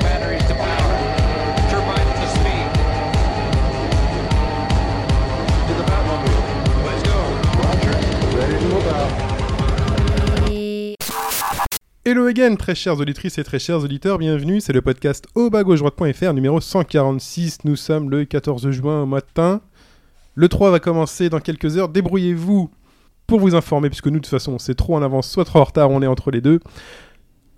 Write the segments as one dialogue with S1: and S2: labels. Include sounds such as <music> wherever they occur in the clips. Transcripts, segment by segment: S1: batteries to power. Turbines to speed. To the Batmobile. Let's go.
S2: Hello again, très chères auditrices et très chers auditeurs, bienvenue, c'est le podcast au bas gauche droite.fr numéro 146. Nous sommes le 14 juin au matin. Le 3 va commencer dans quelques heures, débrouillez-vous pour vous informer, puisque nous de toute façon c'est trop en avance, soit trop en retard, on est entre les deux.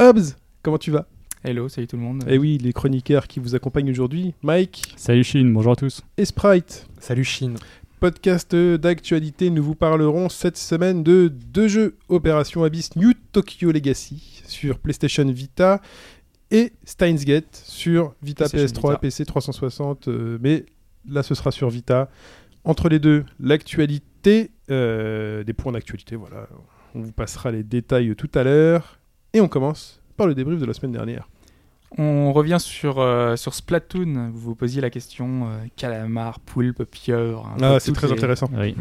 S2: Hobbs, comment tu vas
S3: Hello, salut tout le monde.
S2: Eh oui, les chroniqueurs qui vous accompagnent aujourd'hui, Mike
S4: Salut Chine, bonjour à tous.
S2: et Sprite.
S3: Salut Chine.
S2: Podcast d'actualité, nous vous parlerons cette semaine de deux jeux Opération Abyss New Tokyo Legacy sur PlayStation Vita et Steins Gate sur Vita
S3: PlayStation
S2: PS3,
S3: Vita.
S2: PC 360, euh, mais là ce sera sur Vita. Entre les deux, l'actualité, euh, des points d'actualité, voilà. On vous passera les détails tout à l'heure et on commence par le débrief de la semaine dernière.
S3: On revient sur, euh, sur Splatoon. Vous vous posiez la question euh, calamar, poulpe, pieuvre. un peu
S2: Ah, c'est
S3: toutes
S2: très
S3: les-
S2: intéressant.
S4: <laughs> Oui.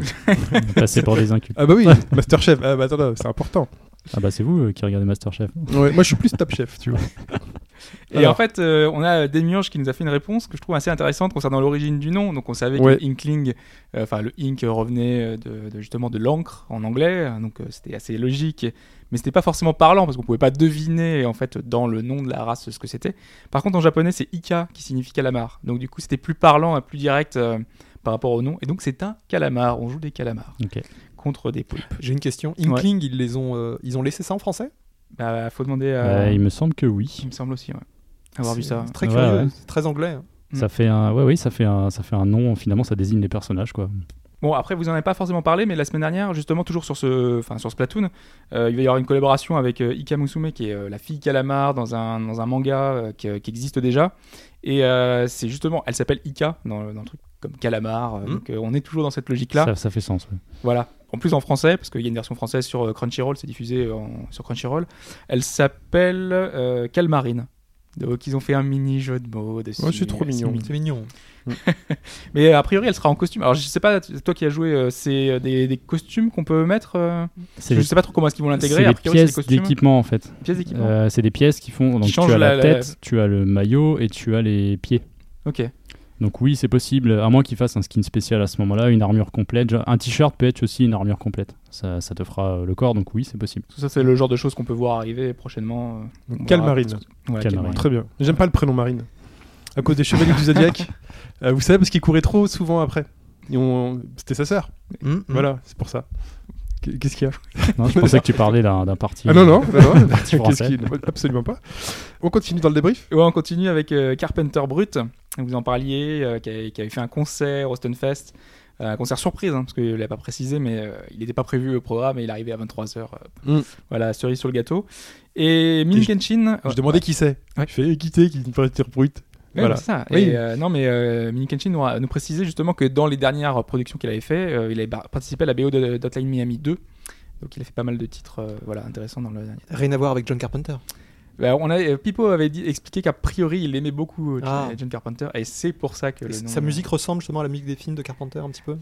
S4: Passer pour des incubes.
S2: Ah bah oui, Masterchef, ah bah attends, c'est important.
S4: Ah bah c'est vous euh, qui regardez Masterchef.
S2: Ouais, moi je suis plus Top Chef, tu vois.
S3: Et
S2: Alors.
S3: en fait, euh, on a Demiurge qui nous a fait une réponse que je trouve assez intéressante concernant l'origine du nom. Donc on savait
S2: Ouais.
S3: que Inkling, euh, enfin le Ink revenait euh, de, de- justement de l'encre en anglais, donc euh, c'était assez logique. Mais c'était pas forcément parlant parce qu'on pouvait pas deviner en fait dans le nom de la race ce que c'était. Par contre en japonais c'est Ika qui signifie calamar. Donc du coup c'était plus parlant et plus direct euh, par rapport au nom. Et donc c'est un calamar. On joue des calamars
S4: Ok.
S3: contre des poulpes.
S5: J'ai une question.
S3: Ouais.
S5: Inkling, ils les ont, euh, ils ont laissé ça en français
S3: Bah, faut demander à.
S4: Euh, il
S3: il...
S4: me semble que oui.
S3: me semble aussi ouais. avoir vu
S5: C'est-
S3: ça.
S5: c'est Très
S4: Ouais,
S5: curieux,
S4: ouais.
S5: c'est très anglais. hein.
S3: Mm.
S4: Ça fait un, ouais, oui, ça fait un, ça fait un nom. Finalement, ça désigne les personnages, quoi.
S3: Bon, après, vous en avez pas forcément parlé, mais la semaine dernière, justement, toujours sur ce, enfin, sur Splatoon, euh, il va y avoir une collaboration avec euh, Ika Musume, qui est euh, la fille calamar dans un, dans un manga euh, qui, euh, qui existe déjà. Et euh, c'est justement, elle s'appelle Ika dans, le- dans le truc comme calamar. euh,
S2: Hmm.
S5: Mhm.
S3: Donc, euh, on est toujours dans cette logique-là.
S4: Ça, ça fait sens. ouais.
S3: Voilà. En plus en français, parce qu'il y a une version française sur euh, Crunchyroll, c'est diffusé euh, en- sur Crunchyroll. Elle s'appelle euh, Calmarine. Donc ils ont fait un mini jeu de mots dessus.
S2: Ouais, c'est trop
S3: assez
S2: mignon.
S5: C'est mignon.
S3: Mais euh, a priori, elle sera en costume. Alors je sais pas, t- toi qui as joué, euh, c'est euh, des, des costumes qu'on peut mettre. euh,
S4: C'est
S3: Je
S4: des-
S3: sais pas trop comment est-ce qu'ils vont
S4: c'est
S3: l'intégrer.
S4: des
S3: A priori, c'est des
S4: pièces
S3: costumes.
S4: d'équipement en fait.
S3: Pièces d'équipement.
S4: Euh, c'est des pièces qui font. Donc tu
S3: changent
S4: as la,
S3: la- la-
S4: tête, tu as le maillot et tu as les pieds.
S3: Ok.
S4: Donc oui, c'est possible. À moins qu'ils fassent un skin spécial à ce moment-là, une armure complète. Genre, Un t-shirt peut être aussi une armure complète. Ça, ça te fera euh, le corps. Donc oui, c'est possible.
S3: Tout ça, c'est le genre de choses qu'on peut voir arriver prochainement. euh, on verra.
S2: Calmarine.
S3: Voilà,
S4: Calmarine.
S3: Calmarine.
S2: Très bien. J'aime pas le prénom Marine. À cause des chevaliers du Zodiac. Euh, vous savez, parce qu'il courait trop souvent après. Et on- C'était sa sœur.
S5: Mm, mm.
S2: Voilà, c'est pour ça. Qu- Qu'est-ce qu'il y a
S3: <laughs>
S4: Non, je pensais que tu parlais d'un d'un parti. euh,
S2: Ah non, non, non, non.
S4: Parti
S2: Qu'est-ce
S4: français.
S2: qu'il- Absolument pas. On continue dans le débrief.
S3: Ouais, on continue avec euh, Carpenter Brut. Vous en parliez, euh, qui, a- qui avait fait un concert au Stunfest. Euh, un concert surprise, hein, parce qu'il ne l'a pas précisé, mais euh, il n'était pas prévu au programme et il arrivait à 23h.
S2: Mm.
S3: Voilà, cerise sur le gâteau. Et Min
S2: Et je-
S3: Kenshin.
S2: Je demandais qui c'est.
S3: Ouais.
S2: Je fais quitter, qui me paraît dire brut.
S3: Ouais,
S2: voilà.
S3: mais c'est ça.
S2: Oui.
S3: Et, euh, non, mais euh, Min Kenshin nous, a- nous précisait justement que dans les dernières productions qu'il avait fait, euh, il avait bar- participé à la BO de d'Hotline Miami 2. Donc il a fait pas mal de titres euh, voilà, intéressants dans le dernier.
S5: Rien à voir avec John Carpenter.
S3: Bah, on a, euh, Pipo avait dit- expliqué qu'a priori il aimait beaucoup euh,
S5: Ah.
S3: John Carpenter et c'est pour ça que le
S5: Et
S3: nom-
S5: Sa musique ressemble justement à la musique des films de Carpenter un petit peu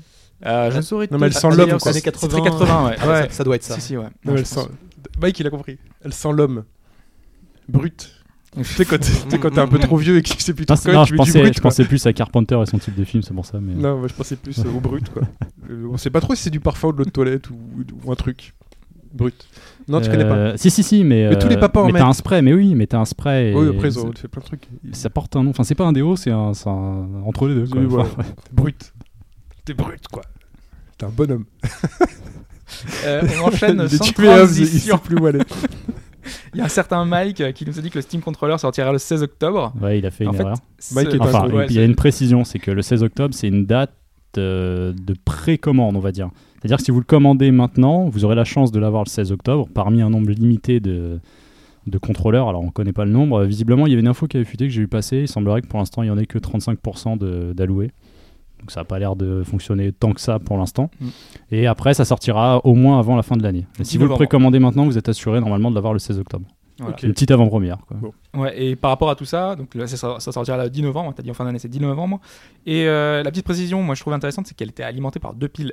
S3: Euh, je ne saurais
S2: Non, mais elle
S3: te-
S2: sent
S3: Ah,
S2: l'homme, quoi.
S3: d'ailleurs, c'est-
S5: Années
S3: c'est
S5: 80,
S3: très 80,
S5: <laughs>
S3: ouais.
S5: Ah,
S3: ouais.
S5: Ça, ça doit être ça.
S3: Si, si, ouais.
S2: Non,
S3: Ouais,
S2: elle
S3: je
S2: sent- Mike, il a compris. Elle sent l'homme.
S4: <laughs>
S2: Brut. tu sais, quand t'es tu sais, quand t'es un peu trop vieux et que tu sais plus trop
S4: Ah, c'est- non,
S2: quoi, tu
S4: je
S2: lui dis
S4: pensais,
S2: brut.
S4: je
S2: quoi.
S4: pensais plus à Carpenter et son type de film, c'est pour ça. Mais...
S2: Non, moi, je pensais plus euh, au brut,
S4: <laughs>
S2: quoi. Euh, on sait pas trop si c'est du parfum ou de l'eau de toilette ou, ou un truc. Brut. Non, tu connais pas.
S4: Euh, Si, si, si, mais.
S2: Mais tous les papas en
S4: Mais t'as
S2: mettent.
S4: un spray, mais oui, mais t'as un spray. et-
S2: Oui, après, ils ont fait plein de trucs.
S4: ça- Ça porte un nom. Enfin, c'est pas un déo, c'est un, c'est un- entre les deux. quoi.
S2: Oui, voilà.
S4: Enfin, ouais.
S2: T'es brut. T'es brut, quoi. T'es un bonhomme.
S3: pense. Euh,
S2: <laughs>
S3: on enchaîne
S2: il est
S3: sans
S2: tué, Hobbs, il sait
S3: transition.
S2: plus où aller.
S3: Il y a un certain Mike euh, qui nous a dit que le Steam Controller sortira le 16 octobre.
S4: <laughs> Ouais, il a fait
S3: En
S4: une
S3: fait,
S4: erreur.
S3: Ce-
S2: Mike est un
S4: Enfin,
S2: gros-
S3: ouais,
S4: il y a une précision, c'est que le 16 octobre, c'est une date euh, de précommande, on va dire. C'est-à-dire que si vous le commandez maintenant, vous aurez la chance de l'avoir le 16 octobre, parmi un nombre limité de, de contrôleurs. Alors, on ne connaît pas le nombre. Euh, Visiblement, il y avait une info qui avait fuité que j'ai eu passer. Il semblerait que pour l'instant, il n'y en ait que 35% de- d'alloués. Donc, ça n'a pas l'air de fonctionner tant que ça pour l'instant.
S3: Mm.
S4: Et après, ça sortira au moins avant la fin de l'année. Mais si vous le
S3: novembre.
S4: précommandez maintenant, vous êtes assuré normalement de l'avoir le 16 octobre.
S3: c'est- Voilà.
S4: Une petite avant-première. quoi.
S3: Ouais, et par rapport à tout ça, donc là, ça, sera- ça sortira le 10 novembre, t'as dit en fin d'année, c'est 10 novembre. Et euh, la petite précision, moi je trouve intéressante, c'est qu'elle était alimentée par deux piles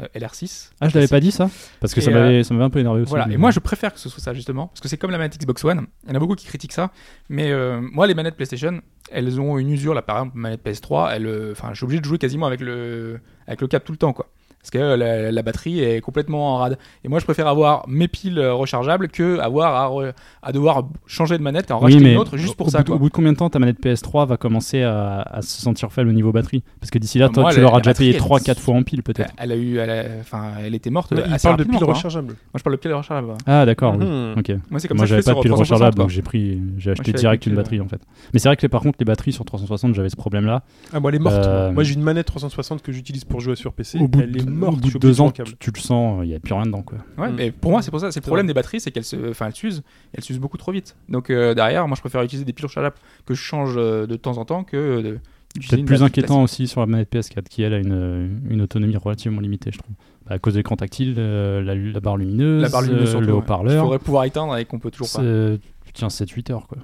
S3: euh, LR6.
S4: Ah, je l'avais pas dit ça Parce que
S3: Et
S4: ça
S3: euh,
S4: m'avait ça m'avait un peu énervé aussi.
S3: Voilà,
S4: mais-
S3: et moi je préfère que ce soit ça justement, parce que c'est comme la manette Xbox One, il y en a beaucoup qui critiquent ça, mais euh, moi les manettes PlayStation, elles ont une usure, là par exemple, manette PS3, elle, euh, enfin je suis obligé de jouer quasiment avec le, avec le câble tout le temps, quoi. Parce que euh, la, la batterie est complètement en rade. Et moi je préfère avoir mes piles euh, rechargeables que avoir à, re- à devoir changer de manette et en
S4: Oui,
S3: racheter
S4: mais
S3: une autre juste pour
S4: au,
S3: ça.
S4: bout de-
S3: quoi.
S4: au bout de combien de temps ta manette PS3 va commencer à, à se sentir faible au niveau batterie Parce que d'ici là,
S3: Ah,
S4: toi,
S3: moi,
S4: tu
S3: la-
S4: l'auras
S3: la
S4: déjà payé
S3: batterie,
S4: 3-4 fois en pile peut-être.
S3: Elle a eu, elle a- enfin, elle était morte.
S2: Il
S3: assez
S2: parle de pile
S3: rapidement, quoi, hein.
S2: rechargeable.
S3: Moi, je parle de pile rechargeable. ouais.
S4: Ah, d'accord. oui.
S2: Hmm.
S4: Ok.
S3: Moi, c'est Mm-hmm. comme ça que je
S4: Moi, j'avais
S3: fais
S4: pas de
S3: sur
S4: pile
S3: 360,
S4: rechargeable,
S3: quoi.
S4: donc j'ai pris, j'ai acheté
S3: je suis
S4: direct
S3: avec une pile,
S4: une batterie en fait. Mais c'est vrai que par contre, les batteries sur 360, j'avais ce problème-là.
S2: Ah, moi, elle est morte.
S4: Euh,
S2: Moi, j'ai une manette 360 que j'utilise pour jouer sur PC.
S4: Au bout,
S2: elle
S4: de,
S2: est morte.
S4: au bout
S2: je suis
S4: de deux
S2: obligé
S4: ans,
S2: de
S4: tu,
S2: câble.
S4: tu le sens, il n'y a plus rien dedans quoi.
S3: Ouais,
S2: Mm.
S3: mais pour moi, c'est pour ça. C'est le
S2: C'est
S3: problème
S2: vrai.
S3: des batteries, c'est qu'elles se, enfin, elles s'usent. et Elles s'usent beaucoup trop vite. Donc euh, derrière, moi, je préfère utiliser des piles rechargeables que je change euh, de temps en temps que. euh, de- d'utiliser
S4: Peut-être
S3: une
S4: plus
S3: batterie
S4: inquiétant aussi sur la manette PS4 qui elle a une, une autonomie relativement limitée, je trouve. Bah, à cause des écrans tactiles, euh, la, la barre lumineuse,
S3: classique. La barre lumineuse,
S4: euh,
S3: surtout,
S4: le
S3: ouais. Il
S4: haut-parleur.
S3: faudrait pouvoir éteindre et qu'on peut toujours pas.
S4: c'est- Tu tiens 7-8 heures quoi.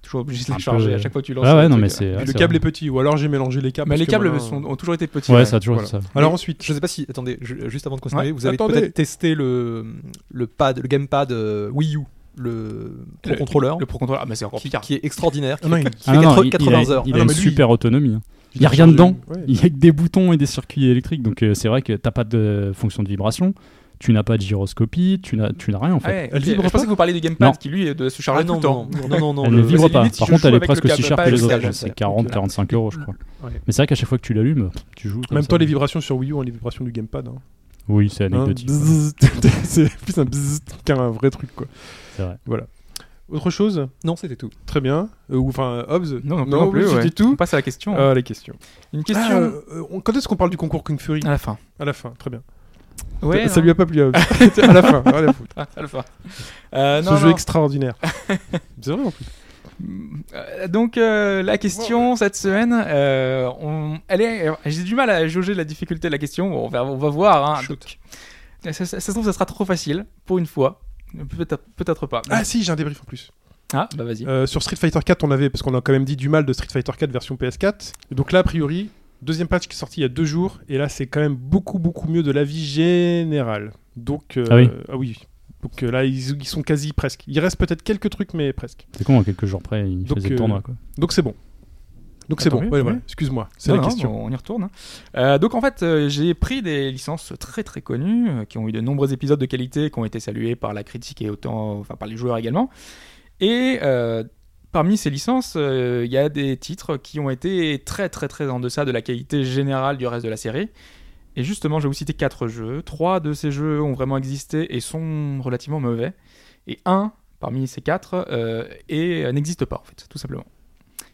S3: Toujours obligé de
S4: un
S3: les charger
S4: peu-
S3: à chaque fois que tu lances.
S4: Ah
S3: le
S4: ouais, non
S3: truc, euh.
S4: mais
S3: Ah,
S4: c'est.
S2: Puis
S4: ouais,
S2: le
S4: c'est
S2: câble est
S4: vrai.
S2: petit, ou alors j'ai mélangé les câbles.
S3: Mais
S2: parce
S3: les
S2: que
S3: câbles
S2: maintenant-
S3: sont- ont toujours été petits. hein.
S4: Ouais, Ah ça a toujours
S3: Voilà.
S4: été ça.
S2: Alors ensuite,
S5: Je sais pas si. Attendez, je- juste avant de continuer, vous avez
S2: Attendez.
S5: peut-être testé le, le pad, le gamepad euh, Wii U, le, Pro controller,
S3: Le pro contrôleur, mais c'est encore
S5: qui,
S3: pire.
S5: qui est extraordinaire, qui
S2: Ah non,
S5: fait,
S2: il-
S5: qui
S4: Ah
S5: fait
S4: non, non,
S5: 80
S4: il- il a-
S5: 80 heures.
S4: Il
S2: Ah
S4: a
S2: non,
S4: une
S2: mais lui,
S4: super autonomie. hein.
S2: j'ai
S4: Il y a rien
S2: changé-
S4: dedans.
S2: Ouais.
S4: Il y a que des boutons et des circuits électriques. Donc euh, c'est vrai que t'as pas de fonction de vibration, tu n'as pas de gyroscopie, tu n'as tu n'as rien en fait.
S3: Ah ouais,
S2: Elle
S3: ok.
S2: vibre
S3: Je pensais
S2: pas
S3: que vous parliez du
S4: Non.
S3: gamepad qui lui est de se charger
S5: Ah
S3: tout
S5: non,
S3: le temps.
S5: non, non, non, non,
S4: <laughs> Elle
S5: le-
S4: ne vibre
S3: c'est
S4: pas.
S3: limite si
S4: Par
S3: je
S4: contre,
S3: joue
S4: elle est
S3: avec le
S4: presque aussi
S3: câble,
S4: chère
S3: pas
S4: que les
S3: avec le
S4: autres.
S3: câble.
S4: C'est 40-45 euros, je crois.
S5: Ouais.
S4: Mais c'est vrai qu'à chaque fois que tu l'allumes, tu joues. comme
S2: Même
S4: ça.
S2: temps, les vibrations sur Wii U ont les vibrations du gamepad. hein.
S4: Oui, c'est
S2: Hein,
S4: anecdotique.
S2: bzzz, <laughs> C'est plus un bzzz qu'un vrai truc, quoi.
S4: C'est vrai.
S2: Autre chose
S5: Non, c'était tout.
S2: Très bien. Euh, Ou enfin, Hobbs
S3: Non, non, non plus.
S2: c'est
S3: ouais. On
S2: tout.
S3: passe à la question.
S4: Euh,
S2: Ah, les questions.
S3: Une
S2: Ah,
S3: question
S2: euh, on- quand est-ce qu'on parle du concours Kung Fury
S3: à la fin.
S2: À la fin, très bien.
S3: Ah. Ouais,
S2: ça
S3: non.
S2: lui a pas plu, Hobbs. à la fin, rien à foutre.
S3: Ah, Alpha. Euh,
S2: Ce
S3: non,
S2: jeu
S3: non.
S2: extraordinaire. c'est vrai en plus.
S3: Euh, Donc euh, la question cette semaine, euh, on- elle est, euh, j'ai du mal à jauger la difficulté de la question. On va, on va voir. Hein.
S5: Shoot.
S3: Ça, ça- ça se trouve, ça sera trop facile pour une fois. Peut-être, peut-être pas.
S2: Ah si, j'ai un débrief en plus.
S3: Ah, bah vas-y.
S2: Euh, sur Street Fighter 4, on avait, parce qu'on a quand même dit du mal de Street Fighter 4 version PS4. Et donc là, a priori, deuxième patch qui est sorti il y a deux jours. Et là, c'est quand même beaucoup, beaucoup mieux de l'avis général. Donc, euh,
S4: Ah oui.
S2: Donc euh, là, ils, ils sont quasi presque. Il reste peut-être quelques trucs, mais presque.
S4: C'est con, en quelques jours près, il
S2: Donc,
S4: faisait le
S2: euh,
S4: tournoi. Quoi.
S2: Donc c'est bon.
S4: Ah,
S2: Donc c'est
S3: Attends,
S2: bon.
S3: oui,
S2: Ouais,
S3: oui.
S2: voilà. Excuse-moi, c'est
S3: Non,
S2: la
S3: non,
S2: question.
S3: bon, on y retourne. hein. Euh, donc en fait, euh, j'ai pris des licences très très connues, euh, qui ont eu de nombreux épisodes de qualité, qui ont été salués par la critique et autant, enfin par les joueurs également. Et euh, parmi ces licences, euh, il y a des titres qui ont été très très très en deçà de la qualité générale du reste de la série. Et justement, je vais vous citer quatre jeux. Trois de ces jeux ont vraiment existé et sont relativement mauvais. Et un parmi ces quatre euh, est- euh, n'existe pas en fait, tout simplement.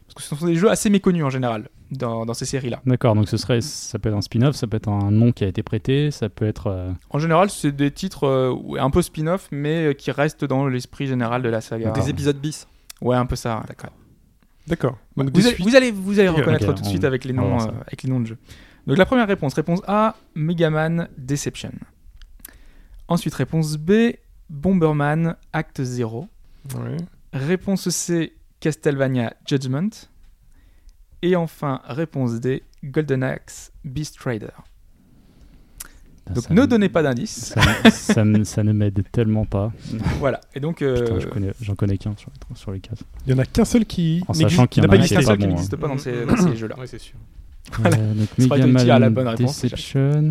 S3: Parce que ce sont des jeux assez méconnus en général dans- dans ces séries-là.
S4: D'accord, donc ce serait, ça peut être un spin-off, ça peut être un nom qui a été prêté, ça peut être. euh,
S3: En général, c'est des titres euh, ouais, un peu spin-off, mais euh, qui restent dans l'esprit général de la saga.
S5: Ah. Des épisodes bis.
S3: Ouais, un peu ça. D'accord.
S2: D'accord. Donc des
S3: Vous, allez-
S2: suites.
S3: vous allez vous allez
S4: Ok,
S3: reconnaître
S4: ok,
S3: tout de
S4: on- hein.
S3: suite avec les
S4: on va
S3: noms
S4: voir ça.
S3: euh, avec les noms de jeux. Donc la première réponse, réponse A, Megaman Deception. Ensuite réponse B, Bomberman Act 0.
S2: Ouais.
S3: Réponse C, Castlevania Judgment. Et enfin réponse D, Golden Axe Beast Rider. Donc
S4: Ah, ça
S3: ne
S4: me-
S3: donnez pas
S4: <laughs>
S3: d'indices.
S4: Ça, me- ça me- ça ne m'aide tellement pas. Ah,
S3: voilà. Et donc euh,
S4: Putain, je connais- j'en connais, qu'un sur les, sur les quatre.
S2: Il y en a qu'un seul qui
S4: En
S2: n'existe-
S4: sachant qu'il
S2: n'a
S4: y en
S2: pas
S4: a un
S3: Il y en a
S2: existé.
S4: pas
S3: seul qui
S4: bon,
S3: n'existe
S4: hein.
S3: pas dans ces, dans ces jeux-là.
S5: Ouais, c'est sûr.
S3: Voilà.
S4: Euh, donc
S3: Ça aurait été utile à la
S4: Megaman
S3: bonne réponse, déjà.
S4: Deception,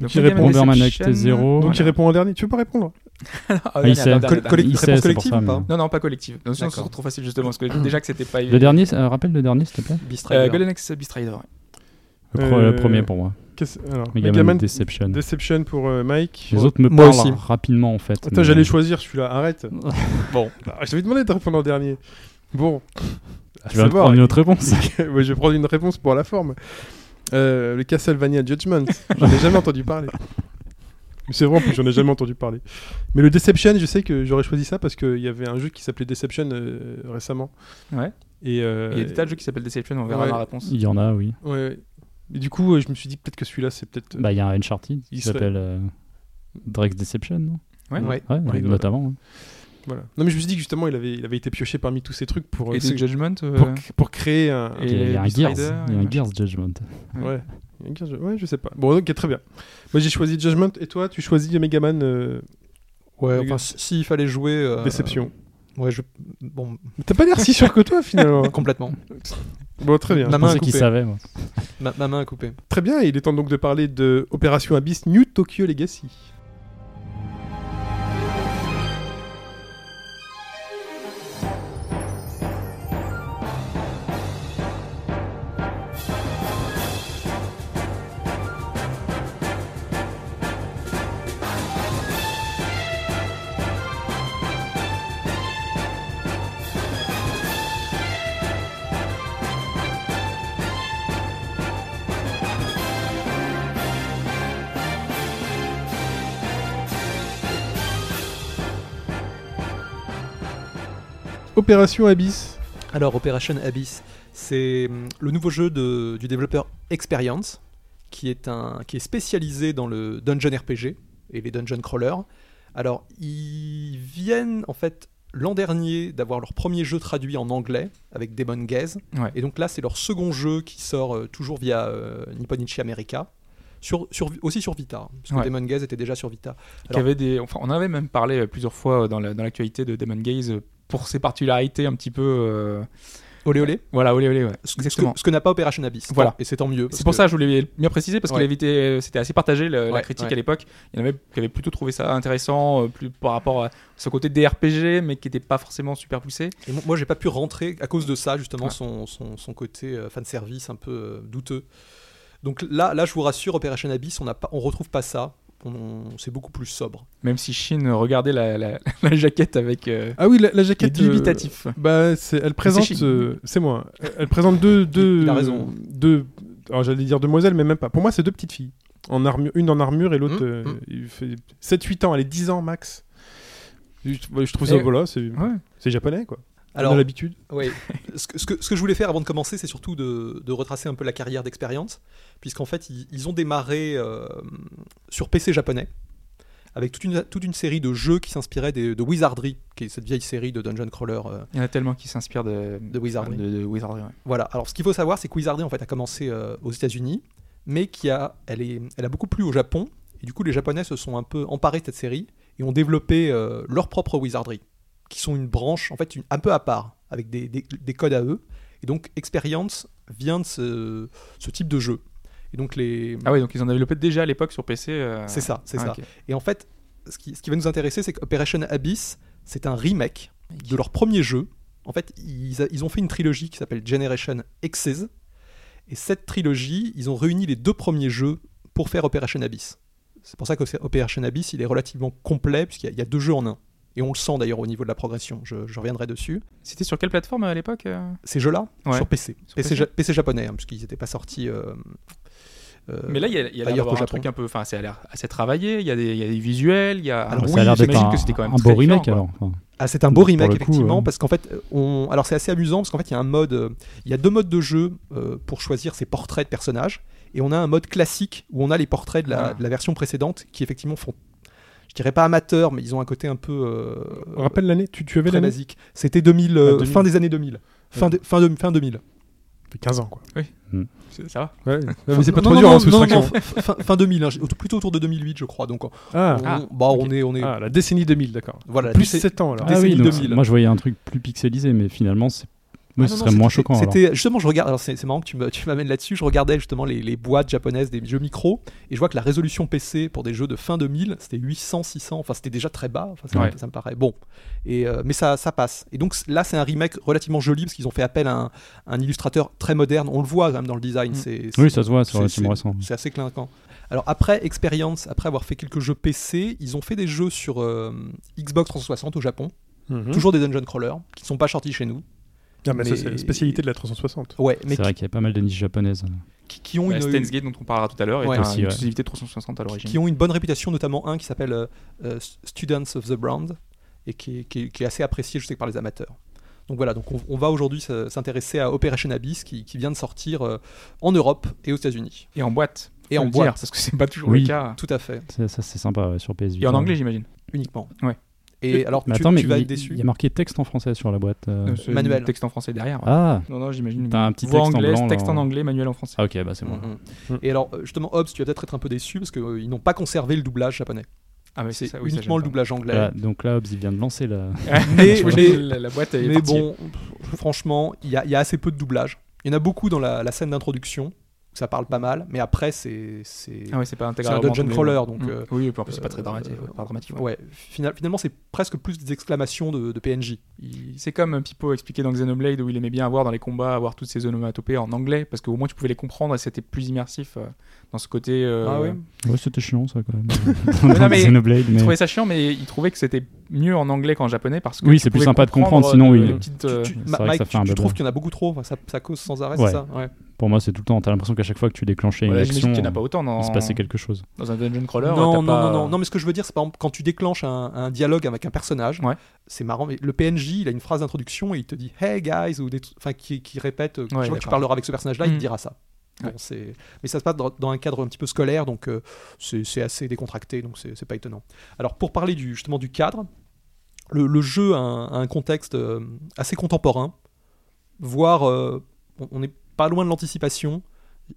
S3: Donc,
S2: Qui
S3: Megaman
S2: répond
S4: Bomberman
S3: Deception.
S4: Act 0.
S2: Donc il répond en dernier. Tu veux pas répondre hein
S3: Ah,
S4: Ah,
S3: dernier,
S4: il sait.
S3: attends, dernier,
S4: Coll-
S3: dernier.
S4: collectif-
S5: Il
S4: réponse
S5: sait,
S4: collective
S5: c'est pour
S4: ou
S5: ça,
S4: pas
S5: mais-
S3: Non, non, pas collective. Non, sinon,
S5: D'accord.
S3: c'est trop facile justement parce que déjà que c'était pas
S4: Le dernier, euh, rappelle le dernier, s'il te plaît.
S5: Beast
S3: Euh,
S5: Rider.
S3: Golden Axe Beast Rider. ouais.
S4: Le, pro-
S2: Euh,
S4: le premier pour moi.
S2: Qu'est-ce- Alors,
S4: Megaman,
S2: Megaman
S4: Deception.
S2: Deception pour euh, Mike.
S4: Les autres me
S5: Moi
S4: parlent
S5: aussi.
S4: rapidement en fait.
S2: Attends,
S4: mais-
S2: j'allais choisir celui-là. Arrête.
S3: <laughs> Bon.
S2: Ah, Je t'avais demandé de répondre en dernier. Bon.
S3: Ah,
S2: À
S4: Tu vas me
S2: savoir.
S4: prendre une autre réponse.
S2: <laughs> Ouais, je vais prendre une réponse pour la forme. Euh, le Castlevania Judgment. J'en ai jamais entendu parler. Mais C'est vrai, en plus, j'en ai jamais entendu parler. Mais le Deception, je sais que j'aurais choisi ça parce qu'il y avait un jeu qui s'appelait Deception euh, récemment.
S3: Ouais.
S2: Et, euh,
S3: Il y a des tas de jeux qui s'appellent Deception, on verra
S2: Ouais.
S3: la réponse.
S4: Il y en a, oui.
S2: ouais, ouais. Et du coup, euh, je me suis dit peut-être que celui-là, c'est peut-être. euh,
S4: Bah, il y a un Uncharted
S2: Il
S4: qui
S2: serait-
S4: s'appelle euh, Drake's Deception, non
S3: Ouais.
S5: Ouais.
S4: Ouais,
S2: Oui,
S4: notamment. hein.
S2: Voilà. Non, mais je me suis dit que justement, il avait, il avait été pioché parmi tous ces trucs pour, euh,
S3: Et
S2: c'est-
S3: des Judgment euh,
S2: pour, pour créer un.
S3: et
S4: Il y a- il y a un
S3: du
S4: Gears,
S3: Strider,
S4: il y a
S3: et
S4: un
S3: machin.
S4: Gears Judgment.
S2: Ouais. Ouais, je sais pas. Bon, ok, très bien. Moi, j'ai choisi Judgment et toi, tu choisis Megaman euh,
S5: Ouais,
S2: Mega-
S5: enfin, s- s'il fallait jouer. euh,
S2: Déception.
S5: Ouais, je. Bon,
S2: Mais T'as pas l'air si sûr que toi, <laughs>
S5: <laughs>
S2: finalement.
S5: complètement.
S2: bon, très bien.
S4: Je
S5: La main
S4: pensais
S5: coupée.
S4: qu'il savait.
S3: Ah
S4: moi.
S5: Ma, ma main a coupé.
S2: Très bien, il est temps donc de parler de Opération Abyss New Tokyo Legacy. Opération Abyss.
S5: Alors, Operation Abyss, c'est hum, le nouveau jeu de- du développeur Experience, qui est, un, qui est spécialisé dans le dungeon RPG et les dungeon crawlers. Alors, ils viennent, en fait, l'an dernier, d'avoir leur premier jeu traduit en anglais, avec Demon Gaze.
S3: Ouais.
S5: Et donc là, c'est leur second jeu qui sort euh, toujours via euh, Nippon Ichi America, sur, sur- aussi sur Vita, hein, parce que
S3: Ouais.
S5: Demon Gaze était déjà sur Vita.
S3: Qui avait des, enfin, on avait même parlé euh, plusieurs fois euh, dans la- dans l'actualité de Demon Gaze euh, pour ses particularités un petit peu. euh,
S5: Olé olé
S3: Voilà, olé, olé, ouais.
S5: Ce- ce que-
S3: Exactement.
S5: Ce que, n'a pas Operation Abyss.
S3: Voilà.
S5: Et c'est tant mieux.
S3: C'est pour ça que je voulais bien préciser parce
S5: Ouais.
S3: que euh, c'était assez partagé le- la
S5: Ouais,
S3: critique
S5: ouais.
S3: à l'époque. Il y en avait qui avaient plutôt trouvé ça intéressant euh, plus par rapport à ce côté DRPG mais qui n'était pas forcément super poussé.
S5: Et mo- moi, j'ai pas pu rentrer à cause de ça, justement,
S3: Ouais.
S5: son, son, son côté euh, fanservice un peu euh, douteux. Donc là, là, je vous rassure, Operation Abyss, on, n'a pas, on retrouve pas ça. On- C'est beaucoup plus sobre.
S3: Même si Shin regardait la, la- <laughs> la jaquette avec euh,
S2: Ah oui, la, la
S3: qui est
S2: jaquette. euh,
S3: dubitatif.
S2: Bah, c'est- elle présente.
S3: chic.
S2: euh, C'est moi. hein. Elle présente deux. deux
S5: il a raison.
S2: Deux. Alors, j'allais dire demoiselles, mais même pas. Pour moi, c'est deux petites filles. En armure, une en armure et l'autre.
S5: Mm,
S2: euh,
S5: mm.
S2: il fait 7-8 ans, elle est 10 ans max. Je, je trouve
S3: Et-
S2: ça, voilà, c'est
S3: Ouais.
S2: c'est japonais, quoi. On
S5: Alors,
S2: a l'habitude.
S5: oui, ce, que, ce que- ce que je voulais faire avant de commencer, c'est surtout de, de retracer un peu la carrière d'expérience, puisqu'en fait, ils, ils ont démarré euh, sur PC japonais, avec toute une, toute une série de jeux qui s'inspiraient des- de Wizardry, qui est cette vieille série de dungeon crawler euh,
S3: Il y en a tellement qui s'inspirent de,
S5: De Wizardry.
S3: de- de Wizardry, ouais.
S5: Voilà. Alors, ce qu'il faut savoir, c'est que Wizardry en fait a commencé euh, aux États-Unis, mais qui a, elle est, elle a beaucoup plu au Japon. Et du coup, les Japonais se sont un peu emparés de cette série et ont développé euh, leur propre Wizardry, qui sont une branche, en fait, une- un peu à part, avec des, des- des codes à eux. Et donc, Experience vient de ce, ce type de jeu. Et donc, les,
S3: Ah ouais, donc ils en avaient développé déjà à l'époque sur PC. euh,
S5: c'est ça, c'est
S3: ah,
S5: ça.
S3: ok.
S5: Et en fait, ce qui, ce qui va nous intéresser, c'est qu'Operation Abyss, c'est un remake de leur premier jeu. En fait, ils, a- ils ont fait une trilogie qui s'appelle Generation X's. Et cette trilogie, ils ont réuni les deux premiers jeux pour faire Operation Abyss. C'est pour ça que Operation Abyss, il est relativement complet, puisqu'il y, a- il y a deux jeux en un. Et on le sent d'ailleurs au niveau de la progression, je, je reviendrai dessus.
S3: C'était sur quelle plateforme à l'époque euh
S5: Ces jeux-là,
S3: Ouais.
S5: sur PC.
S3: Sur
S5: PC,
S3: PC.
S5: ja- PC japonais, hein, puisqu'ils n'étaient pas sortis. euh, euh,
S3: Mais là, il y a, il y a l'air
S5: ailleurs
S3: d'avoir
S5: qu'au
S3: un
S5: Japon.
S3: truc un peu. Enfin, c'est a l'air assez travaillé. Il y a des, il y a des visuels. Il y a.
S5: Alors,
S4: ça
S5: oui,
S4: a l'air d'être
S3: j'imagine
S4: un,
S3: que c'était quand même
S4: un
S3: très
S4: beau remake
S3: différent,
S4: alors. enfin.
S5: Ah, c'est un beau
S4: Pour
S5: remake,
S4: le coup,
S5: effectivement,
S4: euh.
S5: parce qu'en fait, euh, on... alors c'est assez amusant, parce qu'en fait, il y a un mode, euh, il y a deux modes de jeu euh, pour choisir ses portraits de personnages, et on a un mode classique où on a les portraits de la,
S3: Ah.
S5: de la version précédente qui, effectivement, font, je dirais pas amateur, mais ils ont un côté un peu euh,
S2: On rappelle l'année. Tu, tu avais
S5: très
S2: l'année
S5: basique. C'était 2000, euh,
S2: Ah, 2000.
S5: fin des années 2000. Fin, de- fin, de- fin 2000.
S2: Ça fait 15 ans, quoi.
S3: C'est- Ça va.
S2: <laughs> Ouais. mais c'est pas
S5: Non,
S2: trop
S5: non,
S2: dur,
S5: non,
S2: hein, sous
S5: non,
S2: traction.
S5: non, fin- fin, fin 2000, hein, j'ai- plutôt autour de 2008, je crois. Donc, on,
S2: Ah.
S5: on-
S3: Ah,
S5: bah, on
S3: ok.
S5: est, on est,
S2: Ah, la décennie 2000, d'accord.
S5: voilà. la
S2: Plus
S5: décennie-
S2: 7 ans alors.
S4: Ah oui,
S5: Décennie
S4: donc,
S5: 2000.
S4: moi je voyais un truc plus pixelisé, mais finalement, c'est... moi,
S5: Ah
S4: ce
S5: non, non,
S4: serait moins
S5: c'était-
S4: choquant. alors.
S5: C'était justement, je regarde. Alors c'est c'est marrant que tu me- tu m'amènes là-dessus. Je regardais justement les, les boîtes japonaises des jeux micro et je vois que la résolution PC pour des jeux de fin 2000, c'était 800, 600. Enfin, c'était déjà très bas. Enfin, ça, me-
S3: Ouais.
S5: ça me paraît bon. Et euh, mais ça, ça passe. Et donc c- là, c'est un remake relativement joli parce qu'ils ont fait appel à un, un illustrateur très moderne. On le voit quand même dans le design.
S3: Mm.
S5: C'est c'est-
S4: Oui, ça se voit, c'est
S5: c'est-
S4: relativement récent.
S5: c'est assez clinquant. Alors après Experience, après avoir fait quelques jeux PC, ils ont fait des jeux sur euh, Xbox 360 au Japon.
S2: Mhm.
S5: Toujours des dungeon crawlers qui ne sont pas sortis chez nous.
S2: Ah, mais ça,
S5: Mais-
S2: c'est la spécialité de la 360.
S5: Ouais, mais
S4: C'est vrai qu'il y a pas mal de niches japonaises.
S5: qui, qui ont
S3: Bah,
S5: une,
S3: Steins Gate dont on parlera tout à l'heure
S5: Ouais.
S3: est un-
S4: Aussi,
S3: une
S4: ouais.
S3: exclusivité 360 à
S5: qui
S3: l'origine.
S5: ont une bonne réputation, notamment un qui s'appelle euh, euh, Students of the Brand et qui est, qui est- qui est assez apprécié, je sais que par les amateurs. Donc voilà, donc on, on va aujourd'hui s- s'intéresser à Operation Abyss qui, qui vient de sortir euh, en Europe et aux États-Unis.
S3: Et en boîte.
S5: Et
S3: Faut
S5: en
S3: le dire,
S5: boîte,
S3: parce que c'est pas toujours
S4: Oui.
S3: le cas.
S5: tout à fait,
S4: Ça, ça, c'est sympa ouais, sur PS Vita.
S3: Et en anglais, j'imagine.
S5: uniquement.
S3: Ouais.
S5: Et alors,
S4: Mais
S5: tu,
S4: attends, mais
S5: tu vas
S4: il-
S5: être déçu.
S4: il y a marqué texte en français sur la boîte. euh.
S3: Euh, c'est le
S5: Manuel.
S3: Texte en français derrière. ouais.
S4: Ah,
S3: Non, non, j'imagine.
S4: T'as un petit
S3: Voix
S4: texte en
S3: anglaise,
S4: blanc, là,
S3: texte en
S4: en-
S3: anglais, manuel en français.
S4: ah ok, bah c'est bon.
S5: Mhm.
S2: Mm.
S5: Et alors, euh, justement, Hobbs, tu vas peut-être être un peu déçu parce qu'ils n'ont pas conservé le doublage japonais.
S3: Ah, mais
S5: C'est
S3: ça, oui, ça,
S5: uniquement
S3: j'aime
S5: le doublage anglais.
S4: Voilà, donc là, Hobbs, il vient de lancer la.
S3: pas. <laughs>
S5: Mais-
S3: Oui,
S5: mais-
S3: la, la boîte est
S5: Mais
S3: partie.
S5: bon, pff, franchement, il y, a- il y a assez peu de doublage. Il y en a beaucoup dans la, la scène d'introduction, où ça parle pas mal, mais après, c'est. c'est-
S3: Ah ouais, c'est pas intégral.
S5: C'est un dungeon crawler, donc, euh,
S3: Mm. oui, et puis en plus, c'est pas très
S5: euh,
S3: dramatique. ouais, pas dramatique. ouais.
S5: Ouais, final- finalement, c'est presque plus des exclamations de, de PNJ. Il-
S3: C'est comme euh, Pipo expliquait dans Xenoblade où il aimait bien avoir dans les combats avoir toutes ces onomatopées en anglais parce qu'au moins tu pouvais les comprendre et c'était plus immersif euh, dans ce côté. euh,
S5: Ah ouais
S4: Ouais, c'était chiant ça <laughs> quand même.
S3: Non, mais
S4: Xenoblade,
S3: Il
S4: mais-
S3: trouvait ça chiant, mais il trouvait que c'était mieux en anglais qu'en japonais parce que
S4: Oui,
S3: tu
S4: c'est plus
S3: pouvais
S4: sympa de comprendre, sinon,
S3: euh,
S4: oui.
S3: les petites, euh,
S5: Tu-
S4: c'est
S5: Ma-
S4: vrai que
S5: Mike,
S4: ça fait
S5: tu,
S4: un
S5: tu
S4: blabla.
S5: trouves qu'il y en a beaucoup trop, enfin, ça, ça cause sans arrêt,
S4: Ouais.
S5: c'est ça ouais.
S4: Pour moi, c'est tout le temps. T'as l'impression qu'à chaque fois que tu déclenchais
S3: voilà,
S4: une
S3: j'imagine
S4: action,
S3: qu'il n'y en a pas autant dans,
S4: il se passait quelque chose.
S3: dans un dungeon crawler.
S5: Non,
S3: t'as
S5: non,
S3: pas-
S5: non, non, non, mais ce que je veux dire, c'est par exemple, quand tu déclenches un, un dialogue avec un personnage,
S3: Ouais.
S5: c'est marrant, mais le PNJ, il a une phrase d'introduction et il te dit Hey guys, ou des trucs- enfin, qui, qui répète, euh, chaque fois que tu
S3: d'accord.
S5: parleras avec ce personnage-là, il
S3: Mm.
S5: te dira ça. Bon,
S3: Ouais.
S5: c'est- mais ça se passe dans, dans un cadre un petit peu scolaire, donc euh, c'est c'est assez décontracté, donc c'est c'est pas étonnant. Alors, pour parler du, justement du cadre, le, le jeu a un, a un contexte euh, assez contemporain, voire euh, on- on n'est pas loin de l'anticipation.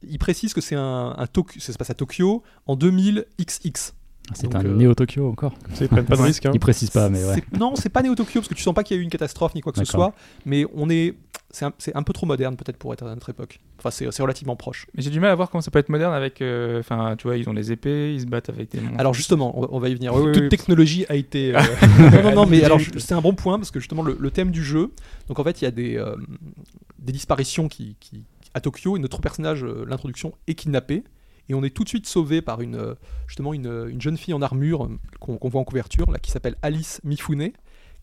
S5: Il précise que c'est un, un Tok- ça se passe à Tokyo en 2000 XX.
S4: C'est
S5: Donc,
S4: un
S5: euh,
S4: Néo-Tokyo encore.
S2: Ils prennent pas de risque. Hein.
S4: Il précise pas, mais ouais.
S5: C'est- Non, c'est pas néo Tokyo parce que tu sens pas qu'il y a eu une catastrophe ni quoi que ce
S4: D'accord.
S5: soit, mais on est c'est un, c'est un peu trop moderne peut-être pour être à notre époque. Enfin, c'est c'est relativement proche.
S3: Mais j'ai du mal à voir comment ça peut être moderne avec. euh, Enfin, tu vois, ils ont les épées, ils se battent avec des. monstres.
S5: Alors justement, on va, on va y venir.
S3: Oui, oui,
S5: Toute
S3: oui.
S5: technologie
S3: <laughs>
S5: a été. euh, non, non, non, mais alors
S3: Direct.
S5: c'est un bon point parce que justement le, le thème du jeu. Donc en fait, il y a des euh, des disparitions qui, qui- à Tokyo et notre personnage, euh, l'introduction, est kidnappé. Et on est tout de suite sauvé par une, euh, justement une, euh, une jeune fille en armure euh, qu'on qu'on voit en couverture, là, qui s'appelle Alice Mifune,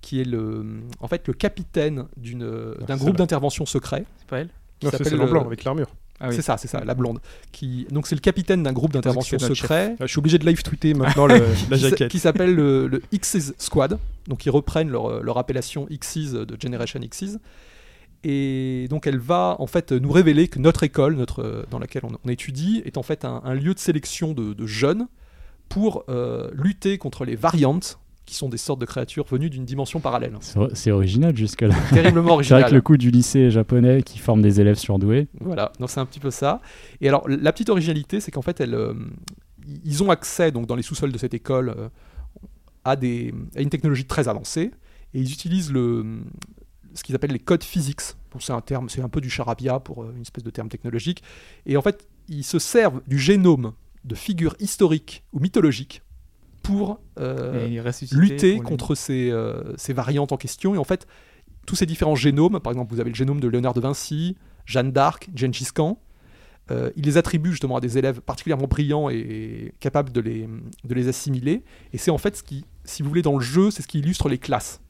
S5: qui est le, en fait le capitaine d'une, euh,
S3: Ah,
S5: d'un
S2: c'est
S5: groupe
S2: là.
S5: d'intervention secret.
S3: c'est pas elle
S5: qui
S2: Non, c'est
S5: s'appelle,
S2: celle en blanc
S5: euh,
S2: avec l'armure.
S3: Ah oui.
S5: C'est ça, c'est ça, la blonde. Qui... Donc c'est le capitaine d'un groupe d'intervention
S3: c'est notre Euh,
S5: secret
S2: Ah, je suis obligé de live tweeter maintenant <laughs> le- la
S5: qui s'a-
S2: jaquette.
S5: qui s'appelle le, le X's Squad. Donc ils reprennent leur, euh, leur appellation X's euh, de Generation X's. Et donc elle va en fait nous révéler que notre école, notre, euh, dans laquelle on, on étudie, est en fait un, un lieu de sélection de, de jeunes pour euh, lutter contre les variantes, qui sont des sortes de créatures venues d'une dimension parallèle.
S4: C'est o- C'est original jusque-là. <laughs>
S5: Terriblement
S4: C'est
S5: original.
S4: vrai que le coup du lycée japonais qui forme des élèves surdoués.
S5: Voilà, donc c'est un petit peu ça. Et alors, la petite originalité, c'est qu'en fait, elle, euh, i- ils ont accès, donc dans les sous-sols de cette école, euh, à, des, à une technologie très avancée, et ils utilisent le, ce qu'ils appellent les codes physiques. Donc c'est un terme, c'est un peu du charabia pour euh, une espèce de terme technologique. Et en fait, ils se servent du génome de figures historiques ou mythologiques pour euh,
S3: Et ils ressuscitent
S5: lutter
S3: pour les-
S5: contre ces, euh, ces variantes en question. Et en fait, tous ces différents génomes, par exemple, vous avez le génome de Léonard de Vinci, Jeanne d'Arc, Gengis Khan, euh, il les attribue justement à des élèves particulièrement brillants et capables de les, de les assimiler. Et c'est en fait ce qui, si vous voulez, dans le jeu, c'est ce qui illustre les classes.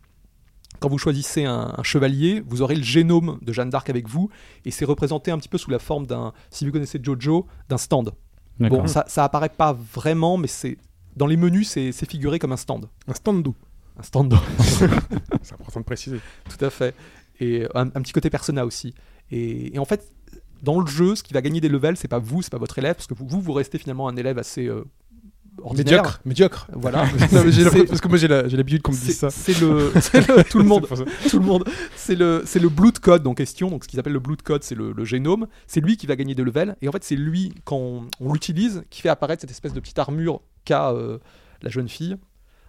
S5: Quand vous choisissez un, un chevalier, vous aurez le génome de Jeanne d'Arc avec vous, et c'est représenté un petit peu sous la forme d'un, si vous connaissez Jojo, d'un stand.
S4: D'accord.
S5: Bon, ça, ça apparaît pas vraiment, mais c'est dans les menus, c'est c'est figuré comme un stand.
S2: Un stand-up.
S5: Un stand
S2: C'est important de préciser.
S5: <laughs> Tout à fait. Et euh, un, un petit côté persona aussi. Et, et en fait, dans le jeu, ce qui va gagner des levels, c'est pas vous, c'est pas votre élève, parce que vous, vous, vous restez finalement un élève assez euh, ordinaire.
S2: Médiocre. Médiocre. <laughs>
S5: Voilà.
S2: Non, mais j'ai l'impression-
S5: C'est-
S2: parce que moi j'ai la- j'ai l'habitude qu'on me dise ça.
S5: c'est c'est le,
S2: <laughs>
S5: c'est le- tout le monde,
S2: C'est pour ça.
S5: tout le monde. C'est le, c'est le blood code en question. Donc, ce qu'ils appellent le blood code, c'est le, le génome. C'est lui qui va gagner des levels. Et en fait, c'est lui quand on, on l'utilise qui fait apparaître cette espèce de petite armure qu'a euh, la jeune fille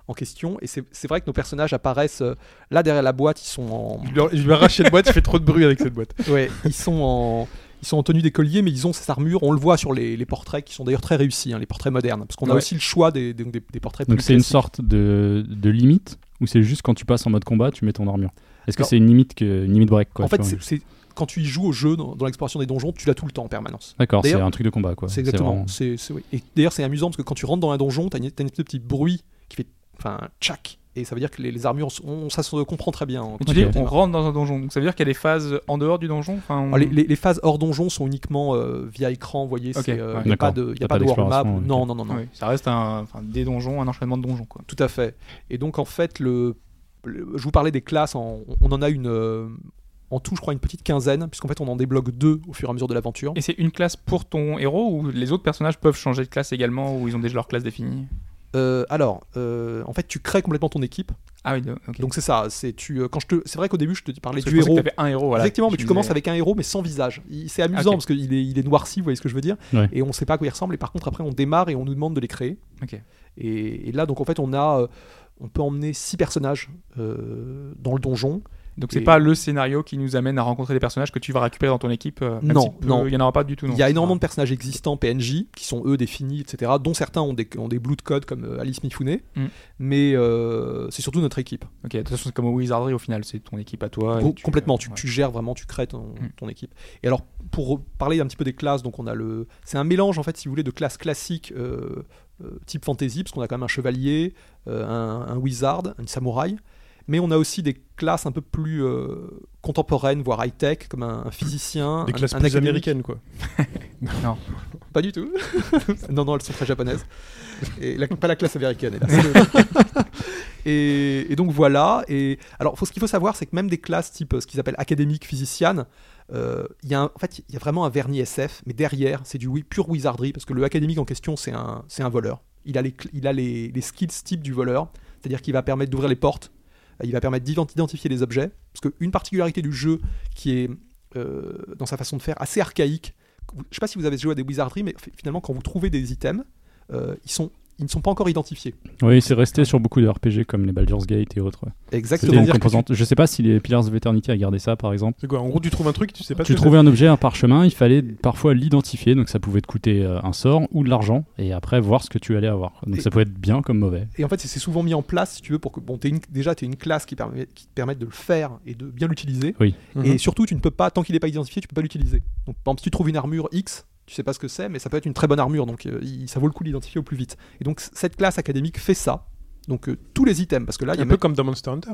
S5: en question. Et c'est c'est vrai que nos personnages apparaissent euh, là derrière la boîte. Ils sont en,
S2: Je lui, je lui ai arraché la boîte, je fais trop de bruit avec cette boîte.
S5: <laughs> Ouais, ils sont en ils sont en tenue d'écolier, mais ils ont cette armure. On le voit sur les, les portraits qui sont d'ailleurs très réussis, hein, les portraits modernes, parce qu'on a
S3: Ouais.
S5: aussi le choix des, des, des- des portraits.
S4: Donc
S5: plus
S4: c'est une
S5: classiques.
S4: sorte de, de limite ou c'est juste quand tu passes en mode combat, tu mets ton armure Est-ce que
S5: Alors-
S4: c'est une limite que une limite break quoi
S5: En
S4: tu
S5: fait,
S4: vois
S5: c'est c'est- quand tu y joues au jeu dans, dans l'exploration des donjons, tu l'as tout le temps en permanence.
S4: D'accord, c'est
S5: d'ailleurs,
S4: un truc de combat quoi.
S5: c'est exactement.
S4: vraiment-
S5: c'est c'est- oui. Et d'ailleurs, c'est amusant parce que quand tu rentres dans un donjon, t'as une, t'as une espèce de petit bruit qui fait, enfin, tchac, et ça veut dire que les, les armures, sont- on, ça se comprend très bien. hein,
S3: Mais
S5: quand
S3: tu dis,
S5: on
S3: on
S5: démarre.
S3: rentre dans un donjon. Donc ça veut dire qu'il y a des phases en dehors du donjon. Enfin, on-
S5: Alors, Ah, les, les- les phases hors donjon sont uniquement euh, via écran, vous voyez.
S3: Ok,
S5: Il n'y a
S3: ouais.
S5: pas
S4: D'accord.
S5: de, y
S4: T'as
S5: a pas
S4: pas
S5: de warm-up.
S4: d'exploration, ok.
S5: Non, non, non, non.
S3: Ouais, ça reste un, enfin, des donjons, un enchaînement de donjons. Quoi.
S5: Tout à fait. Et donc en fait, le, le- je vous parlais des classes, en- on en a une euh, en tout, je crois, une petite quinzaine, puisqu'en fait on en débloque deux au fur et à mesure de l'aventure.
S3: Et c'est une classe pour ton héros ou les autres personnages peuvent changer de classe également ou ils ont déjà leur classe définie
S5: Euh, alors, euh, en fait, tu crées complètement ton équipe.
S3: Ah oui, de- ok.
S5: Donc c'est ça. C'est tu. euh, Quand je te. C'est vrai qu'au début, je te parlais
S3: Parce que
S5: du
S3: je pensais
S5: héros.
S3: que t'avais un héros, voilà.
S5: Exactement,
S3: Je
S5: mais tu
S3: me
S5: commences
S3: disais-
S5: avec un héros mais sans visage. Il- C'est amusant
S3: Ok.
S5: parce qu'il est, il est noirci, vous voyez ce que je veux dire,
S4: Ouais.
S5: et on sait pas à quoi il ressemble. Et par contre, après, on démarre et on nous demande de les créer.
S3: Ok.
S5: Et, et là, donc en fait, on a, euh, on peut emmener six personnages euh, dans le donjon.
S3: Donc c'est
S5: Et-
S3: pas le scénario qui nous amène à rencontrer des personnages que tu vas récupérer dans ton équipe. euh, même
S5: Non,
S3: si peu-
S5: non.
S3: Il y en aura pas du tout. non.
S5: Il y a énormément de personnages existants PNJ qui sont eux définis, etc. Dont certains ont des, ont des blues de code comme euh, Alice Mifune,
S3: Mm.
S5: mais euh, c'est surtout notre équipe.
S3: Ah, Ok, de toute façon, c'est comme au Wizardry au final, c'est ton équipe à toi. et
S5: Com-
S3: tu-
S5: complètement,
S3: euh,
S5: tu,
S3: ouais.
S5: tu gères vraiment, tu crées ton,
S3: Mm.
S5: ton équipe. Et alors, pour parler un petit peu des classes, donc on a le, c'est un mélange en fait, si vous voulez, de classes classiques euh, euh, type fantasy, parce qu'on a quand même un chevalier, euh, un, un wizard, une samouraï, mais on a aussi des classes un peu plus euh, contemporaines, voire high tech, comme un, un physicien,
S2: Des
S5: un-
S2: classes
S5: un
S2: plus
S5: académique.
S2: américaines, quoi.
S5: Pas du tout. <laughs> non, non, elles sont très japonaises. Et la- pas la classe américaine. hélas. C'est le- et, et donc voilà. Et alors, faut, ce qu'il faut savoir, c'est que même des classes type euh, ce qu'ils appellent académique, physiciane, euh, il y a un- en fait, il y a vraiment un vernis SF, mais derrière, c'est du wi- pure wizardry parce que le académique en question, c'est un, c'est un voleur. Il a les, cl- il a les, les skills type du voleur, c'est-à-dire qu'il va permettre d'ouvrir les portes, euh, il va permettre d'ident- d'identifier les objets, parce qu'une particularité du jeu qui est euh, dans sa façon de faire assez archaïque je sais pas si vous avez joué à des wizardries, mais fi- finalement, quand vous trouvez des items, euh, ils, sont, ils ne sont pas encore identifiés.
S4: Oui, c'est resté sur beaucoup de RPG comme les Baldur's Gate et autres. ouais. C'était une
S2: C'est-à-dire que
S4: composante. Je sais pas si les Pillars of Eternity a gardé ça, par exemple.
S2: C'est quoi En gros, tu trouves un truc, tu sais pas.
S4: tu
S2: ce que
S4: trouvais un objet, un parchemin, il fallait parfois l'identifier, donc ça pouvait te coûter euh, un sort ou de l'argent, et après voir ce que tu allais avoir. Donc
S5: Et-
S4: ça pouvait être bien comme mauvais.
S5: Et en fait, c'est- c'est souvent mis en place, si tu veux, pour que. Bon, t'es une- déjà, tu as une classe qui, permet, qui te permet de le faire et de bien l'utiliser.
S2: c'est. Mhm.
S5: Et surtout, tu ne peux pas, tant qu'il n'est pas identifié, tu peux pas l'utiliser. Donc, par exemple, si tu trouves une armure X, tu sais pas ce que c'est, mais ça peut être une très bonne armure, donc euh, il- ça vaut le coup d'identifier au plus vite. Et donc, c- cette classe académique fait ça. Donc, euh, tous les items, parce que là, il y a
S2: un peu
S5: même-
S2: comme dans Monster Hunter.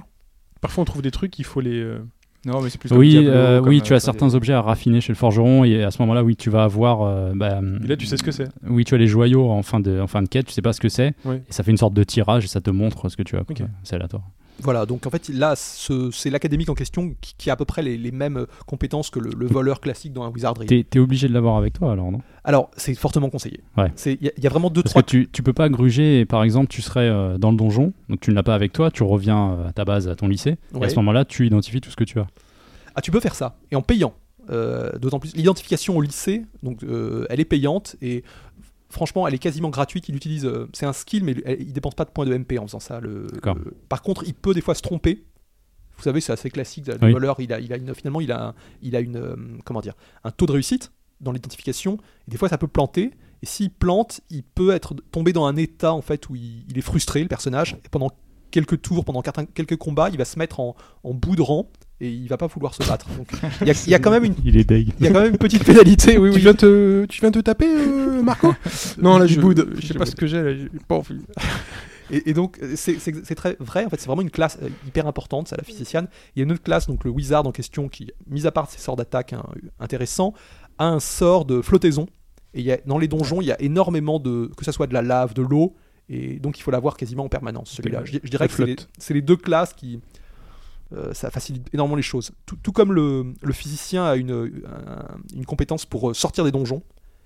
S2: Parfois, on trouve des trucs, il faut les. euh,
S3: Non, mais c'est plus. comme
S4: Oui,
S3: Diablo,
S4: euh,
S3: comme,
S4: oui,
S3: euh,
S4: tu as
S3: ça,
S4: certains objets à raffiner chez le forgeron, et à ce moment-là, oui, tu vas avoir. euh, bah,
S2: Et là, tu sais ce que c'est.
S4: Oui, tu as les joyaux en fin de, en fin de quête, tu sais pas ce que c'est,
S2: Ouais.
S4: et ça fait une sorte de tirage, et ça te montre ce que tu as. quoi.
S2: Ok.
S4: C'est aléatoire.
S5: Voilà, donc en fait, là, ce- c'est l'académique en question qui, qui a à peu près les, les mêmes compétences que le, le voleur classique dans un wizardry.
S4: T'es t'es obligé de l'avoir avec toi alors, non
S5: Alors, c'est fortement conseillé.
S4: Ouais.
S5: C'est- Il y, a- il y a vraiment deux,
S4: Parce
S5: trois.
S4: que tu, tu peux pas gruger, et par exemple, tu serais euh, dans le donjon, donc tu ne l'as pas avec toi, tu reviens euh, à ta base, à ton lycée, et à
S5: Ouais.
S4: ce moment-là, tu identifies tout ce que tu as.
S5: Ah, tu peux faire ça, et en payant. Euh, D'autant plus, l'identification au lycée, donc euh, elle est payante et franchement, elle est quasiment gratuite. Il utilise, euh, c'est un skill, mais il il dépense pas de points de MP en faisant ça. Le,
S4: D'accord.
S5: le- par contre, il peut des fois se tromper. Vous savez, c'est assez classique. Le
S4: Oui.
S5: voleur, il a, il a une, finalement, il a, il a une, euh, comment dire, un taux de réussite dans l'identification. Et des fois, ça peut planter. Et s'il plante, il peut être tombé dans un état en fait où il, il est frustré, le personnage. Et pendant quelques tours, pendant quart- quelques combats, il va se mettre en, en bout de rang et il va pas vouloir se battre. Donc, il y a, il y a quand même une,
S4: Il est deg.
S5: il y a quand même une petite pénalité. Oui,
S2: tu,
S5: oui.
S2: Viens te, tu viens te taper, euh, <laughs> Marco Non, là, je boude. Je sais pas ce que j'ai, là. j'ai pas envie.
S5: Et, et donc, euh, c'est- c'est c'est très vrai. En fait, c'est vraiment une classe euh, hyper importante, ça, la physicienne. Il y a une autre classe, donc le wizard en question, qui, mis à part ses sorts d'attaque hein, intéressants, a un sort de flottaison. Et il y a, dans les donjons, il y a énormément de. que ça soit de la lave, de l'eau. Et donc, il faut l'avoir quasiment en permanence, celui-là. Je, je dirais
S2: Elle
S5: que c'est les,
S2: flotte.
S5: c'est les deux classes qui. euh, ça facilite énormément les choses. Tout, tout comme le, le physicien a une, euh, un- une compétence pour euh, sortir des donjons.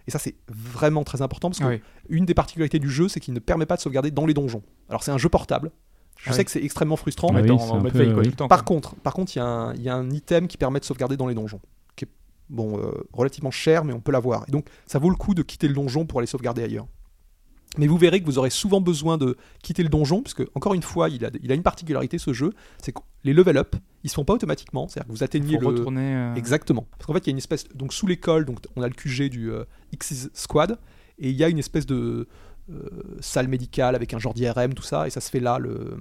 S5: Et ça, c'est vraiment très important parce que
S3: Ah oui.
S5: une des particularités du jeu, c'est qu'il ne permet pas de sauvegarder dans les donjons. Alors c'est un jeu portable. Je
S3: Ah
S5: sais
S3: oui.
S5: que c'est extrêmement frustrant.
S4: Ah
S3: mais
S4: oui,
S3: dans-
S4: c'est
S3: en
S4: un
S3: mode
S4: peu,
S3: veille, quoi,
S4: oui.
S3: tout le temps,
S5: Par
S3: quoi.
S5: contre, par contre, il y, a un- il y a un item qui permet de sauvegarder dans les donjons, qui est bon, euh, relativement cher, mais on peut l'avoir. Et donc ça vaut le coup de quitter le donjon pour aller sauvegarder ailleurs. Mais vous verrez que vous aurez souvent besoin de quitter le donjon, puisque encore une fois, il a, il a une particularité ce jeu, c'est que les level up, ils se font pas automatiquement. C'est-à-dire que vous atteignez
S3: Faut
S5: le,
S3: retourner. euh,
S5: Exactement. Parce qu'en fait, il y a une espèce. Donc, sous l'école, donc on a le QG du euh, X's Squad, et il y a une espèce de euh, salle médicale avec un genre d'IRM, tout ça, et ça se fait là. Le... euh,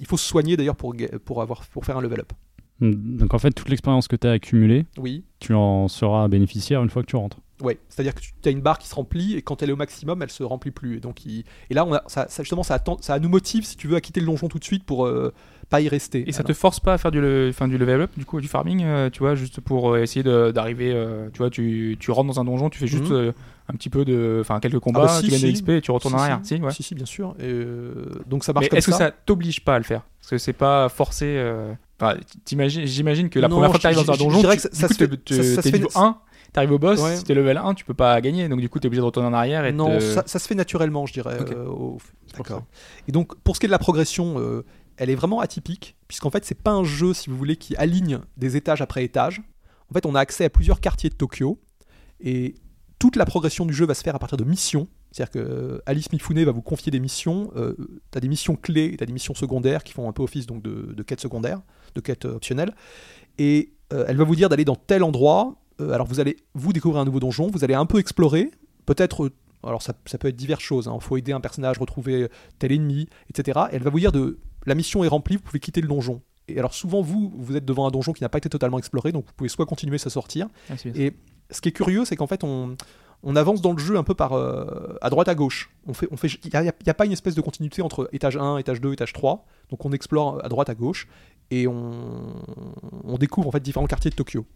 S5: Il faut se soigner d'ailleurs pour, ga- pour, avoir, pour faire un level up.
S4: Mmh, Donc en fait, toute l'expérience que tu as accumulée,
S5: Oui.
S4: tu en seras bénéficiaire une fois que tu rentres.
S5: Ouais, c'est-à-dire que tu as une barre qui se remplit et quand elle est au maximum, elle se remplit plus. Et donc, il- et là, on a, ça, ça, justement, ça, attend- ça nous motive si tu veux à quitter le donjon tout de suite pour euh, pas y rester.
S3: Et ça
S5: Alors-
S3: te force pas à faire du, le- enfin, du level up, du coup, du farming, euh, tu vois, juste pour euh, essayer de- d'arriver. euh, tu vois, tu, tu rentres dans un donjon, tu fais juste
S5: Mhm.
S3: euh, un petit peu de.
S2: Ah
S3: Enfin,
S2: bah
S3: quelques combats,
S5: si,
S3: tu gagnes de
S5: si.
S3: l'XP et tu retournes
S5: Si,
S3: en arrière. Si, ouais.
S5: Si, si, bien sûr. Et, euh, donc, ça marche
S3: Mais
S5: comme
S3: est-ce
S5: ça.
S3: que ça t'oblige pas à le faire Parce que c'est pas forcé. euh, enfin, t'imagines- J'imagine que la
S5: Non,
S3: première fois que
S5: je-
S3: t'arrives dans un
S5: je- je
S3: donjon,
S5: dirais
S3: tu-
S5: que ça-
S3: du
S5: ça
S3: coup,
S5: se fait-
S3: t'es-
S5: ça- ça
S3: t'es
S5: se fait-
S3: niveau 1, T'arrives au boss,
S5: Ouais.
S3: si t'es level 1, tu peux pas gagner. Donc du coup, t'es obligé de retourner en arrière et
S5: Non,
S3: te-
S5: ça, ça se fait naturellement, je dirais.
S3: Ok.
S5: euh, au- c'est pour
S2: D'accord.
S5: ça. Et donc, pour ce qui est de la progression, euh, elle est vraiment atypique, puisqu'en fait, c'est pas un jeu, si vous voulez, qui aligne des étages après étage. En fait, on a accès à plusieurs quartiers de Tokyo, et toute la progression du jeu va se faire à partir de missions. C'est-à-dire que euh, Alice Mifune va vous confier des missions. tu as des missions clés, tu as des missions secondaires qui font un peu office donc, de, de quêtes secondaires, de quêtes euh, optionnelles. Et euh, elle va vous dire d'aller dans tel endroit. Euh, alors vous allez vous découvrir un nouveau donjon, vous allez un peu explorer, peut-être euh, alors ça, ça peut être diverses choses. Il faut aider un personnage, retrouver tel ennemi, etc. Et elle va vous dire de la mission est remplie, vous pouvez quitter le donjon. Et alors souvent vous, vous êtes devant un donjon qui n'a pas été totalement exploré, donc vous pouvez soit continuer, soit sortir.
S3: Ah, c'est bien.
S5: Et ce qui est curieux, c'est qu'en fait on, on avance dans le jeu un peu par euh, à droite à gauche. On fait, on fait, il n'y a, il y a- il y a pas une espèce de continuité entre étage 1, étage 2, étage 3. Donc on explore à droite à gauche et on, on découvre en fait différents quartiers de Tokyo.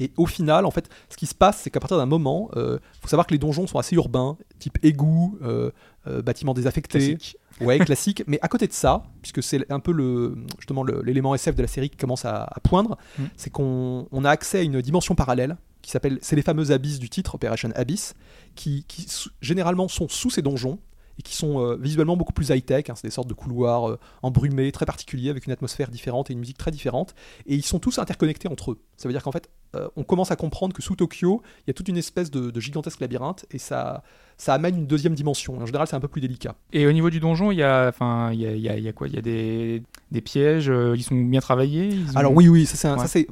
S5: Et au final, en fait, ce qui se passe, c'est qu'à partir d'un moment, il faut savoir que les donjons sont assez urbains, type égout, euh, euh, bâtiment désaffecté,
S3: Classique.
S5: ouais, classique. Mais à côté de ça, puisque c'est un peu le justement le- l'élément SF de la série qui commence à, à poindre,
S3: Mm.
S5: c'est qu'on on a accès à une dimension parallèle qui s'appelle, c'est les fameux abysses du titre Operation Abyss, qui, qui sou- généralement sont sous ces donjons et qui sont euh, visuellement beaucoup plus high tech. c'est des sortes de couloirs euh, embrumés, très particuliers, avec une atmosphère différente et une musique très différente. Et ils sont tous interconnectés entre eux. Ça veut dire qu'en fait, euh, on commence à comprendre que sous Tokyo, il y a toute une espèce de, de gigantesque labyrinthe et ça, ça amène une deuxième dimension. Et en général, c'est un peu plus délicat.
S3: Et au niveau du donjon, il y a, enfin, il y a, il y a- il y a quoi Il y a des, des pièges. euh, ils sont bien travaillés. ils ont-
S5: Alors oui, oui, ça c'est un-
S3: Ouais.
S5: ça, c'est-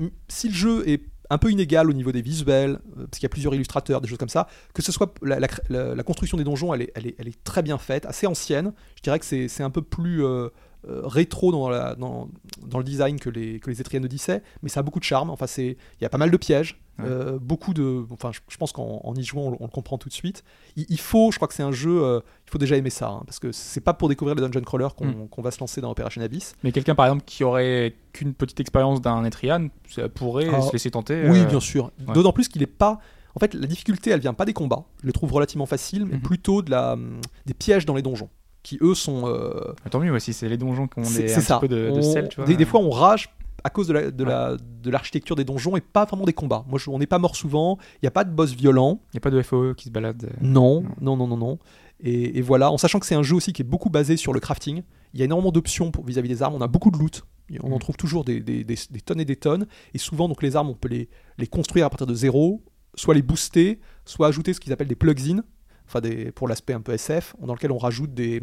S5: m- si le jeu est un peu inégal au niveau des visuels, euh, parce qu'il y a plusieurs illustrateurs, des choses comme ça, que ce soit la, la cr- la- la construction des donjons, elle est, elle, est, elle est très bien faite, assez ancienne. Je dirais que c'est c'est un peu plus euh, euh, rétro dans, la- dans, dans le design que les, que les Etriennes Odyssey, mais ça a beaucoup de charme. Enfin, c'est- il y a pas mal de pièges.
S3: Ouais.
S5: euh, beaucoup de enfin je, je pense qu'en en y jouant on, le- on le comprend tout de suite il, il faut je crois que c'est un jeu euh, il faut déjà aimer ça hein, parce que c'est pas pour découvrir les dungeon crawler qu'on
S3: Mm.
S5: qu'on va se lancer dans Operation Abyss
S3: Mais quelqu'un, par exemple, qui aurait qu'une petite expérience d'un Etrian, ça pourrait
S5: Ah,
S3: se laisser tenter.
S5: Oui,
S3: euh,
S5: bien sûr.
S3: ouais.
S5: D'autant plus qu'il est pas. En fait, la difficulté, elle vient pas des combats. Je les trouve relativement faciles, mais
S3: Mhm.
S5: plutôt de la, hum, des pièges dans les donjons, qui eux sont. euh,
S3: Ah, Tant mieux aussi. C'est les donjons qui ont
S5: c'est
S3: des, un
S5: c'est
S3: petit
S5: ça.
S3: peu de, de
S5: On-
S3: sel, tu vois. euh.
S5: des, des fois, on rage à cause de la- de la- de l'architecture des donjons et pas vraiment des combats. Moi, je- on n'est pas mort souvent. Il n'y a pas de boss violent.
S3: Il n'y a pas de FOE qui se balade. euh,
S5: Non, non, non, non, non. Et, et voilà, en sachant que c'est un jeu aussi qui est beaucoup basé sur le crafting, il y a énormément d'options pour- vis-à-vis des armes, on a beaucoup de loot, Et on en
S3: Mhm.
S5: trouve toujours des, des- des- des tonnes et des tonnes, et souvent donc les armes on peut les, les construire à partir de zéro, soit les booster, soit ajouter ce qu'ils appellent des plugins, enfin des, pour l'aspect un peu SF, dans lequel on rajoute des...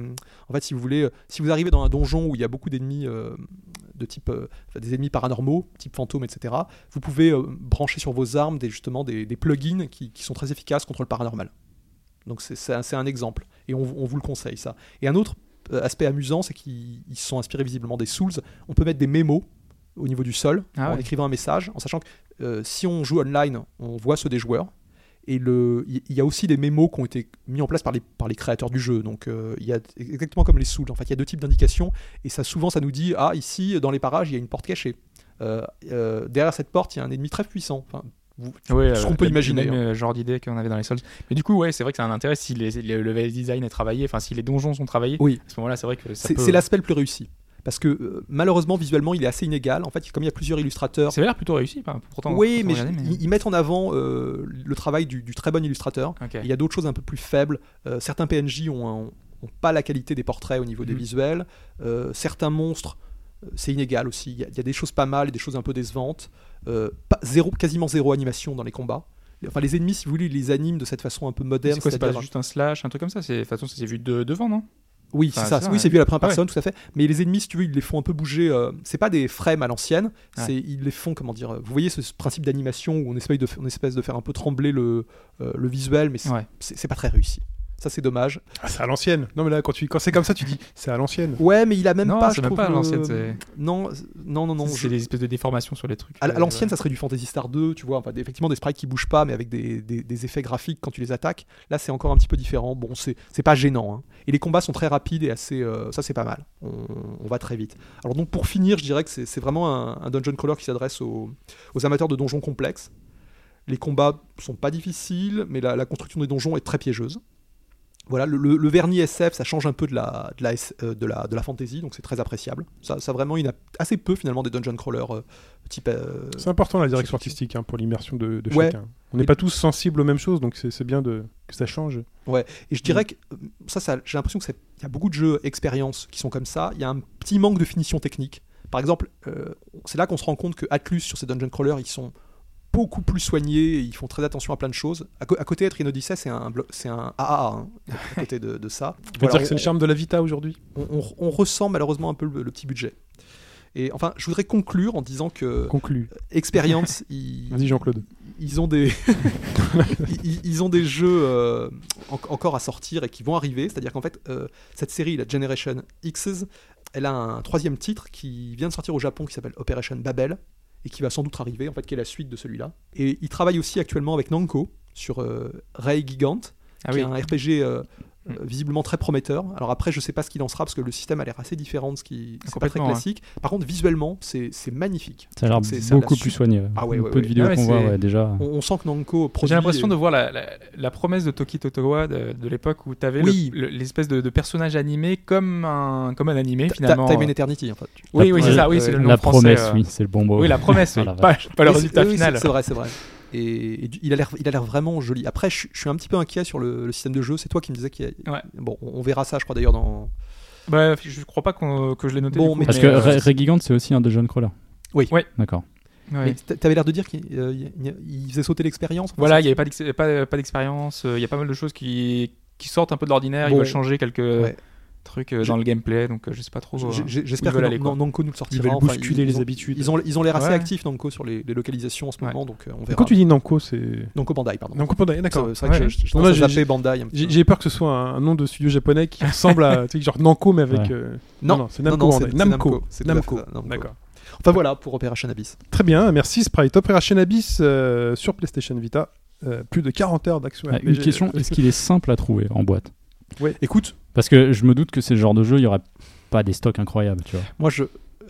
S5: En fait si vous voulez, euh, si vous arrivez dans un donjon où il y a beaucoup d'ennemis euh, de type... euh, enfin, des ennemis paranormaux, type fantômes, etc., vous pouvez euh, brancher sur vos armes des, justement des, des plugins qui- qui sont très efficaces contre le paranormal. Donc c'est- c'est un, c'est un exemple, et on, on vous le conseille ça. Et un autre euh, aspect amusant, c'est qu'ils ils se sont inspirés visiblement des Souls. On peut mettre des mémos au niveau du sol
S3: Ah
S5: en
S3: ouais.
S5: écrivant un message, en sachant que euh, si on joue online, on voit ceux des joueurs. Et le- il il y, a aussi des mémos qui ont été mis en place par les, par les créateurs du jeu. Donc euh, il y a exactement comme les Souls. En fait, il y a deux types d'indications, et ça souvent ça nous dit ah ici dans les parages il y a une porte cachée. Euh, euh, derrière cette porte, il y a un ennemi très puissant. Enfin,
S3: Ouais,
S5: Ce
S3: euh,
S5: qu'on peut
S3: le- le
S5: imaginer, hein.
S3: Même euh, genre d'idée qu'on avait dans les sols. Mais du coup, ouais, c'est vrai que c'est un intérêt si les, le level design est travaillé, enfin si les donjons sont travaillés.
S5: Oui.
S3: À ce moment-là, c'est vrai que ça
S5: C'est
S3: peut.
S5: c'est l'aspect le plus réussi. Parce que euh, malheureusement, visuellement, il est assez inégal. En fait, comme il y a plusieurs illustrateurs.
S3: Ça avait l'air plutôt réussi, enfin, pourtant.
S5: oui,
S3: pourtant,
S5: mais,
S3: regardez,
S5: ils, ils mettent en avant euh, le travail du, du très bon illustrateur.
S3: Ok.
S5: Il y a d'autres choses un peu plus faibles. Euh, certains PNJ ont, un- ont pas la qualité des portraits au niveau des
S3: Mhm.
S5: visuels. Euh, certains monstres, euh, c'est inégal aussi. Il y, a, il y a des choses pas mal et des choses un peu décevantes. Euh, pas, zéro, quasiment zéro animation dans les combats. Enfin, les ennemis, si vous voulez, ils les animent de cette façon un peu moderne.
S3: C'est quoi, c'est pas
S5: c'est-à-dire-
S3: juste un slash, un truc comme ça C'est de toute façon, ça s'est vu de, devant, non
S5: Oui,
S3: Enfin,
S5: c'est ça.
S3: c'est ça,
S5: oui,
S3: ouais.
S5: c'est vu à la première
S3: Ah ouais.
S5: personne, tout à fait. Mais les ennemis, si tu veux, ils les font un peu bouger. euh, c'est pas des frames à l'ancienne. C'est ils les font comment dire. euh, Vous voyez ce, ce principe d'animation où on essaye de, f- on espèce de faire un peu trembler le, euh, le visuel, mais c'est
S3: Ouais.
S5: c'est- c'est pas très réussi. Ça c'est dommage.
S2: Ah, c'est à l'ancienne. Non, mais là, quand, tu... quand c'est comme ça, tu dis c'est à l'ancienne.
S5: Ouais, mais il a même
S3: Non,
S5: pas.
S3: c'est
S5: je
S3: même
S5: trouve,
S3: pas à
S5: le-
S3: l'ancienne, c'est-
S5: Non, c'est- non, non, non.
S3: C'est
S5: je-
S3: des espèces de déformations sur les trucs.
S5: À,
S3: euh,
S5: à l'ancienne, ça serait du Fantasy Star 2, tu vois, enfin, des- effectivement des sprites qui bougent pas, mais avec des, des- des effets graphiques quand tu les attaques. Là, c'est encore un petit peu différent. Bon, c'est c'est pas gênant. hein. Et les combats sont très rapides et assez. euh, ça, c'est pas mal. On, on va très vite. Alors, donc, pour finir, je dirais que c'est c'est vraiment un, un dungeon crawler qui s'adresse aux, aux amateurs de donjons complexes. Les combats sont pas difficiles, mais la, la construction des donjons est très piégeuse. Voilà, le, le- le vernis SF, ça change un peu de la, de la, S- euh, de la, de la fantasy, donc c'est très appréciable. Ça, ça vraiment, il y en a assez peu finalement des dungeon crawlers euh, type. euh,
S2: C'est important la direction artistique hein, pour l'immersion de, de
S5: Ouais.
S2: chacun. On n'est pas tous sensibles aux mêmes choses, donc c'est c'est bien de, que ça change.
S5: Et je
S2: Mm.
S5: dirais que euh, ça, ça j'ai l'impression que c'est- il y a beaucoup de jeux expériences qui sont comme ça. Il y a un petit manque de finition technique. Par exemple, euh, c'est là qu'on se rend compte que Atlus sur ces dungeon crawlers, ils sont beaucoup plus soignés, ils font très attention à plein de choses. À, co- à côté, être in Odyssey, c'est un, blo- c'est un AAA hein,
S2: <laughs>
S5: à côté de, de ça.
S2: On peut
S5: Voilà,
S2: dire que
S5: on-
S2: c'est le charme de la Vita aujourd'hui.
S5: on, on- on ressent malheureusement un peu le, le petit budget. Et enfin, je voudrais conclure en disant que
S2: Conclu.
S5: Experience, ils,
S2: Vas-y Jean-Claude.
S5: ils ont des <laughs> ils, ils ont des jeux euh, en- encore à sortir et qui vont arriver. C'est-à-dire qu'en fait, euh, cette série, la Generation X's, elle a un troisième titre qui vient de sortir au Japon qui s'appelle Operation Babel et qui va sans doute arriver, en fait, qui est la suite de celui-là. Et ils travaillent aussi actuellement avec Namco sur euh, Ray Gigant,
S3: Ah
S5: qui
S3: oui.
S5: est un RPG euh,
S3: Mm.
S5: euh, visiblement très prometteur. Alors après, je sais pas ce qu'il en sera parce que le système a l'air assez différent de ce qui c'est pas très
S3: Complètement, ouais.
S5: classique. Par contre, visuellement, c'est c'est magnifique.
S4: Ça a l'air
S5: C'est- ça a
S4: beaucoup
S5: l'air
S4: plus
S5: su-
S4: soigné. ouais.
S5: Ah ouais,
S4: Le
S5: ouais,
S4: peu de
S5: ouais.
S4: vidéos
S3: Ah ouais,
S4: qu'on voit,
S3: c'est-
S4: ouais, déjà.
S5: On, on sent que Namco produit.
S3: J'ai l'impression
S5: euh,
S3: de voir la, la- la promesse de Toki Totowa de, de l'époque où t'avais le-
S5: Oui.
S3: le- l'espèce de, de personnage animé comme un, comme un animé
S5: Ti-
S3: finalement. euh,
S5: Time and Eternity, en fait.
S3: Oui, oui,
S4: La-
S3: c'est ça, oui, c'est le nom
S4: La
S3: français,
S4: promesse,
S3: euh,
S4: oui, c'est le bon mot.
S5: Oh.
S3: Oui, la
S4: <laughs>
S5: <laughs>
S3: promesse, oui,
S4: Ah, la
S3: pas, pas le
S5: Oui,
S3: résultat
S5: c'est- oui,
S3: final.
S5: C'est c'est vrai, c'est vrai. Et, et du- il a l'air, il a l'air vraiment joli. Après, je, suis- je suis un petit peu inquiet sur le, le système de jeu. C'est toi qui me disais qu'il y a.
S3: Ouais.
S5: Bon, on on verra ça, je crois d'ailleurs dans.
S3: Bah, je crois pas qu'on- que je l'ai noté.
S5: Bon,
S3: du coup,
S5: mais-
S4: Parce
S3: mais,
S4: que
S3: euh,
S4: Ray Ray Gigant, c'est aussi un dungeon crawler.
S5: Oui.
S3: Ouais.
S4: D'accord.
S3: ouais.
S5: Mais t'a- t'avais l'air de dire qu'il euh, il- il faisait sauter l'expérience.
S3: Voilà, il n'y avait pas d'ex- pas- pas d'expérience, euh, il y a pas mal de choses qui, qui sortent un peu de l'ordinaire, ils
S5: Bon.
S3: veulent changer quelques
S5: Ouais.
S3: trucs euh, dans le gameplay, donc euh, je sais pas trop.
S5: J-
S3: euh,
S5: j-
S3: ils
S5: J'espère que
S3: veulent aller,
S5: Nan-
S3: quoi.
S5: Namco nous le sortira.
S2: Ils veulent
S5: Enfin,
S2: bousculer
S5: ils-
S2: les
S5: ils ont-
S2: habitudes.
S5: Ils ont, ils ont l'air assez
S3: Ouais.
S5: actifs Namco sur les, les localisations en ce
S3: Ouais.
S5: moment, donc euh, on verra.
S2: Quand tu dis Namco, c'est
S5: Namco Bandai, pardon.
S2: Namco Bandai,
S5: C'est
S2: d'accord.
S5: c'est vrai
S3: Ouais.
S5: que je- je
S2: Non,
S5: tendance à
S2: j'ai-
S5: zapper
S2: j'ai-
S5: Bandai. un petit
S2: J'ai
S5: peu.
S2: j'ai peur que ce soit un, un nom de studio japonais qui ressemble à tu sais, genre Namco mais avec
S4: Ouais.
S2: euh,
S5: Non,
S2: c'est
S5: non,
S2: Namco
S5: non,
S2: Bandai.
S5: c'est- c'est
S2: Namco.
S5: Namco, c'est tout à
S2: Namco.
S5: fait ça, Namco.
S2: D'accord.
S5: Enfin voilà pour Operation Abyss.
S2: Très bien, merci Sprite. Operation Abyss euh, sur PlayStation Vita. Euh, plus de 40 heures d'action.
S4: Ah, Une
S2: RPG.
S4: question, est-ce qu'il est simple à trouver en boîte
S5: Écoute,
S4: Parce que je me doute que ces genres de jeux, il n'y aura pas des stocks incroyables, tu vois.
S5: moi je.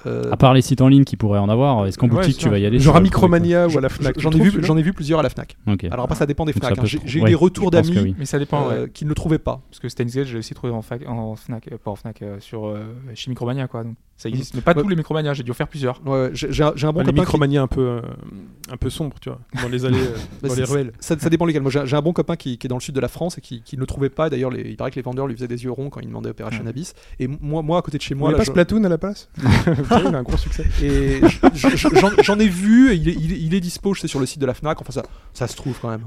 S5: euh,
S4: À part les sites en ligne qui pourraient en avoir, est-ce qu'en
S3: Ouais,
S4: boutique
S3: c'est
S4: tu vas y aller
S2: Genre
S4: tu
S2: à
S4: vas le trouver,
S2: Micromania ou à la
S5: je-
S2: Fnac.
S5: j'en
S2: Tu
S5: ai
S2: trouves
S5: vu,
S2: celui-là
S5: j'en ai vu plusieurs à la Fnac.
S4: quoi. Ok.
S5: Alors après, ça dépend des
S4: Donc ça
S5: Fnac.
S4: peut
S5: hein.
S4: se
S5: J'ai
S4: trouver.
S5: j'ai eu des
S4: Ouais,
S5: retours
S4: je pense que
S5: d'amis
S4: oui.
S3: Mais ça dépend, ouais.
S5: euh, qui ne le trouvaient pas.
S3: parce que Steins Gate, je l'ai aussi trouvé en, fac- en Fnac, euh, pas en Fnac, euh, sur, euh, chez Micromania, quoi. Donc ça existe, mais pas
S5: Mm. Ouais.
S3: tous les Micromania, j'ai dû en faire plusieurs.
S5: Ouais, ouais, j'ai j'ai un, j'ai un bon
S2: les
S5: copain. qui-
S2: Micromania un peu, euh, un peu sombre, tu vois, dans les
S5: <laughs>
S2: allées, euh,
S5: Bah,
S2: dans
S5: c'est-
S2: les ruelles.
S5: Ça, ça dépend lesquels. Moi, j'ai j'ai un bon copain qui, qui est dans le sud de la France et qui, qui ne le trouvait pas. D'ailleurs, les- il paraît que les vendeurs lui faisaient des yeux ronds quand il demandait Operation
S3: Ouais.
S5: Abyss. Et moi, moi, à côté de chez
S2: On
S5: moi,
S2: n'est
S5: là,
S2: pas
S5: je-
S2: Splatoon à la <laughs> place Il a un gros succès.
S5: et je- je- j'en j'en ai vu. et il, est, il est- il est dispo, je sais, sur le site de la Fnac. Enfin, ça, ça se trouve quand même.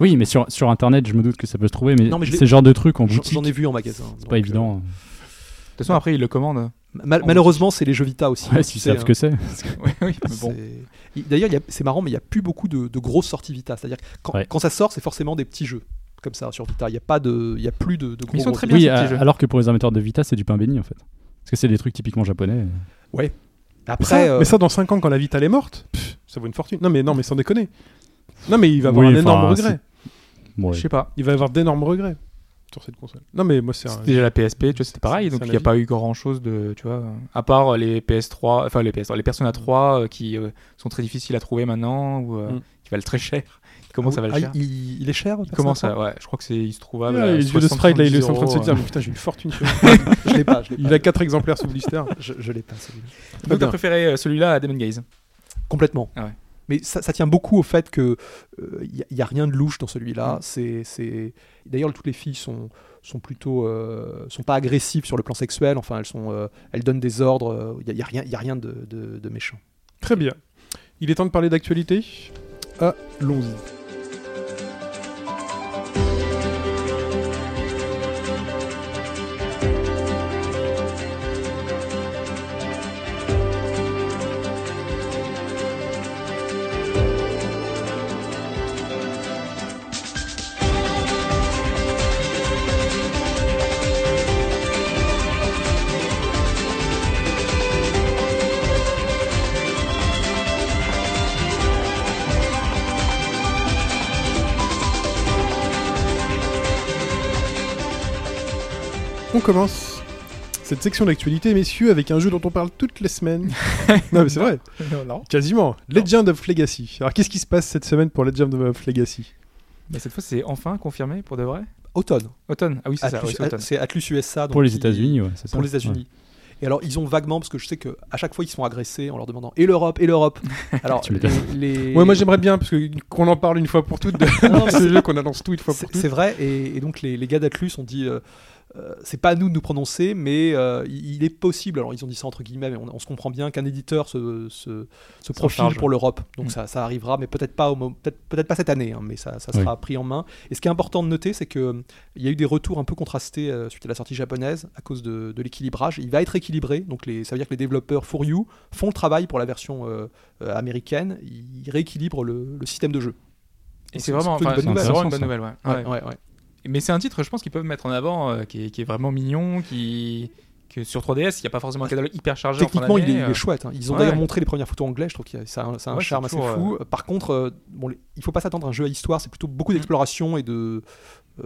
S4: Oui, mais sur, sur internet, je me doute que ça peut se trouver, mais,
S5: Non, mais je l'ai-
S4: ces genres de trucs en
S5: J'en-
S4: boutique,
S5: J'en ai vu en magasin. euh,
S4: c'est pas évident.
S3: De toute façon, après, ils le commandent.
S5: mal- malheureusement, c'est les jeux Vita aussi.
S4: <laughs> Ouais,
S5: hein,
S4: si
S5: tu
S4: ils savent
S5: sais,
S4: ce que c'est.
S3: <laughs> oui, oui, mais
S5: C'est-
S3: bon.
S5: Il- D'ailleurs, il y a- c'est marrant, mais il n'y a plus beaucoup de, de grosses sorties Vita. C'est-à-dire que quand,
S4: Ouais.
S5: quand ça sort, c'est forcément des petits jeux comme ça sur Vita. Il n'y a pas de, il y a plus de, de gros.
S3: sont
S5: gros
S3: très
S5: jeux.
S3: bien,
S4: Oui,
S3: ces
S4: à-
S3: petits jeux.
S4: alors que pour les amateurs de Vita, c'est du pain béni en fait. Parce que c'est des trucs typiquement japonais.
S5: Après,
S2: ça,
S5: euh,
S2: Mais ça, dans 5 ans, quand la Vita elle est morte, pff, ça vaut une fortune. Non, mais non, mais sans déconner. Non, mais il va avoir
S4: Oui,
S2: un énorme
S4: enfin,
S2: regret.
S4: Bon, ouais.
S3: Je sais pas.
S2: Il va avoir d'énormes regrets sur cette console. Non, mais moi, c'est un.
S3: C'était déjà la PSP, tu vois, c'était pareil,
S2: c'est
S3: donc
S2: un
S3: il n'y a
S2: avis.
S3: pas eu grand chose de, tu vois, à part euh, les PS3, enfin les PS3, les Persona 3 euh, qui euh, sont très difficiles à trouver maintenant ou euh,
S2: Mm.
S3: qui valent très cher, qui commencent à
S5: ah,
S3: valer cher.
S5: il, il- il est cher.
S3: Il commence à, ouais, je crois que c'est, il se trouve à. euh,
S2: Ah, les yeux de Sprite, là, il est en train de se dire mais Putain, j'ai une fortune. <laughs> sur-
S5: Je l'ai pas. Je l'ai
S2: il
S5: pas.
S2: a 4 exemplaires sous blister.
S5: Je, je l'ai pas. celui-là.
S3: Donc
S2: Très
S3: t'as
S2: bien.
S3: préféré euh, celui-là à Demon Gaze.
S5: Complètement.
S3: Ah ouais.
S5: Mais ça, ça tient beaucoup au fait que euh, il n'y a, rien de louche dans celui-là.
S3: Mm.
S5: C'est, c'est... D'ailleurs, toutes les filles sont, sont plutôt, euh, sont pas agressives sur le plan sexuel. Enfin, elles sont, euh, elles donnent des ordres. euh, Il n'y a, rien, y a rien de, de- de méchant.
S2: Très bien. Il est temps de parler d'actualité. Allons-y. On commence cette section d'actualité, messieurs, avec un jeu dont on parle toutes les semaines. non, mais c'est vrai.
S3: non.
S2: Quasiment. Legend of Legacy. Alors, qu'est-ce qui se passe cette semaine pour Legend of Legacy
S3: Bah, Mais cette fois, c'est enfin confirmé pour de vrai.
S5: automne.
S3: Automne. Ah oui, c'est ça.
S5: Atlus-
S3: oui, c'est automne.
S5: C'est Atlus USA. donc
S4: Pour les
S5: qui-
S4: États-Unis, ouais, c'est ça.
S5: Pour les États-Unis. Et alors, ils ont vaguement, parce que je sais que à chaque fois, ils se font agresser en leur demandant et l'Europe, et l'Europe.
S4: <laughs>
S5: Alors,
S4: Tu m'étonnes.
S3: <laughs>
S5: les, les-
S2: Ouais, moi j'aimerais bien parce que qu'on en parle une fois pour toutes de
S5: Non, mais
S2: ce jeu qu'on annonce tout une fois pour
S5: C'est
S2: toutes.
S5: c'est vrai, et, et donc les, les gars d'Atlus ont dit euh, euh, c'est pas à nous de nous prononcer, mais euh, il, il est possible, alors ils ont dit ça entre guillemets, mais on, on se comprend bien qu'un éditeur se, se, se profile
S3: charge.
S5: pour l'Europe. Donc
S3: Mm.
S5: ça, ça arrivera, mais peut-être pas, au mo- peut-être peut-être pas cette année, hein, mais ça, ça sera pris en main. Et ce qui est important de noter, c'est que euh, il y a eu des retours un peu contrastés euh, suite à la sortie japonaise à cause de, de l'équilibrage. Il va être équilibré, donc les, ça veut dire que les développeurs For You font le travail pour la version euh, euh, américaine, ils rééquilibrent le, le système de jeu.
S3: Et
S5: Donc
S3: c'est vraiment,
S5: plutôt
S3: enfin,
S5: une bonne
S3: c'est
S5: nouvelle.
S3: vraiment une
S4: Intéressant,
S3: bonne nouvelle. ouais. Ouais.
S5: Ouais, ouais, ouais.
S3: Mais c'est un titre, je pense, qu'ils peuvent mettre en avant, euh, qui, est, qui est vraiment mignon, qui que sur 3DS, il n'y a pas forcément un catalogue hyper chargé. en fin
S5: Techniquement, il est,
S3: d'année,
S5: il est
S3: euh,
S5: chouette. hein. Ils ont
S3: ouais,
S5: d'ailleurs
S3: ouais.
S5: montré les premières photos anglaises. Je trouve qu'il y a ça a un, ça a un
S3: Ouais, c'est
S5: charme assez
S3: toujours,
S5: fou. Par contre, euh, bon, les- il faut pas s'attendre à un jeu à histoire. C'est plutôt beaucoup
S3: Mm.
S5: d'exploration et de. euh,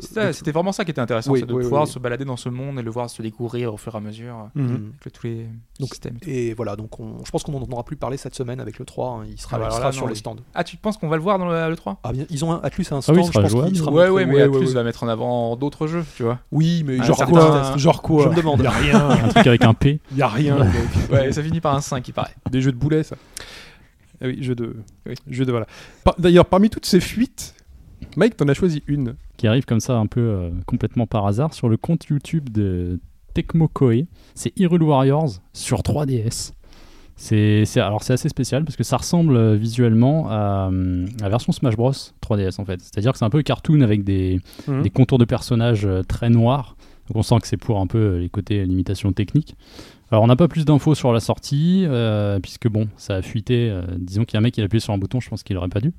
S3: c'est ça,
S5: de-
S3: C'était vraiment ça qui était intéressant,
S5: Oui,
S3: c'est de
S5: oui,
S3: pouvoir
S5: oui, oui.
S3: se balader dans ce monde et le voir se découvrir au fur et à mesure euh,
S2: Mhm.
S5: Mm.
S3: avec le- tous les
S5: Donc,
S3: systèmes.
S5: Et voilà, donc on- je pense qu'on n'en aura plus parlé cette semaine avec le 3. hein. Il sera,
S3: Ah bah
S5: il
S3: alors
S5: sera
S3: là,
S5: sur
S3: non,
S5: le
S3: oui.
S5: stand.
S3: Ah, tu penses qu'on va le voir dans le, le 3
S5: Ah bien, ils ont un, Atlus a un
S4: Ah
S5: stand.
S4: oui, il
S5: je
S4: sera
S5: pense qu'il
S4: jouable.
S5: sera
S3: Ouais,
S5: montré,
S3: ouais, mais
S5: oui,
S3: Atlus
S5: Atlus.
S3: va mettre en avant d'autres jeux, tu vois.
S5: Oui, mais
S3: Ah,
S5: genre
S3: c'est
S5: quoi
S3: un-
S2: Genre quoi
S5: Je me demande.
S4: Un truc avec un P.
S2: Il y a rien.
S3: Ouais, ça finit par un 5, il paraît.
S2: Des jeux de boulets, ça. Ah oui, jeux de.
S3: Oui.
S2: Jeux de voilà. Par- D'ailleurs, parmi toutes ces fuites, Mike, t'en as choisi une.
S4: qui arrive comme ça un peu euh, complètement par hasard sur le compte YouTube de Tecmo Koei. C'est Hyrule Warriors sur 3DS. C'est c'est- alors c'est assez spécial parce que ça ressemble euh, visuellement à, hum, à la version Smash Bros 3DS en fait. C'est-à-dire que c'est un peu cartoon avec des,
S2: Mhm.
S4: Mm. des contours de personnages euh, très noirs. Donc on sent que c'est pour un peu euh, les côtés limitations techniques. Alors on n'a pas plus d'infos sur la sortie euh, puisque bon ça a fuité. euh, disons qu'il y a un mec qui a appuyé sur un bouton, je pense qu'il aurait pas dû.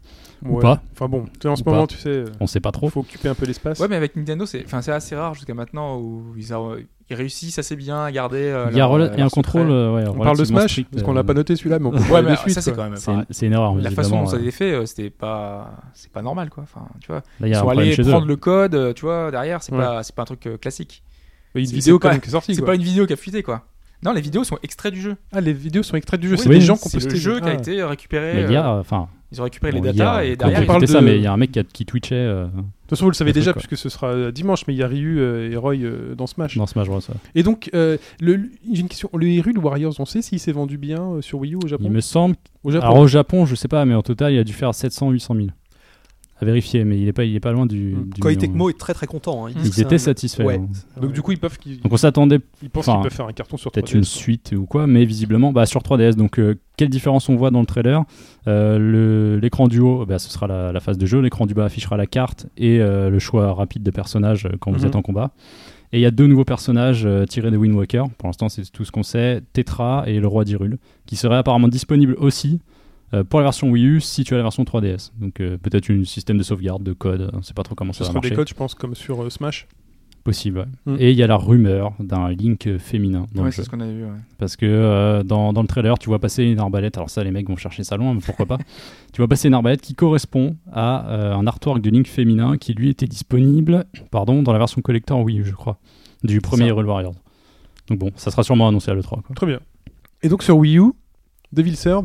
S4: Ou
S2: Ouais.
S4: pas.
S2: Enfin bon, tu sais, en ce
S4: Ou pas.
S2: moment, tu sais, euh,
S4: On sait pas trop.
S2: faut occuper un peu l'espace.
S3: Ouais, mais avec Nintendo, c'est enfin, c'est assez rare jusqu'à maintenant où ils, a- ils réussissent assez bien à garder. euh,
S4: Il y a,
S3: leur-
S4: rela-
S3: leur
S4: il y a
S3: secret.
S4: un contrôle. euh, ouais,
S2: on parle de
S4: relativement
S2: Smash,
S4: strict,
S2: parce qu'on
S4: euh,
S2: l'a pas noté celui-là, mais on peut
S3: Ouais,
S2: parler
S3: mais
S2: des suites,
S3: ça, c'est
S2: quoi.
S3: quand même.
S4: C'est
S3: enfin,
S4: une, c'est une erreur.
S3: la façon
S4: évidemment,
S3: dont ça a
S4: ouais.
S3: été fait, euh, c'était pas, c'est pas normal quoi. Enfin, tu vois,
S4: Là, il y
S3: ils
S4: a un
S3: sont
S4: problème
S3: allés
S4: chez eux.
S3: prendre le code, euh, tu vois, derrière, c'est
S2: Ouais.
S3: pas, c'est pas un truc euh, classique.
S2: Il y a
S3: C'est-
S2: une vidéo
S3: c'est
S2: quand
S3: pas-
S2: même qui est sortie.
S3: C'est
S2: quoi.
S3: pas une vidéo qui a fuité quoi. Non, les vidéos sont extraits du jeu.
S2: Ah, les vidéos sont extraites du jeu.
S3: Oui,
S2: c'est des
S4: oui,
S2: gens qui ont
S3: C'est
S2: posté.
S3: le jeu qui a
S2: Ah.
S3: été récupéré.
S4: Mais hier,
S3: euh,
S4: enfin,
S3: ils ont récupéré
S4: bon,
S3: les
S4: hier,
S3: datas et
S4: quand
S3: derrière.
S4: j'ai
S3: ils-
S2: parle
S4: écouté
S2: de-
S4: ça, mais il y a un mec qui, a- qui twitchait euh,
S2: De toute façon, vous le savez
S4: Le truc,
S2: déjà,
S4: quoi.
S2: puisque ce sera dimanche, mais il y a Ryu euh, et Roy euh, dans Smash.
S4: dans Smash Bros. ouais.
S2: Et donc, euh, le- le- j'ai une question. Le Hyrule Warriors, on sait s'il s'est vendu bien euh, sur Wii U au Japon
S4: Il me semble.
S2: Au Japon.
S4: Alors au Japon, je sais pas, mais en total, il a dû faire 700, 800 000. À vérifier, mais il est pas, il est pas loin du.
S2: Mm.
S4: du
S5: Koei
S4: million.
S5: Tecmo est très très content. hein. Il dit que
S4: Ils
S5: c'est
S4: étaient
S5: un-
S4: satisfaits.
S5: Ouais.
S4: hein.
S2: Donc, du coup, ils peuvent. qu'ils-
S4: Donc on s'attendait
S2: Ils pensent
S4: Enfin,
S2: qu'ils peuvent faire un carton sur 3
S4: peut-être une suite ou quoi, mais visiblement bah, sur 3DS. Donc, euh, quelle différence on voit dans le trailer Euh, le- L'écran du haut, bah, ce sera la, la phase de jeu. L'écran du bas affichera la carte et euh, le choix rapide de personnages euh, quand vous
S2: Mhm.
S4: êtes en combat. Et il y a deux nouveaux personnages euh, tirés de Wind Walker. Pour l'instant, c'est tout ce qu'on sait Tetra et le roi d'Irule, qui seraient apparemment disponibles aussi. euh, pour la version Wii U, si tu as la version 3DS. Donc euh, peut-être un système de sauvegarde, de code, hein, on sait pas trop comment
S2: Ce
S4: ça va
S2: sera des
S4: marcher.
S2: codes, je pense, comme sur euh, Smash.
S4: Possible. ouais.
S2: Mm.
S4: Et il y a la rumeur d'un Link euh, féminin dans
S3: Ouais,
S4: le
S3: c'est
S4: jeu.
S3: ce qu'on avait vu. ouais.
S4: Parce que euh, dans, dans le trailer, tu vois passer une arbalète. Alors, ça, les mecs vont chercher ça loin, mais pourquoi pas Tu vois passer une arbalète qui correspond à euh, un artwork de Link féminin qui, lui, était disponible pardon, dans la version collector Wii, U, je crois, du premier
S3: ça.
S4: Hero Warriors. Donc, bon, ça sera sûrement annoncé à l'E3. quoi.
S2: Très bien. Et donc, sur Wii U, Devil Third.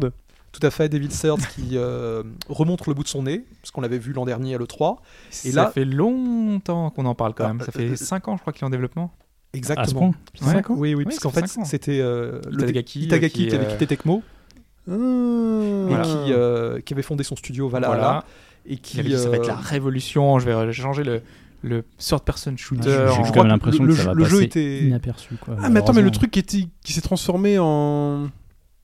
S5: Tout à fait, David Search qui euh, remonte le bout de son nez, parce qu'on l'avait vu l'an dernier à l'E3.
S3: Ça
S5: là-
S3: fait longtemps qu'on en parle quand même.
S5: Ah,
S3: Ça
S5: euh, euh,
S3: fait 5 ans, je crois, qu'il est en développement.
S5: Exactement.
S4: À ce point
S3: Ouais.
S2: Cinq ans
S5: Oui, oui,
S3: Oui,
S5: parce qu'en
S3: ça fait
S5: fait,
S3: cinq ans.
S5: c'était euh, le
S3: Itagaki,
S5: Itagaki
S3: qui,
S5: qui avait
S3: euh,
S5: quitté Tecmo et
S2: Voilà.
S5: qui, euh, qui avait fondé son studio Valhalla et qui
S3: Il avait dit, ça va être la
S5: euh,
S3: révolution. Je vais changer le, le third person shooter. en-
S4: J'ai quand
S5: je
S4: même
S5: crois
S4: l'impression
S5: que
S4: que
S5: le-
S4: ça va
S5: le jeu
S4: passer
S5: était-
S4: inaperçu. Quoi,
S2: Ah, mais attends, mais
S4: malheureusement.
S2: le truc qui, était- qui s'est transformé en.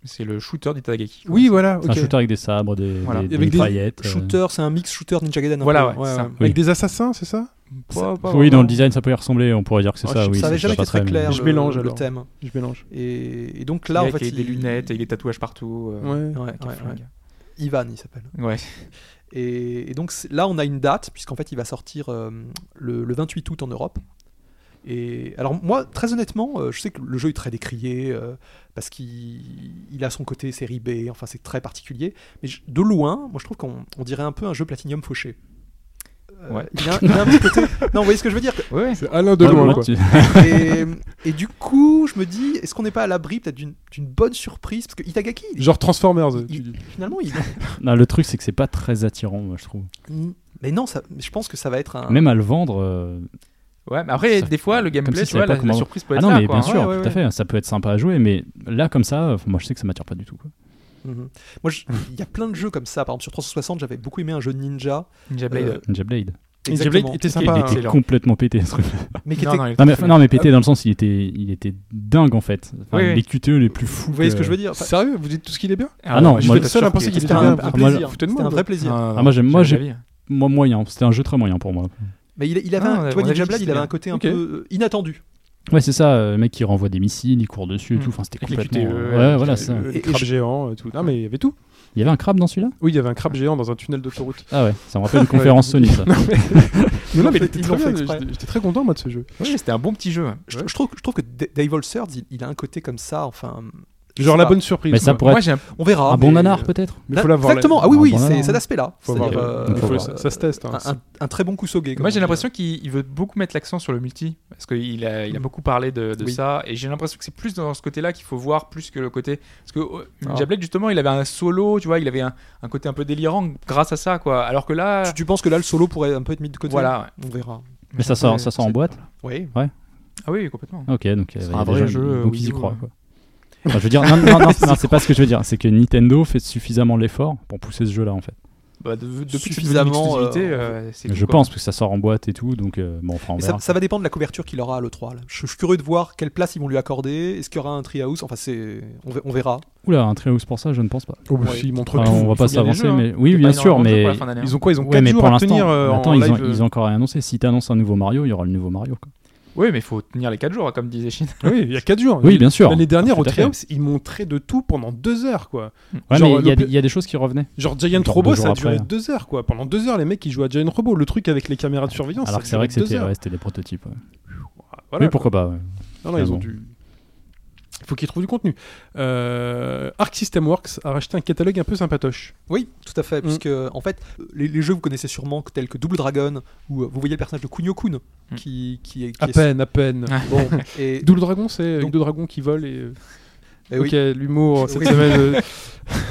S3: C'est le shooter d'Itagaki. quoi.
S2: Oui, voilà,
S4: C'est
S2: ok.
S4: un shooter avec des sabres, des,
S3: Voilà.
S4: des, des
S2: Avec des
S4: mitraillettes, euh.
S5: shooter, c'est un mix shooter Ninja Gaiden. un
S3: Voilà,
S5: peu.
S3: ouais, c'est ça.
S2: Avec
S4: Oui.
S2: des assassins, c'est ça
S3: Pas- pas
S4: Oui, dans
S3: vraiment.
S4: le design, ça peut y ressembler. On pourrait dire que c'est
S5: Ah,
S4: ça.
S5: je-
S4: oui,
S5: ça n'avait jamais été
S4: pas
S5: très clair
S4: mais-
S2: Je
S5: le,
S2: mélange,
S5: le
S2: alors.
S5: thème.
S2: Je mélange.
S5: Et, et donc
S3: Là,
S5: là, en fait,
S3: avec des
S5: il-
S3: lunettes, avec des tatouages partout. euh,
S2: Ouais.
S5: Ouais, ouais,
S3: avec un
S5: ouais.
S3: flingue.
S5: Ivan, il s'appelle.
S3: Ouais.
S5: Et, et donc c'est- là, on a une date, puisqu'en fait, il va sortir euh, le, le 28 août en Europe. Et alors moi, très honnêtement, euh, je sais que le jeu est très décrié, euh, parce qu'il il a son côté série B, enfin c'est très particulier. Mais je- de loin, moi je trouve qu'on on dirait un peu un jeu Platinum fauché. Euh,
S3: Ouais.
S5: il, a, il a un petit côté... Non, vous voyez ce que je veux dire
S2: C'est Alain Delon,
S4: Ouais,
S2: quoi.
S4: tu- <laughs>
S5: et, et du coup, je me dis, est-ce qu'on n'est pas à l'abri peut-être d'une d'une bonne surprise Parce que Itagaki, il-
S2: Genre Transformers. tu dis.
S5: Il- finalement, il...
S4: Non, le truc, c'est que c'est pas très attirant, moi, je trouve.
S5: Mais non, ça, mais je pense que ça va être un.
S4: Même à le vendre. euh,
S3: Ouais, mais après,
S4: Ça-
S3: des fois, le
S4: comme
S3: gameplay,
S4: si
S3: tu
S4: c'est
S3: vois,
S4: pas
S3: la, la
S4: comment-
S3: surprise peut
S4: Ah
S3: être
S4: non,
S3: là,
S4: mais
S3: quoi,
S4: bien
S3: hein.
S4: sûr,
S3: Ouais, ouais,
S4: tout à
S3: ouais.
S4: fait. Ça peut être sympa à jouer, mais là, comme ça, euh, moi, je sais que ça m'attire pas du tout. quoi.
S5: Mhm. Moi, je- il y a plein de jeux comme ça. Par exemple, sur 360, j'avais beaucoup aimé un jeu de ninja.
S3: Ninja Blade.
S5: Euh,
S4: Ninja Blade.
S2: Ninja
S5: Exactement.
S2: Blade était
S3: Qui
S2: sympa.
S4: il
S3: est
S2: hein.
S4: était
S3: excellent.
S4: complètement pété, ce truc.
S5: Mais qui
S3: Non,
S5: était-
S3: non, il est
S4: Non, mais,
S3: très
S4: non, mais
S3: bien.
S4: pété dans le sens, il était, il était dingue en fait. Enfin,
S3: Oui, oui.
S4: Les QTE les plus fous.
S5: Vous voyez ce
S2: euh,
S5: que je veux dire Enfin,
S2: Sérieux, vous dites tout ce qu'il est bien
S4: Ah non,
S3: je suis
S4: moi, le
S3: pas
S2: seul
S3: sûr
S2: à penser
S3: qu'il
S2: qu'il
S3: était
S5: C'était un,
S2: bien.
S5: un
S2: Ah, moi,
S5: plaisir.
S2: foutez de
S5: C'était
S2: moi,
S5: un vrai
S2: moi.
S5: plaisir.
S4: Ah, moi, j'aime- moi, j'ai-
S3: j'avais l'avis.
S4: Moi, moyen. C'était un jeu très moyen pour moi.
S5: Mais il, il avait,
S3: Ah,
S5: un,
S3: ouais,
S5: tu vois,
S3: on a
S5: Ninja
S3: vu,
S5: Blade, il
S3: c'était
S5: avait
S3: bien.
S5: un côté un
S2: Ok.
S5: peu euh, inattendu.
S4: Ouais, c'est ça, euh, le mec qui renvoie des missiles, il court dessus et
S3: Mm.
S4: tout. Enfin, c'était
S3: Avec les
S4: complètement.
S3: QTE,
S4: ouais,
S3: avec
S4: voilà,
S3: les- E.
S4: ça.
S2: Le
S5: Et- et
S2: crabe
S5: je-
S2: géant, et tout. Non, mais il y avait tout.
S4: Il y avait un crabe dans celui-là
S2: Oui, il y avait un crabe géant dans un tunnel d'autoroute.
S4: Ah ouais, ça
S3: <laughs>
S4: me rappelle une conférence Sony, ça.
S2: Non, non, mais
S5: Ils l'ont
S2: il était
S5: fait- ils
S2: très
S5: l'ont fait
S2: bien,
S5: exprès.
S2: j'étais- J'étais très content, moi, de ce jeu.
S3: Oui, c'était un bon petit jeu.
S5: Je, je trouve, je trouve que De- Devil Surge, il, il a un côté comme ça. Enfin, je
S2: Genre
S5: sais
S2: la
S5: pas.
S2: bonne surprise.
S4: Mais ça
S2: quoi.
S4: pourrait
S3: Moi,
S4: être
S3: j'ai un-
S5: On verra.
S4: un bon
S5: mais-
S4: nanar, peut-être
S2: Mais faut l'avoir.
S5: Exactement.
S2: là.
S5: Ah oui,
S4: Ah,
S5: oui,
S4: bon
S5: c'est
S4: nanar.
S5: cet aspect-là.
S2: Faut
S5: C'est-à-dire,
S2: avoir-
S5: euh,
S2: il faut-
S4: euh,
S2: ça se teste. hein.
S5: un, un- un très bon coup saugué.
S3: Moi, j'ai l'impression qu'il il veut beaucoup mettre l'accent sur le multi, parce qu'il a, il a beaucoup parlé de, de
S5: Oui.
S3: ça, et j'ai l'impression que c'est plus dans ce côté-là qu'il faut voir plus que le côté. Parce que euh, Ninja
S5: Ah.
S3: Blade, justement, il avait un solo, tu vois, il avait un, un côté un peu délirant grâce à ça, quoi. Alors que là.
S5: Tu, tu penses que là, le solo pourrait un peu être mis de côté
S3: Voilà.
S5: On verra.
S4: Mais ça sort, ça sort en
S3: C'est-
S4: boîte
S5: Oui.
S3: Ah oui, complètement.
S4: Ok, donc il y
S3: C'est
S4: avait
S3: un
S4: des
S3: vrai
S4: gens-
S3: jeu, euh,
S4: donc
S3: Wii
S4: ils y
S3: U,
S4: croient.
S3: ouais.
S4: Quoi. Enfin, je veux dire, non, non, non, non, non, c'est pas ce que je veux dire. C'est que Nintendo fait suffisamment l'effort pour pousser ce jeu-là, en fait.
S3: Bah, de- depuis que c'est devenu une
S5: Suffisamment,
S3: exclusivité,
S5: euh,
S3: euh, c'est
S4: Je
S3: tout, quoi.
S4: pense, parce que ça sort en boîte et tout, donc euh, bon, enfin, on
S5: Mais
S4: verra.
S5: ça, ça va dépendre de la couverture qu'il aura à l'E3. là. Je, je suis curieux de voir quelle place ils vont lui accorder. Est-ce qu'il y aura un treehouse Enfin, c'est, on, ver- on verra.
S4: Oula, un treehouse pour ça, je ne pense pas.
S2: Oh, bah, si, ils montrent
S4: Enfin,
S2: tout.
S4: Ah,
S3: il
S4: on va
S3: faut
S4: pas
S3: bien des
S4: s'avancer,
S3: jeux, hein.
S4: mais oui,
S3: Il y a
S4: bien
S3: pas
S4: sûr,
S3: énormément de jeux
S4: mais.
S3: pour la fin d'année, hein.
S2: Ils ont quoi Ils ont
S4: Ouais,
S2: 4
S4: mais
S2: jours
S4: pour
S2: à
S4: l'instant,
S2: tenir euh,
S4: mais attends,
S2: en
S4: ils ont,
S2: live, euh.
S4: ils ont encore rien annoncé. Si t'annonces un nouveau Mario, il y aura le nouveau Mario. Quoi.
S3: Oui, mais il faut tenir les 4 jours, comme disait Shin.
S2: euh. Oui, il y a 4 jours.
S4: Oui, bien sûr.
S2: L'année dernière,
S4: Tout
S2: au
S4: à fait.
S2: Treehouse, ils montraient de tout pendant 2 heures, quoi.
S4: Ouais,
S2: Genre,
S4: mais il y, a
S2: le-
S4: des- il y a des choses qui revenaient.
S2: Genre Giant
S4: Genre
S2: Robo,
S4: deux
S2: ça a
S4: jours
S2: duré
S4: après.
S2: 2 heures, quoi. Pendant 2 heures, les mecs, ils jouent à Giant Robo. Le truc avec les caméras de surveillance,
S4: Alors
S2: ça
S4: que
S2: a
S4: c'est vrai
S2: duré
S4: que
S2: deux
S4: c'était
S2: heures. Ah,
S4: ouais, c'était des prototypes. ouais.
S2: Voilà,
S4: oui, pourquoi pas. ouais.
S2: Non, non, ils ont
S4: Raison.
S2: du- Il faut qu'ils trouvent du contenu. Euh, Arc System Works a racheté un catalogue un peu sympatoche.
S5: Oui, tout à fait. Puisque,
S2: Mm.
S5: en fait, les, les jeux vous connaissez sûrement, tels que Double Dragon, où euh, vous voyez le personnage de Kunio Kun,
S4: Mm.
S3: Hmm.
S5: qui, qui est. Qui
S2: À
S5: est-
S2: peine, à peine. <laughs>
S5: Bon, et,
S2: Double Dragon, c'est
S5: Donc-
S2: deux dragons qui volent et.
S5: et
S2: Ok,
S5: oui,
S2: l'humour cette
S5: Oui.
S2: semaine. <laughs> euh,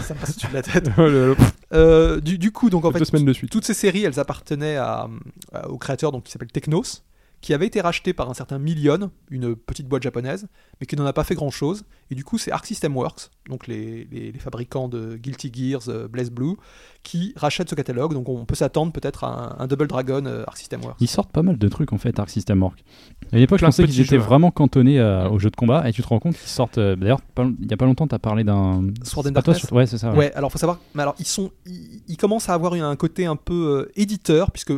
S5: ça me passe au-dessus de la tête.
S2: oh
S4: <laughs>
S2: là là,
S5: Euh, du, du coup, donc en fait,
S2: deux semaines de suite.
S5: toutes ces séries, elles appartenaient à, à- au créateur donc, qui s'appelle Technos, qui avait été racheté par un certain Million, une petite boîte japonaise, mais qui n'en a pas fait grand-chose. Et du coup, c'est Arc System Works, donc les, les- les fabricants de Guilty Gears, euh, Blaze Blue, qui rachètent ce catalogue. Donc on peut s'attendre peut-être à un, un Double Dragon euh, Arc System Works.
S4: Ils sortent pas mal de trucs en fait, Arc System Works. À l'époque, je
S3: Plein de
S4: pensais qu'ils
S3: petits
S4: étaient
S3: jeux, ouais.
S4: vraiment cantonnés à- aux jeux de combat, et tu te rends compte qu'ils sortent. euh, D'ailleurs, pas- il y a pas longtemps, t'as parlé d'un.
S5: Sword
S4: c'est
S5: and
S4: pas toi,
S5: Darkness
S4: sur- Ouais, c'est
S3: Ah
S4: ça. ouais.
S5: Ouais, alors faut savoir, mais alors ils sont, ils, ils commencent à avoir un côté un peu euh, éditeur puisque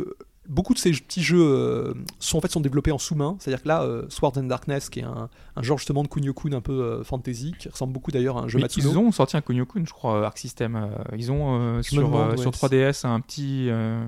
S5: beaucoup de ces petits jeux euh, sont en fait sont développés en sous-main. C'est-à-dire que là, euh, Swords and Darkness, qui est un, un genre justement de Kunio-kun un peu euh, fantasy, qui ressemble beaucoup d'ailleurs à un jeu
S3: Mais
S5: Matsuno.
S3: ils ont sorti un Kunio-kun, je crois, euh, Arc System. euh, Ils ont euh,
S5: Je me
S3: sur,
S5: demande,
S3: euh,
S5: ouais,
S3: sur 3DS un petit. euh,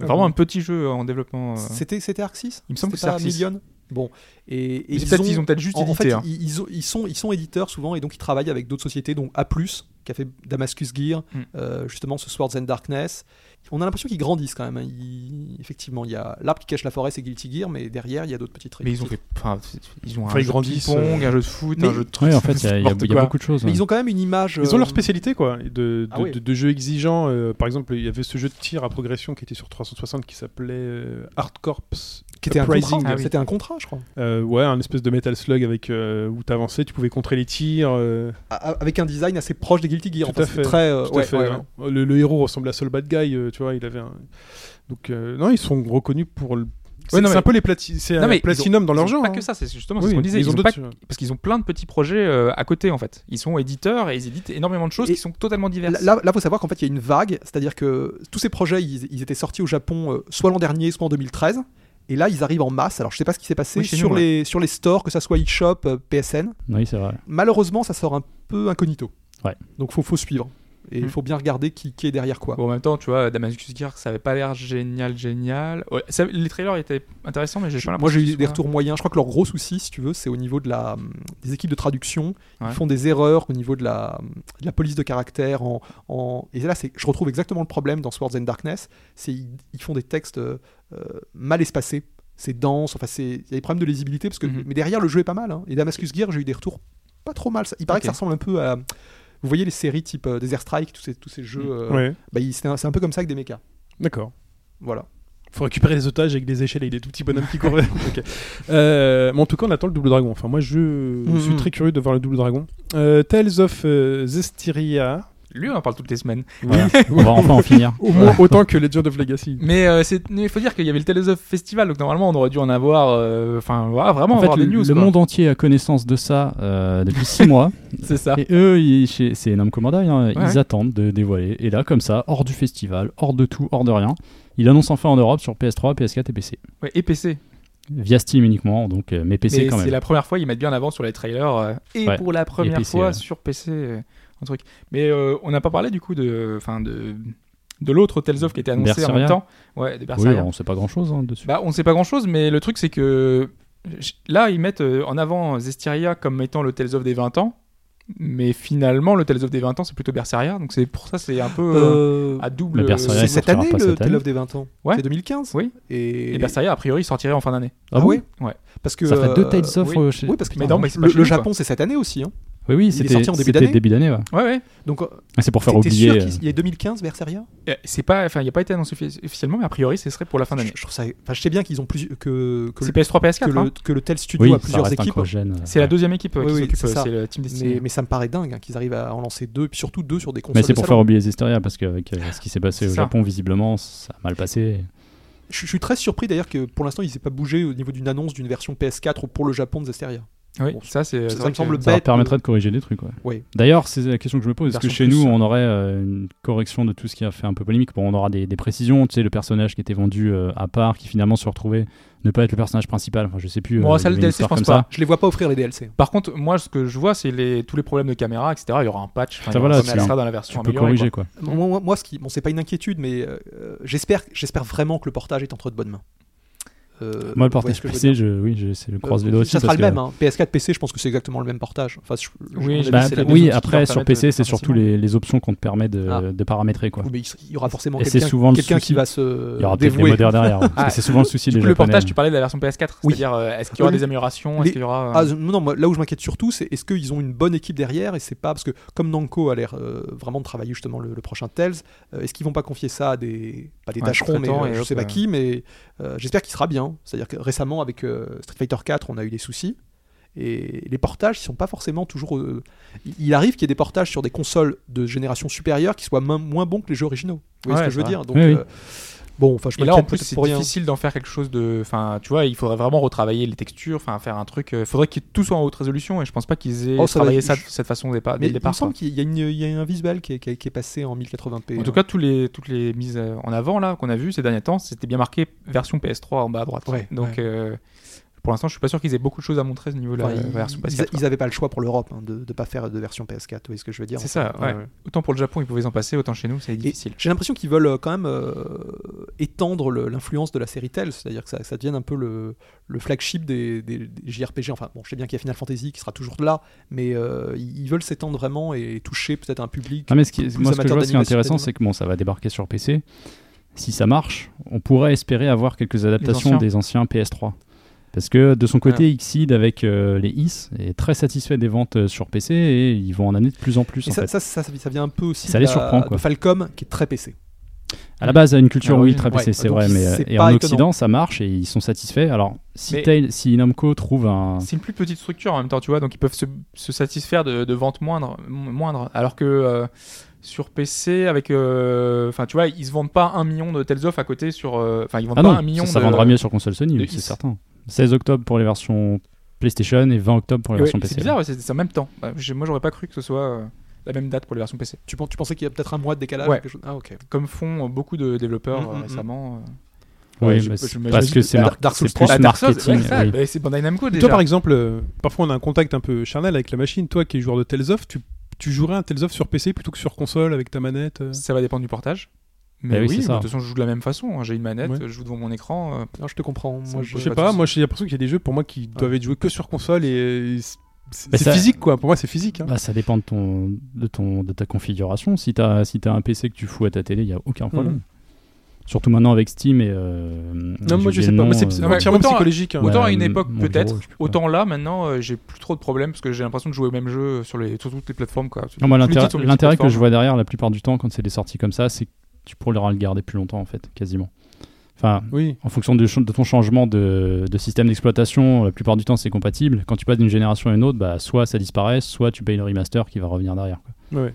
S5: Ah
S3: vraiment
S5: bon.
S3: un petit jeu en développement. euh.
S5: C'était c'était Arc 6
S3: Il me semble que
S5: C'était
S3: c'est
S5: pas
S3: Arc 6.
S5: Million Bon, et, et
S3: Mais peut-être qu'ils ont peut-être juste
S5: en, en
S3: édité.
S5: fait,
S3: hein.
S5: ils, ils ont- ils sont, ils sont éditeurs souvent et donc ils travaillent avec d'autres sociétés, dont A+, qui a fait Damascus Gear,
S3: Mm.
S5: euh, justement ce Swords and Darkness. On a l'impression qu'ils grandissent quand même. hein. Ils- Effectivement, il y a l'arbre qui cache la forêt, c'est Guilty Gear, mais derrière, il y a d'autres petits trucs.
S3: Mais ils ont fait. enfin, c'est- ils ont un
S2: Enfin, ils
S3: jeu de
S2: grandissent,
S3: ping-pong, un jeu de foot, un
S5: mais-
S3: jeu de trucs.
S4: euh. Ouais, en fait, il y a- il y, a-
S3: n'importe
S4: il y a
S3: quoi.
S4: beaucoup de choses.
S5: Mais
S4: ouais.
S5: ils ont quand même une image.
S2: Ils ont
S5: euh,
S2: leur spécialité, quoi, de, de,
S5: Ah oui.
S2: de- de jeux exigeants. euh, par exemple, il y avait ce jeu de tir à progression qui était sur 360 qui s'appelait euh, Hard Corps.
S5: qui était un
S2: Uprising.
S5: contrat.
S3: Ah oui.
S5: C'était un contrat, je crois.
S2: Euh, ouais, un espèce de Metal Slug avec euh, où t'avançais, tu pouvais contrer les tirs. euh,
S5: A- Avec un design assez proche des Guilty Gear.
S2: Tout
S5: Enfin,
S2: à
S5: c'est
S2: fait.
S5: Très, euh,
S2: tout à
S5: ouais,
S2: fait,
S5: ouais,
S2: ouais.
S5: ouais.
S2: Le, le héros ressemble à Soul Bad Guy, euh, tu vois, il avait un. Donc, euh, non, ils sont reconnus pour le. C'est
S3: non,
S2: c'est
S3: mais-
S2: un peu les plati- c'est,
S3: Non,
S2: euh,
S3: mais ils ont-
S2: platinum dans
S3: Ils
S2: leur
S3: ont
S2: genre.
S3: Pas
S2: hein.
S3: que ça, c'est justement
S2: Oui,
S3: ce qu'on disait.
S2: ils ont
S3: ont
S2: d'autres
S3: pas-
S2: jeux.
S3: Parce qu'ils ont plein de petits projets euh, à côté, en fait. Ils sont éditeurs et ils éditent énormément de choses
S5: Et-
S3: qui sont totalement diverses.
S5: Là, il faut savoir qu'en fait, il y a une vague, c'est-à-dire que tous ces projets, ils, ils étaient sortis au Japon euh, soit l'an dernier, soit en 2013. Et là, ils arrivent en masse. Alors, je sais pas ce qui s'est passé
S3: Oui, chez
S5: sur,
S3: nous,
S5: les, sur les stores, que ça soit eShop, euh, PSN.
S4: Oui, c'est vrai.
S5: Malheureusement, ça sort un peu incognito.
S4: Ouais.
S5: Donc, faut, faut suivre. Et il
S3: Mm.
S5: faut bien regarder qui, qui est derrière quoi.
S3: Bon, en même temps, tu vois, Damascus Gear, ça avait pas l'air génial, génial. Ouais, ça- les trailers étaient intéressants, mais j'ai pas l'impression.
S5: Moi, j'ai eu
S3: qu'ils
S5: des
S3: soient-
S5: retours moyens. Je crois que leur gros souci, si tu veux, c'est au niveau de la, hum, des équipes de traduction.
S3: Ouais.
S5: Ils font des erreurs au niveau de la, hum, de la police de caractère. En, en- Et là, c'est- je retrouve exactement le problème dans Swords and Darkness. C'est ils, ils font des textes euh, euh, mal espacés. C'est dense. Enfin, c'est- il y a des problèmes de lisibilité. Parce que...
S3: Mhm.
S5: Mais derrière, le jeu est pas mal. hein. Et Damascus Gear, j'ai eu des retours pas trop mal. Ça- Il paraît
S3: Ok.
S5: que ça ressemble un peu à. Vous voyez
S3: Mhm.
S5: les séries type euh, Desert Strike, tous ces, tous ces jeux. euh,
S2: Ouais,
S5: bah, ils- c'est un, c'est un peu comme ça avec des mechas.
S2: d'accord.
S5: Voilà.
S2: Faut récupérer les otages avec des échelles et des tout petits bonhommes qui courent. <laughs> Ok. Euh, mais en tout cas, on attend le double dragon. Enfin, moi, je suis
S5: Mhm.
S2: très curieux de voir le double dragon. Euh, Tales of euh, Zestiria.
S3: Lui, on en parle toutes les semaines.
S4: Voilà.
S3: <laughs>
S4: on va enfin en finir.
S2: Au moins autant que Legend of Legacy.
S3: Mais euh, c'est- mais il faut dire qu'il y avait le Tales of Festival, donc normalement on aurait dû en avoir, euh, enfin voilà, vraiment
S4: En fait,
S3: avoir
S4: le,
S3: des news.
S4: le
S3: quoi.
S4: monde entier a connaissance de ça euh, depuis
S3: <laughs>
S4: 6 mois.
S3: c'est ça.
S4: Et eux, ils- chez- c'est Namco Bandai, hein,
S3: ouais.
S4: ils attendent de dévoiler. Et là, comme ça, hors du festival, hors de tout, hors de rien, ils annoncent enfin en Europe sur PS3, PS4 et PC.
S3: Ouais, et PC.
S4: Via Steam uniquement, donc euh, mais PC
S3: Mais
S4: quand
S3: c'est
S4: même.
S3: la première fois, ils mettent bien en avant sur les trailers. euh, et
S4: Ouais,
S3: pour la première
S4: PC,
S3: fois
S4: ouais.
S3: sur PC, euh, un truc. Mais euh, on n'a pas parlé du coup de, enfin de, de l'autre Tales of qui était annoncé en
S4: Berseria.
S3: même temps. Ouais, de
S4: Oui,
S3: Berseria.
S4: on sait pas grand chose dessus.
S3: hein. Bah, on sait pas grand chose, mais le truc c'est que j- là ils mettent euh, en avant Zestiria comme étant le Tales of des 20 ans, mais finalement le Tales of des 20 ans c'est plutôt Berseria, donc c'est pour ça c'est un peu euh,
S5: Euh,
S3: à double.
S4: le Berseria,
S5: c'est
S4: il
S5: cette
S4: sortira
S5: année
S4: pas
S5: le
S4: cette année.
S5: Tale of des 20 ans.
S3: Ouais.
S5: C'est 2015.
S3: Oui. Eh ben,
S5: Et,
S3: Et Berseria a priori sortirait en fin d'année.
S5: Ah,
S4: bon
S5: ouais.
S3: Ouais.
S5: Parce que
S4: Ça ferait deux
S5: euh,
S4: Tales of.
S3: oui.
S4: euh, chez-
S5: Oui, parce que
S3: Mais non, mais c'est pas
S5: le,
S3: chez
S5: le
S3: nous, quoi.
S5: Japon c'est cette année aussi. hein.
S4: Oui, oui,
S5: est
S4: c'était
S5: sorti en début
S4: c'était
S5: d'année.
S4: début d'année. ouais.
S3: Ouais ouais.
S5: Donc euh,
S4: Ah, c'est pour faire
S5: t'es t'es sûr
S4: oublier.
S5: qu'il y a 2015 Berseria
S3: Euh, C'est pas, enfin il y a pas été annoncé offi- officiellement, mais a priori ce serait pour la fin
S5: je,
S3: d'année.
S5: je trouve ça- enfin, je sais bien qu'ils ont plus que que
S3: C'est
S5: le,
S3: PS3 PS4.
S5: que le-
S3: hein.
S5: que le tel studio
S4: Oui,
S5: a
S4: ça
S5: plusieurs
S4: reste un
S5: équipes.
S4: crogène, euh,
S3: C'est la deuxième équipe euh,
S5: Oui,
S3: qui
S5: oui,
S3: s'occupe,
S5: c'est
S3: euh,
S5: ça.
S3: c'est le Team Destiny.
S5: Mais, mais ça me paraît dingue hein, qu'ils arrivent à en lancer deux, puis surtout deux sur des consoles.
S4: Mais c'est
S5: de
S4: pour faire
S5: salon.
S4: oublier Zestiria parce qu'avec euh, ce qui s'est passé
S3: C'est
S4: au
S3: ça.
S4: Japon, visiblement, ça a mal passé.
S5: Je, je suis très surpris d'ailleurs que pour l'instant il s'est pas bougé au niveau d'une annonce d'une version PS4 ou pour le Japon de Zestiria.
S3: Oui,
S5: Bon,
S3: ça c'est.
S5: ça
S3: c'est
S5: me
S3: vrai que-
S5: semble
S4: Ça leur
S5: bête,
S4: permettrait de corriger des trucs. ouais.
S5: Ouais.
S4: D'ailleurs, c'est la question que je me pose. Est-ce que
S3: Version
S4: chez
S3: plus,
S4: nous,
S3: euh,
S4: on aurait euh, une correction de tout ce qui a fait un peu polémique Bon, on aura des, des précisions. Tu sais, le personnage qui était vendu euh, à part, qui finalement se retrouvait ne pas être le personnage principal. Enfin, je sais plus.
S3: Bon,
S4: euh,
S3: ça,
S4: il
S3: le
S4: y avait une
S3: DLC, je
S4: histoire
S3: pense
S4: comme
S3: pas.
S4: ça.
S5: Je les vois pas offrir les DLC.
S3: Par contre, moi, ce que je vois, c'est les... tous les problèmes de caméra, etc. Il y aura un patch. enfin,
S4: Ça,
S3: il y aura-
S4: voilà,
S3: ça
S4: tu-
S3: sera dans la version
S4: Tu peux
S3: améliorée,
S4: corriger quoi.
S5: Moi, moi- moi, ce qui, bon, c'est pas une inquiétude, mais euh, j'espère, j'espère vraiment que le portage est entre de bonnes mains. Euh,
S4: Moi, le
S5: vous voyez
S4: portage
S5: ce que je veux
S4: PC,
S5: dire
S4: je, oui, je, c'est- je croise
S5: Euh,
S4: les doigts aussi.
S5: Ça sera
S4: parce
S5: le
S4: que-
S5: même. hein. PS4, PC, je pense que c'est exactement le même portage. Enfin, je-
S3: Oui,
S5: je- à mon avis,
S4: Bah,
S5: c'est la même
S4: oui,
S5: chose.
S4: après,
S3: leur
S4: sur
S3: permettent
S4: PC,
S3: de
S4: c'est
S3: faire
S4: surtout
S3: facilement.
S4: les, les options qu'on te permet de,
S5: Ah.
S4: de paramétrer. Quoi.
S5: Oui, mais il s- il y aura forcément
S4: Et Bah, c'est
S5: quelqu'un
S4: souvent le
S5: quelqu'un
S4: souci.
S5: qui va
S4: Il y
S5: se
S4: aura peut-être des
S5: dévouer.
S4: modeurs derrière. ouais. Parce que c'est souvent le souci
S3: Du
S4: des
S3: coup, le
S4: Japonais.
S3: portage, tu parlais de la version PS4.
S5: Oui.
S3: C'est-à-dire, euh, est-ce qu'il y aura
S5: Oui, mais-
S3: des améliorations Est-ce
S5: Les-
S3: qu'il y aura.
S5: Ah,
S3: euh,
S5: z- non, moi, là où je m'inquiète surtout, c'est est-ce qu'ils ont une bonne équipe derrière et c'est pas parce que comme Namco a l'air euh, vraiment de travailler justement le, le prochain Tales, euh, est-ce qu'ils vont pas confier ça à des pas des
S3: Ouais,
S5: tâcherons, mais
S3: sous-traitants
S5: euh,
S3: et
S5: je
S3: hop,
S5: sais pas
S3: euh.
S5: qui, mais euh, j'espère qu'il sera bien. C'est-à-dire que récemment avec euh, Street Fighter 4, on a eu des soucis. Et les portages, ils sont pas forcément toujours. euh, il- Il arrive qu'il y ait des portages sur des consoles de génération supérieure qui soient moins- moins bons que les jeux originaux. Vous voyez
S3: Ouais,
S5: ce que je veux
S3: c'est
S5: dire Donc,
S4: Oui, oui.
S5: euh, bon, enfin, je
S3: Et là, en
S5: m'inquiète
S3: plus,
S5: Bah, peut-être
S3: c'est
S5: pour rien.
S3: difficile d'en faire quelque chose de. Enfin, tu vois, il faudrait vraiment retravailler les textures, enfin, faire un truc. Il faudrait que tout soit en haute résolution, et je pense pas qu'ils aient
S5: Oh, ça va
S3: travaillé
S5: être-
S3: ça de cette façon au départ. dès
S5: Mais
S3: le
S5: il me
S3: départ,
S5: semble qu'il y, a une- il y a un visuel qui est, qui est- qui est passé en 1080p.
S3: En tout cas, tous les, toutes les mises euh, en avant là qu'on a vues ces derniers temps, c'était bien marqué version PS3 en bas à droite.
S5: Ouais,
S3: Donc,
S5: ouais.
S3: euh, pour l'instant, je suis pas sûr qu'ils aient beaucoup de choses à montrer à ce niveau de la
S5: Enfin, ils-
S3: version
S5: ils,
S3: PS4. quoi.
S5: ils avaient pas le choix pour l'Europe hein, de ne pas faire de version PS4, vous voyez ce que je veux dire
S3: C'est
S5: en fait.
S3: ça, ouais. Autant pour le Japon, ils pouvaient en passer, autant chez nous, c'est
S5: Et
S3: difficile.
S5: J'ai l'impression qu'ils veulent euh, quand même euh, étendre le- l'influence de la série Tales, c'est-à-dire que ça, ça devienne un peu le, le flagship des, des- des JRPG. Enfin, bon, je sais bien qu'il y a Final Fantasy qui sera toujours là, mais euh, ils ils veulent s'étendre vraiment et toucher peut-être un public.
S4: Ah, mais ce qui,
S5: plus
S4: moi, ce que je
S5: amateur
S4: vois, ce qui est
S5: d'animation,
S4: intéressant,
S5: d'anime.
S4: c'est que bon, ça va débarquer sur PC. Si ça marche, on pourrait espérer avoir quelques adaptations
S3: anciens.
S4: des anciens PS3. Parce que de son côté, Xseed avec euh, les IS est très satisfait des ventes euh, sur PC et ils vont en amener de plus en plus.
S5: Et
S4: En
S5: ça,
S4: fait.
S5: ça, ça- ça vient un peu aussi
S4: Ça
S5: de,
S4: les
S5: la-
S4: surprend, quoi.
S5: de Falcom qui est très PC.
S4: À la base, il y a une culture
S3: Ah,
S4: oui,
S3: oui,
S4: très PC,
S5: ouais,
S4: c'est
S5: donc
S4: vrai, mais euh,
S5: c'est
S4: et en
S5: pas
S4: Occident,
S5: étonnant.
S4: ça marche et ils sont satisfaits. Alors, si,
S3: Mais-
S4: Tail- si Namco trouve un.
S3: C'est une plus petite structure en même temps, tu vois, donc ils peuvent se, se satisfaire de, de ventes moindres, mo- moindres. Alors que euh, sur PC, avec. euh, Enfin, tu vois, ils se vendent pas un million de Tales of à côté sur. euh, Enfin, ils vendent
S4: Ah
S3: pas
S4: non,
S3: un million
S4: ça, ça
S3: de.
S4: vendra mieux sur console Sony,
S3: de
S4: c'est
S3: IS.
S4: certain. 16 octobre pour les versions PlayStation et 20 octobre pour les
S3: Ouais,
S4: versions
S3: c'est
S4: PC.
S3: bizarre, ouais, c'est c'est en même temps. Bah, j'ai- Moi, j'aurais pas cru que ce soit euh, la même date pour les versions PC.
S5: Tu, pen- tu pensais qu'il y a peut-être un mois de décalage
S3: Ouais.
S5: quelque chose Ah, ok.
S3: comme font beaucoup de développeurs
S5: Mm,
S3: euh,
S5: mm, mm.
S3: récemment. euh.
S4: Oui,
S3: Ouais, je-
S4: mais
S3: je-
S4: c'est-
S3: je-
S4: parce
S3: je-
S4: que c'est mar-
S5: Dark- Dark Souls
S4: c'est plus
S3: Ah, Dark Souls,
S4: marketing.
S3: ouais, ça,
S4: oui.
S3: bah, c'est Bandai Namco
S2: Et
S3: déjà.
S2: Toi, par exemple, euh, parfois on a un contact un peu charnel avec la machine. Toi qui es joueur de Tales of, tu, tu jouerais un Tales of sur PC plutôt que sur console avec ta manette euh.
S3: ça va dépendre du portage. Mais
S4: Eh oui,
S3: oui,
S4: c'est ça.
S3: bah, de toute façon, je joue de la même façon. hein. J'ai une manette,
S2: Ouais.
S3: je joue devant mon écran. euh,
S5: Non, je te comprends.
S3: Ça
S5: Moi,
S3: me
S5: je-
S2: Je
S3: Ouais,
S2: sais
S3: pas
S2: pas,
S3: de
S2: moi j'ai l'impression qu'il y a des jeux pour moi qui doivent être joués que sur console et euh, c'est-
S4: Bah,
S2: c'est
S4: ça-
S2: physique quoi. Pour moi, c'est physique. hein.
S4: Bah, ça dépend de, ton, de, ton, de ta configuration. Si tu as, si t'as un PC que tu fous à ta télé, il n'y a aucun
S3: Hmm.
S4: problème. Surtout maintenant avec Steam et. euh,
S2: non,
S4: j'ai
S2: moi je sais
S4: oublié le
S2: pas.
S4: nom,
S2: Moi, c'est
S4: euh,
S2: c'est entièrement
S3: autant-
S2: psychologique. hein.
S4: Ouais,
S3: autant à une
S4: mon-
S3: époque
S4: mon
S3: peut-être,
S4: bureau, je sais pas.
S3: autant là maintenant, euh, j'ai plus trop de problèmes parce que j'ai l'impression de jouer au même jeu sur, les, sur toutes les plateformes. Quoi.
S4: non, moi,
S3: Tous les
S4: l'intérêt-
S3: titres sont
S4: L'intérêt que je
S3: multiplateformes.
S4: vois derrière la plupart du temps quand c'est des sorties comme ça, c'est que tu pourras le garder plus longtemps en fait, quasiment. Enfin,
S2: Oui.
S4: en fonction de, ch- de ton changement de, de système d'exploitation, la plupart du temps c'est compatible. Quand tu passes d'une génération à une autre, bah, soit ça disparaît, soit tu payes le remaster qui va revenir derrière. quoi.
S2: Ouais.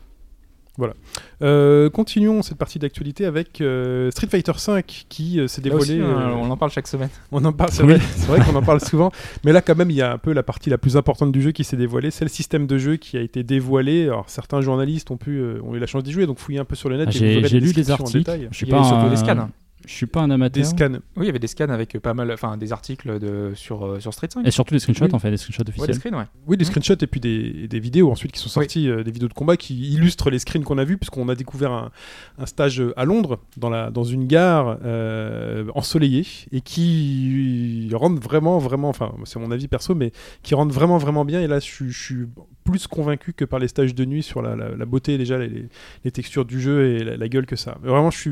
S2: Voilà. Euh, continuons cette partie d'actualité avec euh, Street Fighter V qui euh, s'est
S3: Là aussi,
S2: dévoilé.
S4: hein,
S3: on-
S2: euh,
S3: on en parle chaque semaine.
S2: on en parle, c'est vrai, c'est vrai qu'on en parle
S4: <laughs>
S2: souvent. Mais là, quand même, il y a un peu la partie la plus importante du jeu qui s'est dévoilée. C'est le système de jeu qui a été dévoilé. Alors, certains journalistes ont, pu, euh, ont eu la chance d'y jouer, donc fouillez un peu sur le net.
S4: Ah,
S2: et vous
S4: J'ai
S2: aurez la
S4: j'ai lu les
S2: description en
S4: articles.
S2: détail.
S4: Je suis
S3: Il y avait
S4: pas
S3: surtout
S4: un-
S3: des scans.
S4: Je suis pas un
S2: hein. Des
S4: amateur.
S2: scans.
S3: Oui, il y avait des scans avec euh, pas mal, enfin des articles de, sur, euh, sur Street 5.
S4: Et surtout des screenshots,
S2: Oui.
S4: on fait des screenshots
S3: Ouais, des
S4: officiels.
S3: screens, ouais.
S2: Oui, des
S3: Mhm.
S2: screenshots et puis des, des vidéos ensuite qui sont sorties, euh, des vidéos de combat qui illustrent les screens qu'on a vus, puisqu'on a découvert un, un stage euh, à Londres, dans, la, dans une gare euh, ensoleillée, et qui rendent vraiment, vraiment, enfin, c'est mon avis perso, mais qui rendent vraiment, vraiment bien. Et là, je, suis- je suis plus convaincu que par les stages de nuit sur la, la- la beauté, déjà, les, les- les textures du jeu et la, la gueule que ça. a. Vraiment, je suis.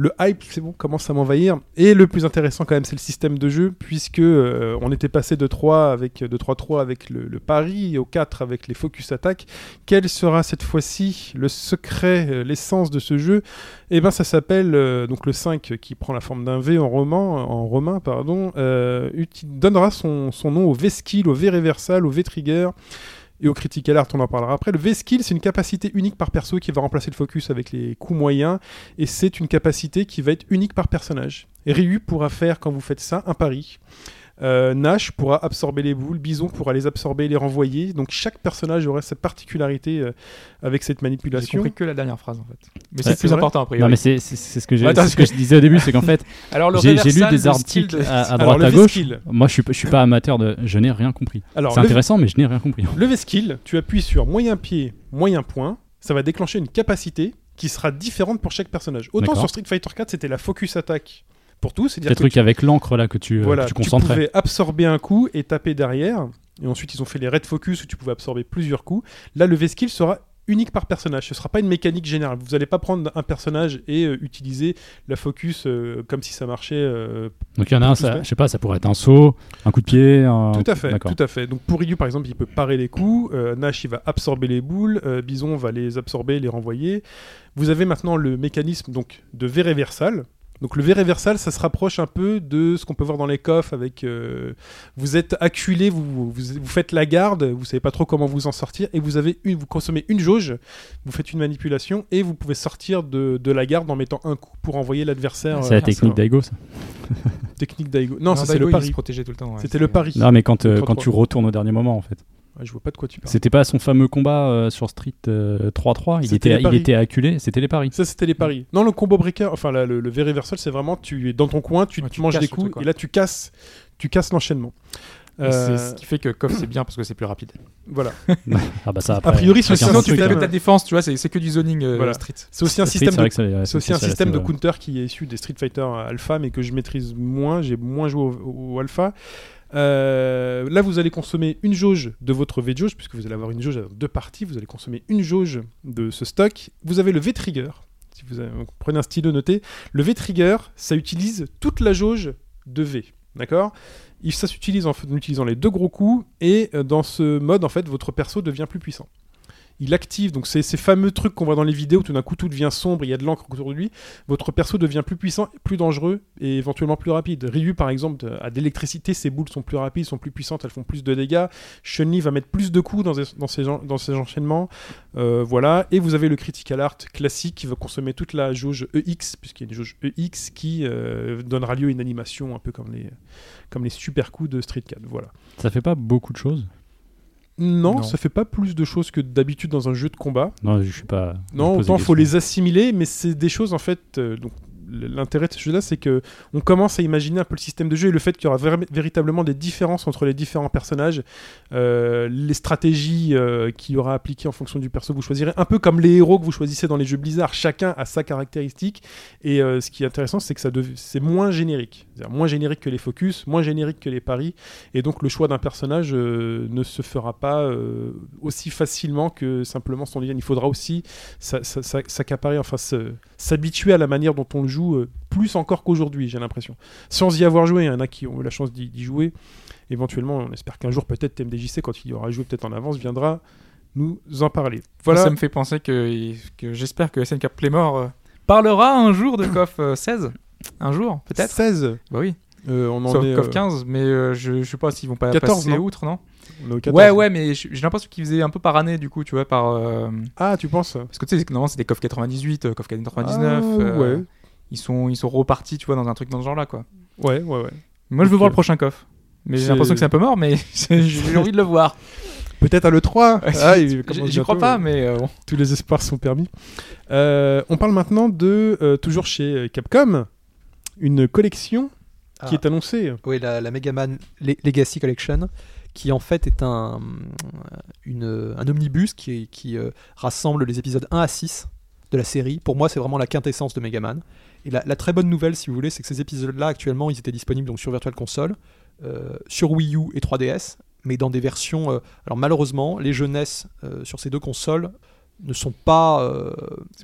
S2: Le hype, c'est bon, commence à m'envahir. Et le plus intéressant, quand même, c'est le système de jeu, puisque euh, on était passé de 3 avec, de 3-3 avec le, le pari et au 4 avec les focus attaques. Quel sera cette fois-ci le secret, euh, l'essence de ce jeu Eh bien, ça s'appelle, euh, donc le 5 qui prend la forme d'un V en, roman, en romain, pardon, euh, uti- donnera son, son nom au V-Skill, au V-Reversal, au V-Trigger. Et au Critical Art, on en parlera après. Le V-Skill, c'est une capacité unique par perso qui va remplacer le focus avec les coups moyens et c'est une capacité qui va être unique par personnage. Ryu pourra faire, quand vous faites ça, un pari. Euh, Nash pourra absorber les boules, Bison pourra les absorber et les renvoyer. Donc chaque personnage aura cette particularité euh, avec cette
S3: J'ai
S2: manipulation.
S3: compris que la dernière phrase en fait. Mais
S4: Ouais,
S3: c'est le
S2: c'est
S3: plus
S2: vrai.
S3: important après.
S4: Non mais c'est c'est- c'est ce que j'ai-
S3: Attends,
S4: c'est ce que je disais au
S2: <laughs>
S4: début, c'est qu'en fait
S3: Alors le
S4: j'ai j'ai lu
S3: reversal,
S4: des
S3: le style
S4: articles
S3: de- <laughs>
S4: à, à
S2: Alors,
S4: droite
S2: le
S4: à gauche.
S2: V-Skill.
S4: Moi je suis pas- je suis pas amateur de, je n'ai rien compris.
S2: Alors,
S4: C'est
S2: le-
S4: intéressant mais je n'ai
S2: <laughs>
S4: rien compris.
S2: Le V-Skill, tu appuies sur moyen pied, moyen point, ça va déclencher une capacité qui sera différente pour chaque personnage. Autant
S4: D'accord.
S2: sur Street Fighter 4, c'était la focus attaque pour tous, c'est-à-dire
S4: Des
S2: que
S4: trucs avec l'encre là que tu, euh,
S2: voilà,
S4: que tu
S2: tu
S4: concentrais.
S2: pouvais absorber un coup et taper derrière. Et ensuite, ils ont fait les red focus où tu pouvais absorber plusieurs coups. Là, le V-skill sera unique par personnage. Ce sera pas une mécanique générale. Vous n'allez pas prendre un personnage et euh, utiliser la focus euh, comme si ça marchait. euh,
S4: Donc il y en a un,
S2: Tout se
S4: ça,
S2: fait.
S4: je sais pas, ça pourrait être un saut, un coup de pied. un-
S2: tout à fait,
S4: Ah, D'accord.
S2: tout à fait. Donc pour Ryu, par exemple, il peut parer les coups. Euh, Nash, il va absorber les boules. Euh, Bison va les absorber, les renvoyer. Vous avez maintenant le mécanisme donc de V reversal. Donc le V reversal, ça se rapproche un peu de ce qu'on peut voir dans les coffres avec euh, vous êtes acculé, vous, vous, vous faites la garde, vous savez pas trop comment vous en sortir et vous avez une, vous consommez une jauge, vous faites une manipulation et vous pouvez sortir de, de la garde en mettant un coup pour envoyer l'adversaire. euh,
S4: C'est la
S3: Ah,
S4: technique
S3: ça.
S4: d'Aigo ça.
S2: Technique d'Aigo. Non, ça
S3: Daigo,
S2: c'est le
S3: il
S2: pari.
S3: se protégeait tout le temps. ouais.
S2: C'était le pari.
S4: Non mais quand, euh,
S2: Contre
S4: quand
S2: toi.
S4: tu retournes au dernier moment en fait.
S2: Ouais, je vois pas de quoi tu parles.
S4: C'était pas son fameux combat euh, sur Street euh, 3-3, il
S2: C'était
S4: était,
S2: les
S4: il
S2: paris.
S4: était acculé, c'était les paris.
S2: Ça, c'était les paris. Non, le combo breaker, enfin la- le, le V reversal, c'est vraiment tu es dans ton coin, tu,
S3: Ouais,
S2: te
S3: tu
S2: manges
S3: casses
S2: des
S3: le
S2: coups
S3: truc, quoi.
S2: et là tu casses, tu casses l'enchaînement.
S3: Et c'est
S2: Euh,
S3: ce qui fait que Koff c'est bien parce que c'est plus rapide.
S2: voilà.
S4: Ah bah ça
S2: A priori,
S4: c'est
S2: c'est
S4: un
S2: sinon,
S4: truc.
S2: tu
S4: hein.
S2: fais
S3: ta défense, tu vois, c'est c'est que du zoning euh,
S2: Voilà.
S3: street.
S2: C'est aussi un
S4: Street,
S2: système
S4: c'est
S2: de
S4: vrai que ça- ouais,
S2: C'est aussi un
S4: spécial à ce
S2: système de
S4: niveau-là.
S2: counter qui est issu des Street Fighter Alpha, mais que je maîtrise moins. J'ai moins joué au, au Alpha. Euh, là, vous allez consommer une jauge de votre V-jauge, puisque vous allez avoir une jauge à deux parties. Vous allez consommer une jauge de ce stock. Vous avez le V-trigger. Si vous avez- prenez un stylo, notez. Le V-trigger, ça utilise toute la jauge de V. D'accord Il- Ça s'utilise en, f- en utilisant les deux gros coups. Et euh, dans ce mode, en fait, votre perso devient plus puissant. Il active, donc c'est ces fameux trucs qu'on voit dans les vidéos où tout d'un coup tout devient sombre, il y a de l'encre autour de lui votre perso devient plus puissant, plus dangereux et éventuellement plus rapide. Ryu, par exemple, euh, a de l'électricité, ses boules sont plus rapides, sont plus puissantes, elles font plus de dégâts. Chun-Li va mettre plus de coups dans, ses- dans ses, en- dans ses enchaînements. Euh, voilà. Et vous avez le Critical Art classique qui va consommer toute la jauge EX, puisqu'il y a une jauge EX qui euh, donnera lieu à une animation un peu comme les, comme les super coups de Street Cat. Voilà.
S4: Ça fait pas beaucoup de choses.
S2: Non,
S3: Non.
S2: ça fait pas plus de choses que d'habitude dans un jeu de combat.
S4: Non, je suis pas.
S2: Non,
S4: je pose des
S2: autant faut
S4: questions.
S2: les assimiler, mais c'est des choses en fait. euh, donc l- l'intérêt de ce jeu-là, c'est que on commence à imaginer un peu le système de jeu et le fait qu'il y aura ver- véritablement des différences entre les différents personnages, euh, les stratégies euh, qu'il y aura appliquées en fonction du perso que vous choisirez, un peu comme les héros que vous choisissez dans les jeux Blizzard. Chacun a sa caractéristique et euh, ce qui est intéressant, c'est que ça dev- c'est moins générique, C'est-à-dire moins générique que les focus, moins générique que les paris, et donc le choix d'un personnage euh, ne se fera pas euh, aussi facilement que simplement son lien. Il faudra aussi ça- ça- ça- s'accaparer, enfin se- s'habituer à la manière dont on le joue, euh, plus encore qu'aujourd'hui, j'ai l'impression. Sans y avoir joué, hein, il y en a qui ont eu la chance d'y d'y jouer. Éventuellement, on espère qu'un jour, peut-être TMDJC, quand il y aura joué peut-être en avance, viendra nous en parler. Voilà.
S3: Ça me fait penser que, que j'espère que SNK Playmore euh, parlera un jour de Koff 16. Un jour, peut-être
S2: 16
S3: Bah oui.
S2: Euh, On en
S3: Sauf
S2: est.
S3: CoF
S2: euh,
S3: 15, mais euh, je, je sais pas s'ils vont pas
S2: 14,
S3: passer
S2: non
S3: outre, non
S2: on est au 14.
S3: Ouais, ouais, mais j'ai j'ai l'impression qu'ils faisaient un peu par année, du coup, tu vois, par. euh,
S2: Ah, tu penses
S3: Parce que tu sais, normalement, c'était CoF 98, euh, CoF 99.
S2: Ah,
S3: euh,
S2: ouais.
S3: ils, sont, ils sont repartis, tu vois, dans un truc dans ce genre-là, quoi.
S2: Ouais, ouais, ouais.
S3: Moi, je veux
S2: Donc,
S3: voir
S2: euh,
S3: le prochain CoF. Mais j'ai
S2: c'est-
S3: l'impression que c'est un peu mort, mais <laughs> j'ai j'ai envie de le voir.
S2: Peut-être à l'E3 Ah, il commence
S3: J'y crois
S2: bientôt,
S3: pas,
S2: euh,
S3: mais euh, bon.
S2: Tous les espoirs sont permis. Euh, on parle maintenant de, euh, toujours chez euh, Capcom, une collection qui
S5: Ah.
S2: est annoncée.
S5: Oui, la, la Mega Man Le- Legacy Collection, qui en fait est un, une- un omnibus qui, qui euh, rassemble les épisodes 1 à 6 de la série. Pour moi, c'est vraiment la quintessence de Mega Man. Et la, la très bonne nouvelle, si vous voulez, c'est que ces épisodes-là, actuellement, ils étaient disponibles donc, sur Virtual Console, euh, sur Wii U et 3DS, mais dans des versions. euh, alors malheureusement, les jeunesses euh, sur ces deux consoles ne sont pas, euh,
S3: pas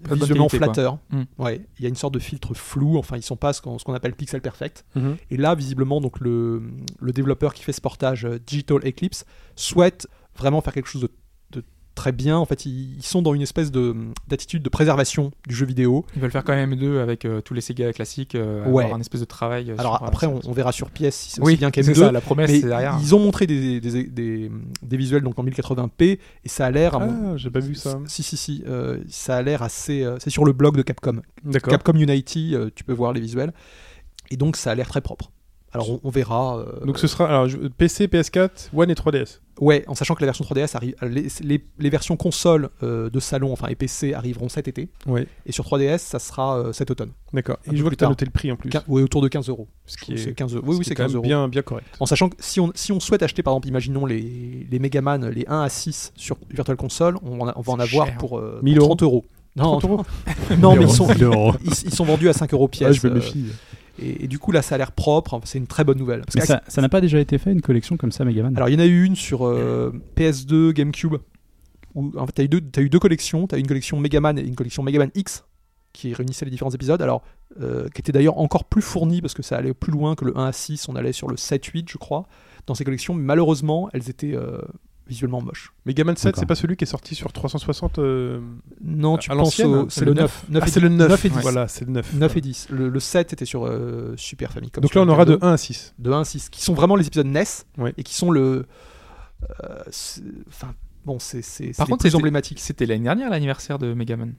S3: de bonne
S5: visuellement
S3: qualité, quoi.
S5: flatteurs.
S3: Mm.
S5: Ouais, il y a une sorte de filtre flou. Enfin, ils sont pas ce qu'on ce qu'on appelle pixel perfect.
S2: Mhm.
S5: Et là, visiblement, donc le, le développeur qui fait ce portage euh, Digital Eclipse souhaite vraiment faire quelque chose de, de très bien. En fait, ils, ils sont dans une espèce de, d'attitude de préservation du jeu vidéo.
S3: Ils veulent faire quand même deux avec euh, tous les Sega classiques, euh,
S5: Ouais.
S3: avoir un espèce de travail. euh,
S5: Alors
S3: sur, euh,
S5: après,
S3: sur-
S5: on, on verra sur pièce si c'est
S3: Oui,
S5: aussi bien
S3: c'est
S5: qu'M2.
S3: ça, la promesse,
S5: mais
S3: c'est derrière.
S5: ils ont montré des, des, des- des visuels donc en 1080p et ça a l'air. à mon-
S2: Ah, j'ai pas vu ça.
S5: Si, si, si. euh, ça a l'air assez. euh, c'est sur le blog de Capcom.
S2: D'accord.
S5: Capcom Unity, euh, tu peux voir les visuels. Et donc, ça a l'air très propre. Alors, on, on verra. euh,
S2: Donc ce sera alors, je- PC, PS4, One et 3DS.
S5: Ouais, en sachant que la version 3DS arrive. euh, Les, les- les versions console euh, de salon, enfin et PC, arriveront cet été.
S2: Ouais.
S5: Et sur 3DS, ça sera euh, cet automne.
S2: D'accord. Et
S5: Un
S2: je
S5: peu
S2: vois
S5: plus
S2: que tu as
S5: tard.
S2: noté le prix en plus.
S5: Quin- ouais, autour de 15 euros.
S2: Ce qui
S5: C'est
S2: est,
S5: 15 euros.
S2: ce
S5: Oui,
S2: qui
S5: oui,
S2: est
S5: c'est
S2: quand
S5: 15
S2: même
S5: euros.
S2: bien, bien correct.
S5: En sachant que si on, si on souhaite acheter, par exemple, imaginons les, les Mega Man, les 1 à 6 sur Virtual Console, on, en a- on va en
S3: C'est
S5: avoir
S3: cher.
S5: pour, euh, pour
S2: 1000 euros.
S5: 30 euros. Non,
S2: 30 euros
S5: <laughs> non, mais ils sont, <laughs>
S4: euros.
S5: ils, ils sont vendus à 5 euros pièce.
S2: Ah, je me
S5: euh,
S2: méfie.
S5: et, et du coup, là, ça a l'air propre. Enfin, C'est une très bonne nouvelle. Parce
S4: Mais ça
S5: qu'ac-
S4: ça n'a pas déjà été fait une collection comme ça, Megaman
S5: Alors, il y en a eu une sur euh, PS2, GameCube. Où, en fait, tu as, eu deux collections. Tu as une collection Mega Man et une collection Mega Man X qui réunissait les différents épisodes. Alors, euh, qui était d'ailleurs encore plus fournie parce que ça allait plus loin que le 1 à 6. On allait sur le 7-8, je crois, dans ces collections. Mais malheureusement, elles étaient euh, visuellement moches.
S2: Megaman 7,
S4: D'accord.
S2: c'est pas celui qui est sorti sur 360 euh,
S5: Non, tu
S2: à
S5: penses
S2: l'ancienne
S5: au. C'est le 9.
S2: Ah, c'est le 9.
S5: et 10.
S2: Voilà, c'est le 9.
S5: 9 et 10. Le, le 7 était sur euh, Super Famicom.
S2: Donc
S5: sur
S2: là, on aura de
S5: Nintendo.
S2: 1 à 6.
S5: de 1 à 6, qui sont vraiment les épisodes NES
S2: Ouais.
S5: et qui sont le. euh, c'est- Enfin, bon, c'est c'est c'est
S3: Par
S5: les
S3: contre,
S5: plus
S3: c'était-
S5: emblématique.
S3: C'était l'année dernière l'anniversaire de Megaman.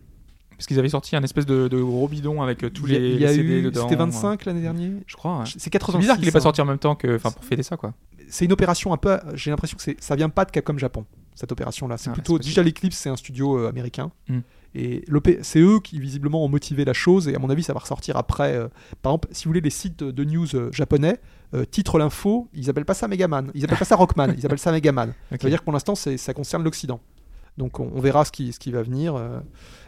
S3: Parce qu'ils avaient sorti un espèce de, de gros bidon avec euh, tous
S5: Il y a-
S3: les,
S5: il y a
S3: les CD
S5: eu-
S3: dedans. euh,
S5: C'était 25 l'année dernière
S3: Je crois. ouais.
S5: C'est
S3: C'est
S5: 86.
S3: bizarre qu'il ait pas
S5: hein.
S3: sorti en même temps que. Enfin, pour fêter ça, quoi.
S5: C'est une opération un peu. J'ai l'impression que c'est- ça vient pas de Capcom Japon, cette opération-là. C'est
S3: Ah,
S5: plutôt.
S3: c'est possible.
S5: Digital Eclipse, c'est un studio euh, américain.
S3: Hmm.
S5: Et l'OP c'est eux qui visiblement ont motivé la chose, et à mon avis, ça va ressortir après. euh, par exemple, si vous voulez, les sites de news euh, japonais, euh, titre l'info, ils appellent pas ça Megaman, ils appellent pas ça Rockman, ils appellent ça Megaman.
S3: Ok.
S5: Ça veut dire que pour l'instant, c'est- ça concerne l'Occident. Donc on, on verra ce qui, ce qui va venir. euh,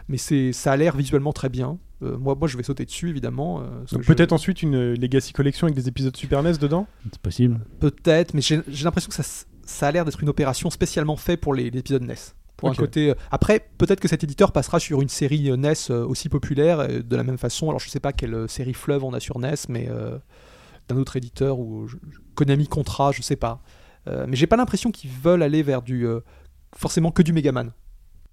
S5: mais c'est, ça a l'air visuellement très bien. Euh, moi, moi, je vais sauter dessus, évidemment. euh, parce
S2: Donc
S5: que je-
S2: peut-être ensuite une euh, Legacy Collection avec des épisodes Super NES dedans
S4: C'est possible.
S5: Peut-être, mais j'ai, j'ai l'impression que ça, s- ça a l'air d'être une opération spécialement faite pour les, les épisodes NES. Pour
S2: Ok.
S5: un côté. euh, Après, peut-être que cet éditeur passera sur une série euh, NES euh, aussi populaire, euh, de la même façon. Alors je sais pas quelle euh, série fleuve on a sur NES, mais euh, d'un autre éditeur ou je- je- Konami Contra, je sais pas. Euh, mais j'ai pas l'impression qu'ils veulent aller vers du. euh, forcément que du Megaman.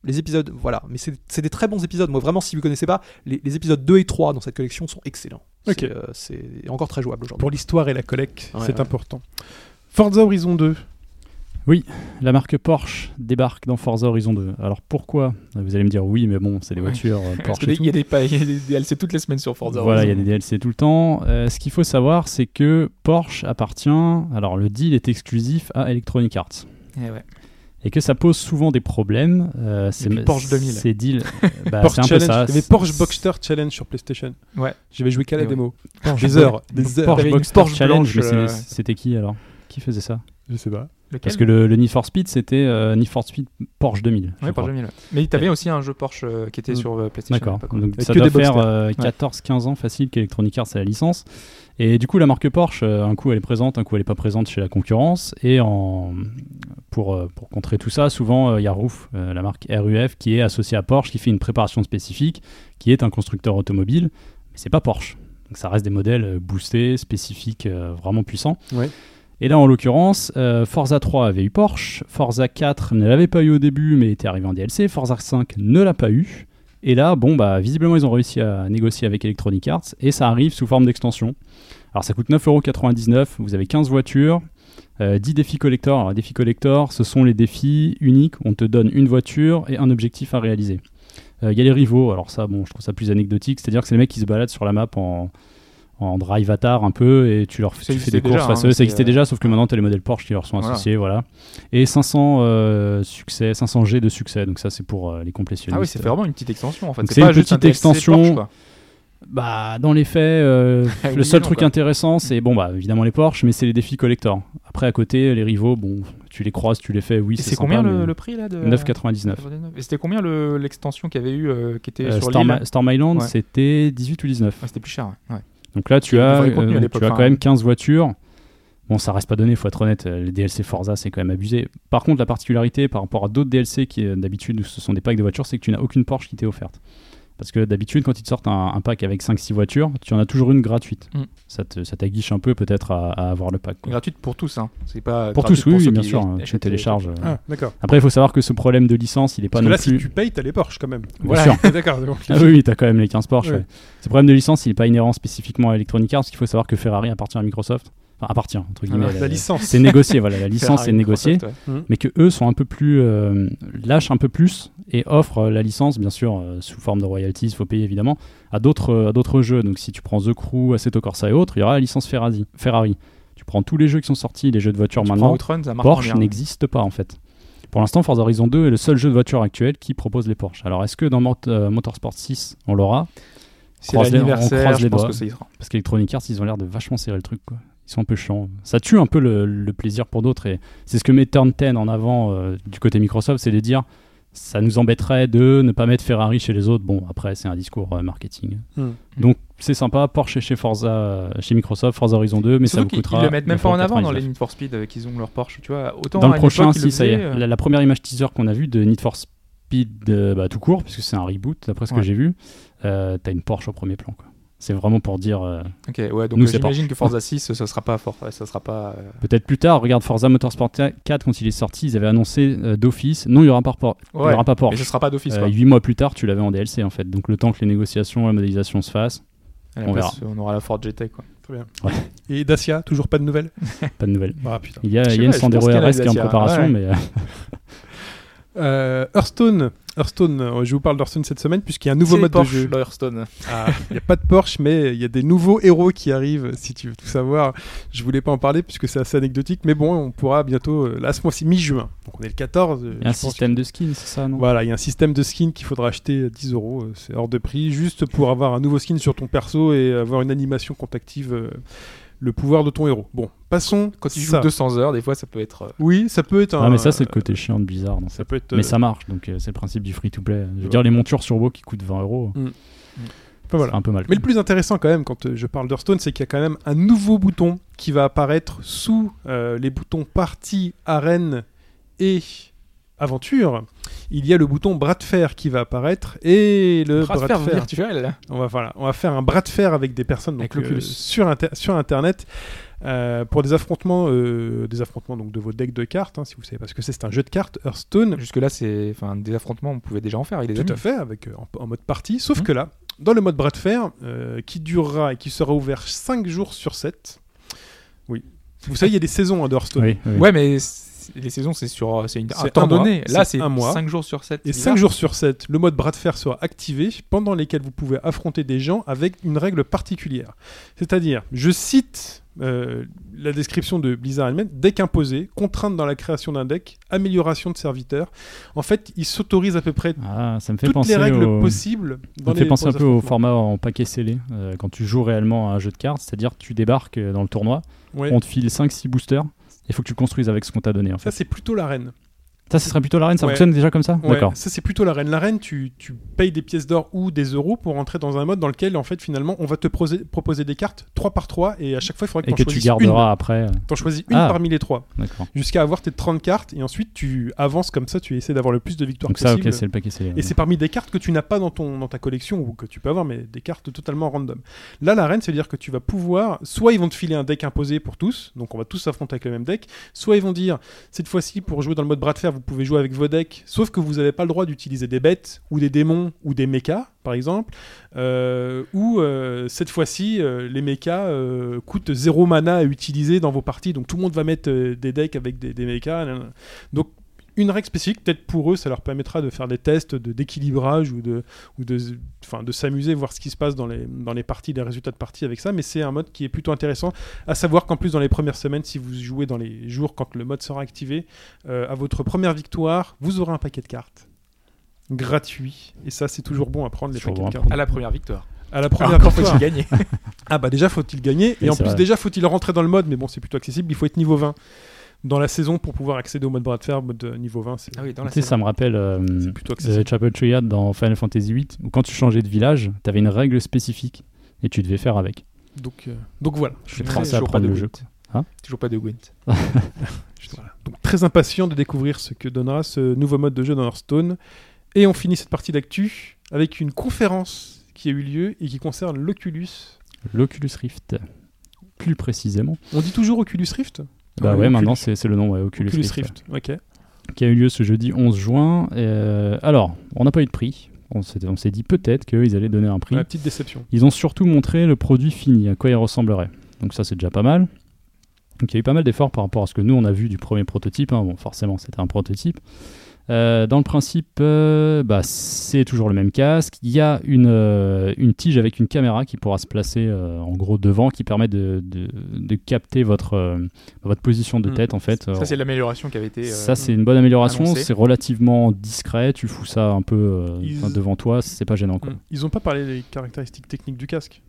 S5: Les épisodes, voilà. Mais c'est c'est des très bons épisodes. Moi, vraiment, si vous connaissez pas, les, les épisodes 2 et 3 dans cette collection sont excellents.
S2: Ok.
S5: C'est, euh, c'est encore très jouable aujourd'hui.
S2: Pour l'histoire et la collecte,
S5: Ouais,
S2: c'est
S5: ouais.
S2: important. Forza Horizon 2.
S4: La marque Porsche débarque dans Forza Horizon 2. Alors pourquoi Vous allez me dire oui, mais bon, c'est des
S3: Ouais.
S4: voitures euh,
S3: Parce
S4: Porsche.
S3: que
S4: et
S3: les- il y a des pa- il y a des DLC toutes les semaines sur Forza
S4: Voilà, il y a
S3: Horizon.
S4: des DLC tout le temps. Euh, ce qu'il faut savoir, c'est que Porsche appartient. Alors, le deal est exclusif à Electronic Arts.
S3: Eh ouais.
S4: Et que ça pose souvent des problèmes. euh, c'est
S3: Depuis Porsche 2000.
S4: Ces deals.
S3: <laughs>
S4: bah,
S2: Porsche
S4: c'est un peu
S2: Challenge.
S4: ça.
S2: Il y avait Porsche Boxster Challenge sur PlayStation.
S3: Ouais.
S2: J'avais joué qu'à la
S3: Et ouais.
S2: démo. Des heures. Des heures.
S3: T'avais
S4: Porsche
S3: une
S4: Boxster
S3: Porsche
S4: Challenge, mais
S3: blanche, euh,
S4: c'est- c'était qui alors Qui faisait ça
S2: Je sais pas.
S3: Lequel
S4: Parce que le, le Need for Speed, c'était euh, Need for Speed Porsche 2000. je
S3: Ouais,
S4: crois.
S3: Porsche 2000. ouais. Mais t'avais aussi un jeu Porsche euh, qui était
S4: Mm.
S3: sur euh, PlayStation. à
S4: D'accord.
S3: l'époque.
S4: Donc
S2: Avec
S4: ça
S2: que
S4: doit
S2: des
S4: faire
S2: Boxster.
S4: euh, 14-15 ans facile qu'Electronic Arts a la licence. Et du coup, la marque Porsche, euh, un coup elle est présente, un coup elle n'est pas présente chez la concurrence. Et en... pour, euh, pour contrer tout ça, souvent euh, il y a RUF, euh, la marque RUF, qui est associée à Porsche, qui fait une préparation spécifique, qui est un constructeur automobile, mais c'est pas Porsche. Donc ça reste des modèles euh, boostés, spécifiques, euh, vraiment puissants.
S2: Ouais.
S4: Et là, en l'occurrence, euh, Forza 3 avait eu Porsche, Forza 4 ne l'avait pas eu au début, mais était arrivé en DLC, Forza 5 ne l'a pas eu, Et là, bon, bah, visiblement, ils ont réussi à négocier avec Electronic Arts et ça arrive sous forme d'extension. Alors, ça coûte 9,99€, vous avez 15 voitures, euh, 10 défis collector. Alors, les défis collector, ce sont les défis uniques, on te donne une voiture et un objectif à réaliser. Euh, Il y a les rivaux, alors ça, bon, je trouve ça plus anecdotique, c'est-à-dire que c'est les mecs qui se baladent sur la map en, en drive atar un peu et tu leur
S3: Ça
S4: tu fais
S3: existait
S4: des courses
S3: déjà,
S4: face
S3: hein,
S4: à eux. Ça
S3: c'est,
S4: existait
S3: euh,
S4: déjà, sauf que maintenant, tu as les modèles Porsche qui leur sont
S3: Voilà.
S4: associés, voilà. Et 500 euh, succès, 500 G de succès, donc ça, c'est pour euh, les complétionnistes.
S3: Ah oui, c'est vraiment une petite extension en fait.
S4: Donc c'est
S3: pas
S4: une
S3: juste un
S4: petite
S3: DLC Porsche,
S4: extension.
S3: quoi.
S4: Bah, dans les faits,
S3: <laughs>
S4: euh,
S3: Ah oui,
S4: le seul
S3: non,
S4: truc
S3: quoi.
S4: intéressant, c'est bon, bah, évidemment les Porsche, mais c'est les défis collector. Après, à côté, les rivaux, bon, tu les croises, tu les fais, oui,
S3: Et
S4: c'est
S3: c'est
S4: sympa,
S3: combien le,
S4: mais
S3: le prix là de
S4: 9,99.
S3: Et c'était combien le- l'extension qu'il y avait eu euh, qui était
S4: Euh,
S3: sur
S4: Storm,
S3: l'île
S4: Storm Island,
S3: Ouais.
S4: c'était 18 ou 19.
S3: Ouais, C'était plus cher. ouais. Ouais.
S4: Donc là, tu
S3: Il y a du
S4: as,
S3: vrai
S4: euh,
S3: contenu à
S4: tu
S3: l'époque,
S4: as
S3: enfin, hein.
S4: quand même 15 voitures. Bon, ça reste pas donné, faut être honnête. euh, Les DLC Forza, c'est quand même abusé. Par contre, la particularité par rapport à d'autres DLC qui, euh, d'habitude, ce sont des packs de voitures, c'est que tu n'as aucune Porsche qui t'est offerte. Parce que d'habitude, quand ils te sortent un, un pack avec 5-6 voitures, tu en as toujours une gratuite.
S3: Mm.
S4: Ça te- ça t'aguiche un peu peut-être à, à avoir le pack. quoi.
S3: Gratuite pour tous. Hein. C'est pas
S4: Pour
S3: gratuit
S4: tous, oui,
S3: ceux
S4: oui, bien
S3: qui
S4: sûr. hein,
S3: achètent
S4: Tu
S3: les-
S4: télécharges. euh.
S2: Ah, d'accord.
S4: Après, il faut savoir que ce problème de licence, il est pas
S2: Parce que
S4: non
S2: là,
S4: plus.
S2: si tu payes, t'as les Porsche quand même.
S4: Bien
S2: <laughs>
S4: sûr.
S2: d'accord. donc,
S4: Ah oui, oui, t'as quand même les 15 Porsche.
S2: Ouais.
S4: ouais. Ce problème de licence, il n'est pas inhérent spécifiquement à Electronic Arts. parce qu'il faut savoir que Ferrari appartient à Microsoft. Enfin, appartient, entre guillemets.
S2: Ah, la
S4: elle-
S2: licence.
S4: C'est négocié,
S2: <laughs>
S4: voilà. La licence
S3: Ferrari,
S4: est négociée.
S3: Microsoft, ouais.
S4: Mais que eux sont un peu plus. euh, lâchent un peu plus et offrent euh, la licence, bien sûr, euh, sous forme de royalties, il faut payer évidemment, à d'autres euh, à d'autres jeux. Donc si tu prends The Crew, Assetto Corsa et autres, il y aura la licence Ferrari. Ferrari. Tu prends tous les jeux qui sont sortis, les jeux de voiture
S3: Tu prends
S4: maintenant.
S3: Outrun, ça marche
S4: Porsche
S3: bien.
S4: n'existe pas en fait. Pour l'instant, Forza Horizon 2 est le seul jeu de voiture actuel qui propose les Porsche. Alors est-ce que dans Mot- euh, Motorsport 6 on l'aura
S3: C'est
S4: croise les- on
S3: l'anniversaire.
S4: croise
S3: Je
S4: les
S3: pense
S4: doigts.
S3: que ça y sera.
S4: Parce qu'Electronic Arts, ils ont l'air de vachement serrer le truc. Quoi. Ils sont un peu chiants. Ça tue un peu le, le plaisir pour d'autres. Et c'est ce que met Turn 10 en avant euh, du côté Microsoft, c'est de dire ça nous embêterait de ne pas mettre Ferrari chez les autres. Bon, après, c'est un discours euh, marketing.
S2: Hmm.
S4: Donc c'est sympa, Porsche est chez Forza, euh, chez Microsoft, Forza Horizon 2, mais ça
S3: Surtout
S4: vous
S3: qu'ils-
S4: coûtera.
S3: Ils le mettent même pas en avant dans les
S4: 9,99.
S3: Need for Speed euh, qu'ils ont leur Porsche, tu vois. Autant
S4: Dans
S3: à
S4: le
S3: une
S4: prochain,
S3: époque, ils
S4: si,
S3: le
S4: ça y est.
S3: faisaient, euh,
S4: La, la première image teaser qu'on a vue de Need for Speed euh, bah, tout court, puisque c'est un reboot, d'après ce
S3: Ouais.
S4: que j'ai vu, euh, t'as une Porsche au premier plan. quoi. C'est vraiment pour dire. euh,
S3: Ok, ouais, donc
S4: Nous,
S3: euh,
S4: c'est
S3: j'imagine
S4: Porsche.
S3: que Forza 6, euh, ça sera pas fort, ouais, ça sera pas. euh,
S4: Peut-être plus tard, regarde Forza Motorsport 4, quand il est sorti, ils avaient annoncé euh, d'office non, il n'y aura, pas Por- il y
S3: Ouais,
S4: aura pas
S3: Mais ce
S4: Porsche.
S3: sera pas d'office. quoi.
S4: 8 mois plus tard, tu l'avais en DLC en fait. Donc le temps que les négociations, la modélisation se fassent,
S3: À la
S4: on
S3: place, on aura la Ford GT, quoi.
S2: Et Dacia, toujours pas de nouvelles
S4: pas de nouvelles.
S2: Ah putain.
S4: Il y a,
S3: Je sais
S4: il y a une
S3: pas, je pense
S4: Sandero
S3: qu'elle a
S4: RS qui est en
S3: Dacia,
S4: préparation,
S3: ouais.
S4: mais euh,
S2: Euh, Hearthstone. Hearthstone, euh, je vous parle d'Hearthstone cette semaine puisqu'il y a un nouveau
S3: C'est
S2: mode
S3: Porsche,
S2: de jeu. Ah,
S3: le Hearthstone.
S2: Il n'y a pas de Porsche, mais il y a des nouveaux héros qui arrivent, si tu veux tout savoir. Je voulais pas en parler puisque c'est assez anecdotique, mais bon, on pourra bientôt, euh, là, ce mois-ci, mi-juin. Donc on est le 14. euh,
S4: il y a un
S2: je pense
S4: système de skins, c'est ça, non
S2: Voilà, il y a un système de skins qu'il faudra acheter à 10 euros, euh, c'est hors de prix, juste pour avoir un nouveau skin sur ton perso et avoir une animation quand t'actives euh, le pouvoir de ton héros. Bon, passons.
S3: Quand tu
S2: ça.
S3: joues 200 heures, des fois, ça peut être. euh,
S2: Oui, ça peut être un.
S4: Ah, mais ça, c'est le côté chiant de bizarre. dans
S2: Ça
S4: cette-
S2: peut être.
S4: Mais
S2: euh,
S4: ça marche, donc euh, c'est le principe du free-to-play. Je veux
S2: ouais.
S4: dire, les montures sur WoW qui coûtent 20 euros, euh,
S2: Mm. Mm.
S4: c'est
S2: Voilà.
S4: un peu mal.
S2: Mais le plus intéressant quand même quand euh, je parle d'Hearthstone, c'est qu'il y a quand même un nouveau bouton qui va apparaître sous euh, les boutons partie, arène et aventure. Il y a le bouton bras de fer qui va apparaître et le
S3: bras de fer virtuel.
S2: On va, voilà, on va faire un bras de fer avec des personnes donc,
S3: Avec l'Oculus.
S2: euh, sur, inter- sur Internet euh, pour des affrontements, euh, des affrontements donc, de vos decks de cartes. hein, si vous savez pas ce que c'est, c'est un jeu de cartes Hearthstone.
S3: Jusque-là, c'est. Enfin, des affrontements, on pouvait déjà en faire. Il est
S2: Tout
S4: Mmh.
S2: à fait, avec, euh, en, en mode partie. Sauf que là, dans le mode bras de fer, euh, qui durera et qui sera ouvert 5 jours sur 7. Oui. Vous savez, il y a des saisons hein, de Hearthstone.
S4: Oui, oui.
S3: Ouais, mais c- les saisons, c'est sur. euh, C'est une-
S2: C'est
S3: un temps
S2: un mois,
S3: donné. Là,
S2: c'est
S3: c'est
S2: un mois.
S3: 5 jours sur 7.
S2: Et 5 jours sur 7, le mode bras de fer sera activé pendant lesquels vous pouvez affronter des gens avec une règle particulière. C'est-à-dire, je cite euh, la description de Blizzard elle-même, deck imposé, contrainte dans la création d'un deck, amélioration de serviteur. En fait, il s'autorise à peu près
S4: Ah, ça me fait
S2: toutes les
S4: penser
S2: règles
S4: au-
S2: possibles.
S4: Ça
S2: Dans
S4: me
S2: les-
S4: fait penser
S2: pour
S4: un
S2: les
S4: peu au
S2: affrontements.
S4: format en paquet scellé, euh, quand tu joues réellement à un jeu de cartes, c'est-à-dire tu débarques euh, dans le tournoi,
S2: Ouais.
S4: on te file 5-6 boosters, il faut que tu construises avec ce qu'on t'a donné en fait.
S2: Ça, c'est plutôt l'arène.
S4: Ça, ce serait plutôt l'arène, ça
S2: Ouais.
S4: fonctionne déjà comme ça
S2: Ouais,
S4: D'accord.
S2: Ça, c'est plutôt l'arène. L'arène, tu, tu payes des pièces d'or ou des euros pour entrer dans un mode dans lequel, en fait, finalement, on va te proser- proposer des cartes 3 par 3 et à chaque fois, il faudra que,
S4: Et
S2: t'en
S4: que tu
S2: choisisses une.
S4: garderas après. euh,
S2: T'en choisis une
S4: Ah.
S2: parmi les trois,
S4: D'accord.
S2: jusqu'à avoir tes 30 cartes, et ensuite tu avances comme ça, tu essaies d'avoir le plus de victoires
S4: Donc ça, ok,
S2: possible.
S4: c'est le paquet scellé. ouais.
S2: et c'est parmi des cartes que tu n'as pas dans, ton, dans ta collection, ou que tu peux avoir, mais des cartes totalement random. Là, l'arène, c'est à dire que tu vas pouvoir, soit ils vont te filer un deck imposé pour tous, donc on va tous s'affronter avec le même deck, soit ils vont dire, cette fois-ci, pour jouer dans le mode bras de fer, vous pouvez jouer avec vos decks, sauf que vous n'avez pas le droit d'utiliser des bêtes ou des démons ou des mechas, par exemple. Euh, ou euh, cette fois-ci, euh, les mechas euh, coûtent zéro mana à utiliser dans vos parties, donc tout le monde va mettre euh, des decks avec des, des mechas. nanana. Donc une règle spécifique, peut-être pour eux, ça leur permettra de faire des tests de- d'équilibrage ou de, ou de, enfin, de s'amuser, voir ce qui se passe dans les, dans les parties, les résultats de parties avec ça. Mais c'est un mode qui est plutôt intéressant. À savoir qu'en plus, dans les premières semaines, si vous jouez dans les jours quand le mode sera activé, euh, à votre première victoire, vous aurez un paquet de cartes gratuit. Et ça, c'est toujours bon à prendre les
S4: Toujours
S2: paquets
S4: bon
S2: de
S4: à
S2: cartes.
S3: À la première victoire.
S2: À la
S3: Alors,
S2: première
S3: Encore
S2: victoire.
S3: faut-il gagner.
S2: <laughs> Ah bah déjà faut-il gagner
S4: Oui,
S2: et en
S4: c'est
S2: plus
S4: vrai.
S2: déjà faut-il rentrer dans le mode mais bon c'est plutôt accessible, il faut être niveau 20 dans la saison pour pouvoir accéder au mode bras de fer, mode euh, niveau 20 c'est
S3: Ah oui, dans
S4: Tu
S3: la
S4: sais, ça me rappelle euh,
S2: c'est plutôt accessible.
S4: The Chapel Triad dans Final Fantasy VIII, où quand tu changeais de village, t'avais une règle spécifique et tu devais faire avec.
S2: Donc, euh, donc voilà,
S3: Je
S4: J'ai
S3: suis
S4: pensé à
S3: toujours pas
S4: prendre
S3: de
S4: le jeu.
S3: Gwent.
S4: Hein
S3: Toujours pas de Gwent.
S2: donc très impatient de découvrir ce que donnera ce nouveau mode de jeu dans Hearthstone et on finit cette partie d'actu avec une conférence qui a eu lieu et qui concerne l'Oculus.
S4: L'Oculus Rift, plus précisément.
S2: On dit toujours Oculus Rift
S3: Ah
S4: Bah ouais,
S2: Oculus-
S4: maintenant c'est c'est le nom, ouais, Oculus,
S2: Oculus
S4: Rift.
S2: Rift. OK.
S4: qui a eu lieu ce jeudi 11 juin. Euh, alors, on n'a pas eu de prix. On s'est on s'est dit peut-être qu'ils allaient donner un prix.
S2: La petite déception.
S4: Ils ont surtout montré le produit fini, à quoi il ressemblerait. Donc ça, c'est déjà pas mal. Donc il y a eu pas mal d'efforts par rapport à ce que nous, on a vu du premier prototype. hein. Bon, forcément, c'était un prototype. Euh, dans le principe, euh, bah, c'est toujours le même casque. Il y a une, euh, une tige avec une caméra qui pourra se placer euh, en gros devant, qui permet de, de- de capter votre, euh, votre position de
S3: Mm.
S4: tête en fait.
S3: Ça, c'est l'amélioration qui avait été. euh,
S4: Ça, c'est une bonne amélioration.
S3: annoncé.
S4: C'est relativement discret. Tu fous ça un peu euh,
S2: Ils-
S4: enfin, devant toi. C'est pas gênant. Quoi.
S3: Hmm.
S2: Mm. Ils ont pas parlé des caractéristiques techniques du casque.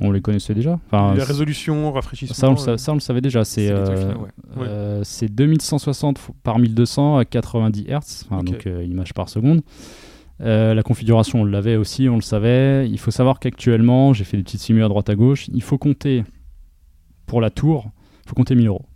S4: On les connaissait déjà. Enfin,
S2: la
S4: c'est-
S2: résolution, rafraîchissement.
S4: Ah, ça, on le, sa-
S2: euh,
S4: ça, on le savait déjà. C'est
S3: les trucs
S4: euh,
S3: finaux, ouais.
S2: ouais.
S4: euh, c'est 2160 f- par 1200 à 90 Hz, enfin,
S2: Ok.
S4: donc euh, images par seconde. Euh, la configuration, on l'avait aussi, on le savait. Il faut savoir qu'actuellement, j'ai fait des petites simus à droite à gauche. Il faut compter pour la tour, il faut compter 1000 euros.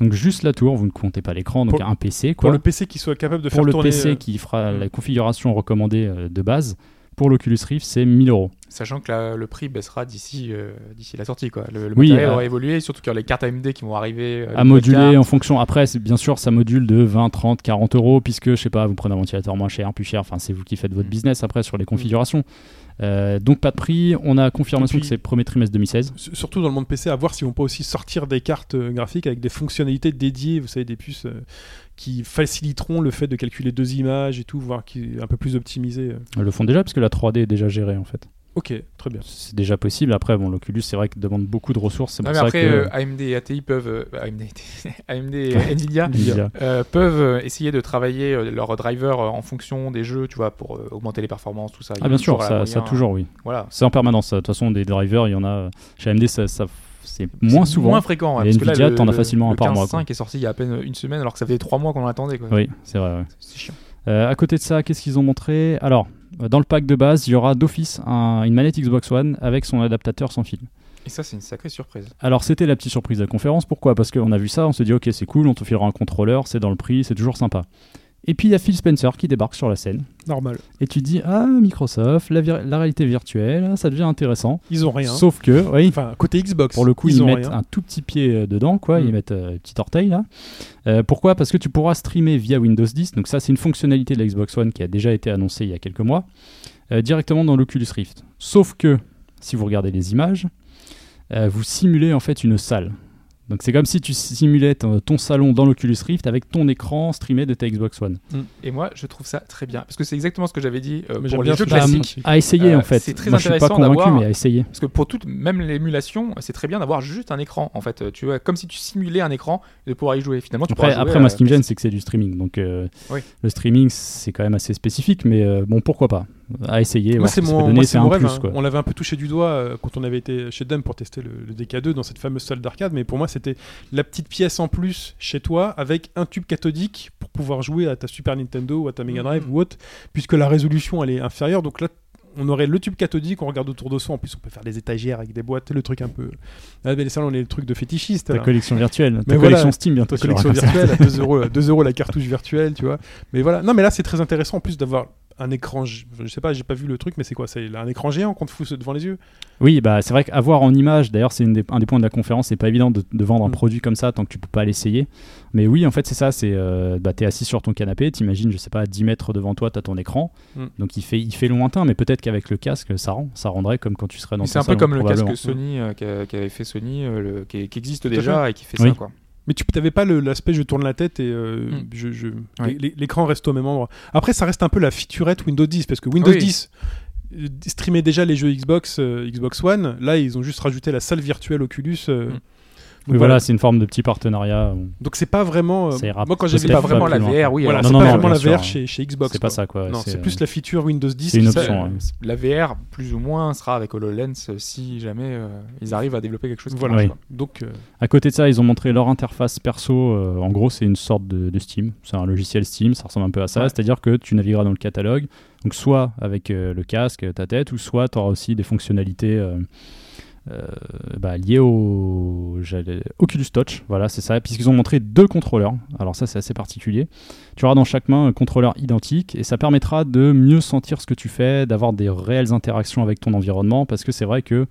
S4: Donc juste la tour, vous ne comptez pas l'écran, donc
S2: Pour-
S4: un PC quoi.
S2: pour le PC qui soit capable de
S4: pour
S2: faire
S4: le
S2: tourner
S4: PC
S2: euh,
S4: qui fera
S2: Mm.
S4: la configuration recommandée euh, de base, pour l'Oculus Rift, c'est 1000 euros.
S3: Sachant que la- le prix baissera d'ici euh, d'ici la sortie. Quoi. Le, le
S4: Oui,
S3: matériel
S4: euh,
S3: aura évolué, surtout qu'il y a les cartes AMD qui vont arriver. euh, les
S4: À
S3: nouvelles
S4: moduler
S3: cartes.
S4: en fonction. Après, c'est- bien sûr, ça module de 20, 30, 40 euros, puisque, je sais pas, vous prenez un ventilateur moins cher, plus cher. Enfin, c'est vous qui faites votre
S3: Mm.
S4: business après sur les configurations. Euh, donc, pas de prix. On a confirmation
S2: Et puis-
S4: que c'est premier trimestre 2016.
S2: S- Surtout dans le monde PC, à voir si on peut aussi sortir des cartes euh, graphiques avec des fonctionnalités dédiées, vous savez, des puces euh, qui faciliteront le fait de calculer deux images et tout, voir qui est un peu plus optimisé. euh.
S4: Ils le font déjà, parce que la 3D est déjà gérée, en fait.
S2: Ok, très bien.
S4: C'est déjà possible. Après, bon, l'Oculus, c'est vrai qu'il demande beaucoup de ressources. C'est
S3: Non,
S4: pour
S3: mais
S4: ça
S3: après,
S4: que.
S3: euh, AMD et ATI peuvent. euh, bah, <laughs> AMD, AMD et Nvidia.
S4: Nvidia. Ah,
S3: euh, peuvent euh, essayer de travailler euh, leurs drivers euh, en fonction des jeux, tu vois, pour euh, augmenter les performances, tout ça. Il y
S4: Ah,
S3: a
S4: bien sûr,
S3: toujours,
S4: ça,
S3: là,
S4: ça
S3: moyen,
S4: toujours, oui.
S3: euh, Voilà.
S4: C'est en permanence. ça. De toute façon, des drivers, il y en a. euh, Chez AMD, ça, ça- c'est moins
S3: C'est
S4: souvent.
S3: Moins fréquent, ouais,
S4: Et
S3: parce que là,
S4: Nvidia,
S3: le-
S4: t'en as
S3: le-
S4: facilement un
S3: le
S4: par mois,
S3: 15.5 est sorti il y a à peine une semaine, alors que ça fait trois mois qu'on l'attendait. quoi.
S4: Oui, c'est vrai. ouais.
S3: C'est chiant.
S4: Euh, à côté de ça, qu'est-ce qu'ils ont montré Alors, euh, dans le pack de base, il y aura d'office un- une manette Xbox One avec son adaptateur sans fil.
S3: Et ça, c'est une sacrée surprise.
S4: Alors, c'était la petite surprise de la conférence. Pourquoi Parce qu'on a vu ça, on se dit, ok, c'est cool, on te filera un contrôleur, c'est dans le prix, c'est toujours sympa. Et puis, il y a Phil Spencer qui débarque sur la scène.
S2: Normal.
S4: Et tu te dis, ah, Microsoft, la, vir- la réalité virtuelle, ah, ça devient intéressant.
S2: Ils ont rien.
S4: Sauf que, oui,
S2: Enfin, côté Xbox.
S4: pour le coup,
S2: ils,
S4: ils,
S2: ont
S4: mettent
S2: rien.
S4: un tout petit pied euh, dedans, quoi.
S2: Mm.
S4: Ils mettent euh, petit orteil là. Euh, pourquoi Parce que tu pourras streamer via Windows 10. Donc ça, c'est une fonctionnalité de la Xbox One qui a déjà été annoncée il y a quelques mois euh, directement dans l'Oculus Rift. Sauf que si vous regardez les images, euh, vous simulez en fait une salle. Donc c'est comme si tu simulais ton, ton salon dans l'Oculus Rift avec ton écran streamé de ta Xbox One.
S3: Et moi, je trouve ça très bien. Parce que c'est exactement ce que j'avais dit euh,
S2: Mais j'aime
S3: pour
S2: bien
S3: les
S2: ce
S3: jeux
S2: que tu as
S3: classiques.
S2: dit.
S4: À essayer
S3: Euh,
S4: en fait.
S3: c'est très
S4: Moi, je suis pas
S3: intéressant
S4: convaincu,
S3: d'avoir-
S4: mais à essayer.
S3: Parce que pour toute, même l'émulation, c'est très bien d'avoir juste un écran, en fait. Euh, Tu vois, comme si tu simulais un écran et de pouvoir y jouer. Finalement, tu
S4: Après,
S3: pourras jouer,
S4: après moi,
S3: euh,
S4: ce qui me gêne, c'est que c'est du streaming. Donc, euh,
S3: Oui.
S4: le streaming, c'est quand même assez spécifique, mais euh, bon, pourquoi pas À essayer,
S2: Moi,
S4: voir ce
S2: c'est
S4: que ça peut
S2: mon,
S4: donner,
S2: moi,
S4: c'est
S2: c'est
S4: un
S2: mon rêve.
S4: plus.
S2: hein.
S4: Quoi.
S2: On l'avait un peu touché du doigt euh, quand on avait été chez Dame pour tester le, le DK2 dans cette fameuse salle d'arcade, mais pour moi, c'était la petite pièce en plus chez toi avec un tube cathodique pour pouvoir jouer à ta Super Nintendo ou à ta Mega Drive
S4: Mm.
S3: Mhm.
S2: ou autre, puisque la résolution elle est inférieure. Donc là, on aurait le tube cathodique, on regarde autour de soi. En plus, on peut faire des étagères avec des boîtes, le truc un peu. Ah, mais les salons, on est le truc de fétichiste.
S4: Ta
S2: là.
S4: collection virtuelle, ta
S2: hein. Mais voilà,
S4: collection Steam bientôt.
S2: Ta
S4: tu l'auras
S2: collection
S4: comme ça.
S2: virtuelle à 2 euros, à 2 euros la cartouche virtuelle, tu vois. Mais voilà, non, mais là c'est très intéressant en plus d'avoir un écran. g- Je sais pas, j'ai pas vu le truc, mais c'est quoi C'est un écran géant qu'on te fout devant les yeux
S4: Oui, bah, c'est vrai qu'avoir en image, d'ailleurs, c'est une des- un des points de la conférence, c'est pas évident de, de vendre un
S2: Mm.
S4: produit comme ça tant que tu peux pas l'essayer. Mais oui, en fait, c'est ça, c'est euh, bah, t'es assis sur ton canapé, t'imagines, je sais pas, à 10 mètres devant toi, t'as ton écran.
S2: Mm.
S4: Donc il fait, il fait lointain, mais peut-être qu'avec le casque, ça rend, ça rendrait comme quand tu serais dans
S3: Mais
S4: ton
S3: C'est un peu
S4: salon,
S3: comme le
S4: probablement.
S3: casque Sony euh, qu'a- qu'avait fait Sony, euh, le- qui, qui existe
S2: à
S3: déjà et qui fait
S4: Oui.
S3: ça. Quoi.
S2: Mais tu n'avais pas le- l'aspect je tourne la tête et euh,
S3: Mm.
S2: je, je-
S3: Ouais.
S2: l'é- l'écran reste au même endroit. Après, ça reste un peu la featurette Windows 10 parce que Windows
S3: Oui.
S2: 10 euh, streamait déjà les jeux Xbox, euh, Xbox One. Là, ils ont juste rajouté la salle virtuelle Oculus. euh,
S3: Mm.
S2: donc
S4: Oui, voilà, c'est une forme de petit partenariat.
S2: Donc c'est pas vraiment. euh,
S4: Ça ira
S2: moi, quand
S4: peut-être
S2: j'avais pas
S4: pas
S2: vraiment
S4: plus
S2: la.
S4: loin.
S3: VR, oui.
S2: Voilà,
S3: alors
S2: c'est
S4: non, non,
S2: pas
S4: non,
S2: vraiment la
S4: bien sûr,
S2: VR
S4: hein.
S2: chez, chez Xbox.
S4: C'est pas
S2: quoi.
S4: ça, quoi.
S2: Non, c'est
S4: euh,
S2: plus la feature Windows 10.
S4: c'est une
S2: qui- ça-
S4: option, ouais.
S3: La VR, plus ou moins, sera avec HoloLens euh, si jamais euh, ils arrivent à développer quelque chose. qui
S2: Voilà.
S3: marche,
S4: Oui.
S3: quoi.
S2: Donc, euh,
S4: À côté de ça, ils ont montré leur interface perso. euh, en gros, c'est une sorte de, de Steam. C'est un logiciel Steam, ça ressemble un peu à ça.
S3: Ouais.
S4: C'est-à-dire que tu navigueras dans le catalogue, donc soit avec euh, le casque, ta tête, ou soit tu auras aussi des fonctionnalités euh, euh, bah, liées au j'allais- Oculus Touch. Voilà, c'est ça. Puisqu'ils ont montré deux contrôleurs. Alors ça, c'est assez particulier. Tu auras dans chaque main un contrôleur identique et ça permettra de mieux sentir ce que tu fais, d'avoir des réelles interactions avec ton environnement, parce que c'est vrai que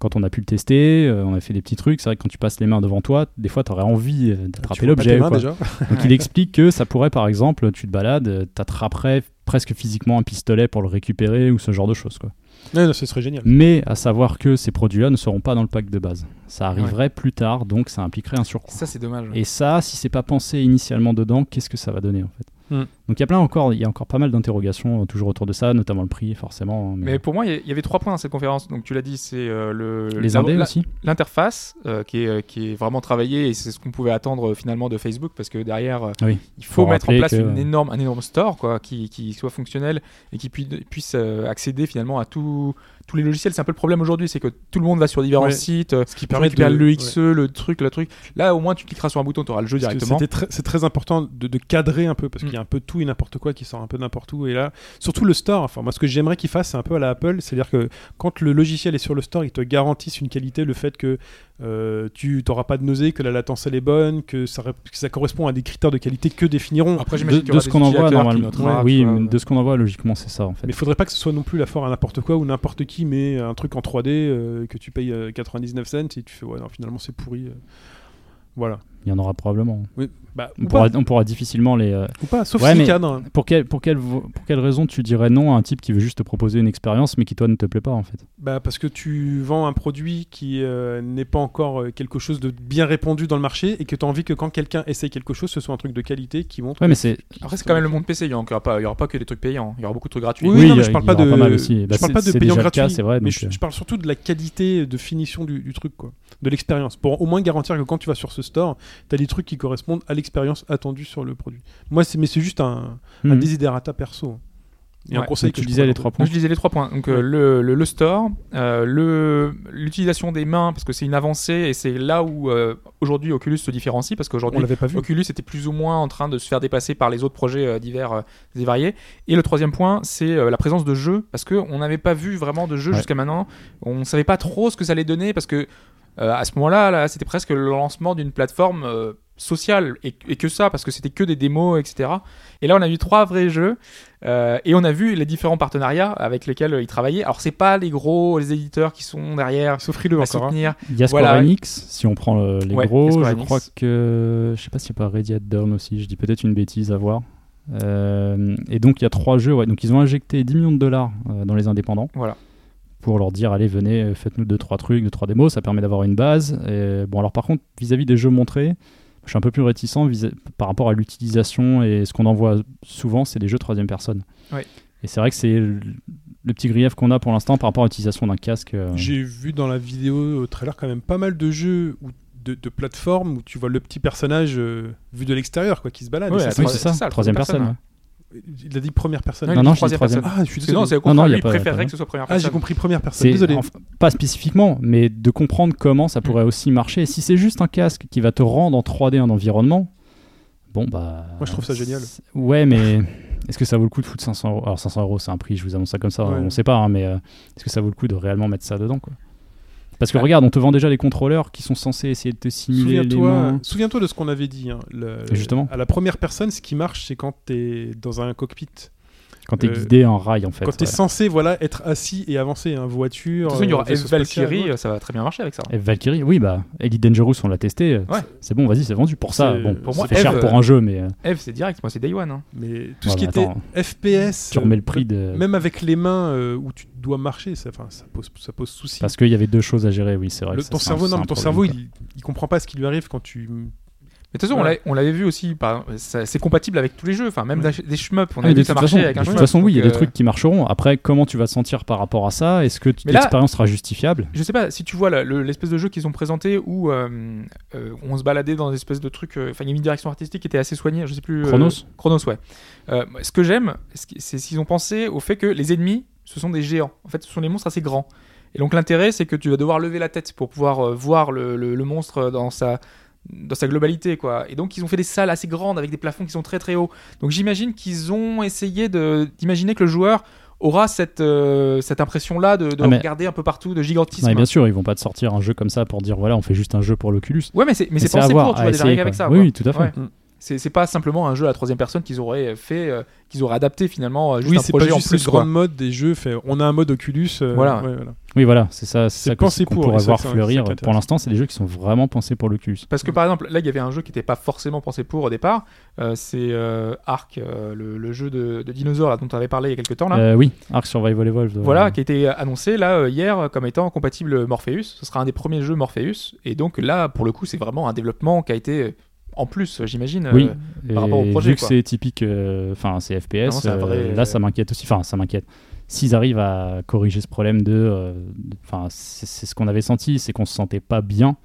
S4: quand on a pu le tester, euh, on a fait des petits trucs. C'est vrai que quand tu passes les mains devant toi, des fois, tu aurais envie euh,
S2: tu
S4: d'attraper
S2: vois pas tes
S4: l'objet.
S2: mains,
S4: quoi.
S2: déjà.
S4: Donc il explique que ça pourrait, par exemple, tu te balades, euh, t'attraperais presque physiquement un pistolet pour le récupérer ou ce genre de choses. Quoi.
S2: Non, non, ce serait génial.
S4: Mais à savoir que ces produits-là ne seront pas dans le pack de base. Ça arriverait plus tard, donc ça impliquerait un surcoût.
S3: Ça, c'est dommage. ouais.
S4: Et ça, si c'est pas pensé initialement dedans, qu'est-ce que ça va donner en fait
S2: Hmm.
S4: Donc il y a plein encore, il y a encore pas mal d'interrogations euh, toujours autour de ça, notamment le prix forcément. hein,
S3: Mais pour moi, il y a- il y avait trois points dans cette conférence. Donc, tu l'as dit, c'est euh, le
S4: les
S3: la-
S4: indés
S3: la-
S4: aussi.
S3: l'interface euh, qui, est, euh, qui est vraiment travaillée et c'est ce qu'on pouvait attendre euh, finalement de Facebook parce que derrière euh,
S4: Oui.
S3: il faut
S4: Faut
S3: mettre en
S4: rappeler
S3: place
S4: que-
S3: une énorme, un énorme store quoi, qui, qui soit fonctionnel et qui pui- puisse euh, accéder finalement à tout- tous les logiciels. C'est un peu le problème aujourd'hui, c'est que tout le monde va sur différents
S2: Ouais.
S3: sites, euh,
S2: Ce qui
S3: tu
S2: permet de.
S3: récupères le
S2: ouais.
S3: XE, le truc, le truc. Là au moins tu cliqueras sur un bouton, tu auras le jeu
S2: Parce que
S3: directement.
S2: c'était très- C'est très important de, de cadrer un peu parce
S3: Mm.
S2: qu'il y a un peu tout et n'importe quoi qui sort un peu n'importe où. Et là, surtout le store. Enfin, moi, ce que j'aimerais qu'ils fassent, c'est un peu à la Apple, c'est-à-dire que quand le logiciel est sur le store, ils te garantissent une qualité, le fait que euh, tu n'auras pas de nausée, que la latence elle est bonne, que ça, ré- que ça correspond à des critères de qualité que
S4: <laughs>
S2: définiront.
S3: Après
S4: De,
S3: j'imagine qu'il y
S4: de
S3: aura
S4: ce
S3: des
S4: qu'on envoie
S3: utilisateurs qui euh.
S4: normalement,
S3: notera,
S4: oui,
S3: tu vois,
S4: mais
S3: ouais.
S4: de ce qu'on envoie logiquement c'est ça en fait.
S2: Mais il faudrait pas que ce soit non plus la foire à n'importe quoi ou n'importe qui, mais un truc en 3D euh, que tu payes euh, 99 cents et tu fais ouais, non, finalement c'est pourri. euh. Voilà.
S4: Il y en aura probablement.
S2: Oui. Bah, ou,
S4: On
S2: pas,
S4: pourra, on pourra difficilement les. euh,
S2: ou pas, sauf
S4: Ouais,
S2: si hein.
S4: mais-
S2: cadre.
S4: Pour quelle, pour, quelle, vo- pour quelle raison tu dirais non à un type qui veut juste te proposer une expérience mais qui toi ne te plaît pas en fait
S2: Bah parce que tu vends un produit qui euh, n'est pas encore euh, quelque chose de bien répandu dans le marché et que tu as envie que quand quelqu'un essaie quelque chose, ce soit un truc de qualité qui montre.
S4: Ouais, mais c'est.
S3: Après c'est quand même le monde PC, il n'y aura, pas- il y aura pas que des trucs payants, il y aura beaucoup de trucs gratuits.
S2: Oui, non, mais
S4: il y
S2: je
S4: a-
S2: parle
S4: il y
S2: pas de-
S4: aura mal aussi. Bah,
S2: je parle
S4: c'est-
S2: pas de
S4: c'est
S2: payant
S4: déjà le
S2: gratuit,
S4: cas, c'est vrai.
S2: mais
S4: donc,
S2: je,
S4: euh,
S2: je parle surtout de la qualité de finition du, du truc, quoi, de l'expérience, pour au moins garantir que quand tu vas sur ce store, tu as des trucs qui correspondent à l'expérience attendue sur le produit. Moi, c'est mais c'est juste un, un
S4: mhm.
S2: desiderata perso. Et un
S3: Ouais,
S2: conseil que
S4: Donc, tu
S2: je
S4: disais
S2: pourrais
S4: les
S2: leur
S4: trois
S3: Donc,
S4: points.
S3: je disais les trois points. Donc euh, le, le, le store, euh, le- l'utilisation des mains, parce que c'est une avancée et c'est là où euh, aujourd'hui Oculus se différencie, parce
S2: donner. On
S3: qu'aujourd'hui
S2: l'avait pas vu.
S3: Oculus était plus ou moins en train de se faire dépasser par les autres projets euh, divers euh, et variés. Et le troisième point, c'est euh, la présence de jeux, parce qu'on n'avait pas vu vraiment de jeux
S4: Ouais.
S3: jusqu'à maintenant. On ne savait pas trop ce que ça allait donner, parce que euh, à ce moment-là, là, c'était presque le lancement d'une plateforme euh, sociale, et, et que ça, parce que c'était que des démos, etc. Et là, on a eu trois vrais jeux, euh, et on a vu les différents partenariats avec lesquels euh, ils travaillaient. Alors, c'est pas les gros, les éditeurs qui sont derrière,
S2: S'offrit-le
S3: à
S2: encore. hein.
S3: soutenir.
S4: Il y a Square
S3: Voilà, ouais.
S4: Enix, si on prend euh, les
S3: Ouais, il y a
S4: gros,
S3: Square
S4: je
S3: Enix.
S4: crois que. Je sais pas s'il n'y a pas Ready at Dawn aussi, je dis peut-être une bêtise à voir. Euh, et donc il y a trois jeux, ouais. donc ils ont injecté 10 millions de dollars euh, dans les indépendants.
S3: Voilà.
S4: Pour leur dire, allez, venez, euh, faites-nous deux, trois trucs, deux, trois démos, ça permet d'avoir une base. Et, bon, alors par contre, vis-à-vis des jeux montrés, je suis un peu plus réticent vis- par rapport à l'utilisation et ce qu'on en voit souvent, c'est des jeux troisième personne.
S3: Ouais.
S4: Et c'est vrai que c'est le, le petit grief qu'on a pour l'instant par rapport à l'utilisation d'un casque. euh,
S2: J'ai vu dans la vidéo au trailer quand même pas mal de jeux ou de, de plateformes où tu vois le petit personnage euh, vu de l'extérieur quoi qui se balade.
S3: Ouais,
S2: Et ça,
S3: la
S2: c'est-
S4: Oui, c'est ça,
S3: c'est ça, la
S4: troisième
S3: troisième
S4: personne.
S3: personne,
S4: ouais.
S2: il a dit première personne.
S4: Non, non, je dis
S3: troisième
S4: troisième.
S3: personne.
S2: Ah, je suis
S3: Parce que non,
S2: désolé.
S3: c'est au
S4: Non, non,
S3: contraire,
S4: il y a
S3: lui, il
S4: pas- pas-
S3: préférerait que ce soit première
S2: Ah,
S3: personne.
S2: j'ai compris première personne.
S4: C'est-
S2: Désolé. Mm.
S4: enfin, pas spécifiquement, mais de comprendre comment ça pourrait aussi marcher. Et si c'est juste un casque qui va te rendre en 3D un environnement, bon bah.
S2: Moi, je trouve ça génial.
S4: c'est- Ouais, mais est-ce que ça vaut le coup de foutre 500 euros Alors 500 euros, c'est un prix. Je vous annonce ça comme ça.
S2: Ouais.
S4: On sait pas, hein, mais euh, est-ce que ça vaut le coup de réellement mettre ça dedans, quoi Parce
S2: Bah
S4: que regarde, on te vend déjà les contrôleurs qui sont censés essayer de te simuler les
S2: Souviens-toi,
S4: mains.
S2: souviens-toi de ce qu'on avait dit. hein. Le-
S4: Et justement.
S2: À la première personne, ce qui marche, c'est quand tu es dans un cockpit.
S4: Quand t'es
S2: Euh,
S4: guidé en rail, en fait.
S2: Quand t'es
S4: ouais.
S2: censé voilà, être assis et avancer, hein, voiture.
S3: De toute façon, il y aura
S2: euh,
S3: F.
S2: vaisseau spatial,
S3: Valkyrie,
S2: ouais.
S3: euh, ça va très bien marcher avec ça.
S4: Et Valkyrie, oui, bah, Elite Dangerous, on l'a testé. euh,
S3: Ouais.
S4: C'est bon, vas-y, c'est vendu pour ça.
S2: C'est-
S4: Bon,
S2: pour
S4: pour
S3: moi,
S4: moi, fait cher
S3: Eve,
S4: pour un jeu, mais euh,
S3: F, c'est direct, moi c'est Day One. hein.
S2: Mais tout ce
S4: Ouais,
S2: qui
S4: mais
S2: était
S4: attends.
S2: FPS.
S4: tu
S2: euh,
S4: remets le prix de.
S2: Même avec les mains euh, où tu dois marcher, ça, enfin, ça, pose, ça pose souci.
S4: Parce qu'il y avait deux choses à gérer, oui, c'est vrai.
S2: Le-
S4: que ça,
S2: ton
S4: c'est un-
S2: cerveau,
S4: c'est
S2: non,
S4: un
S2: mais ton
S4: problème,
S2: cerveau,
S4: quoi.
S2: il, il comprend pas ce qui lui arrive quand tu.
S3: Mais de toute façon, on
S2: Voilà.
S3: l'a- on l'avait vu aussi, par- ça- c'est compatible avec tous les jeux, enfin même
S2: Ouais.
S3: des- des shmups, on
S4: Ah,
S3: a
S4: mais de
S3: vu
S4: toute
S3: ça
S4: façon,
S3: marcher avec un
S4: de toute
S3: shmup.
S4: façon, oui, il y a
S3: donc,
S4: des
S3: euh,
S4: trucs qui marcheront. Après, comment tu vas te sentir par rapport à ça Est-ce que t-
S3: Mais là-
S4: l'expérience sera justifiable
S3: Je sais pas, si tu vois la- le- l'espèce de jeu qu'ils ont présenté où euh, euh, on se baladait dans des espèces de trucs, euh, enfin il y a une direction artistique qui était assez soignée, je sais plus. euh,
S4: Chronos
S3: Chronos, ouais. Euh, ce que j'aime, ce qui- c'est qu'ils ont pensé au fait que les ennemis, ce sont des géants. En fait, ce sont des monstres assez grands. Et donc l'intérêt, c'est que tu vas devoir lever la tête pour pouvoir euh, voir le, le- le monstre dans sa dans sa globalité quoi et donc ils ont fait des salles assez grandes avec des plafonds qui sont très très hauts donc j'imagine qu'ils ont essayé de d'imaginer que le joueur aura cette euh, cette impression là de, de
S4: Ah, mais-
S3: regarder un peu partout de gigantisme
S4: Non, mais bien sûr, ils vont pas te sortir un jeu comme ça pour dire voilà, on fait juste un jeu pour l'Oculus.
S3: ouais mais c'est mais c'est
S4: à
S3: pensé
S4: voir,
S3: pour tu
S4: à
S3: vois déjà
S4: essayer,
S3: arriver
S4: quoi.
S3: avec ça
S4: Oui,
S3: quoi.
S4: oui, tout à fait.
S3: Ouais.
S2: Mm.
S3: C'est c'est pas simplement un jeu à la troisième personne qu'ils auraient fait, euh, qu'ils auraient adapté finalement euh, juste
S2: Oui,
S3: un
S2: c'est pas
S3: projet
S2: juste
S3: en
S2: le
S3: plus. quoi.
S2: grand mode des jeux. fait, on a un mode Oculus. euh,
S3: Voilà.
S2: ouais, voilà.
S4: Oui, voilà, c'est ça, c'est
S2: C'est
S4: ça qu'on
S2: pensé
S4: qu'on
S2: pour,
S4: pourrait
S2: c'est
S4: voir
S2: ça, c'est
S4: fleurir.
S2: ça qui est
S4: Pour l'instant, c'est des jeux qui sont vraiment pensés pour l'Oculus.
S3: Parce
S2: Mm.
S3: que par exemple, là il y avait un jeu qui n'était pas forcément pensé pour au départ, euh, c'est euh, Ark, euh, le, le jeu de, de dinosaures là, dont on avait parlé il y a quelques temps là.
S4: Euh, oui, Ark Survival Evolved. euh,
S3: Voilà, qui a été annoncé là euh, hier comme étant compatible Morpheus. Ce sera un des premiers jeux Morpheus. Et donc là, pour le coup, c'est vraiment un développement qui a été euh, en plus, euh, j'imagine.
S4: Oui,
S3: euh,
S4: Et
S3: par rapport au projet,
S4: Vu que
S3: quoi.
S4: c'est typique, euh, enfin c'est
S3: Non,
S4: FPS,
S3: c'est un
S4: euh,
S3: vrai-
S4: là ça m'inquiète aussi. Enfin, ça m'inquiète. S'ils arrivent à corriger ce problème de. euh, de- Enfin, c'est c'est ce qu'on avait senti, c'est qu'on se sentait pas bien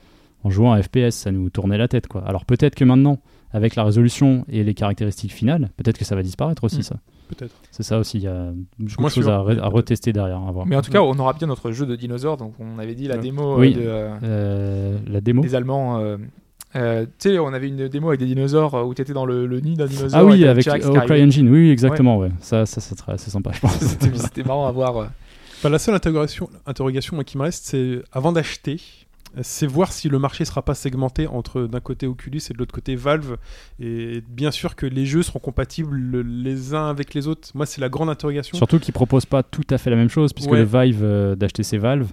S4: en jouant à FPS, ça nous tournait la tête quoi. Alors peut-être que maintenant, avec la résolution et les caractéristiques finales, peut-être que ça va disparaître aussi
S3: Mm.
S4: ça.
S2: Peut-être.
S4: C'est ça aussi, il y a beaucoup
S2: moins
S4: de choses
S2: sûr.
S4: à, re- à retester derrière, à voir.
S3: Mais en tout cas, on aura bien notre jeu de dinosaures. Donc on avait dit la
S2: Ouais.
S3: démo euh,
S4: Mm. Oui.
S3: de. euh,
S4: Euh, la démo.
S3: les Allemands. euh, euh, tu sais, on avait une démo avec des dinosaures euh, où t'étais dans le, le nid d'un dinosaure.
S4: Ah
S3: et
S4: oui,
S3: t'as le
S4: avec
S3: T-Rex qui
S4: Cry <laughs>
S3: arrivait.
S4: Engine, oui, oui, exactement, ouais. Ça, ça, ça sera assez sympa, je pense.
S3: <laughs> C'était c'était marrant à voir. euh.
S2: Enfin, Bah, la seule interrogation, interrogation moi, qui me reste, c'est avant d'acheter, euh, c'est voir si le marché sera pas segmenté entre d'un côté Oculus et de l'autre côté Valve. Et bien sûr que les jeux seront compatibles le- les uns avec les autres. Moi, c'est la grande interrogation.
S4: Surtout qu'ils proposent pas tout à fait la même chose, puisque
S2: Ouais.
S4: le Vive euh, d'HTC Valve,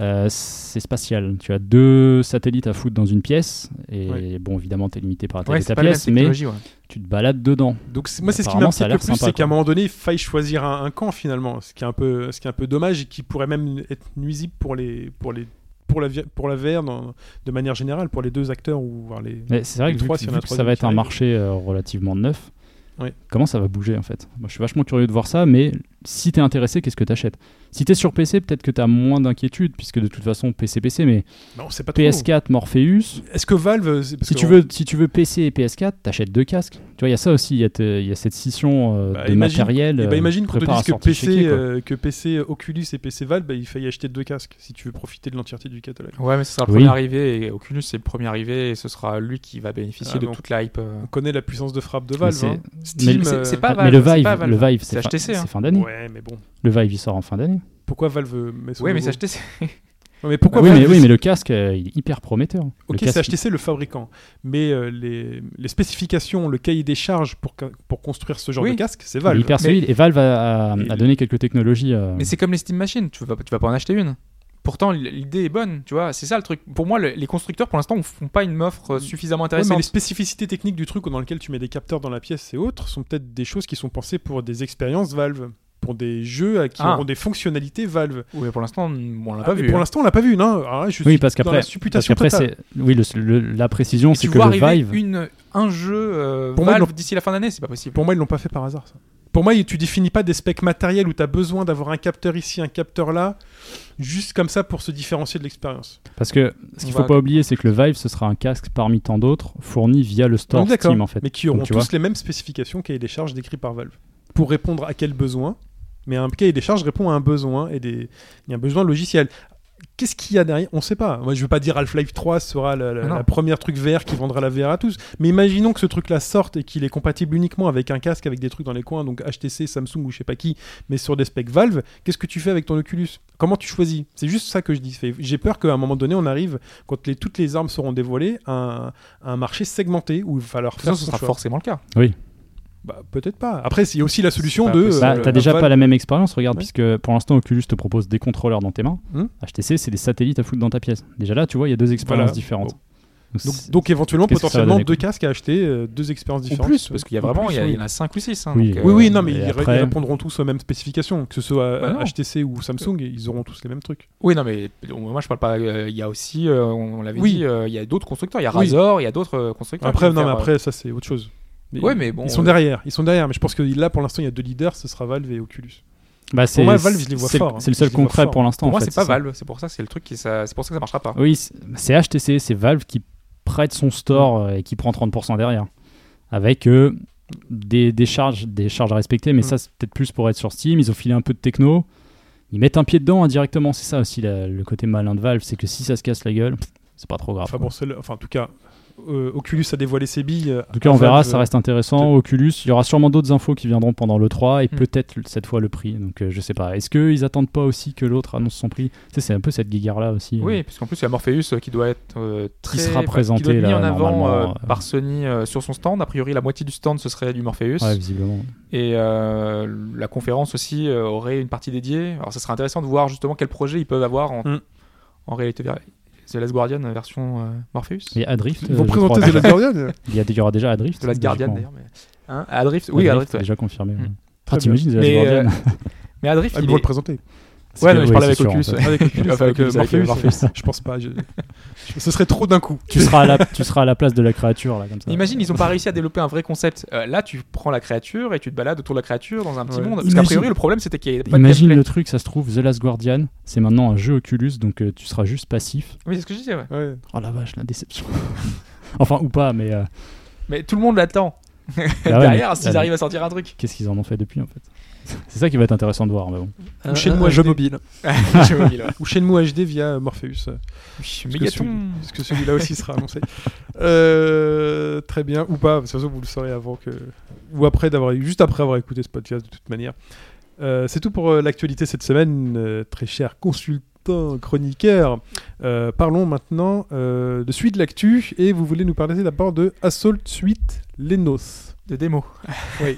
S4: euh, c'est spatial. Tu as deux satellites à foutre dans une pièce, et
S2: Ouais.
S4: bon, évidemment, t'es limité par la taille
S3: Ouais,
S4: de ta
S3: c'est pas la même
S4: pièce, mais
S3: technologie. ouais.
S4: tu te balades dedans.
S2: Donc c'est- moi c'est ce qui
S4: Apparemment,
S2: m'inquiète
S4: ça a
S2: le
S4: l'air
S2: plus,
S4: sympa,
S2: c'est qu'à un
S4: quoi.
S2: moment donné, il faille choisir un, un camp finalement, ce qui est un peu, ce qui est un peu dommage et qui pourrait même être nuisible pour les, pour les, pour la, vi- pour la VR dans- de manière générale, pour les deux acteurs ou voir les.
S4: Mais c'est vrai
S2: Les
S4: que, vu
S2: trois,
S4: que-
S2: s'il y en
S4: vu
S2: a
S4: que
S2: trois
S4: ça va
S2: qui
S4: être un
S2: arrivent.
S4: marché euh, relativement neuf,
S2: Ouais.
S4: comment ça va bouger en fait Moi, je suis vachement curieux de voir ça, mais si t'es intéressé, qu'est-ce que t'achètes Si t'es sur PC, peut-être que t'as moins d'inquiétude, puisque de toute façon, PC, PC, mais
S2: Non, c'est pas trop.
S4: PS4, Morpheus,
S2: Est-ce que Valve, c'est- parce
S4: Si
S2: que
S4: tu,
S2: on-
S4: veux, si tu veux PC et PS4, t'achètes deux casques. Tu vois, il y a ça aussi, il y, a te- il y a cette scission euh,
S2: Bah,
S4: de
S2: imagine-
S4: matériel.
S2: eh ben,
S4: euh,
S2: imagine qu'on te
S4: prépare à
S2: dise que
S4: sortir
S2: PC,
S4: chez qui, quoi.
S2: euh, que PC Oculus et PC Valve, bah, il faille acheter deux casques si tu veux profiter de l'entièreté du catalogue.
S3: Ouais, mais ce sera le
S4: Oui.
S3: premier arrivé. Et Oculus, c'est le premier arrivé. Et ce sera lui qui va bénéficier
S2: Ah,
S3: de
S2: bon.
S3: toute l'hype. euh.
S2: On connaît la puissance de frappe de
S4: Mais
S2: Valve.
S4: c'est-
S2: hein. Steam,
S4: mais
S3: c'est-
S2: euh,
S3: c'est pas-
S4: Ah, mais le
S3: Valve, c'est
S4: Vive,
S3: pas Valve.
S4: le Vive,
S3: C'est
S4: c'est fin,
S3: HTC, hein.
S4: c'est fin d'année.
S2: Ouais, mais bon.
S4: Le Vive, il sort en fin d'année.
S2: Pourquoi Valve euh, met son
S3: Oui, mais
S2: logo
S3: c'est HTC.
S2: Ouais, mais pourquoi
S4: Ah Oui
S2: Valve
S4: mais, oui, mais le casque, euh, il est hyper prometteur. Le
S2: Ok,
S4: casque,
S2: c'est HTC le fabricant, mais euh, les, les spécifications, le cahier des charges pour, ca- pour construire ce genre
S3: Oui.
S2: de casque, c'est
S4: il est
S2: Valve.
S4: hyper
S3: Mais-
S4: solide. Et Valve a, a-
S2: Mais-
S4: a donné quelques technologies. euh,
S3: Mais c'est comme les Steam Machines. Tu vas, tu vas pas en acheter une. Pourtant, l- l'idée est bonne. Tu vois, c'est ça le truc. Pour moi, le- les constructeurs, pour l'instant, ne font pas une offre euh, suffisamment
S2: Ouais, mais
S3: intéressante.
S2: les spécificités techniques du truc dans lequel tu mets des capteurs dans la pièce et autres sont peut-être des choses qui sont pensées pour des expériences Valve, pour des jeux à- qui
S3: Ah.
S2: auront des fonctionnalités Valve.
S3: Ouais, pour l'instant, on l'a
S2: Ah,
S3: pas
S2: mais
S3: vu.
S2: pour
S3: hein.
S2: l'instant, on l'a pas vu, non Alors là, je
S4: oui,
S2: suis
S4: parce
S2: dans
S4: qu'après,
S2: la
S4: parce
S2: supputation
S4: qu'après,
S2: totale.
S4: c'est oui, le- le- la précision,
S3: Et
S4: c'est
S3: tu
S4: que
S3: vois
S4: le
S3: arriver
S4: Vive.
S3: une, un jeu euh,
S2: Pour moi,
S3: Valve
S2: non.
S3: d'ici la fin d'année, c'est pas possible.
S2: Pour moi, ils l'ont pas fait par hasard. Ça. Pour moi, tu définis pas des specs matériels où tu as besoin d'avoir un capteur ici, un capteur là, juste comme ça pour se différencier de l'expérience.
S4: Parce que ce
S3: On
S4: qu'il
S3: va-
S4: faut pas oublier, c'est que le Vive, ce sera un casque parmi tant d'autres fourni via le store
S2: Donc, d'accord,
S4: Steam en fait.
S2: mais qui
S4: Donc,
S2: auront
S4: tu
S2: tous
S4: vois.
S2: les mêmes spécifications cahier des charges décrits par Valve. Pour répondre à quel besoin Mais un cahier des charges répond à un besoin et des... il y a un besoin logiciel. Qu'est-ce qu'il y a derrière On ne sait pas. Moi, je veux pas dire Half-Life 3 sera la, la-
S3: Ah non.
S2: la première truc vert qui vendra la VR à tous. Mais imaginons que ce truc-là sorte et qu'il est compatible uniquement avec un casque, avec des trucs dans les coins, donc HTC, Samsung ou je sais pas qui, mais sur des specs Valve. Qu'est-ce que tu fais avec ton Oculus Comment tu choisis C'est juste ça que je dis. Fait- J'ai peur qu'à un moment donné, on arrive, quand les- toutes les armes seront dévoilées, à un, à un marché segmenté où il va falloir
S3: De toute
S2: faire
S3: façon, ce
S2: son
S3: sera
S2: choix.
S3: forcément le cas.
S2: Bah, peut-être pas. Après, il y a aussi la solution
S3: pas
S2: de.
S3: possible.
S4: Bah,
S3: Euh,
S4: t'as déjà
S2: Valve-
S4: pas la même expérience, regarde,
S2: Ouais.
S4: puisque pour l'instant Oculus te propose des contrôleurs dans tes mains.
S2: Hmm.
S4: HTC, c'est des satellites à foutre dans ta pièce. Déjà là, tu vois, il y a deux expériences
S2: Voilà.
S4: différentes.
S2: Donc,
S4: c'est-
S2: donc éventuellement,
S4: Qu'est-ce que ça va
S2: potentiellement,
S4: donner, quoi
S2: deux casques à acheter, euh, deux expériences
S3: Ou
S2: différentes.
S3: plus, parce qu'il y a
S2: Ou
S3: vraiment,
S2: plus,
S3: il y, a-
S2: oui.
S3: il y en a 5 ou hein, 6.
S4: Oui.
S2: Oui, oui, non, mais
S4: Et
S2: ils,
S4: après-
S2: ils répondront tous aux mêmes spécifications, que ce soit
S3: Bah non.
S2: HTC ou Samsung, ils auront tous les mêmes trucs.
S3: Oui, non, mais euh, moi je parle pas. euh, Il y a aussi, euh, on, on l'avait
S2: Oui.
S3: dit, euh, il y a d'autres constructeurs. Il y a
S2: Oui.
S3: Razor, il y a d'autres euh, constructeurs.
S2: Après,
S3: qui vont
S2: non, mais
S3: faire,
S2: après, ça c'est autre chose.
S3: Ouais, mais bon,
S2: Ils sont
S3: euh,
S2: derrière, ils sont derrière, mais je pense que là pour l'instant il y a deux leaders, ce sera Valve et Oculus.
S4: Bah, c'est-
S2: moi, Valve, je les vois
S4: c'est-
S2: fort, hein.
S4: C'est le
S2: Je
S4: seul
S2: les vois
S4: concret
S2: fort.
S4: pour l'instant.
S3: Pour
S4: en
S3: moi,
S4: fait,
S3: c'est pas
S4: ça.
S3: Valve. C'est pour ça que c'est le truc qui, ça, c'est pour ça que ça marchera pas.
S4: Oui, c'est- c'est HTC, c'est Valve qui prête son store euh, et qui prend 30% derrière. Avec euh, des, des charges, des charges à respecter, mais
S2: Mm.
S4: ça, c'est peut-être plus pour être sur Steam. Ils ont filé un peu de techno. Ils mettent un pied dedans indirectement. C'est ça aussi la- le côté malin de Valve. C'est que si ça se casse la gueule, pff, c'est pas trop grave.
S2: Enfin
S4: quoi.
S2: bon, c'est le- enfin en tout cas, euh, Oculus a dévoilé ses billes. euh,
S4: En tout cas, on verra, ça reste intéressant. Oculus, il y aura sûrement d'autres infos qui viendront pendant le 3 et
S3: Hmm.
S4: peut-être cette fois le prix. Donc, euh, je sais pas. Est-ce qu'ils attendent pas aussi que l'autre annonce son prix Tu sais, c'est un peu cette guéguerre là aussi. euh,
S3: Oui, parce qu'en plus il y a Morpheus euh, qui doit être euh, très
S4: sera
S3: enfin,
S4: présenté,
S3: doit être mis
S4: là,
S3: en avant euh,
S4: normalement, euh,
S3: par Sony euh, sur son stand. A priori, la moitié du stand ce serait du Morpheus.
S4: ouais, visiblement.
S3: Et euh, la conférence aussi euh, aurait une partie dédiée. Alors, ça serait intéressant de voir justement quels projets ils peuvent avoir en,
S2: Mm.
S3: en réalité. ver- The Last Guardian euh, version euh, Morpheus.
S4: Et Adrift.
S2: Ils
S4: euh,
S2: vont
S4: je
S2: présenter
S4: crois.
S2: The Ah, Last Guardian
S4: <laughs> Il y, a- il y aura déjà Adrift.
S3: The Last Guardian
S4: logiquement.
S3: d'ailleurs. Mais... Hein, Adrift, oui, Adrift.
S4: c'est
S3: ouais.
S4: déjà confirmé. ouais.
S3: Mm.
S4: Ah, t'imagines The Last
S3: Mais, euh,
S4: Guardian
S3: Mais Adrift,
S2: Ah, Ils
S3: il
S2: vont le
S3: est-
S2: présenter.
S3: Ouais, non, mais
S4: oui,
S3: je parlais avec
S4: c'est sûr,
S3: Oculus.
S4: en fait.
S2: Avec Oculus,
S3: Enfin,
S2: avec euh,
S3: Oculus, avec
S2: Morpheus,
S3: Morpheus.
S2: Je pense pas. je- je- Ce serait trop d'un coup.
S4: tu, seras à la, tu seras à la place de la créature là, comme ça.
S3: Imagine, ils ont pas réussi à développer un vrai concept. Euh, là, tu prends la créature et tu te balades autour de la créature dans un petit
S2: Ouais.
S3: monde. Parce
S4: Imagine-
S3: qu'a priori, le problème, c'était qu'il y avait pas
S4: Imagine
S3: de
S4: le
S3: gameplay.
S4: truc, ça se trouve, The Last Guardian, c'est maintenant un jeu Oculus, donc euh, tu seras juste passif.
S3: Oui, c'est ce que je disais, ouais.
S2: Ouais.
S4: Oh la vache, la déception. <laughs> enfin, ou pas, mais.
S5: <laughs>
S4: euh,
S3: Mais tout le monde l'attend.
S4: <laughs> bah ouais,
S3: Derrière,
S4: mais-
S3: s'ils arrivent à sortir un truc.
S4: Qu'est-ce qu'ils en ont fait depuis en fait C'est ça qui va être intéressant de voir. Mais bon.
S3: Euh,
S5: Un-
S2: chez
S5: un-
S2: nous,
S5: un jeu
S2: HD.
S5: Euh, mobile.
S2: <laughs>
S3: Je me dis, là.
S2: Ou Shenmue HD via Morpheus.
S3: Mais
S2: que
S3: Gaton-
S2: celui- Parce que celui-là aussi sera annoncé. Euh, très bien, ou pas, de toute façon vous le saurez avant que. Ou après d'avoir juste après avoir écouté ce podcast de toute manière. Euh, c'est tout pour euh, l'actualité cette semaine, euh, très cher consultant, chroniqueur. Euh, parlons maintenant euh, de suite de l'actu, et vous voulez nous parler d'abord de Assault Suite Lenos.
S3: de démo. euh.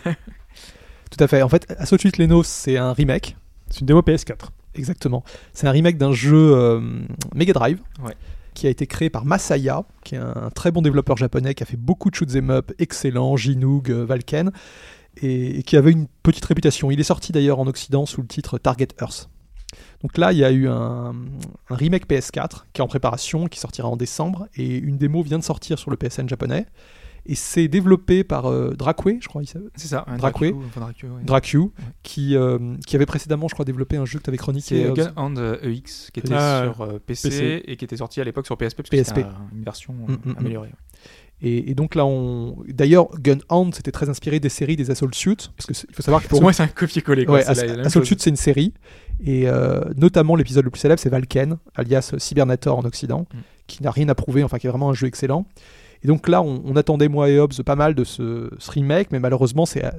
S5: Tout à fait. En fait, Assault Suite Lenos, c'est un remake.
S2: C'est une démo PS4.
S5: Exactement. C'est un remake d'un jeu euh, Mega Drive
S3: Ouais.
S5: qui a été créé par Masaya, qui est un très bon développeur japonais qui a fait beaucoup de shoot'em up, excellent, Jinoog, euh, Valken, et, et qui avait une petite réputation. Il est sorti d'ailleurs en Occident sous le titre Target Earth. Donc là, il y a eu un, un remake PS4 qui est en préparation, qui sortira en décembre, et une démo vient de sortir sur le PSN japonais. Et c'est développé par euh, Dracue, je crois, il s'appelle-
S3: C'est ça. un
S5: Dracue.
S3: Dracue, enfin, Dracue, Mm. ouais.
S5: Dracue, qui, euh, qui avait précédemment, je crois, développé un jeu que tu avais chroniqué.
S3: C'est
S5: euh,
S3: Gun and euh, EX qui était
S2: Ah,
S3: sur euh, PC,
S2: PC.
S3: et qui était sorti à l'époque sur PSP parce que
S5: PSP.
S3: c'était un- une version euh,
S5: Mm, mm, mm.
S3: améliorée. ouais.
S5: Et, et donc là, on... d'ailleurs, Gun Hound c'était très inspiré des séries des Assault Suit, parce que c'est- il faut savoir que
S3: Pour moi, c'est un copier-coller. quoi,
S5: Ouais,
S3: c'est
S5: Ass-
S3: la- la même
S5: Assault
S3: chose.
S5: Suit, c'est une série, et euh, notamment l'épisode le plus célèbre, c'est Valken, alias Cybernator en Occident,
S3: Mm.
S5: qui n'a rien à prouver, enfin qui est vraiment un jeu excellent. Et donc là, on, on attendait moi et Hobbs pas mal de ce, ce remake, mais malheureusement, c'est a-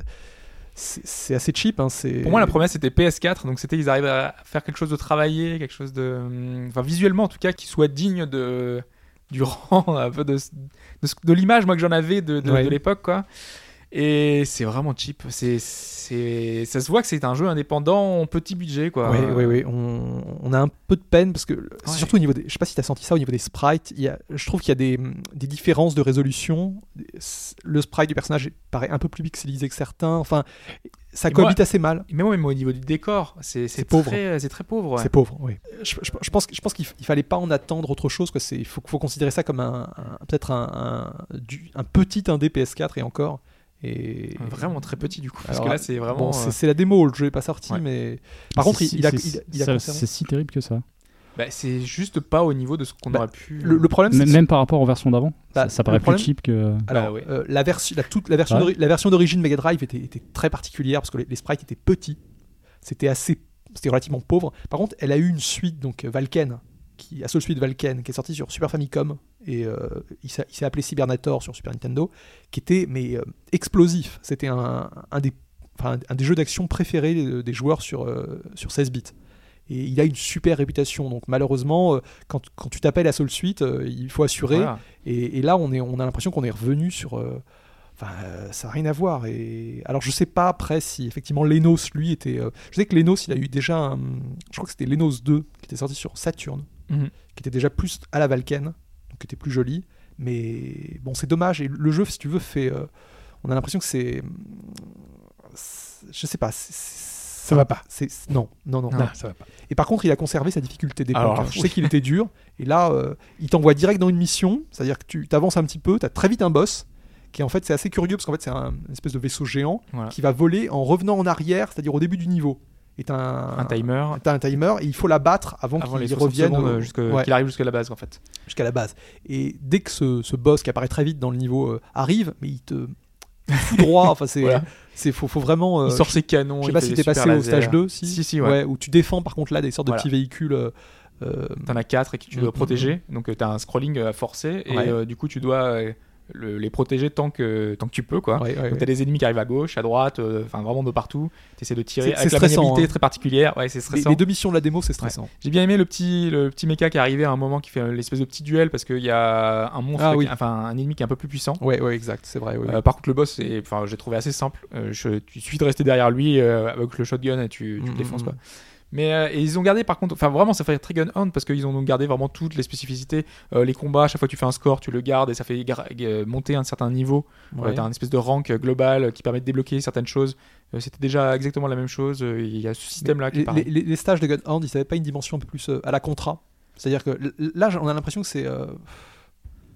S5: c'est c'est assez cheap. hein, c'est-
S3: Pour moi, la promesse c'était PS4, donc c'était ils arrivent à faire quelque chose de travaillé, quelque chose de, hum, enfin visuellement en tout cas, qui soit digne de du <laughs> rang, un peu de de, ce- de l'image moi que j'en avais de, de,
S5: Ouais.
S3: de l'époque quoi. Et c'est vraiment cheap. C'est c'est ça se voit que c'est un jeu indépendant, petit budget quoi.
S5: Oui, oui, oui. On, on a un peu de peine parce que c'est
S3: euh, Ouais.
S5: surtout au niveau des. Je sais pas si tu as senti ça au niveau des sprites. il y a- je trouve qu'il y a des, des différences de résolution. Le sprite du personnage paraît un peu plus pixelisé que certains. Enfin, ça
S3: Et moi-
S5: cohabite assez mal.
S3: Mais moi, même au niveau du décor, c'est c'est
S5: C'est pauvre.
S3: très- C'est très pauvre. ouais.
S5: C'est pauvre, oui. Je, je- je pense, je pense qu'il f- il fallait pas en attendre autre chose. quoi. C'est- Il faut, faut considérer ça comme un, un- peut-être un, un, du- un petit indé PS4 et encore. Et,
S3: Vraiment très petit du coup. Mmh. Parce
S5: Alors,
S3: que là, c'est vraiment.
S5: Bon,
S3: euh,
S5: c'est c'est la démo, le jeu est pas sorti,
S3: Ouais.
S5: mais par contre,
S4: C'est
S5: il,
S4: si-
S5: il a,
S4: c'est-
S5: il a- il a
S4: ça-
S5: conservé-
S4: c'est si terrible que ça.
S3: bah, c'est juste pas au niveau de ce qu'on
S5: Bah,
S3: aurait pu.
S5: Le, le problème, c'est
S4: Même,
S5: que-
S4: même par rapport aux versions d'avant,
S5: Bah,
S4: ça, ça
S5: le
S4: paraît plus
S5: problème-
S4: cheap que.
S5: Alors,
S3: Bah ouais.
S5: euh, la, version- la, toute, la version d'ori- la version d'origine Mega Drive était, était très particulière parce que les, les sprites étaient petits. C'était assez, c'était relativement pauvre. Par contre, elle a eu une suite, donc euh, Valken, qui, à seule suite Valken, qui est sortie sur Super Famicom et euh, il s'a- il s'est appelé Cybernator sur Super Nintendo, qui était mais euh, explosif. C'était un, un des, enfin, un des jeux d'action préférés euh, des joueurs sur, euh, sur 16 bits. Et il a une super réputation. Donc malheureusement, euh, quand, quand tu t'appelles à seule suite, euh, il faut assurer.
S3: Voilà.
S5: Et, et là, on, est, on a l'impression qu'on est revenu sur, euh, Enfin, euh, ça n'a rien à voir. Et... Alors, je sais pas après si effectivement Lenos, lui, était. euh, Je sais que Lenos, il a eu déjà. un- Je crois que c'était Lenos 2 qui était sorti sur Saturn,
S3: Mhm.
S5: qui était déjà plus à la Valken, donc qui était plus joli. Mais bon, c'est dommage. Et le jeu, si tu veux, fait. euh, On a l'impression que c'est. c'est- Je sais pas. Ça
S2: va pas.
S5: C'est... Non, non, non,
S3: Non.
S5: non.
S2: Ah, ça va pas.
S5: Et par contre, il a conservé sa difficulté d'époque.
S3: Alors,
S5: hein. Je
S3: oui.
S5: sais qu'il était dur. Et là, euh, il t'envoie direct dans une mission. C'est-à-dire que tu t'avances un petit peu, t'as très vite un boss. Qui en fait, c'est assez curieux parce qu'en fait, c'est un une espèce de vaisseau géant
S3: Voilà.
S5: qui va voler en revenant en arrière, c'est-à-dire au début du niveau. Et t'as un,
S3: Un timer
S5: t'as un timer et il faut la battre avant,
S3: avant les
S5: qu'il
S3: 60
S5: revienne
S3: secondes
S5: au-
S3: euh, jusque-
S5: ouais,
S3: qu'il arrive jusqu'à la base en fait.
S5: jusqu'à la base. Et dès que ce, ce boss qui apparaît très vite dans le niveau euh, arrive, mais il te
S3: <laughs>
S5: fout droit. enfin, c'est,
S3: Voilà.
S5: c'est faut, faut vraiment. euh,
S3: il sort ses canons.
S5: je sais
S3: il
S5: pas
S3: fait
S5: si
S3: des
S5: t'es passé
S3: super
S5: au stage
S3: lasers.
S5: 2, si,
S3: Si, si, ouais.
S5: où tu défends par contre là des sortes
S3: Voilà.
S5: de petits véhicules. euh, euh,
S3: T'en as 4 et que tu dois
S5: Mhm.
S3: protéger. Donc euh, t'as un scrolling euh, à forcer et
S5: Ouais.
S3: euh, du coup tu dois euh, le- les protéger tant que, tant que tu peux quoi.
S5: ouais, ouais,
S3: Donc
S5: ouais.
S3: t'as des ennemis qui arrivent à gauche, à droite, euh, enfin vraiment de partout. T'essaies de tirer
S5: C'est-
S3: avec
S5: c'est
S3: la
S5: stressant,
S3: maniabilité
S5: hein.
S3: très particulière. Ouais, c'est
S5: les,
S3: stressant.
S5: les deux missions de la démo, c'est stressant.
S3: J'ai bien aimé le petit le petit méca qui est arrivé à un moment qui fait euh, l'espèce de petit duel parce qu'il y a un monstre,
S5: Ah
S3: qui-
S5: oui.
S3: enfin un ennemi qui est un peu plus puissant.
S5: Ouais, ouais, exact, c'est vrai. ouais, ouais.
S3: Euh, par contre, le boss, c'est- enfin, j'ai trouvé assez simple. Euh, je, tu suffis de rester derrière lui euh, avec le shotgun et tu, tu
S5: Mm,
S3: le défonces.
S5: mm,
S3: Quoi. Mais euh, et ils ont gardé, par contre, enfin vraiment, ça fait très gun hunt parce qu'ils ont donc gardé vraiment toutes les spécificités. Euh, les combats, à chaque fois que tu fais un score, tu le gardes et ça fait gar- euh, monter un certain niveau.
S5: Ouais.
S3: Euh, T'as un espèce de rank euh, global euh, qui permet de débloquer certaines choses. Euh, C'était déjà exactement la même chose. Euh, Il y a ce système-là qui
S5: les,
S3: parle.
S5: les- les- les stages de Gun Hand, ils n'avaient pas une dimension un peu plus euh, à la contrat. C'est-à-dire que l- là, on a l'impression que c'est. euh,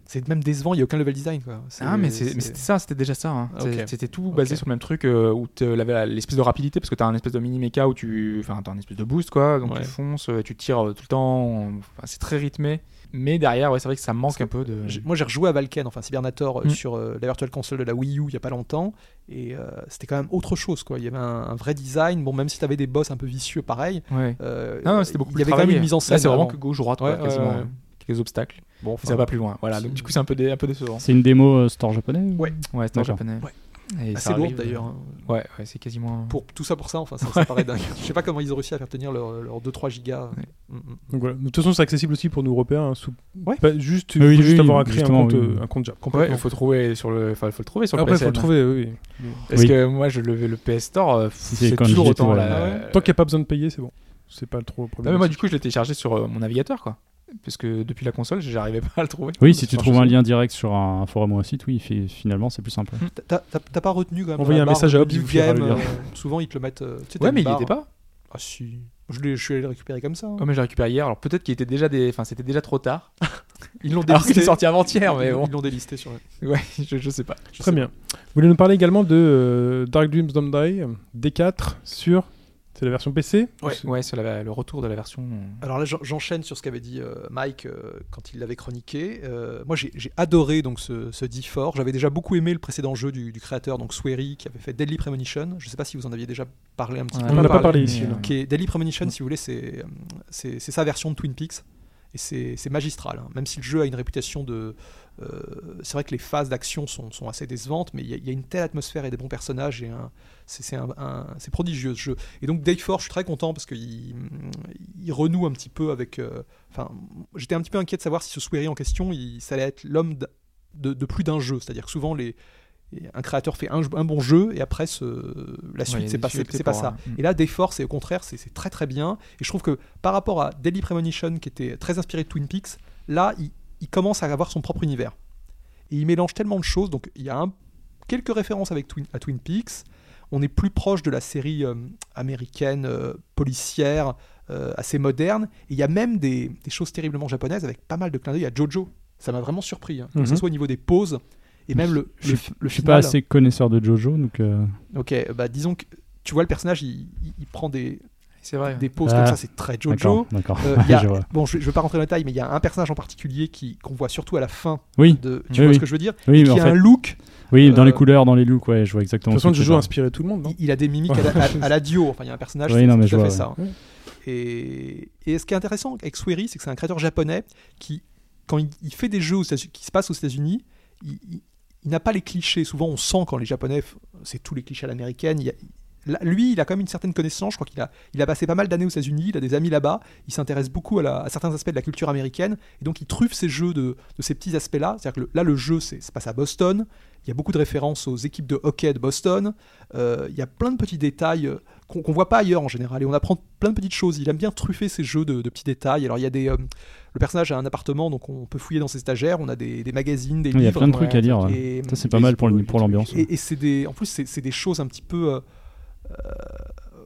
S5: c'est même décevant, il n'y a aucun level design. Quoi. C'est-
S3: Ah mais c'est-
S5: c'est-
S3: mais c'était ça, c'était déjà ça. hein.
S5: Ah,
S3: C'est-
S5: ok.
S3: C'était tout basé
S5: Ok.
S3: sur le même truc euh, où tu l'espèce de rapidité parce que t'as un espèce de mini méca où tu, enfin t'as un espèce de boost quoi, donc
S5: Ouais.
S3: tu fonces, euh, tu tires euh, tout le temps. Enfin, c'est très rythmé. Mais derrière, ouais, c'est vrai que ça manque un peu de.
S5: J'ai- Moi, j'ai rejoué à Valken, enfin Cybernator, euh,
S3: Mm.
S5: sur euh, la Virtual Console de la Wii U il n'y a pas longtemps. Et euh, c'était quand même autre chose. Quoi. Il y avait un, un vrai design. Bon, même si tu avais des boss un peu vicieux, pareil.
S3: Ouais.
S5: euh,
S3: Non, non, c'était beaucoup
S5: Il y
S3: plus
S5: avait quand même
S3: travaillé.
S5: une mise en scène.
S3: Là, c'est vraiment
S5: avant.
S3: que gauche droite
S5: Ouais,
S3: quoi, quasiment.
S5: ouais, ouais.
S3: euh, Quelques obstacles.
S5: Bon,
S3: Et ça va plus loin. Voilà. Donc du coup, c'est un peu dé- un peu décevant.
S4: C'est une démo euh, store japonais ou-
S5: Ouais.
S3: Ouais, c'est en
S4: D'accord.
S3: japonais.
S5: Ouais.
S3: Et ça
S5: assez lourd
S3: arrive, euh,
S5: d'ailleurs. hein.
S3: Ouais, ouais, c'est quasiment.
S5: pour tout ça pour ça, enfin, ça, ça paraît dingue. Je sais pas comment ils ont réussi à faire tenir leurs leur 2-3 gigas.
S3: Ouais.
S5: Mm, mm.
S2: Donc voilà. De toute façon, c'est accessible aussi pour nous Européens. hein, sous-
S5: Ouais.
S2: pas juste,
S4: Oui,
S2: juste
S4: oui,
S2: avoir à créer un
S4: justement,
S2: compte,
S4: oui.
S2: euh, un compte Jap.
S3: Ouais,
S2: Complètement.
S3: il faut trouver sur le, enfin, faut le trouver sur le
S2: Après, il faut le
S3: PSN.
S2: trouver. oui, oui.
S3: Parce
S4: Oui.
S3: que moi, je levais le PS Store, euh, pff,
S4: C'est
S3: c'est
S4: comme
S3: toujours
S4: je dis tout,
S3: autant. euh,
S4: ouais.
S3: la-
S4: Ah
S2: Tant qu'il n'y a pas besoin de payer, c'est bon. C'est pas trop le
S3: Non,
S2: problème.
S3: Ah, mais moi, du coup, je l'ai téléchargé sur euh, mon navigateur, quoi. Parce que depuis la console, j'arrivais pas à le trouver.
S4: Oui, si tu
S3: Sur-
S4: trouves un lien direct sur un forum ou un site, oui, fi- finalement c'est plus simple.
S5: T'as- T'as t'as pas retenu quand même.
S2: Envoyer
S5: la
S2: un
S5: barre
S2: message à
S5: de
S2: Hobbs, il vous
S5: Game,
S2: fera le lien.
S5: euh, souvent ils te le mettent. euh, tu sais, t'as
S3: Ouais,
S5: une
S3: mais il y
S5: barre.
S3: était pas. Ah,
S5: Ah si. Je, l'ai- je suis allé le récupérer comme ça. hein.
S3: Ouais, mais j'ai récupéré hier. Alors peut-être qu'il était déjà des, enfin, c'était déjà trop tard.
S5: Ils l'ont
S3: Alors qu'il est
S5: délisté.
S3: sorti avant-hier, mais
S5: Ils- <laughs>
S3: bon.
S5: Ils l'ont délisté sur. le-
S3: Ouais, je, je sais pas. Je
S2: Très
S3: sais
S2: bien. Vous voulez nous parler également de euh, Dark Dreams Don't Die euh, D4 sur. C'est la version PC
S3: pas. Ouais, ouais, sur la- le retour de la version.
S5: Alors là, j'en- j'enchaîne sur ce qu'avait dit euh, Mike euh, quand il l'avait chroniqué. Euh, moi, j'ai j'ai adoré donc ce, ce D4. J'avais déjà beaucoup aimé le précédent jeu du, du créateur, donc Swery, qui avait fait Deadly Premonition. Je sais pas si vous en aviez déjà parlé un petit peu.
S2: On en a
S3: n'a
S2: pas parlé ici,
S3: mais,
S2: là.
S3: euh,
S5: qui est Deadly Premonition, si vous voulez, c'est euh, c'est c'est sa version de Twin Peaks. Et c'est c'est magistral, hein. même si le jeu a une réputation de... euh, c'est vrai que les phases d'action sont, sont assez décevantes, mais il y, a- il y a une telle atmosphère et des bons personnages, et un- c'est c'est un- un- c'est prodigieux ce jeu. Et donc Day 4, je suis très content parce qu'il il renoue un petit peu avec... euh, Enfin, j'étais un petit peu inquiet de savoir si ce Swery en question, il, ça allait être l'homme d- de, de plus d'un jeu. C'est-à-dire que souvent, les, un créateur fait un, un bon jeu, et après, ce- la
S3: ouais, il y
S5: suite,
S3: a
S5: c'est
S3: des
S5: pas,
S3: suites,
S5: c'est- c'est pas
S3: pour,
S5: ça.
S3: euh,
S5: Et là, Dayforce, c'est au contraire, c'est c'est très très bien. Et je trouve que par rapport à Daily Premonition, qui était très inspiré de Twin Peaks, là, il, il commence à avoir son propre univers. Et il mélange tellement de choses. Donc, il y a un- quelques références avec Twin, à Twin Peaks. On est plus proche de la série euh, américaine, euh, policière, euh, assez moderne. Et il y a même des, des choses terriblement japonaises avec pas mal de clins d'œil à Jojo. Ça m'a vraiment surpris, hein. que ce
S2: Mhm.
S5: soit au niveau des pauses et même le,
S4: Je
S5: le,
S4: suis-
S5: le
S4: Je suis
S5: final.
S4: pas assez connaisseur de Jojo, donc. euh,
S5: Ok, bah disons que tu vois, le personnage, il- il- il prend des,
S3: C'est vrai.
S5: des poses
S4: Ah.
S5: comme ça, c'est très Jojo.
S4: D'accord. d'accord.
S5: Euh, il y a-
S4: <laughs> Je vois.
S5: bon, je, ne vais pas rentrer dans le détail, mais il y a un personnage en particulier qui qu'on voit surtout à la fin
S4: Oui,
S5: de.
S4: Oui,
S5: Tu vois
S4: oui.
S5: ce que je veux dire
S4: oui, mais
S5: Qui
S4: en
S5: a un
S4: fait,
S5: look.
S4: oui, dans
S5: euh,
S4: les couleurs, dans les looks, ouais, je vois exactement.
S2: De toute façon,
S4: ce que
S2: Jojo a
S4: tu
S2: inspiré tout le monde. non
S5: Il, il
S4: <laughs>
S5: a des mimiques à la, à- à la Dio. Enfin, il y a un personnage
S4: Oui,
S5: qui
S4: non, mais
S5: fait
S4: je vois,
S5: ça. hein.
S2: ouais.
S5: Et, et ce qui est intéressant avec Swery, c'est que c'est un créateur japonais qui, quand il, il fait des jeux aux États-Unis- qui se passent aux États-Unis, il, il- il n'a pas les clichés. Souvent, on sent quand les Japonais, f- c'est tous les clichés à l'américaine. il y a- là, lui, il a quand même une certaine connaissance. Je crois qu'il a, il a passé pas mal d'années aux États-Unis, il a des amis là-bas, il s'intéresse beaucoup à, la- à certains aspects de la culture américaine, et donc il truffe ses jeux de, de ces petits aspects-là. C'est-à-dire que le- là, le jeu, c'est se passe à Boston. Il y a beaucoup de références aux équipes de hockey de Boston. Euh, il y a plein de petits détails euh, qu'on qu'on voit pas ailleurs en général, et on apprend plein de petites choses. Il aime bien truffer ces jeux de, de petits détails. Alors il y a des, euh, le personnage a un appartement, donc on peut fouiller dans ses stagiaires. On a des, des magazines, des
S4: Il y a
S5: livres.
S4: plein de trucs
S3: ouais,
S4: à dire. ouais.
S5: Et-
S4: Ça, c'est pas mal pour le- pour l'ambiance.
S5: et, et c'est des, en plus, c'est c'est des choses un petit peu euh, euh,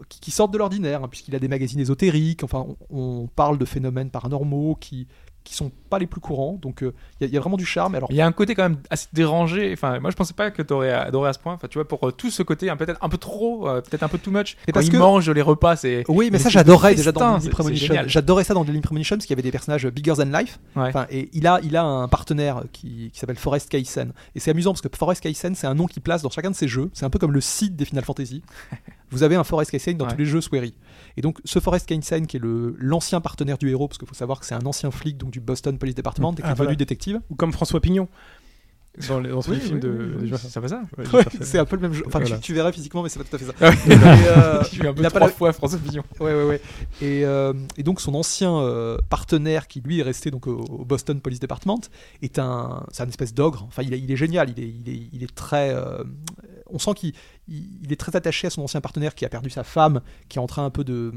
S5: qui, qui sortent de l'ordinaire, hein, puisqu'il a des magazines ésotériques. Enfin, on, on parle de phénomènes paranormaux qui qui sont pas les plus courants. Donc, euh, il y, a- il y a vraiment du charme. Alors,
S3: Il y a un côté quand même assez dérangé. Enfin, moi je pensais pas que t'aurais adoré à ce point. Enfin, tu vois, pour euh, tout ce côté, hein, peut-être un peu trop, euh, peut-être un peu too much.
S5: Mais
S3: Quand
S5: parce
S3: il
S5: que-
S3: mange les repas, c'est.
S5: oui, mais
S3: mais
S5: ça,
S3: c'est
S5: j'adorais déjà
S3: festin,
S5: dans
S3: c'est-
S5: Deadly
S3: c'est
S5: Premonition.
S3: génial.
S5: J'adorais ça dans Deadly Premonition parce qu'il y avait des personnages euh, bigger than life.
S3: Ouais.
S5: Enfin, et il a, il a un partenaire qui, qui s'appelle Forrest Kaysen. Et c'est amusant parce que Forrest Kaysen, c'est un nom qu'il place dans chacun de ses jeux. C'est un peu comme le site des Final
S3: <laughs>
S5: Fantasy. Vous avez un Forrest Kaysen dans
S3: Ouais.
S5: tous les jeux Swery. Et donc, ce Forrest Kaysen, qui est le- l'ancien partenaire du héros, parce qu'il faut savoir que c'est un ancien flic donc du Boston Police Department, et qui
S2: Ah,
S5: est devenu
S2: voilà.
S5: détective.
S2: Ou comme François Pignon. Dans les, dans
S3: Oui,
S2: les films
S3: oui,
S2: de.
S3: oui,
S2: de-
S3: oui, c'est ça va ça.
S2: Ouais,
S5: Ouais, <laughs>
S2: j'ai pas fait.
S5: c'est un peu le même jeu. Enfin, tu-
S2: Voilà.
S5: tu, verrais physiquement, mais c'est pas tout à
S3: <laughs>
S5: fait ça.
S3: Il
S5: Et, euh,
S3: Je suis un peu
S5: il a pas
S3: trois
S5: la-
S3: fois François Fillon.
S5: Ouais, ouais, ouais. Et, euh, et donc son ancien euh, partenaire, qui lui est resté donc au, au Boston Police Department, est un, c'est un espèce d'ogre. Enfin, il est, il est génial. Il est, il est, il est très. euh, on sent qu'il il il est très attaché à son ancien partenaire qui a perdu sa femme, qui est en train un peu de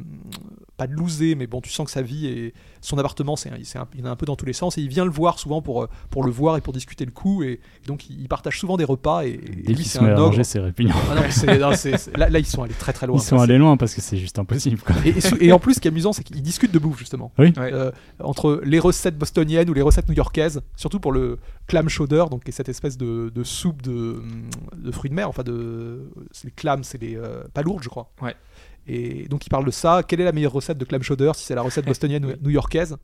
S5: pas de loser, mais bon, tu sens que sa vie et son appartement, c'est, un- c'est un- il est un peu dans tous les sens. Et il vient le voir souvent pour euh, pour le voir et pour discuter le coup. Et, donc il, il partage souvent des repas. Et, et
S4: Dès
S5: lui,
S4: qu'ils
S5: c'est
S4: se met
S5: un
S4: à
S5: ogre.
S4: ranger, c'est
S5: <laughs>
S4: répugnant.
S5: Ah non, c'est- non, c'est- c'est- là, là, ils sont allés très très loin.
S4: Ils sont allés loin parce que c'est juste impossible. quoi.
S5: Et, et sou- et en plus, ce qui est amusant, c'est qu'ils discutent de bouffe, justement.
S4: Oui.
S3: Ouais.
S5: Euh, entre les recettes bostoniennes ou les recettes new-yorkaises, surtout pour le clam chowder, donc qui est cette espèce de, de soupe de, de fruits de mer, enfin de. C'est les clams, c'est les euh, palourdes, je crois.
S3: Ouais.
S5: Et donc, ils parlent de ça. Quelle est la meilleure recette de clam chowder, si c'est
S3: <laughs>
S5: la recette bostonienne ou new-yorkaise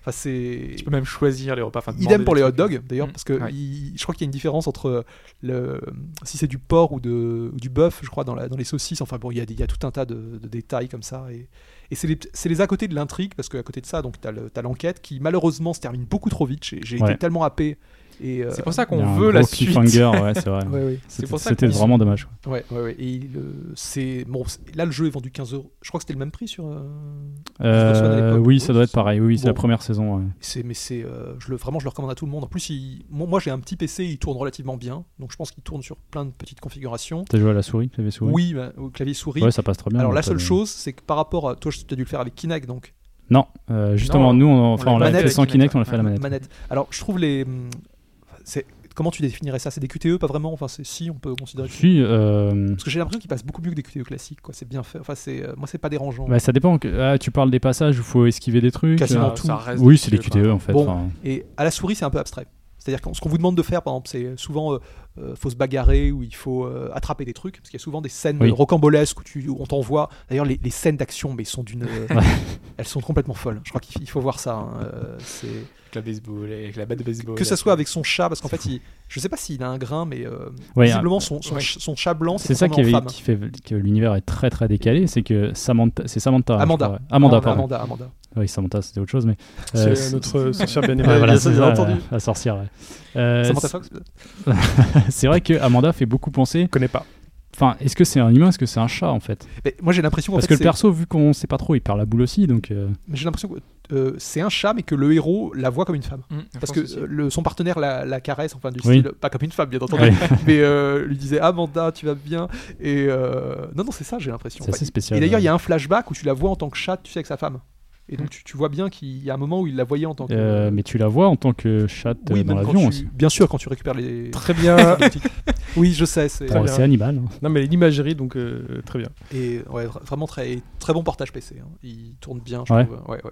S5: Enfin, c'est.
S3: Tu peux même choisir les repas. Enfin, demander
S5: Idem pour
S3: des
S5: les hot
S3: trucs.
S5: dogs d'ailleurs,
S3: Mm.
S5: parce que
S3: Ouais.
S5: il- je crois qu'il y a une différence entre le, si c'est du porc ou, de, ou du bœuf, je crois, dans, la- dans les saucisses. Enfin bon, il y a, des- il y a tout un tas de, de détails comme ça. Et, et c'est les, c'est les à côté de l'intrigue, parce qu'à côté de ça, donc t'as le- t'as l'enquête qui malheureusement se termine beaucoup trop vite. J'ai j'ai
S4: Ouais.
S5: été tellement happé. Et, euh,
S3: C'est pour ça
S4: Il y a
S3: qu'on
S4: un
S3: veut
S4: gros
S3: la suite.
S4: cliffhanger, ouais,
S2: <laughs>
S4: c'est vrai.
S5: ouais, ouais.
S3: C'est
S4: C'était-
S3: pour ça
S4: C'était
S3: qu'on-
S4: vraiment dommage. quoi.
S5: Ouais, ouais, ouais. Et il, euh, c'est bon. c'est- Là, le jeu est vendu 15 euros. Je crois que c'était le même prix sur. euh,
S4: Euh,
S5: Swan à l'époque.
S4: oui, ça doit être pareil. Oui, oui, c'est
S5: Bon.
S4: la première saison. ouais.
S5: C'est, mais c'est, euh, je le, vraiment, je le recommande à tout le monde. En plus, il- moi, moi, j'ai un petit PC, il tourne relativement bien, donc je pense qu'il tourne sur plein de petites configurations.
S4: T'as joué à la souris, clavier souris
S5: Oui, bah, au clavier souris.
S4: Ouais, ça passe très bien.
S5: Alors
S4: donc,
S5: la
S4: euh,
S5: seule chose, c'est que par rapport à toi, je- t'as dû le faire avec Kinect, donc
S4: Non, euh, justement,
S3: Non,
S4: nous, on,
S3: on
S4: enfin,
S3: l'a
S4: on l'a
S5: manette
S4: fait sans
S3: avec
S4: Kinect, on l'a
S3: manette,
S4: fait à la
S3: ouais.
S4: manette.
S5: manette. Alors je trouve les, hum, c'est comment tu définirais ça C'est des QTE, pas vraiment. Enfin, c'est si on peut considérer. que-
S4: Si, euh,
S5: Parce que j'ai l'impression qu'ils passent beaucoup mieux que des QTE classiques. Quoi, c'est bien fait. Enfin, c'est, euh, moi, c'est pas dérangeant.
S4: bah, ça dépend. que- ah, tu parles des passages où il faut esquiver des trucs.
S3: Ça-
S5: Quasiment
S4: euh,
S5: tout.
S3: ça reste
S4: Oui,
S3: des
S4: c'est les
S3: QTE,
S4: QTE en fait.
S5: Bon.
S4: enfin,
S5: Et à la souris, c'est un peu abstrait. C'est-à-dire que ce qu'on vous demande de faire, par exemple, c'est souvent euh, euh, faut se bagarrer ou il faut euh, attraper des trucs, parce qu'il y a souvent des scènes
S4: Oui.
S5: euh, rocambolesques où, tu, où on t'envoie. D'ailleurs, les, les scènes d'action, mais sont d'une, euh, elles sont complètement folles. Je crois qu'il il faut voir ça. hein. Euh, c'est-
S3: Avec la baseball, avec la batte de baseball.
S5: que ça soit avec son chat, parce qu'en fait, il, je sais pas s'il a un grain, mais euh,
S4: ouais,
S5: visiblement son, son
S3: ouais.
S5: ch- son chat blanc,
S4: C'est ça qui,
S5: transformé en
S4: avait,
S5: femme.
S4: qui fait que l'univers est très très décalé, c'est que Samantha, c'est Samantha. je
S5: Amanda.
S4: crois, ouais. Amanda,
S5: Ah,
S4: pardon.
S5: Amanda, Amanda.
S4: Oui, Samantha, c'était autre chose, mais
S2: C'est
S4: euh, c'est-
S2: notre sorcière bien
S4: ouais,
S2: aimée.
S4: voilà,
S5: ça,
S4: c'est
S5: j'ai
S4: ça,
S5: entendu.
S4: la- la sorcière. ouais. Euh,
S5: Samantha Fox. peut-être
S4: c'est- c'est vrai que Amanda fait beaucoup penser.
S2: Je connais pas.
S4: Enfin, est-ce que c'est un humain, est-ce que c'est un chat en fait
S5: Mais moi, j'ai l'impression qu'en
S4: Parce
S5: fait,
S4: que le
S5: c'est-
S4: perso, vu qu'on sait pas trop, il perd la boule aussi, donc.
S5: <laughs>
S4: euh,
S5: mais j'ai l'impression que euh, c'est un chat, mais que le héros la voit comme une femme.
S3: Mmh, je
S5: Parce
S3: pense
S5: que
S3: aussi.
S5: euh, le, son partenaire la, la caresse, enfin du
S4: Oui.
S5: style, pas comme une femme bien entendu,
S4: ouais,
S5: <laughs> mais euh, lui disait Amanda, tu vas bien. Et euh, non, non, c'est ça, j'ai l'impression.
S4: c'est assez spécial.
S5: et d'ailleurs, il
S4: ouais. Mm.
S5: y a un flashback où tu la vois en tant que chatte, tu sais, avec sa femme. Et donc, tu, tu vois bien qu'il y a un moment où il la voyait en tant que.
S4: Euh, mais tu la vois en tant que chatte
S5: oui,
S4: euh, dans
S5: même quand
S4: l'avion
S5: tu-
S4: aussi.
S5: Bien sûr, quand tu récupères les.
S2: Très bien.
S5: <laughs> oui, je sais. C'est...
S4: Bon,
S2: bien.
S4: c'est Hannibal. hein.
S2: <laughs> non, mais l'imagerie, donc euh, très bien.
S5: Et ouais, vra- vraiment très, et très bon portage PC. hein. Il tourne bien, je
S4: Ouais.
S5: trouve. Ouais, ouais.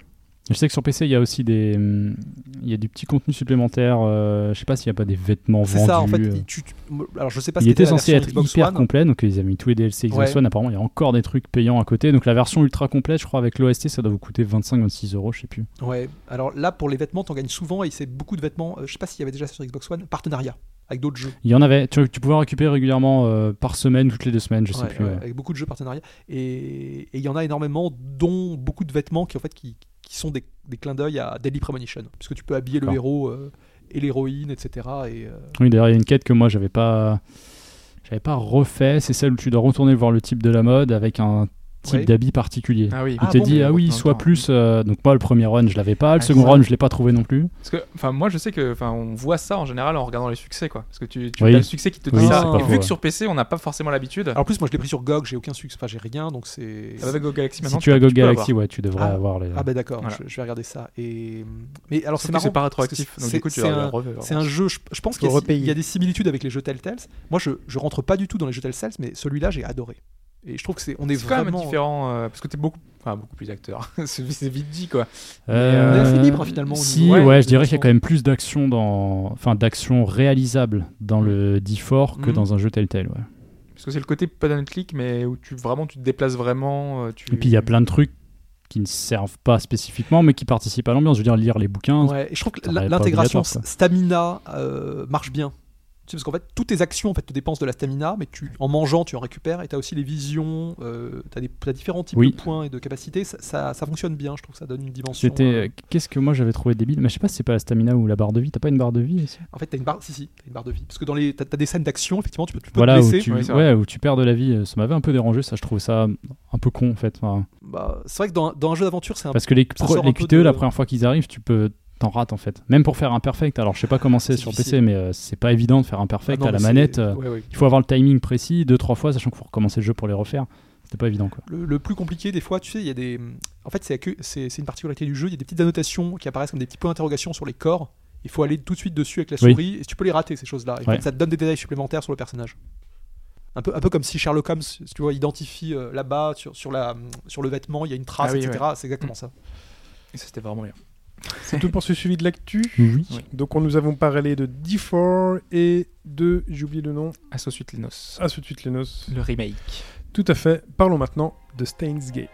S4: Je sais que sur PC, il y a aussi des, hum, il y a du petit contenu supplémentaire. euh, je sais pas s'il n'y a pas des vêtements
S5: C'est
S4: vendus.
S5: ça, en fait.
S4: euh.
S5: il- tu- tu- Alors, je sais pas ce
S4: Il était
S5: qu'était la
S4: censé
S5: version
S4: être
S5: Xbox
S4: hyper
S5: One.
S4: complet, donc ils avaient mis tous les DLC Xbox
S5: Ouais.
S4: One. Apparemment, il y a encore des trucs payants à côté. Donc la version ultra complète, je crois, avec l'OST, ça doit vous coûter 25-26 euros, je sais plus.
S5: Ouais, alors là pour les vêtements, t'en gagnes souvent et c'est beaucoup de vêtements. euh, je sais pas s'il y avait déjà sur Xbox One, partenariat avec d'autres jeux.
S4: Il y en avait, tu, tu pouvais en récupérer régulièrement euh, par semaine, toutes les deux semaines, je sais
S5: Ouais,
S4: plus.
S5: ouais,
S4: ouais.
S5: Avec beaucoup de jeux partenariat. Et et il y en a énormément, dont beaucoup de vêtements qui en fait qui, qui sont des, des clins d'œil à Deadly Premonition. Puisque tu peux habiller le
S4: D'accord.
S5: héros euh, et l'héroïne, etc. Et, euh,
S4: Oui, d'ailleurs, il y a une quête que moi, j'avais pas. J'avais pas refait. C'est celle où tu dois retourner voir le type de la mode avec un type
S5: Ouais.
S4: d'habit particulier.
S3: Ah oui.
S4: Il te dit, ah oui, soit plus. euh, donc, moi, le premier run, je l'avais pas. Le
S3: Ah,
S4: second
S3: ça.
S4: run, je l'ai pas trouvé non plus.
S3: Parce que, enfin, moi, je sais que, enfin, on voit ça en général en regardant les succès, quoi. Parce que tu, tu
S4: Oui.
S3: as le succès qui te dit
S4: Oui,
S3: ça.
S5: c'est
S3: Et
S5: pas
S3: vu
S4: faux,
S3: que
S4: ouais.
S3: sur PC, on n'a pas forcément l'habitude.
S5: Alors, en plus, moi, je l'ai pris sur GOG, j'ai aucun succès, enfin, j'ai rien, donc c'est.
S3: Avec Go Galaxy
S4: Si
S3: maintenant.
S4: tu as Go
S3: peux
S4: Galaxy, ouais, tu devrais
S5: Ah.
S4: avoir les.
S3: bah,
S5: Ah ben d'accord,
S3: Voilà.
S5: je, je vais regarder ça. Et mais alors c'est
S3: Surtout
S5: marrant.
S3: que c'est pas
S5: parce que
S3: rétroactif. Donc,
S5: c'est-
S3: du coup, tu
S5: c'est
S3: vas
S5: un-
S3: revoir.
S5: C'est un jeu, je, je pense
S2: Faut
S5: qu'il y, a-
S2: repayer.
S5: il y a des similitudes avec les jeux Telltales. Moi, je, je rentre pas du tout dans les jeux Telltales, mais celui-là, j'ai adoré. Et je trouve que c'est, on est,
S3: C'est quand
S5: vraiment.
S3: même différent euh, parce que t'es beaucoup, enfin, beaucoup plus acteur. <laughs> c'est c'est vite dit, quoi.
S4: Euh,
S3: Mais, euh,
S5: c'est libre, finalement, au
S4: Si,
S5: niveau-
S4: ouais,
S3: Ouais,
S4: je dirais qu'il y a
S5: façon.
S4: quand même plus d'action dans, enfin d'action réalisable dans
S3: Mm.
S4: le D4 que
S3: Mhm.
S4: dans un jeu Telltale. Ouais.
S3: Parce que c'est le côté pas d'un clic, mais où tu vraiment tu te déplaces vraiment. euh, Tu...
S4: Et puis il y a plein de trucs qui ne servent pas spécifiquement, mais qui participent à l'ambiance. Je veux dire, lire les bouquins.
S5: Ouais, et je trouve que
S4: Putain,
S5: la-
S4: elle est pas
S5: l'intégration
S4: obligatoire,
S5: stamina euh, marche bien. Tu sais, parce qu'en fait, toutes tes actions en fait, te dépensent de la stamina, mais tu, en mangeant, tu en récupères. Et tu as aussi les visions, euh, tu as, différents types
S4: Oui.
S5: de points et de capacités. Ça, ça, ça fonctionne bien, je trouve que ça donne une dimension.
S4: C'était
S5: euh,
S4: euh, qu'est-ce que moi j'avais trouvé débile, mais je sais pas si c'est pas la stamina ou la barre de vie. T'as pas une barre de vie aussi
S5: En fait, tu as une, barre- si, si, t'as une barre de vie. Parce que dans les, tu as, des scènes d'action, effectivement, tu peux, tu peux
S4: Voilà
S5: te
S4: où
S5: blesser.
S4: tu,
S3: Ouais,
S4: ouais,
S3: c'est vrai.
S4: où tu perds de la vie. Euh, Ça m'avait un peu dérangé. Ça, je trouvais ça un peu con en fait. Enfin,
S5: Bah, c'est vrai que dans, un- dans un jeu d'aventure, c'est un
S4: parce que les,
S5: Ça sort
S4: les
S5: un peu
S4: QTE,
S5: de-
S4: la première fois qu'ils arrivent, tu peux t'en rates en fait. Même pour faire un perfect. Alors je sais pas comment c'est
S5: C'est
S4: sur
S5: difficile.
S4: PC, mais euh, c'est pas évident de faire un
S5: Ah
S4: perfect
S5: non,
S4: à la
S5: mais c'est-
S4: manette. euh,
S5: ouais, ouais.
S4: Il faut avoir le timing précis deux trois fois, sachant qu'il faut recommencer le jeu pour les refaire. C'était pas évident quoi.
S5: Le, le plus compliqué, des fois, tu sais, il y a des. En fait, c'est que- c'est c'est une particularité du jeu. Il y a des petites annotations qui apparaissent comme des petits points d'interrogation sur les corps. Il faut aller tout de suite dessus avec la
S4: Oui.
S5: souris. Et tu peux les rater, ces choses-là. Et en
S4: Ouais.
S5: fait, ça te donne des détails supplémentaires sur le personnage. Un peu, un peu comme si Sherlock Holmes, si tu vois, identifie euh, là-bas, sur, sur, la, sur le vêtement, il y a une trace,
S3: Ah oui,
S5: etc. C'est exactement ça.
S3: Et ça, c'était vraiment bien.
S2: C'est tout pour ce suivi de l'actu.
S4: Oui.
S2: Donc, on nous avons parlé de D4 et de. J'ai oublié le nom.
S3: À suite Linos.
S2: À tout de suite, Lenos.
S3: Le remake.
S2: Tout à fait. Parlons maintenant de Steins Gate.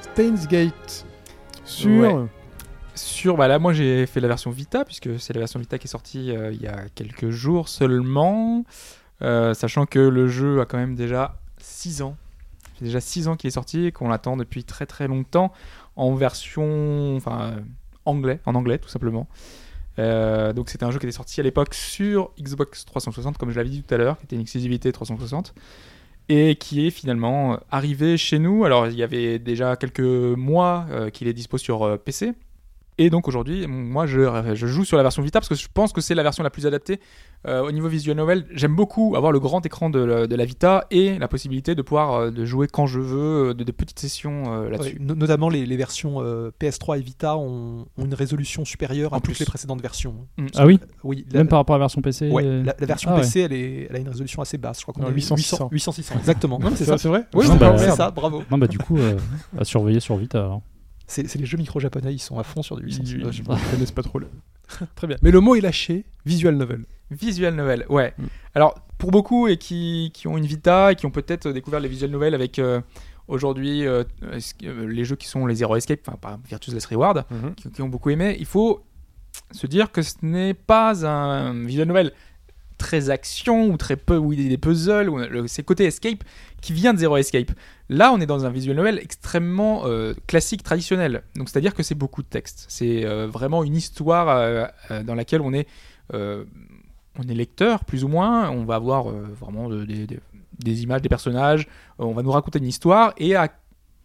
S2: Steins Gate. Sur.
S3: Ouais. Sur, bah là, moi j'ai fait la version Vita, puisque c'est la version Vita qui est sortie euh, il y a quelques jours seulement. Euh, sachant que le jeu a quand même déjà 6 ans. C'est déjà 6 ans qu'il est sorti et qu'on l'attend depuis très très longtemps en version enfin, euh, anglais, en anglais tout simplement. Euh, donc c'était un jeu qui était sorti à l'époque sur Xbox 360, comme je l'avais dit tout à l'heure, qui était une exclusivité 360, et qui est finalement euh, arrivé chez nous. Alors il y avait déjà quelques mois euh, qu'il est dispo sur euh, PC, et donc aujourd'hui, moi, je, je joue sur la version Vita parce que je pense que c'est la version la plus adaptée euh, au niveau visuel novel. J'aime beaucoup avoir le grand écran de, la- de la Vita et la possibilité de pouvoir euh, de jouer quand je veux, euh, de, de petites sessions euh, là-dessus.
S5: Ouais, no- notamment, les, les versions euh, PS3 et Vita ont, ont une résolution supérieure
S3: En
S5: à toutes
S3: plus.
S5: les précédentes versions.
S3: Mm.
S4: Ah oui
S5: Oui, la-
S4: Même par rapport à la version PC.
S5: Ouais,
S4: euh,
S5: la, la version
S4: ah ouais.
S5: PC, elle, est, elle a une résolution assez basse, je crois qu'on
S2: Non,
S5: est
S2: 800,
S3: hein.
S5: 800, 800, 600,
S3: <laughs>
S5: exactement. Non, mais c'est ça.
S2: C'est vrai
S5: Oui,
S4: Non,
S5: c'est
S4: bah,
S5: ça,
S4: merde.
S5: ça, bravo.
S4: Non bah du coup euh, à surveiller sur Vita. hein. Alors.
S5: C'est c'est les jeux micro japonais, ils sont à fond sur du 800.
S2: Ils
S5: Euh, je-
S2: ne connaissent pas trop le. <laughs> Très bien. Mais le mot est lâché. Visual novel.
S3: Visual novel, ouais.
S2: Mm.
S3: Alors, pour beaucoup et qui, qui ont une Vita et qui ont peut-être euh, découvert les visual novels avec euh, aujourd'hui euh, es- euh, les jeux qui sont les Zero Escape, enfin, par Virtuous Last Reward, qui, qui ont beaucoup aimé, il faut se dire que ce n'est pas un visual novel très action ou très peu où il y a des puzzles ou le- c'est côté escape qui vient de Zero Escape. Là, on est dans un visual novel extrêmement euh, classique traditionnel. Donc c'est-à-dire que c'est beaucoup de texte. C'est euh, vraiment une histoire euh, euh, dans laquelle on est euh, on est lecteur plus ou moins, on va avoir euh, vraiment de- des- des- des images des personnages, euh, on va nous raconter une histoire et à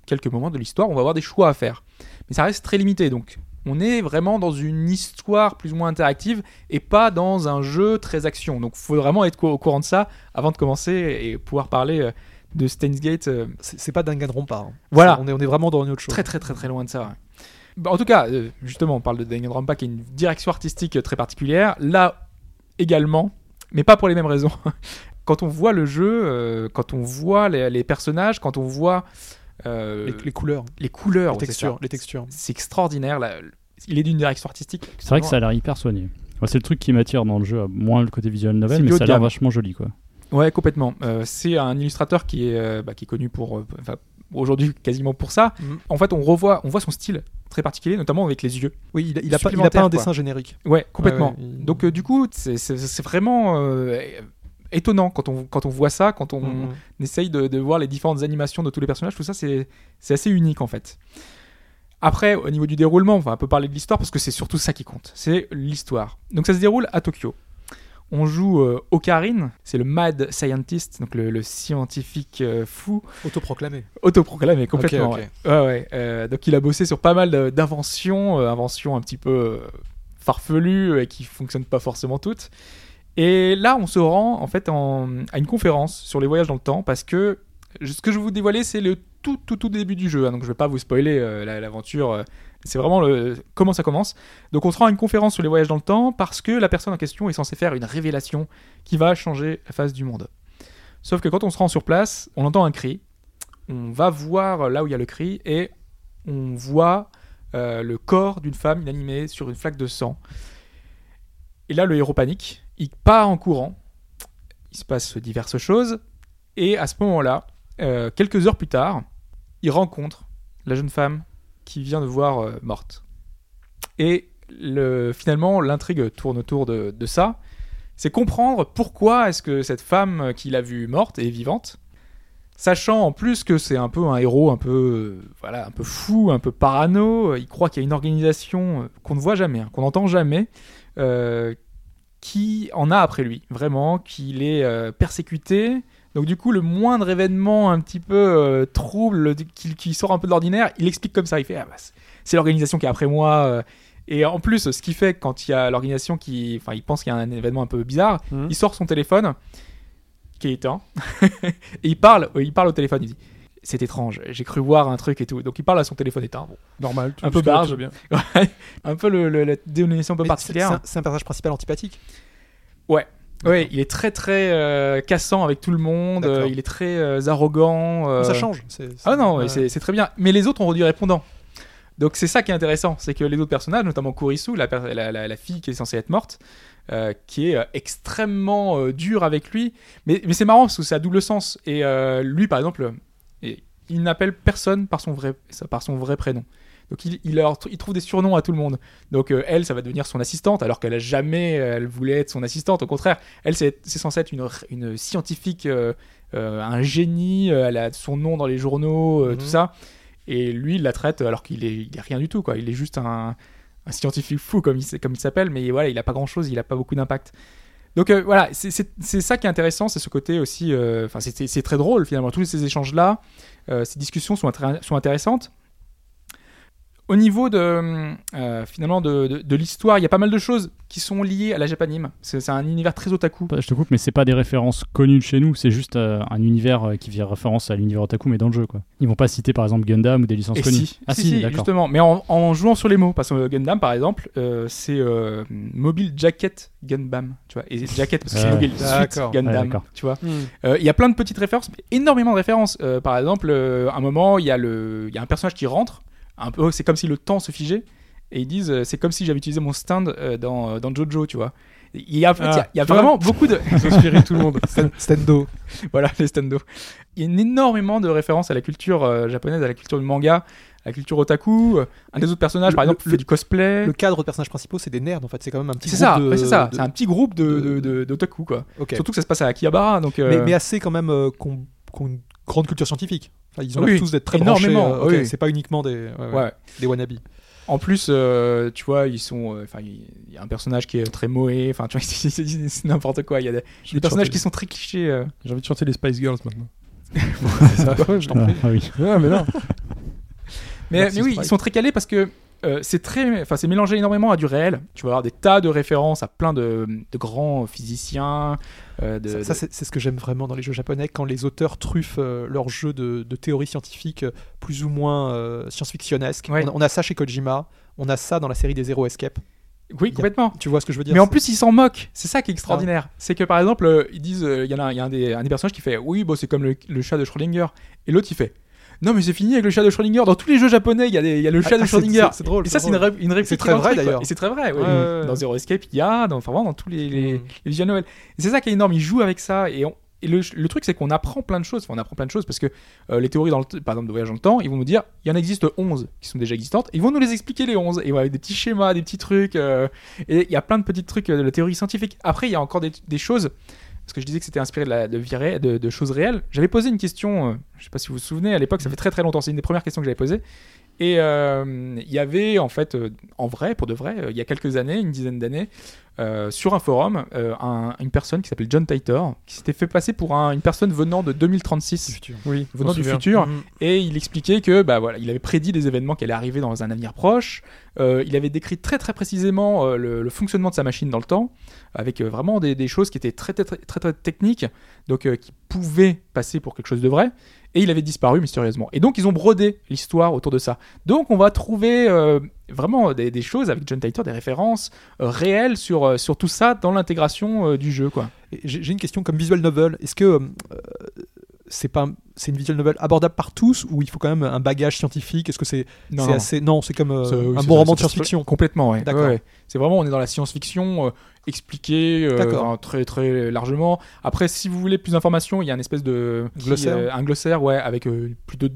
S3: quelques moments de l'histoire, on va avoir des choix à faire. Mais ça reste très limité donc on est vraiment dans une histoire plus ou moins interactive et pas dans un jeu très action. Donc, faut vraiment être cou- au courant de ça avant de commencer et pouvoir parler euh, de Steins Gate. euh,
S5: C'est c'est pas Danganronpa. pas. hein.
S3: Voilà.
S5: On est, on est vraiment dans une autre chose.
S3: Très très très très loin de ça. ouais. Bah, en tout cas, euh, justement, on parle de Danganronpa qui a une direction artistique euh, très particulière. Là également, mais pas pour les mêmes raisons. <laughs> quand on voit le jeu, euh, quand on voit les, les personnages, quand on voit euh,
S5: les, les couleurs,
S3: les couleurs,
S5: les
S3: c'est
S5: textures,
S3: ça.
S5: les textures.
S3: c'est extraordinaire. la- il est d'une direction artistique.
S4: C'est vrai que ça a l'air hyper soigné. Moi, c'est le truc qui m'attire dans le jeu, moins le côté visuel
S3: C'est
S4: novel,
S3: du
S4: mais
S3: haut
S4: ça a
S3: de
S4: l'air
S3: gamme.
S4: vachement joli quoi.
S3: Ouais, complètement. Euh, c'est un illustrateur qui est, euh, bah, qui est connu pour, euh, enfin, aujourd'hui quasiment pour ça.
S5: Mhm.
S3: En fait, on revoit, on voit son style très particulier, notamment avec les yeux.
S5: Oui, il, a- il a pas, il a pas
S3: Supplémentaire, quoi.
S5: un dessin générique.
S3: Ouais, complètement.
S5: Ouais, ouais, il-
S3: Donc euh, du coup, c'est- c'est c'est vraiment euh, étonnant quand on quand on voit ça, quand on
S5: Mhm.
S3: essaye de, de voir les différentes animations de tous les personnages. Tout ça, c'est c'est assez unique en fait. Après, au niveau du déroulement, on va un peu parler de l'histoire parce que c'est surtout ça qui compte. C'est l'histoire. Donc ça se déroule à Tokyo. On joue euh, Ocarine, c'est le Mad Scientist, donc le, le scientifique euh, fou,
S5: Autoproclamé.
S3: autoproclamé complètement.
S5: Ok, ok.
S3: ouais. Ouais, ouais. Euh, donc il a bossé sur pas mal de- d'inventions, euh, inventions un petit peu euh, farfelues et qui fonctionnent pas forcément toutes. Et là, on se rend en fait en- à une conférence sur les voyages dans le temps parce que je- ce que je vais vous dévoiler, c'est le tout, tout, tout début du jeu. hein. donc je vais pas vous spoiler euh, la- l'aventure. euh, c'est vraiment le, comment ça commence. Donc on se rend à une conférence sur les voyages dans le temps parce que la personne en question est censée faire une révélation qui va changer la face du monde. Sauf que quand on se rend sur place, on entend un cri on va voir là où il y a le cri et on voit euh, le corps d'une femme inanimée sur une flaque de sang. Et là, le héros panique, il part en courant, il se passe diverses choses, et à ce moment-là, euh, quelques heures plus tard, il rencontre la jeune femme qui vient de voir euh, morte. Et le- finalement, l'intrigue tourne autour de, de ça. C'est comprendre pourquoi est-ce que cette femme qu'il a vue morte est vivante, sachant en plus que c'est un peu un héros, un peu euh, voilà, un peu fou, un peu parano. euh, Il croit qu'il y a une organisation euh, qu'on ne voit jamais, hein, qu'on n'entend jamais, euh, qui en a après lui, vraiment, qu'il est euh, persécuté. Donc du coup, le moindre événement un petit peu euh, trouble qui, qui sort un peu de l'ordinaire, il explique comme ça. Il fait ah, bah, c'est- c'est l'organisation qui est après moi. euh. et en plus, ce qu'il fait quand il y a l'organisation qui, enfin, il pense qu'il y a un événement un peu bizarre,
S5: Mhm.
S3: il sort son téléphone qui est éteint et il parle, euh, il parle au téléphone. Il dit c'est étrange, j'ai cru voir un truc et tout. Donc il parle à son téléphone éteint. Bon. <laughs>
S2: Normal. tout-
S3: Un peu
S2: tout- tout-
S3: barge.
S2: tout bien.
S3: Ouais, un peu le, le- la dénomination un peu
S5: Mais c'est- c'est
S3: particulière. hein.
S5: un- C'est un personnage principal antipathique.
S3: Ouais, il est très très euh, cassant avec tout le monde.
S5: D'accord.
S3: euh, il est très euh, arrogant. euh,
S5: Ça change. c'est- c'est-
S3: Ah non,
S5: ouais.
S3: mais c'est c'est très bien. Mais les autres ont du répondant. Donc c'est ça qui est intéressant, c'est que les autres personnages, notamment Kurisu, la, per- la, la- la fille qui est censée être morte, euh, qui est euh, extrêmement euh, dure avec lui. Mais, mais c'est marrant parce que ça a double sens. Et euh, lui, par exemple, euh, et- il n'appelle personne par son vrai, ça- par son vrai prénom. Donc il, il, leur, il trouve des surnoms à tout le monde. Donc euh, elle, ça va devenir son assistante, alors qu'elle a jamais, euh, elle voulait être son assistante. Au contraire, elle, c'est c'est censé être une, une scientifique, euh, euh, un génie. euh, Elle a son nom dans les journaux, euh,
S5: Mhm.
S3: tout ça. Et lui, il la traite alors qu'il est, il est rien du tout, quoi. Il est juste un, un scientifique fou, comme il, s- comme il s'appelle, mais voilà, il a pas grand chose, il a pas beaucoup d'impact. Donc euh, voilà, c'est- c'est c'est ça qui est intéressant, c'est ce côté aussi. euh, Enfin, c'est- c'est c'est très drôle finalement. Tous ces échanges là, ces discussions sont, intér- sont intéressantes. Au niveau de euh, finalement de, de- de l'histoire, il y a pas mal de choses qui sont liées à la japanime. C'est c'est un univers très otaku.
S4: Pas- Bah, Je te coupe, mais c'est pas des références connues de chez nous, c'est juste euh, un univers euh, qui fait référence à l'univers otaku, mais dans le jeu quoi. Ils vont pas citer par exemple Gundam ou des licences
S3: Et
S4: connues.
S3: si,
S4: ah
S3: si,
S4: si,
S3: si,
S4: d'accord.
S3: justement, mais en, en jouant sur les mots, parce que euh, Gundam par exemple, euh, c'est euh, mobile jacket Gundam, tu vois, et jacket parce que c'est
S4: Ouais.
S3: mobile suite
S5: D'accord.
S4: Ouais,
S3: Gundam,
S4: d'accord.
S3: tu vois.
S5: Hmm.
S3: Euh, Il y a plein de petites références, mais énormément de références. Euh, par exemple, euh, à un moment, il y, a le- il y a un personnage qui rentre. Un peu, c'est comme si le temps se figeait. Et ils disent, euh, c'est comme si j'avais utilisé mon stand euh, dans, euh, dans Jojo, tu vois. Il y a, en fait, il y a- il y a
S2: tu vois.
S3: vraiment beaucoup de.
S2: Inspirer tout le
S3: <laughs>
S2: monde.
S5: Stendo.
S3: voilà, les stando. Il y a une- énormément de références à la culture euh, japonaise, à la culture du manga, à la culture otaku. euh, Un des autres personnages,
S5: Le-
S3: par
S5: le-
S3: exemple,
S5: le-
S3: fait du cosplay.
S5: Le cadre de personnages principaux, c'est des nerds en fait. C'est quand même un petit
S3: C'est
S5: groupe
S3: ça,
S5: de-
S3: ouais, c'est ça.
S5: de-
S3: C'est un petit groupe de,
S5: de-
S3: de, de- d'otaku, quoi.
S5: Ok.
S3: Surtout que ça se passe à Akihabara. Donc, euh,
S5: mais, mais assez quand même euh, qu'on qu'on une grande culture scientifique. Enfin, ils ont l'air
S3: Oui,
S5: tous d'être très
S3: énormément,
S5: branchés. euh, ok,
S3: oui.
S5: C'est pas uniquement des, ouais, ouais,
S3: ouais.
S5: des wannabes.
S3: En plus, euh, tu vois, ils sont. euh, Enfin, il il y a un personnage qui est très moé. Enfin, tu vois, <laughs> c'est- c'est c'est n'importe quoi. Il y a des, des personnages qui sont très clichés.
S5: <laughs>
S3: euh.
S2: J'ai envie de chanter les Spice Girls maintenant. je t'en
S4: Ah,
S2: prie.
S4: ah oui.
S2: Ah, mais non.
S3: Mais,
S5: Merci,
S3: mais oui,
S5: Sprite.
S3: ils sont très calés parce que euh, c'est très, enfin, c'est mélangé énormément à du réel. Tu vas avoir des tas de références à plein de, de grands physiciens. euh, de,
S5: Ça, ça, c'est c'est ce que j'aime vraiment dans les jeux japonais quand les auteurs truffent euh, leurs jeux de, de théorie scientifique euh, plus ou moins euh, science-fictionnesque.
S3: Ouais.
S5: On, a- on a ça chez Kojima, on a ça dans la série des Zero Escape.
S3: Oui, complètement.
S5: Tu vois ce que je veux dire
S3: Mais en
S5: c'est-
S3: plus, ils s'en moquent. C'est ça qui est extraordinaire.
S5: Ah.
S3: C'est que par exemple, euh, ils disent, euh, il y en a, un- il y a un, des, un des personnages qui fait, oui, bon, c'est comme le, le chat de Schrödinger. Et l'autre, il fait, non, mais c'est fini avec le chat de Schrödinger. Dans tous les jeux japonais, il y a, des- il y a le chat
S5: Ah,
S3: de
S5: c'est-
S3: Schrödinger.
S5: c'est- C'est drôle.
S3: Et ça, c'est une,
S5: drôle.
S3: ré- une réplique.
S5: c'est très
S3: dans le
S5: vrai,
S3: truc, quoi.
S5: d'ailleurs.
S3: Et c'est très vrai, oui.
S5: Ouais, ouais,
S3: Dans
S5: ouais.
S3: Zero Escape, il y a, dans, enfin, vraiment, dans tous les, les,
S5: Mm.
S3: les visual novels. Et c'est ça qui est énorme. Ils jouent avec ça. Et, on- et le, le truc, c'est qu'on apprend plein de choses. Enfin, on apprend plein de choses parce que euh, les théories, dans le t- par exemple, de voyage dans le temps, ils vont nous dire, il y en existe 11 qui sont déjà existantes. Ils vont nous les expliquer, les 11. Et ouais, avec des petits schémas, des petits trucs. euh, et il y a plein de petits trucs euh, de la théorie scientifique. Après, il y a encore des, des choses. Parce que je disais que c'était inspiré de, la, de, vie ré- de- de choses réelles. J'avais posé une question, euh, je sais pas si vous vous souvenez, à l'époque, ça fait très très longtemps, c'est une des premières questions que j'avais posées. Et euh, il y avait, en fait, euh, en vrai, pour de vrai, euh, il y a quelques années, une dizaine d'années, euh, sur un forum, euh, un- une personne qui s'appelle John Titor, qui s'était fait passer pour un- une personne venant de 2036
S2: Oui,
S3: venant du futur et il expliquait que bah voilà il avait prédit des événements qui allaient arriver dans un avenir proche Euh, il avait décrit très très précisément euh, le, le fonctionnement de sa machine dans le temps avec euh, vraiment des, des choses qui étaient très très très, très, très techniques donc euh, qui pouvaient passer pour quelque chose de vrai et il avait disparu mystérieusement et donc ils ont brodé l'histoire autour de ça donc on va trouver euh, vraiment des, des choses avec John Titor des références euh, réelles sur, euh, sur tout ça dans l'intégration euh, du jeu quoi
S5: Et J'ai j'ai une question comme visual novel. Est-ce que euh, c'est pas un- c'est une visual novel abordable par tous ou il faut quand même un bagage scientifique Est-ce que c'est
S3: Non,
S5: c'est
S3: non.
S5: assez non c'est comme euh,
S3: C'est- oui,
S5: un
S3: c'est-
S5: bon roman
S3: c'est-
S5: de science-fiction
S3: Complètement, ouais.
S5: D'accord.
S3: Ouais, ouais. C'est vraiment, on est dans la science-fiction euh, expliquée euh,
S5: D'accord.
S3: enfin, très très largement. Après, si vous voulez plus d'informations, il y a un espèce de petit,
S5: Glossaire.
S3: euh, un glossaire, ouais, avec euh, plus de 200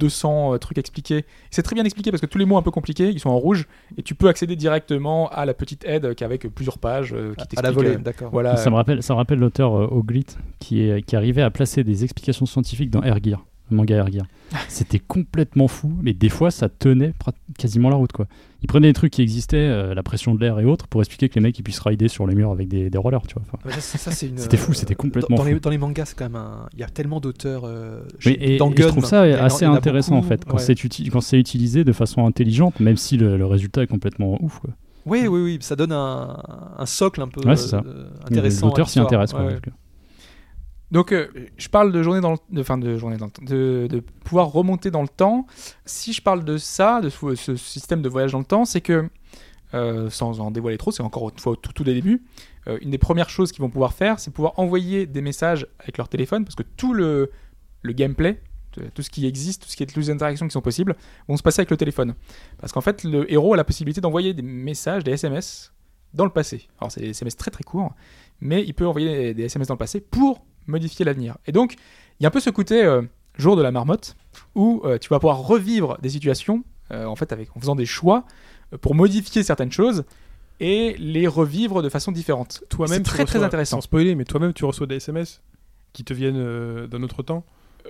S3: euh, trucs expliqués. C'est très bien expliqué parce que tous les mots un peu compliqués, ils sont en rouge et tu peux accéder directement à la petite aide euh, qui est avec euh, plusieurs pages euh, qui
S5: à la
S3: t'explique,
S5: volée.
S3: euh,
S5: D'accord.
S3: voilà.
S4: Ça me rappelle, ça me rappelle l'auteur euh, Oglit qui, est- qui arrivait à placer des explications scientifiques dans Air Gear, le manga Air Gear. C'était complètement fou, mais des fois ça tenait prat- quasiment la route. quoi. Il prenait des trucs qui existaient, euh, la pression de l'air et autres, pour expliquer que les mecs ils puissent rider sur les murs avec des, des rollers. Tu vois. Enfin,
S5: Ah bah ça, c'est- ça, c'est une-
S4: C'était fou, c'était
S5: dans-
S4: complètement
S5: dans, Les,
S4: fou.
S5: dans les mangas, c'est quand même un. Il y a tellement d'auteurs. euh,
S4: mais,
S5: chez-
S4: et,
S5: dans
S4: et je
S5: Gun,
S4: trouve ça
S5: hein. il y en a-
S4: assez
S5: il y en a
S4: intéressant en
S5: beaucoup.
S4: fait, quand
S5: Ouais.
S4: c'est uti- quand c'est utilisé de façon intelligente, même si le, le résultat est complètement ouf. quoi.
S5: Oui, oui, oui. Ça donne un, un socle un peu
S4: Ouais, c'est ça.
S5: euh, intéressant. à
S4: L'auteur s'y
S5: l'histoire.
S4: intéresse. quoi,
S5: Ouais,
S4: en
S5: ouais.
S4: tout cas.
S3: Donc, euh, je parle de journée dans le, de, enfin, de journée dans le temps, de, de pouvoir remonter dans le temps. Si je parle de ça, de ce, ce système de voyage dans le temps, c'est que, euh, sans en dévoiler trop, c'est encore une fois au tout, tout des débuts. euh, une des premières choses qu'ils vont pouvoir faire, c'est pouvoir envoyer des messages avec leur téléphone, parce que tout le, le gameplay, t- tout ce qui existe, tout ce qui est toutes les interactions qui sont possibles, vont se passer avec le téléphone. Parce qu'en fait, le héros a la possibilité d'envoyer des messages, des SMS dans le passé. Alors, c'est des SMS très très courts, mais il peut envoyer des, des SMS dans le passé pour modifier l'avenir. Et donc, il y a un peu ce côté euh, jour de la marmotte où euh, tu vas pouvoir revivre des situations euh, en fait avec en faisant des choix euh, pour modifier certaines choses et les revivre de façon différente.
S2: Toi-même,
S3: C'est
S2: tu
S3: très très
S2: reçois-
S3: intéressant.
S2: Sans spoiler, mais toi-même, tu reçois des SMS qui te viennent euh, d'un autre temps.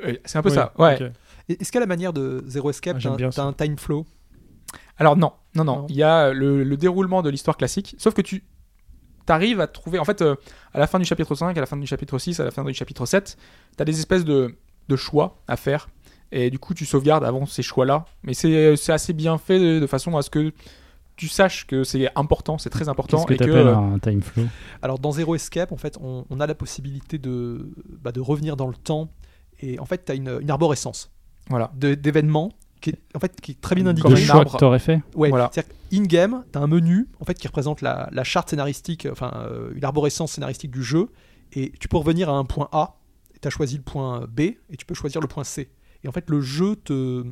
S3: Euh, C'est un peu
S2: Oui,
S3: ça. Ouais.
S2: ok.
S5: Et- Est-ce qu'à la manière de Zero
S2: Ah,
S5: Escape, t'as
S2: j'aime
S5: un-
S2: bien
S5: t'as
S2: ça.
S5: un time flow
S3: Alors non, non, non.
S5: Non.
S3: Il y a le, le déroulement de l'histoire classique, sauf que tu arrives à trouver, en fait, euh, à la fin du chapitre 5, à la fin du chapitre 6, à la fin du chapitre 7, tu as des espèces de, de choix à faire, et du coup tu sauvegardes avant ces choix-là, mais c'est c'est assez bien fait de, de façon à ce que tu saches que c'est important, c'est très important,
S4: Qu'est-ce que
S3: et que...
S4: t'appelles
S3: euh,
S4: un time flow
S5: Alors dans Zero Escape, en fait, on, on a la possibilité de, bah, de revenir dans le temps. Et en fait, tu as une, une arborescence
S3: Voilà.
S5: de- d'événements qui, est- en fait, qui est très bien
S4: De
S5: indiquée.
S3: comme une
S4: choix
S3: arbre.
S4: que t'aurais fait
S5: Ouais,
S3: Voilà.
S5: C'est-à-dire in-game, tu as un menu en fait, qui représente la, la charte scénaristique, enfin euh, une arborescence scénaristique du jeu. Et tu peux revenir à un point A, tu as choisi le point B et tu peux choisir le point C. Et en fait, le jeu te,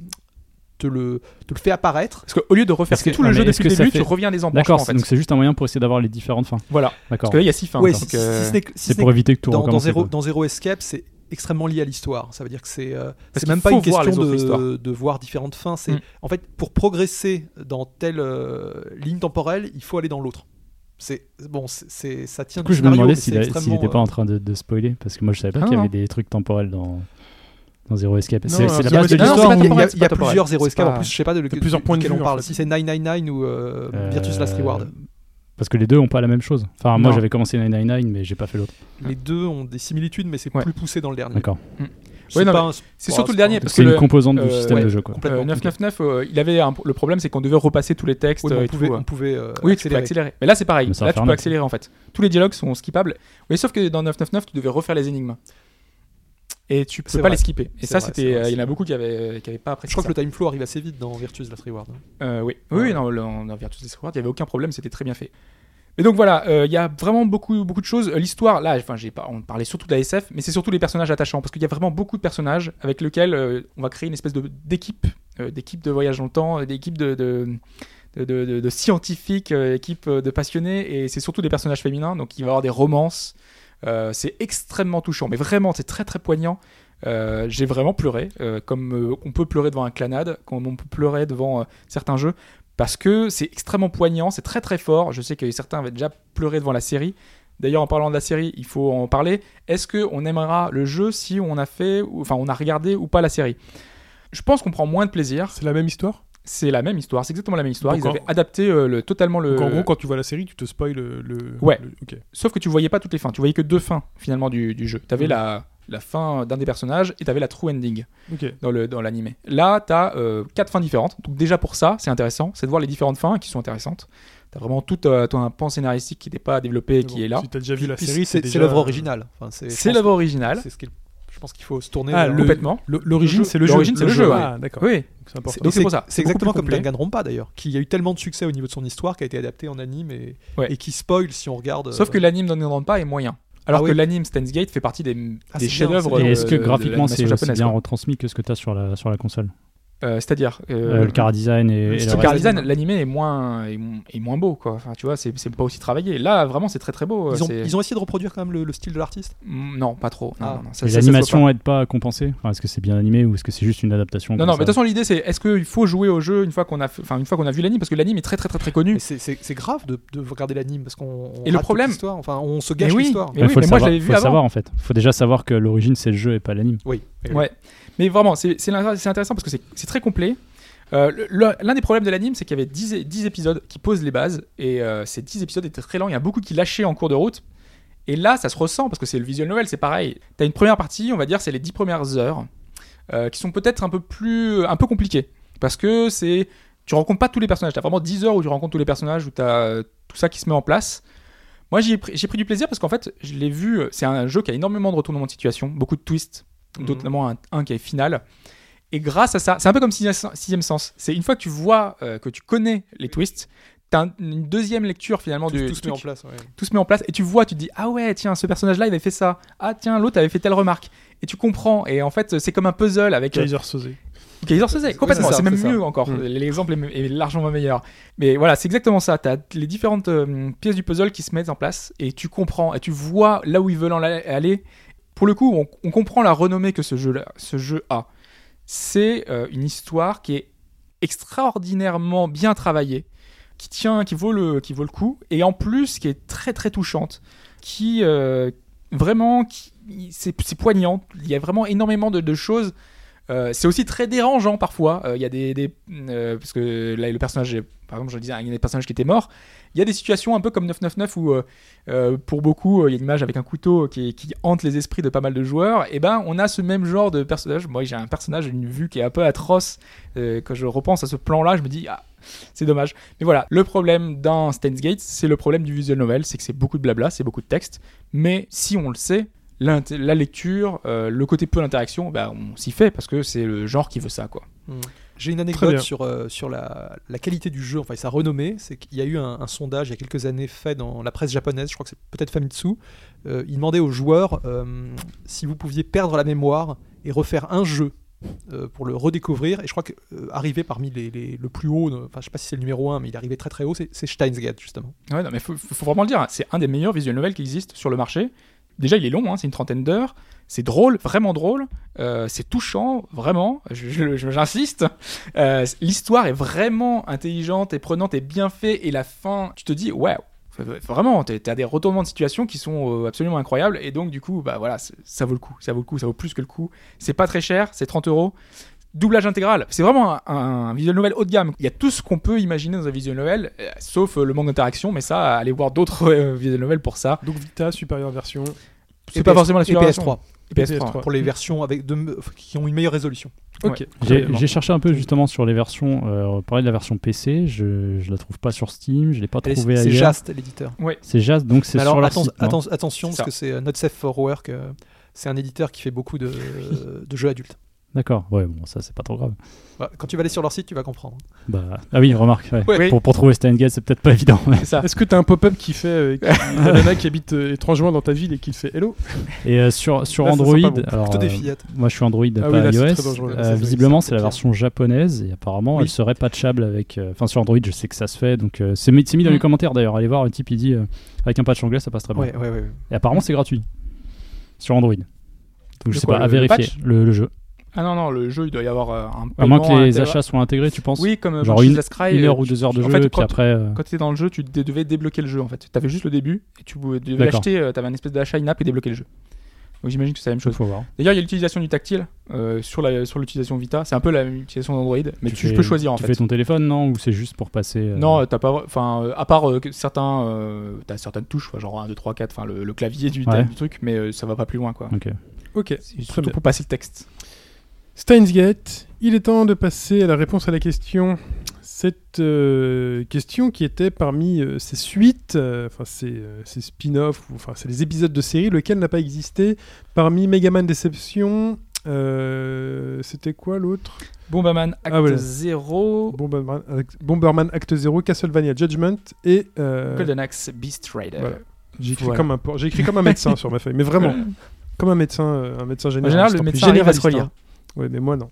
S5: te, le, te le fait apparaître.
S3: Parce qu'au lieu de refaire
S4: Parce que-
S3: tout
S4: non,
S3: le
S4: mais
S3: jeu
S4: est-ce
S3: depuis
S4: que
S3: le
S4: ça
S3: début,
S4: fait-
S3: tu reviens à des embranchements,
S4: D'accord,
S3: en fait.
S4: donc c'est juste un moyen pour essayer d'avoir les différentes fins.
S3: Voilà.
S4: D'accord.
S3: Parce que là, il y a 6 fins.
S5: Ouais,
S3: donc,
S5: si, si-
S3: euh,
S5: si ce n'est que- si
S4: C'est
S5: ce n'est
S4: pour éviter que tout
S5: dans, dans,
S4: recommence.
S5: Zero,
S4: quoi.
S5: dans Zero Escape, c'est extrêmement lié à l'histoire. Ça veut dire que c'est euh, c'est
S3: qu'il
S5: même pas
S3: faut
S5: une
S3: voir
S5: question
S3: les autres histoires.
S5: de, de voir différentes fins. C'est
S3: Mm.
S5: en fait pour progresser dans telle euh, ligne temporelle, il faut aller dans l'autre. C'est bon, c'est- c'est ça tient.
S4: Du coup,
S5: du
S4: je me
S5: scénario,
S4: demandais
S5: mais
S4: s'il
S5: c'est
S4: a- s'il
S5: extrêmement,
S4: n'était pas
S5: euh,
S4: en train de, de spoiler, parce que moi je savais pas
S3: Ah,
S4: qu'il y avait
S3: non.
S4: des trucs temporels dans, dans Zero Escape.
S2: Non,
S4: C'est c'est la
S2: Zero
S4: base de
S2: Escape,
S5: Non,
S4: l'histoire.
S5: non, c'est pas
S4: ou-
S3: temporel,
S5: temporel,
S3: c'est
S5: Il y a,
S3: pas
S5: plusieurs Zero
S3: temporel.
S5: Escape.
S3: C'est
S5: En
S3: pas-
S5: plus, je sais pas de, lequel-
S2: plusieurs points de
S5: duquel
S2: vue,
S5: on
S2: en
S5: parle.
S2: fait.
S5: Si c'est 999 ou euh,
S4: Euh,
S5: Virtus Last Reward.
S4: Parce que les deux ont pas la même chose. Enfin, moi
S3: Non.
S4: j'avais commencé 999, mais j'ai pas fait l'autre.
S5: Les deux ont des similitudes, mais c'est
S3: Ouais.
S5: plus poussé dans le dernier.
S4: D'accord.
S5: C'est
S3: Ouais, non,
S5: pas
S3: mais
S5: un-
S3: c'est
S5: bon,
S3: surtout le
S5: pas un-
S3: dernier, parce que
S4: C'est une
S3: le-
S4: composante
S3: euh,
S4: du système
S3: ouais,
S4: de jeu. Quoi.
S5: complètement.
S3: euh, 999, euh, il avait un- le problème, c'est qu'on devait repasser tous les textes.
S5: Ouais, mais
S3: euh,
S5: on
S3: et tout,
S5: pouvait,
S3: euh.
S5: on pouvait euh,
S3: Oui, tu peux
S5: accélérer.
S3: accélérer. Mais là, c'est pareil.
S4: Mais c'est
S3: Là, tu peux
S4: infernal.
S3: accélérer en fait. Tous les dialogues sont skippables. Oui, sauf que dans 999, tu devais refaire les énigmes. Et tu peux
S5: C'est
S3: pas
S5: vrai.
S3: les skipper. Et
S5: C'est
S3: ça,
S5: vrai,
S3: c'était.
S5: c'est
S3: euh, Il
S5: vrai,
S3: y en
S5: c'est
S3: a beaucoup qui avaient, qui avaient pas
S5: Je
S3: apprécié.
S5: crois que
S3: ça.
S5: le time flow arrive assez vite dans Virtus Last Reward.
S3: Euh, oui, oui,
S5: Ouais.
S3: non, le- en- dans Virtus Last Reward, il y avait aucun problème, c'était très bien fait. Mais donc voilà, euh, il y a vraiment beaucoup, beaucoup de choses. Euh, L'histoire, là, enfin, j'ai pas, on parlait surtout de la SF, mais c'est surtout les personnages attachants, parce qu'il y a vraiment beaucoup de personnages avec lesquels euh, on va créer une espèce de- d'équipe, euh, d'équipe de voyage dans le temps, euh, d'équipe de, de, de, de- de- de scientifiques, euh, équipe euh, de passionnés, et c'est surtout des personnages féminins, donc il va y avoir des romances. Euh, c'est extrêmement touchant, mais vraiment, c'est très très poignant. Euh, j'ai vraiment pleuré, euh, comme euh, on peut pleurer devant un clanade, comme on peut pleurer devant euh, certains jeux parce que c'est extrêmement poignant, c'est très très fort. Je sais que certains avaient déjà pleuré devant la série. D'ailleurs, en parlant de la série, il faut en parler. Est-ce que on aimera le jeu si on a fait, ou- enfin, on a regardé ou pas la série Je pense qu'on prend moins de plaisir.
S6: C'est la même histoire
S3: C'est la même histoire, c'est exactement la même histoire.
S6: Donc,
S3: Ils
S6: en-
S3: avaient adapté euh, le, totalement le.
S6: Donc en gros, quand tu vois la série, tu te spoil
S2: euh,
S6: le. le-
S3: Ouais.
S6: le- ok.
S3: Sauf que tu voyais pas toutes les fins. Tu voyais que deux fins finalement du, du jeu. T'avais
S6: Mhm.
S3: la la fin d'un des personnages et t'avais la true ending.
S6: Ok.
S3: dans le dans l'animé. Là, t'as euh, quatre fins différentes. Donc déjà pour ça, c'est intéressant, c'est de voir les différentes fins qui sont intéressantes. T'as vraiment tout euh, ton pan scénaristique qui n'était pas développé, qui
S6: Bon,
S3: est là.
S6: Si t'as déjà vu la
S5: Puis
S6: série,
S5: c'est
S6: déjà-
S5: c'est l'œuvre originale. Enfin, je
S3: euh, C'est
S5: pense
S3: l'œuvre
S5: que
S3: originale,
S5: C'est ce qu'il- je pense qu'il faut se tourner.
S6: Ah,
S5: vers-
S6: le-
S3: complètement.
S6: L- L'origine, c'est le jeu.
S3: L'origine, c'est le jeu, ouais.
S6: Ah, d'accord.
S3: Oui,
S6: Donc C'est important.
S3: Donc c'est pour ça,
S5: C'est
S3: c'est beaucoup
S5: exactement
S3: plus
S5: comme
S3: complet.
S5: Danganronpa d'ailleurs, qui a eu tellement de succès au niveau de son histoire, qui a été adapté en anime et,
S3: Ouais.
S5: et qui spoil si on regarde.
S3: Sauf
S5: euh,
S3: que l'anime pas est moyen. Alors
S5: Ah
S3: que
S5: oui.
S3: l'anime Steins Gate fait partie des,
S5: Ah,
S3: des
S5: c'est bien,
S3: chefs-d'œuvre.
S5: c'est
S4: Et
S5: bien.
S3: de-
S4: est-ce que
S3: euh, de- de
S4: graphiquement
S3: l'animation
S4: c'est aussi
S3: japonaise,
S4: bien
S3: quoi.
S4: retransmis que ce que t'as sur la sur la console
S3: Euh, C'est-à-dire.
S4: Euh, Le car design et, et
S3: Si
S4: le
S3: tu
S4: reste.
S3: regardes design, l'anime est moins, est, mo- est moins beau, quoi. Enfin, tu vois, c'est c'est pas aussi travaillé. Là, vraiment, c'est très très beau.
S5: ils, ont,
S3: c'est-
S5: ils ont essayé de reproduire quand même le, le style de l'artiste.
S3: Mm, Non, pas trop. Non,
S5: Ah.
S3: non, non, ça-
S4: Et
S3: ça- ça se voit pas.
S4: L'animation aide pas à compenser. Enfin, est-ce que c'est bien animé ou est-ce que c'est juste une adaptation
S3: Non,
S4: comme
S3: non,
S4: ça
S3: mais de toute façon, l'idée c'est est-ce qu'il faut jouer au jeu une fois qu'on a, fait- enfin, une fois qu'on a vu l'anime Parce que l'anime est très très très très connu.
S5: Mais C'est c'est- c'est grave de, de regarder l'anime parce qu'on. on
S3: Et le
S5: rate
S3: problème-
S5: toute l'histoire. Enfin, on se
S3: Mais
S5: gâche
S3: oui,
S5: l'histoire.
S3: mais,
S4: Ouais,
S3: oui,
S4: faut
S3: mais
S4: le
S3: moi je
S4: savoir-
S3: l'avais vu
S4: faut le
S3: avant.
S4: savoir en fait. Faut déjà savoir que l'origine c'est le jeu et pas l'anime.
S5: Eh Oui. Et
S3: Ouais. Mais vraiment, c'est c'est l'in- c'est intéressant parce que c'est- c'est très complet. Euh, le- le- L'un des problèmes de l'anime, c'est qu'il y avait 10, é- 10 épisodes qui posent les bases, et euh, ces 10 épisodes étaient très lents, il y a beaucoup qui lâchaient en cours de route. Et là, ça se ressent, parce que c'est le visual novel, c'est pareil. T'as une première partie, on va dire, c'est les 10 premières heures, euh, qui sont peut-être un peu plus... un peu compliquées, parce que c'est... Tu rencontres pas tous les personnages, t'as vraiment 10 heures où tu rencontres tous les personnages, où t'as euh, tout ça qui se met en place. Moi, j'y ai pris- j'ai pris du plaisir parce qu'en fait, je l'ai vu, euh, c'est un jeu qui a énormément de retournements de situation, beaucoup de twists,
S5: Mhm.
S3: notamment un, un qui est final. Et grâce à ça, c'est un peu comme Sixième Sens- Sixième Sens. C'est une fois que tu vois, euh, que tu connais les twists, t'as un- une deuxième lecture finalement
S5: Tout,
S3: du
S5: tout se
S3: truc.
S5: met en place. ouais.
S3: Tout se met en place et tu vois, tu te dis ah ouais tiens ce personnage-là il avait fait ça, ah tiens l'autre avait fait telle remarque et tu comprends et en fait c'est comme un puzzle avec euh,
S6: Kaiser Soze.
S3: Kaiser Soze, complètement,
S5: c'est ça,
S3: c'est même
S5: c'est ça.
S3: mieux encore.
S6: Mm.
S3: L'exemple est- est largement meilleur. Mais voilà, c'est exactement ça. Tu as les différentes euh, pièces du puzzle qui se mettent en place et tu comprends et tu vois là où ils veulent en aller- aller. Pour le coup, on, on comprend la renommée que ce jeu, ce jeu a. C'est euh, une histoire qui est extraordinairement bien travaillée, qui tient, qui vaut le, qui vaut le coup, et en plus qui est très très touchante, qui euh, vraiment, qui, c'est c'est poignant. Il y a vraiment énormément de- de choses euh, c'est aussi très dérangeant parfois. Euh, Il y a des, des- euh, parce que là le personnage, est- par exemple, je disais il y a des personnages qui étaient morts. Il y a des situations un peu comme 999 où euh, euh, pour beaucoup euh, il y a l'image avec un couteau qui, qui hante les esprits de pas mal de joueurs. Et ben on a ce même genre de personnage. Moi j'ai un personnage une vue qui est un peu atroce. Euh, quand je repense à ce plan-là, je me dis ah c'est dommage. Mais voilà le problème d'un Steins Gate, c'est le problème du visual novel, c'est que c'est beaucoup de blabla, c'est beaucoup de texte. Mais si on le sait, l'int- la lecture, euh, le côté peu d'interaction, bah, on s'y fait parce que c'est le genre qui veut ça. quoi.
S5: J'ai une
S6: Très
S5: anecdote
S6: bien.
S5: sur, euh, sur la, la qualité du jeu, enfin et sa renommée. C'est qu'il y a eu un, un sondage il y a quelques années fait dans la presse japonaise, je crois que c'est peut-être Famitsu. Euh, il demandait aux joueurs euh, si vous pouviez perdre la mémoire et refaire un jeu euh, pour le redécouvrir. Et je crois que euh, arrivé parmi les, les- le plus haut, euh, enfin je sais pas si c'est le numéro 1, mais il arrivait très très haut, c'est c'est Steins Gate justement.
S3: Ouais, non, mais faut, faut- faut vraiment le dire, hein. c'est un des meilleurs visual novels qui existe sur le marché. Déjà, il est long, hein, c'est une trentaine d'heures. C'est drôle, vraiment drôle. Euh, c'est touchant, vraiment. Je- je- je- J'insiste. Euh, L'histoire est vraiment intelligente et prenante et bien faite. Et la fin, tu te dis, ouais, vraiment, t'es- t'as des retournements de situation qui sont euh, absolument incroyables. Et donc, du coup, bah voilà, c'est- ça vaut le coup. Ça vaut le coup, ça vaut plus que le coup. C'est pas très cher, c'est 30 euros. Doublage intégral, c'est vraiment un, un visual novel haut de gamme. Il y a tout ce qu'on peut imaginer dans un visual novel, euh, sauf euh, le manque d'interaction, mais ça, allez voir d'autres <laughs> euh, visual novels pour ça.
S6: Donc Vita, supérieure version.
S3: C'est pas forcément la
S5: Et
S3: super
S5: PS3
S3: PS3.
S6: PS3.
S5: pour les versions avec de- qui ont une meilleure résolution.
S6: Ok.
S4: J'ai
S6: Très bien.
S4: j'ai cherché un peu justement sur les versions. Euh, on parlait de la version PC. Je, je la trouve pas sur Steam. Je l'ai pas
S5: Elle est-
S4: trouvée
S5: C'est
S4: ailleurs.
S5: Jast l'éditeur.
S4: C'est Jazz, donc c'est
S5: Mais
S4: sur
S5: Alors
S4: leur
S5: atten-
S4: site, non
S5: atten- attention
S3: C'est
S4: <laughs>
S5: parce que c'est euh, Not Safe for Work, euh, c'est un éditeur qui fait beaucoup de, de jeux adultes.
S4: D'accord. Ouais, bon, ça, c'est pas trop grave.
S5: Bah, quand tu vas aller sur leur site, tu vas comprendre.
S4: Bah, ah oui, remarque. ouais.
S3: Oui.
S4: Pour, pour trouver Steins Gate, c'est peut-être pas évident. ouais.
S3: C'est ça.
S2: Est-ce que t'as un pop-up qui fait. euh,
S4: <laughs>
S2: qui- la nana qui habite euh, étrangement dans ta ville et qui te fait Hello
S4: Et euh, sur, sur
S2: Là, ça sent pas
S4: Android,
S2: bon.
S4: alors,
S5: Plutôt des
S4: euh,
S5: fillettes.
S4: moi je suis Android,
S2: Ah
S4: pas
S2: oui, là, c'est très
S4: iOS.
S2: dangereux.
S4: Euh,
S2: Ça, c'est-
S4: visiblement, c'est
S5: c'est
S4: la
S5: pire.
S4: version japonaise et apparemment,
S5: Oui.
S4: elle serait patchable avec. euh, Enfin, sur Android, je sais que ça se fait. Donc, euh, c'est mis, c'est mis dans
S3: Mm.
S4: les commentaires d'ailleurs. Allez voir, le type il dit euh, avec un patch anglais, ça passe très bien.
S5: Ouais, ouais, ouais, ouais.
S4: Et apparemment, c'est gratuit sur Android. Donc, je sais
S3: Mm. quoi,
S4: pas, à
S3: le- le
S4: vérifier le, le jeu.
S3: Ah non, non, le jeu, il doit y avoir euh, un
S4: À
S3: paiement
S4: moins que les
S3: intégral.
S4: achats soient intégrés, tu penses
S3: Oui, comme
S4: Genre
S3: genre une, Scry,
S4: Une
S3: euh,
S4: heure ou deux heures de
S3: en
S4: jeu,
S3: fait,
S4: et puis
S3: quand-
S4: après. euh,
S3: Quand tu dans le jeu, tu dé- devais débloquer le jeu en fait. Tu avais juste le début et tu pouvais- tu devais
S4: D'accord.
S3: acheter, tu avais un espèce d'achat in-app et débloquer le jeu. Donc j'imagine que c'est la même chose.
S4: faut voir.
S3: D'ailleurs, il y a l'utilisation du tactile euh, sur la- sur l'utilisation Vita. C'est un peu la même utilisation d'Android, mais
S4: Tu
S3: tu,
S4: fais-
S3: peux choisir en
S4: tu
S3: fait.
S4: fais ton téléphone, non Ou c'est juste pour passer. euh,
S3: Non, euh, t'as pas. Enfin, euh, à part euh, que certains. euh, t'as certaines touches, enfin, genre 1, 2, 3, 4, enfin, le, le clavier du,
S4: Ouais.
S3: du truc, mais euh, ça va pas plus loin quoi.
S4: Ok.
S2: Ok.
S3: C'est surtout
S2: bien.
S3: pour passer le texte.
S2: Steins Gate, il est temps de passer à la réponse à la question. Cette euh, question qui était parmi euh, ces suites, euh, enfin ces, euh, ces spin-offs, ou, enfin c'est les épisodes de série, lequel n'a pas existé Parmi Megaman Déception, euh, c'était quoi l'autre
S3: Bomberman Act
S2: Ah, voilà.
S3: 0,
S2: Bomberman, Act- Bomberman Act 0, Castlevania Judgment et... euh,
S3: Golden Axe, Beast Rider.
S2: voilà. J'ai écrit,
S3: Voilà.
S2: comme un por- j'ai écrit comme un médecin sur ma feuille, mais vraiment, <laughs> comme un médecin, euh, un médecin
S3: En
S2: généraliste.
S3: général, le
S2: plus.
S3: médecin arrive à se
S2: Généraliste,
S3: relire.
S2: hein. Ouais, mais moi non.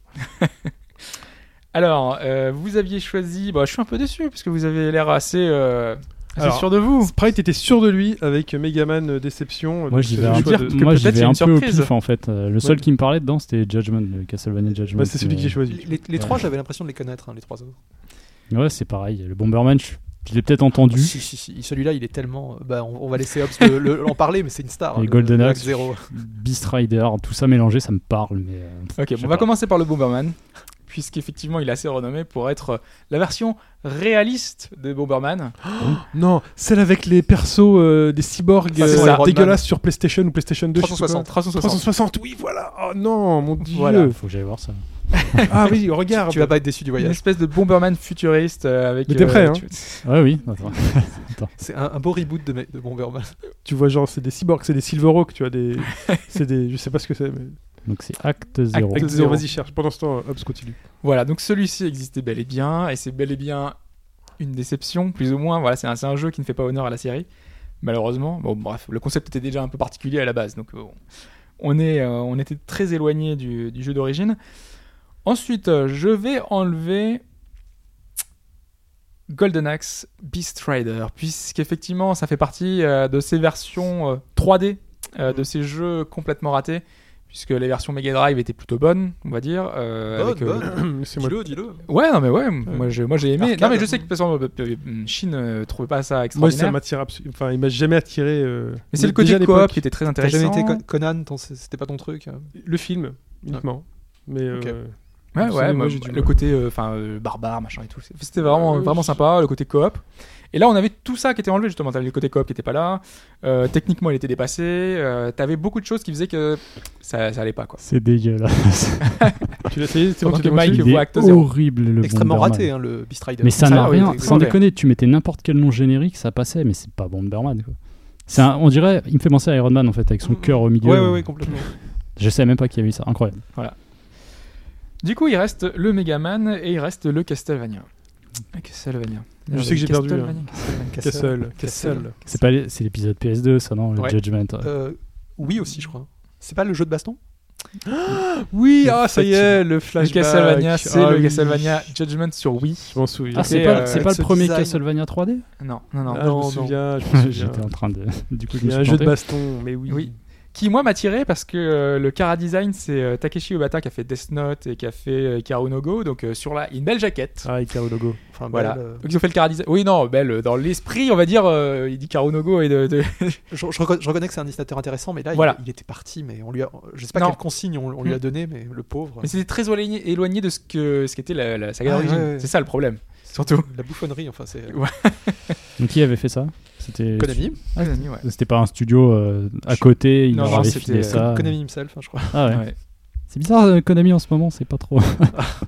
S3: Alors, euh, vous aviez choisi. Bah, je suis un peu déçu parce que vous avez l'air assez, euh, assez
S2: Alors,
S3: sûr de vous.
S2: Sprite était sûr de lui avec Megaman euh, Déception. euh,
S4: Moi
S2: donc
S4: j'y
S2: c'est
S4: vais
S2: le
S4: un,
S2: choix
S3: dire
S2: de-
S3: que
S4: moi, j'y
S3: peut-être
S4: vais
S3: il y a
S4: un
S3: une
S4: peu au
S3: surprise.
S4: pif en fait. Euh, le seul
S2: Ouais.
S4: qui me parlait dedans c'était Judgment, le Castlevania Judgment. euh,
S2: Bah, c'est celui que j'ai
S4: mais-
S2: choisi.
S5: Les, les- les trois, j'avais l'impression de les connaître, hein, les trois autres.
S4: Ouais, c'est pareil. Le Bomberman, je, je l'ai peut-être entendu.
S5: Si, si, si. Celui-là, il est tellement. Bah, on, on va laisser Hobbs
S4: <laughs>
S5: le- le- en parler, mais c'est une star.
S4: Les
S5: le-
S4: Golden
S5: le
S4: Axe.
S5: Axe Zero.
S4: Beast Rider, tout ça mélangé, ça me parle. Mais euh,
S3: Ok,
S4: je
S3: bon,
S4: sais
S3: on va
S4: pas.
S3: commencer par le Bomberman, puisqu'effectivement, il est assez renommé pour être euh, la version réaliste de Bomberman.
S2: Non, celle avec les persos euh, des cyborgs
S3: Ça, c'est
S2: euh,
S3: Iron Man.
S2: dégueulasses sur PlayStation ou PlayStation 2. je sais pas quoi.
S5: 360.
S3: 360.
S2: 360, oui, voilà. Oh non, mon dieu.
S4: Voilà, faut que j'aille voir ça.
S2: Ah oui, regarde.
S5: Tu vas pas être déçu du
S3: Une
S4: <laughs>
S5: voyage.
S3: espèce de Bomberman futuriste euh, avec.
S2: Mais t'es prêt, hein
S3: tu-
S4: Ouais, oui. attends.
S5: C'est un, un beau reboot de, mes- de Bomberman.
S2: Tu vois, genre, c'est des cyborgs, c'est des Silverhawks, tu vois, <laughs> des. c'est des. Je sais pas ce que c'est. Mais...
S4: Donc c'est Acte 0.
S2: Avec
S3: Acte
S2: des-
S3: zéro.
S2: Vas-y, cherche. Pendant ce temps, euh, Hobbs continue. <clears throat>
S3: Voilà, donc celui-ci existait bel et bien, et c'est bel et bien une déception, plus ou moins. Voilà, c'est un, c'est un jeu qui ne fait pas honneur à la série, malheureusement. Bon, bref, le concept était déjà un peu particulier à la base, donc bon, on, est, euh, on était très éloigné du, du jeu d'origine. Ensuite, euh, je vais enlever Golden Axe Beast Rider, puisqu'effectivement, ça fait partie euh, de ces versions euh, 3D, euh, de ces jeux complètement ratés. Puisque les versions Mega Drive étaient plutôt bonnes, on va dire. euh,
S5: Bonne,
S3: avec, euh,
S5: bonne.
S2: c'est moi.
S5: Dis-le, dis-le.
S3: Ouais, non, mais ouais, moi j'ai moi, j'ai aimé.
S5: Arcade.
S3: Non, mais je sais que par exemple, euh, euh, Chine euh, trouvait pas ça
S2: Moi, ça
S3: extraordinaire.
S2: m'attire absolument. Enfin, il m'a jamais attiré. euh,
S3: mais c'est
S2: déjà
S3: le côté
S2: à
S3: coop
S2: l'époque,
S3: qui était très
S5: T'as
S3: intéressant.
S5: jamais été Con- Conan, ton- c'était pas ton truc. hein.
S2: Le film,
S3: Ah.
S2: uniquement. Mais.
S5: Ok.
S2: euh,
S3: Ouais,
S2: Absolument,
S3: ouais, moi,
S2: j'ai du
S3: le
S2: mal.
S3: côté euh, enfin euh, barbare, machin et tout. C'était vraiment
S2: Ouais,
S3: vraiment
S2: je-
S3: sympa le côté coop. Et là, on avait tout ça qui était enlevé justement. T'avais le côté coop qui était pas là. Euh, techniquement, il était dépassé. Euh, T'avais beaucoup de choses qui faisaient que ça, ça allait pas quoi.
S4: C'est dégueulasse.
S2: Tu l'as essayé C'est bon,
S3: Pendant
S2: t'es
S3: que
S2: convaincu
S3: Mike-
S4: Il
S3: voit
S4: est
S3: Acte 0.
S4: horrible le
S5: Extrêmement
S4: Bomberman.
S5: raté, hein, le Beast Rider.
S4: Mais ça
S3: Ça,
S4: n'a
S3: oui,
S4: rien.
S3: c'est
S4: Sans
S3: extraordinaire.
S4: déconner, tu mettais n'importe quel nom générique, ça passait, mais c'est pas Bomberman. Quoi. C'est un- on dirait, il me fait penser à Iron Man en fait, avec son
S5: Mm.
S4: cœur au milieu.
S5: Ouais, ouais, ouais, complètement.
S4: Je savais même pas qu'il y avait eu ça. Incroyable.
S3: Du coup, il reste le Megaman et il reste le Castlevania. Castlevania.
S2: Je sais que j'ai perdu, hein.
S3: Castlevania, Castlevania.
S2: Cassel.
S5: Cassel.
S3: Ah,
S2: Cassel.
S4: C'est pas les- c'est l'épisode PS2, ça non, le
S5: Ouais.
S4: Judgment.
S5: Euh, oui, aussi, je crois. C'est pas le jeu de baston
S2: Oui, ah, ça y est, le
S3: Le
S2: flashback.
S3: Castlevania, c'est
S2: Ah
S3: le
S2: oui.
S3: Castlevania Judgment sur Wii.
S2: Je m'en souviens.
S4: Ah, c'est
S3: Et,
S4: pas,
S3: euh,
S4: c'est pas
S5: avec
S4: le
S5: ce
S4: premier
S5: design.
S4: Castlevania 3D
S3: Non, non, non.
S2: Ah, je me
S5: non.
S2: souviens,
S3: <laughs>
S2: je me souviens.
S4: J'étais en train de. <laughs> Du coup, je
S2: Il
S4: me
S2: y a
S4: suis
S2: un jeu de
S4: planté.
S2: baston, mais oui.
S3: Oui. Qui, moi, m'attirait parce que euh, le Kara Design, c'est euh, Takeshi Obata qui a fait Death Note et qui a fait euh, Karu no Go. Donc, euh, sur la, une belle jaquette.
S2: Ah, Icaro Logo.
S5: Enfin,
S3: Voilà.
S5: belle, euh,
S3: Donc, ils ont fait le Kara Design. Oui, non, belle. euh, Dans l'esprit, on va dire, euh, il dit Karu no Go et de. de-
S5: je, je reconna- je reconnais que c'est un dessinateur intéressant, mais là, il-
S3: Voilà.
S5: il, était parti, mais on lui a, je sais pas
S3: Non.
S5: quelle consigne on,
S2: Hmm.
S5: on lui a donné, mais le
S3: <laughs>
S5: pauvre,
S3: Mais c'était très éloigné, éloigné de ce que ce qu'était la, la saga
S5: Ah,
S3: d'origine.
S5: ouais, ouais.
S3: C'est ça le problème. Surtout.
S5: la bouffonnerie, enfin, c'est euh,
S4: Donc, qui avait fait ça C'était.
S5: Konami,
S3: Konami, Ah, ouais.
S4: C'était pas un studio euh, à côté, ils
S3: Non,
S4: leur
S3: non,
S4: avaient
S3: c'était,
S4: filé
S3: euh,
S4: ça.
S5: Konami himself, hein, je crois.
S4: Ah ouais.
S3: Ouais.
S4: C'est bizarre, euh, Konami en ce moment, c'est pas trop. <laughs>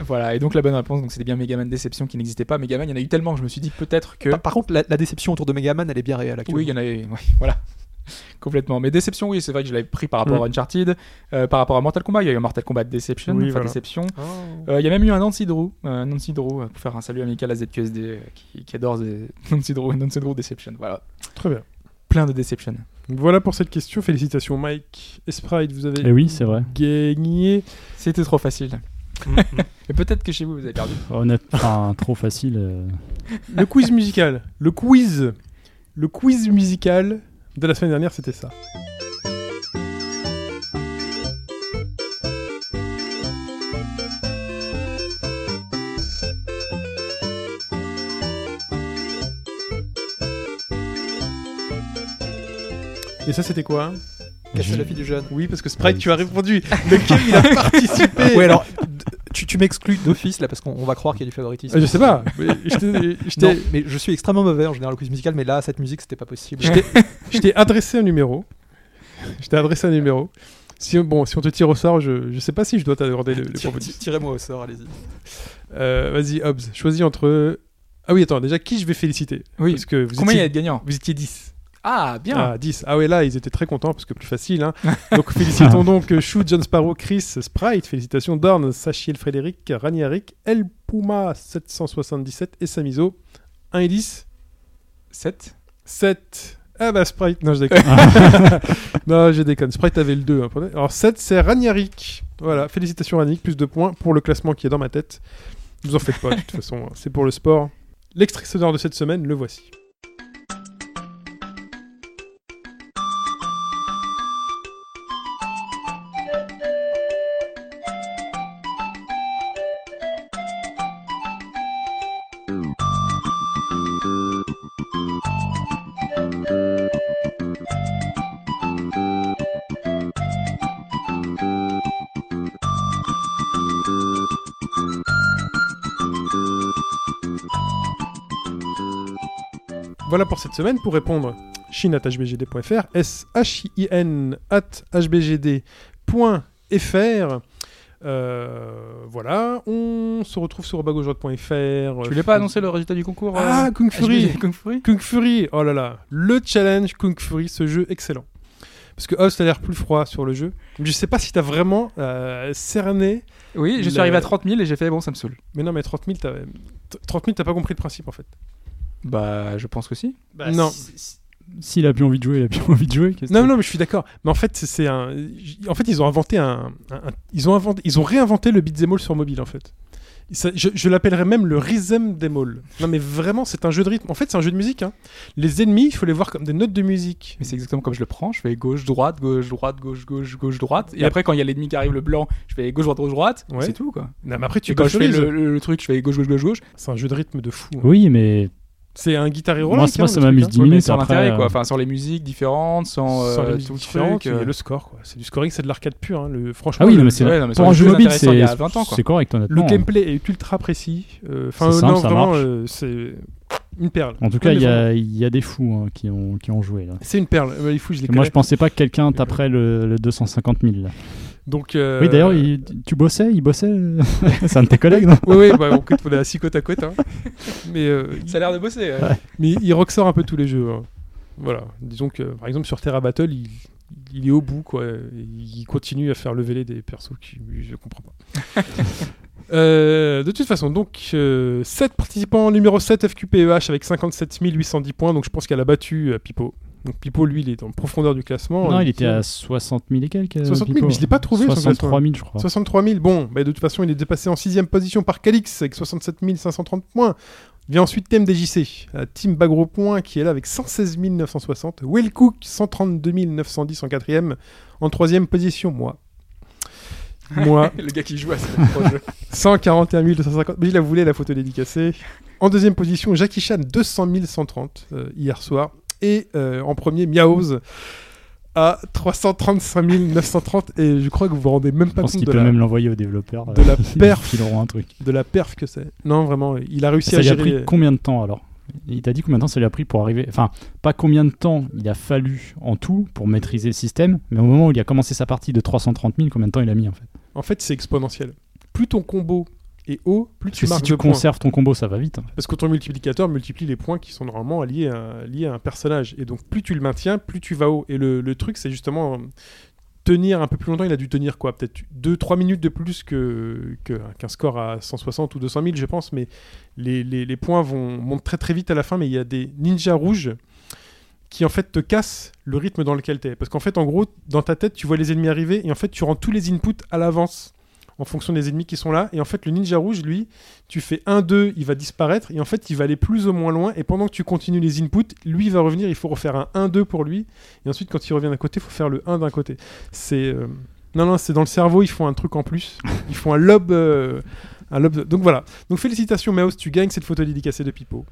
S3: Voilà, et donc la bonne réponse, donc c'était bien Megaman Déception qui n'existait pas. Megaman, il y en a eu tellement que je me suis dit peut-être que.
S5: Par, par contre, la, la déception autour de Megaman, elle est bien réelle.
S3: Oui, <laughs> il y en avait. ouais, voilà. Complètement. Mais Déception, oui, c'est vrai que je l'avais pris par rapport
S2: Mm.
S3: à Uncharted, euh, par rapport à Mortal Kombat. Il y a eu Mortal Kombat Deception,
S2: Oui,
S3: enfin
S2: voilà.
S3: Déception.
S5: Oh.
S3: Euh, il y a même eu un Nancy Drew, euh, Nancy Drew, euh, pour faire un salut amical à ZQSD euh, qui, qui adore Z- <laughs> Nancy Drew, Nancy Drew Deception. Voilà,
S2: Très bien.
S3: plein de Deception.
S2: Voilà pour cette question. Félicitations, Mike. Sprite, vous avez
S4: Et Eh oui, c'est vrai.
S2: gagné.
S3: C'était trop facile. <laughs> Mais peut-être que chez vous, vous avez perdu.
S4: Honnête, Oh, enfin, trop facile. euh.
S2: Le quiz musical. Le quiz. Le quiz musical de la semaine dernière, c'était ça. Et ça, c'était quoi hein
S5: Casser la fille du jeune.
S2: Oui, parce que Sprite, tu as répondu. Lequel il a participé
S5: Ouais, alors, d- tu, tu m'exclus d'office là parce qu'on on va croire qu'il y a du favoritisme.
S2: Euh, Je sais pas. mais <laughs> Je t'ai- je
S5: Non,
S2: t'ai-
S5: mais je suis extrêmement mauvais en général au quiz musical, mais là, cette musique, c'était pas possible.
S2: Je t'ai- je t'ai adressé un numéro. <laughs> Je t'ai adressé un numéro. Si, bon, si on te tire au sort, je, je sais pas si je dois t'accorder le, le
S5: Tire-
S2: propos.
S5: Tirez-moi au sort, allez-y.
S2: Euh, Vas-y, Hobbs, choisis entre. Ah oui, attends, déjà, qui je vais féliciter
S3: Oui.
S2: Parce que vous
S3: Combien il y
S2: étiez,
S3: a de gagnants
S2: vous étiez 10.
S3: Ah, bien
S2: Ah, 10. Ah ouais, là, ils étaient très contents parce que plus facile. hein. donc, félicitons donc euh, Chou, John Sparrow, Chris, Sprite. Félicitations Dorn, Sachiel Frédéric, Ranieric, El Puma 777 et Samizo. 1 et 10.
S3: 7
S2: 7. Ah bah Sprite, non je déconne. non je déconne, <laughs> Sprite avait le 2. hein, pour- Alors 7 c'est Ragnarik. Voilà, félicitations Ragnarik, plus de points pour le classement qui est dans ma tête. Ne vous en faites pas, de toute façon, hein, c'est pour le sport. L'extrait sonore de cette semaine, le voici. Voilà pour cette semaine, pour répondre, shin.hbgd.fr, s-h-i-n at hbgd.fr. Euh, voilà, on se retrouve sur bagaujoie.fr.
S3: Tu l'as pas annoncé le résultat du concours euh,
S2: Ah, Kung Fury
S3: HBG Kung Fury
S2: Kung Fury, oh là là, le challenge Kung Fury, ce jeu excellent. Parce que Host a l'air plus froid sur le jeu. Je sais pas si t'as vraiment euh, cerné.
S3: Oui, je suis
S2: Le-
S3: arrivé à 30 000 et j'ai fait bon, ça me saoule.
S2: Mais non, mais 30 000, t'as, 30 000, t'as pas compris le principe en fait.
S3: Bah, je pense que si.
S2: non.
S4: S'il a plus envie de jouer, il a plus <laughs> envie de jouer. qu'est-ce
S2: Non,
S4: que-
S2: non, mais je suis d'accord. Mais en fait, c'est, c'est un. En fait, ils ont inventé un. un- un- ils, ont inventé, ils ont réinventé le beat'em all sur mobile en fait. Ça- je je l'appellerais même le rhythm them all. Non, mais vraiment, c'est un jeu de rythme. En fait, c'est un jeu de musique. hein. Les ennemis, il faut les voir comme des notes de musique.
S3: Mais c'est exactement comme je le prends. Je fais gauche, droite, gauche, droite, gauche, gauche, gauche, droite. Et
S2: Yep.
S3: après, quand il y a l'ennemi qui arrive, le blanc, je fais gauche, droite, gauche, droite.
S2: Ouais.
S3: C'est tout, quoi.
S2: Non, mais après, tu
S3: et quand je fais
S2: gaucholises.
S3: le, le- le truc, je fais gauche, gauche, gauche, gauche.
S2: C'est un jeu de rythme de fou. hein.
S4: Oui, mais
S2: C'est un guitare hero.
S4: Moi,
S2: Link,
S4: c'est- moi,
S2: hein,
S4: ça
S2: le truc,
S4: m'amuse
S2: hein.
S4: dix
S3: Ouais, mais
S4: minutes
S3: sans
S4: après,
S3: l'intérêt,
S4: euh,
S3: quoi. Enfin, sans les musiques différentes, sans,
S2: Sans les
S3: euh, tout
S2: musiques
S3: le
S2: différentes,
S3: truc. euh.
S2: et le score, quoi. C'est du scoring, c'est de l'arcade pur. hein. Le... Franchement,
S4: ah oui,
S2: le,
S4: non, mais c'est
S3: ouais, non, mais
S4: pour
S3: ça,
S4: un
S3: c'est
S4: jeu
S3: plus
S4: mobile,
S3: intéressant il y a
S4: c'est
S3: 20 ans, quoi.
S4: c'est correct
S2: le
S4: honnêtement.
S2: gameplay est ultra précis. euh, Enfin,
S4: C'est
S2: euh,
S4: simple,
S2: non,
S4: ça
S2: vraiment,
S4: marche.
S2: euh, c'est une perle.
S4: hein. En tout cas, il y, a- il y a des fous hein, qui, ont, qui ont joué là.
S2: C'est une perle. Euh, Les fous, je les
S4: Moi, je
S2: connais.
S4: pensais pas que quelqu'un taperait le, le 250 000. là.
S2: Donc, euh,
S4: Oui, d'ailleurs, il- tu bossais, il bossait. euh, <laughs> C'est un de tes collègues, non
S2: Oui, oui, bah, on on est assis côte à
S4: <laughs>
S2: côte. hein. Mais, euh,
S3: Ça a l'air de bosser. ouais.
S2: mais il rocksort un peu tous les jeux. hein. Voilà. Disons que, par exemple, sur Terra Battle, il, il est au bout, quoi. Il continue à faire lever les des persos qui je comprends pas.
S4: <laughs>
S2: Euh, de toute façon, donc 7 participants, numéro 7 FQPEH E avec 57 810 points, donc je pense qu'elle a battu euh, Pipo. Donc Pipo, lui, il est en profondeur du classement.
S4: Non,
S2: Euh,
S4: il était à 60 000 et quelques. euh,
S2: 60 000,
S4: Pipo.
S2: mais je l'ai pas trouvé, son
S4: 63 000, je crois.
S2: 63 000, bon, bah, de toute façon, il est dépassé en 6 position par Calix avec 67 530 points. Vient ensuite Thème DJC, euh, Team Bagro Point qui est là avec 116 960. Will Cook, 132 910 en quatrième. En troisième position,
S4: <laughs>
S2: moi. Moi,
S3: <laughs> Le gars qui joue à ce gros jeu.
S2: 141 250. Mais il la voulait, la photo dédicacée. En deuxième position, Jackie Chan, 200 130 euh, hier soir. Et euh, en premier, Miaoz à 335 930. Et je crois que vous vous rendez même
S4: Je
S2: pas
S4: pense
S2: compte
S4: qu'il
S2: de
S4: peut
S2: la,
S4: même l'envoyer aux développeurs.
S2: de
S4: euh, <laughs>
S2: la perf.
S4: Ils auront un truc.
S2: de la perf que c'est. Non, vraiment, il a réussi
S4: Ça
S2: à
S4: lui a
S2: gérer.
S4: pris combien de temps alors Il t'a dit combien de temps ça lui a pris pour arriver Enfin, pas combien de temps il a fallu en tout pour maîtriser le système, mais au moment où il a commencé sa partie de 330 000, combien de temps il a mis en fait
S2: En fait, c'est exponentiel. Plus ton combo et haut, plus
S4: Parce
S2: tu
S4: que si
S2: marques
S4: tu
S2: de points.
S4: conserves ton combo, ça va vite.
S2: Parce que ton multiplicateur multiplie les points qui sont normalement liés à, liés à un personnage. Et donc, plus tu le maintiens, plus tu vas haut. Et le, le truc, c'est justement euh, tenir un peu plus longtemps. Il a dû tenir quoi Peut-être 2-3 minutes de plus que que- qu'un score à 160 ou 200 000, je pense. Mais les, les- les points vont, montent très très vite à la fin. Mais il y a des ninjas rouges qui en fait te cassent le rythme dans lequel t'es. Parce qu'en fait, en gros, dans ta tête, tu vois les ennemis arriver et en fait, tu rends tous les inputs à l'avance en fonction des ennemis qui sont là. Et en fait, le ninja rouge, lui, tu fais 1, 2, il va disparaître, et en fait, il va aller plus ou moins loin, et pendant que tu continues les inputs, lui il va revenir, il faut refaire un 1, 2 pour lui, et ensuite, quand il revient d'un côté, il faut faire le 1 d'un côté. C'est... euh, Non, non, c'est dans le cerveau, ils font un truc en
S3: <laughs>
S2: plus. Ils font un lobe... euh, Un lobe... Donc voilà. Donc félicitations, Maos, tu gagnes cette photo dédicacée de Pipo.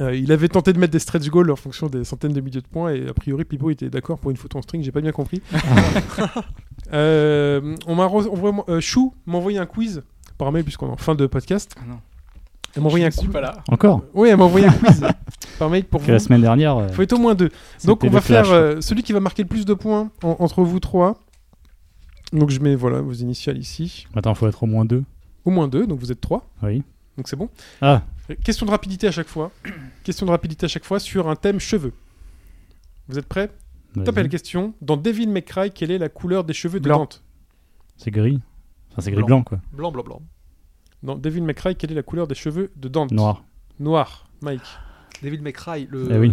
S2: Euh, il avait tenté de mettre des stretch goals en fonction des centaines de milliers de points et a priori Pipo était d'accord pour une photo en string, j'ai pas bien
S3: <laughs>
S2: compris. Euh, on m'a re- on voit- euh, Chou m'a envoyé un quiz par mail puisqu'on est en fin de podcast.
S3: Ah non.
S2: Elle m'a envoyé
S3: Je
S2: un
S3: ne suis
S2: quiz.
S3: pas là.
S4: Encore
S2: Oui, elle m'a envoyé un
S3: <laughs>
S2: quiz par mail pour
S4: Que
S2: vous.
S4: la semaine dernière. euh,
S2: Il faut être au moins deux.
S4: c'était
S2: Donc on
S4: le
S2: va
S4: clash,
S2: faire euh, celui qui va marquer le plus de points en- entre vous trois. Donc je mets voilà vos initiales ici.
S4: quoi. Attends, faut être au moins deux.
S2: Au moins deux, donc vous êtes trois.
S4: Oui.
S2: Donc c'est bon.
S4: Ah.
S2: Euh, Question de rapidité à chaque fois. <clears throat> Question de rapidité à chaque fois sur un thème cheveux. Vous êtes prêts
S4: vas-y.
S2: Top la question. Dans Devil May Cry, quelle est la couleur des cheveux de
S5: Blanc.
S2: Dante
S4: C'est gris. Enfin, c'est
S5: Blanc.
S4: gris-blanc, quoi.
S5: Blanc, blanc, blanc.
S2: Dans Devil May Cry, quelle est la couleur des cheveux de Dante
S4: Noir.
S2: Noir. Mike.
S5: David McRae, le.
S2: Ah
S4: Eh oui.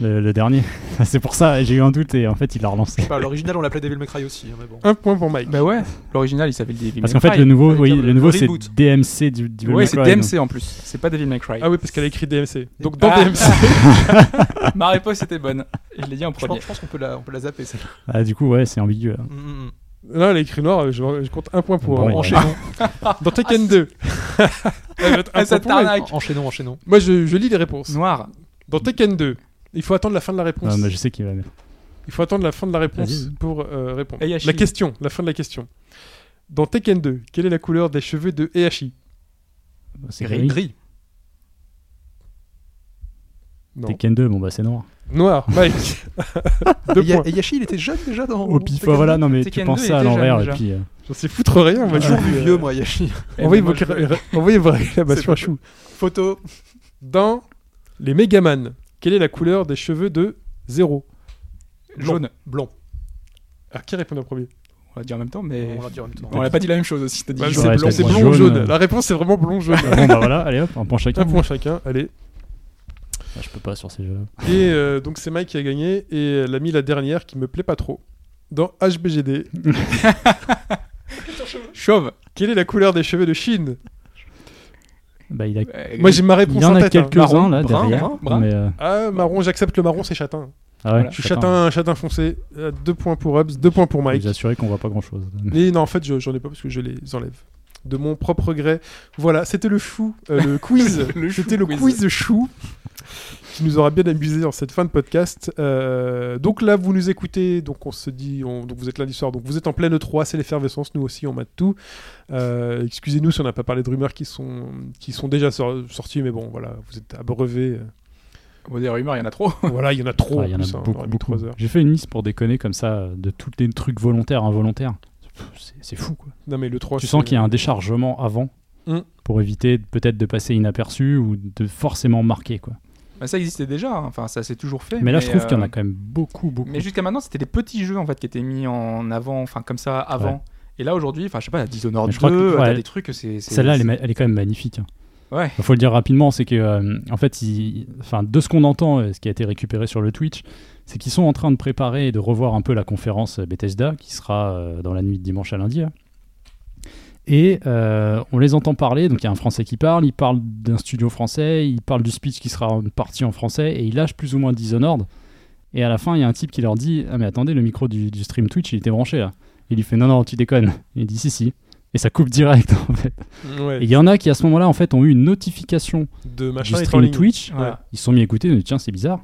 S4: Le, le dernier. <laughs> c'est pour ça, j'ai eu un doute et en fait, il l'a
S5: Je
S4: relancé.
S5: sais pas, l'original, on l'appelait David McRae aussi, hein, mais bon.
S2: Un point pour Mike.
S3: Bah ouais, l'original il s'appelle Devil May
S4: Parce qu'en fait,
S3: Cry.
S4: le nouveau,
S5: Faut
S4: oui,
S5: dire le-
S4: le nouveau,
S5: le
S4: c'est
S5: reboot.
S4: DMC du Devil
S3: Ouais,
S4: May
S3: c'est
S4: Cry,
S3: DMC en plus, c'est pas Devil May Cry.
S2: Ah oui, parce qu'elle a écrit DMC. Donc dans
S3: Ah. <laughs>
S2: DMC.
S3: Ma réponse était bonne, je l'ai dit en
S5: Je pense,
S3: premier.
S5: je pense qu'on peut la, on peut la zapper. celle-là.
S4: donc. Ah, du coup, ouais, c'est ambigu. là.
S5: Mm, mm, mm.
S2: Là, elle a écrit noir, je, je compte un point pour
S4: Bon,
S2: euh,
S4: ouais.
S2: enchaînons. Dans Tekken
S3: <laughs>
S2: 2. Elle va être un
S3: Ah, ça
S2: point pour elle.
S3: t'arnaque
S5: En- Enchaînons, enchaînons.
S2: Moi, je, je lis les réponses.
S3: Noir,
S2: Dans Tekken 2, il faut attendre la fin de la réponse.
S4: Ah, mais je sais qu'il va mettre.
S2: Il faut attendre la fin de la réponse
S4: Vas-y, vas-y.
S2: pour euh, répondre.
S3: Heihachi.
S2: La question, la fin de la question. Dans Tekken 2, quelle est la couleur des cheveux de Heihachi
S4: C'est
S5: Gris.
S4: gris.
S5: Gris.
S2: Non.
S4: Tekken 2, bon, bah, c'est noir.
S3: <laughs>
S2: Noir, Mike. Deux
S5: Et Ya-
S2: points.
S5: et Yashi, il était jeune déjà dans.
S4: Au pif,
S5: Tekken
S4: ouais, voilà, non, mais tu
S3: Tekken
S4: penses
S3: 2
S4: ça à
S3: était jeune,
S4: l'envers et
S3: déjà.
S4: puis. euh,
S2: J'en sais foutre rien. on va
S5: J'ai toujours
S2: jouer,
S5: vu
S2: euh,
S5: vieux, moi, Yashi.
S3: Ah, Eh,
S2: Envoyez
S3: mais
S2: vos,
S3: moi, je veux-
S2: <laughs> envoyez vos réclamations à
S5: C'est
S2: Chou.
S5: Photo.
S2: Dans les Megaman, quelle est la couleur des cheveux de Zero
S3: jaune,
S5: Blanc.
S2: Alors, Ah, qui répond en premier
S3: on l'a dit en même temps, mais
S5: On va dire en même temps.
S3: on l'a pas dit la même chose aussi. T'as dit
S2: Bah,
S4: je
S3: jaune.
S2: C'est
S4: dirais
S2: blanc,
S4: peut-être
S2: c'est
S4: moi,
S2: blond ou jaune.
S4: jaune.
S2: La réponse, c'est vraiment blond ou
S4: <laughs>
S2: jaune.
S4: bon, bah voilà, allez hop, un
S2: <laughs>
S4: point chacun.
S2: Un point chacun, allez.
S4: Ah, je peux pas sur ces jeux-là.
S2: Et euh, donc c'est Mike qui a gagné et elle a mis la dernière qui me plaît pas trop. Dans HBGD,
S3: Chauve.
S2: quelle est la couleur des cheveux de Chine
S4: Bah, il a.
S3: Euh,
S2: Moi j'ai ma
S4: Il
S2: réponse
S4: y en
S2: en
S4: a
S2: tête. hein.
S4: quelques-uns là
S3: brun,
S4: derrière.
S3: brun, brun.
S4: mais, euh,
S2: Ah marron, j'accepte le marron, c'est châtain.
S4: Ah ouais,
S2: Je suis châtain, châtain foncé. Euh, Deux points pour Hubs, deux points pour
S4: Je
S2: Mike.
S4: vous assurer qu'on voit pas grand-chose.
S2: Mais non, en fait, je- j'en ai pas parce que je les enlève. De mon propre regret. Voilà, c'était le chou, euh,
S4: <laughs>
S2: le quiz.
S3: Le chou
S2: c'était le
S3: quiz.
S2: quiz de chou qui nous aura bien amusé en cette fin de podcast. Euh, donc là, vous nous écoutez. Donc on se dit, on- donc vous êtes lundi soir. Donc vous êtes en pleine 3 c'est l'effervescence. Nous aussi, on mate tout. Euh, Excusez-nous si on n'a pas parlé de rumeurs qui sont, qui sont déjà sor- sorties, mais bon, voilà, vous êtes abreuvés.
S3: Bon, des rumeurs, il y en a trop.
S2: voilà, il y en a trop.
S4: Ah, il y en a
S2: plus, hein, on
S4: beaucoup,
S2: aurait mis
S4: beaucoup.
S2: trois heures.
S4: J'ai fait une liste pour déconner comme ça de tous les trucs volontaires, involontaires. Pff, C'est c'est fou quoi.
S2: Non, mais le 3
S4: tu sens qu'il y a un déchargement avant
S2: Hmm.
S4: pour éviter de- peut-être de passer inaperçu ou de forcément marquer quoi.
S3: Bah, ça existait déjà, hein. enfin ça s'est toujours fait.
S4: Mais là je trouve qu'il y en
S3: euh,
S4: a quand même beaucoup beaucoup.
S3: Mais jusqu'à maintenant, c'était des petits jeux en fait qui étaient mis en avant, enfin comme ça avant.
S4: Ouais.
S3: Et là aujourd'hui, enfin je sais pas, la Dishonored
S4: Mais je crois
S3: 2,
S4: que-
S3: euh, t'as
S4: ouais.
S3: des trucs, c'est. c'est-
S4: Celle-là elle, est ma- elle est quand même magnifique. hein.
S3: Ouais.
S4: Il faut le dire rapidement, c'est que, euh, en fait, ils- enfin, de ce qu'on entend, euh, ce qui a été récupéré sur le Twitch, c'est qu'ils sont en train de préparer et de revoir un peu la conférence euh, Bethesda, qui sera euh, dans la nuit de dimanche à lundi. là. Et euh, on les entend parler, donc il y a un Français qui parle, il parle d'un studio français, il parle du speech qui sera en partie en français, et il lâche plus ou moins Dishonored. Et à la fin, il y a un type qui leur dit Ah, mais attendez, le micro du, du stream Twitch, il était branché là. Il lui fait Non, non, tu déconnes. Il dit Si, si. Et ça coupe direct <laughs> en fait. Et il y en a qui à ce moment-là en fait ont eu une notification
S2: de
S4: du
S2: machin est en
S4: stream
S2: ligne.
S4: Twitch.
S3: Voilà.
S4: Ils se sont mis à écouter, ils ont dit tiens c'est bizarre.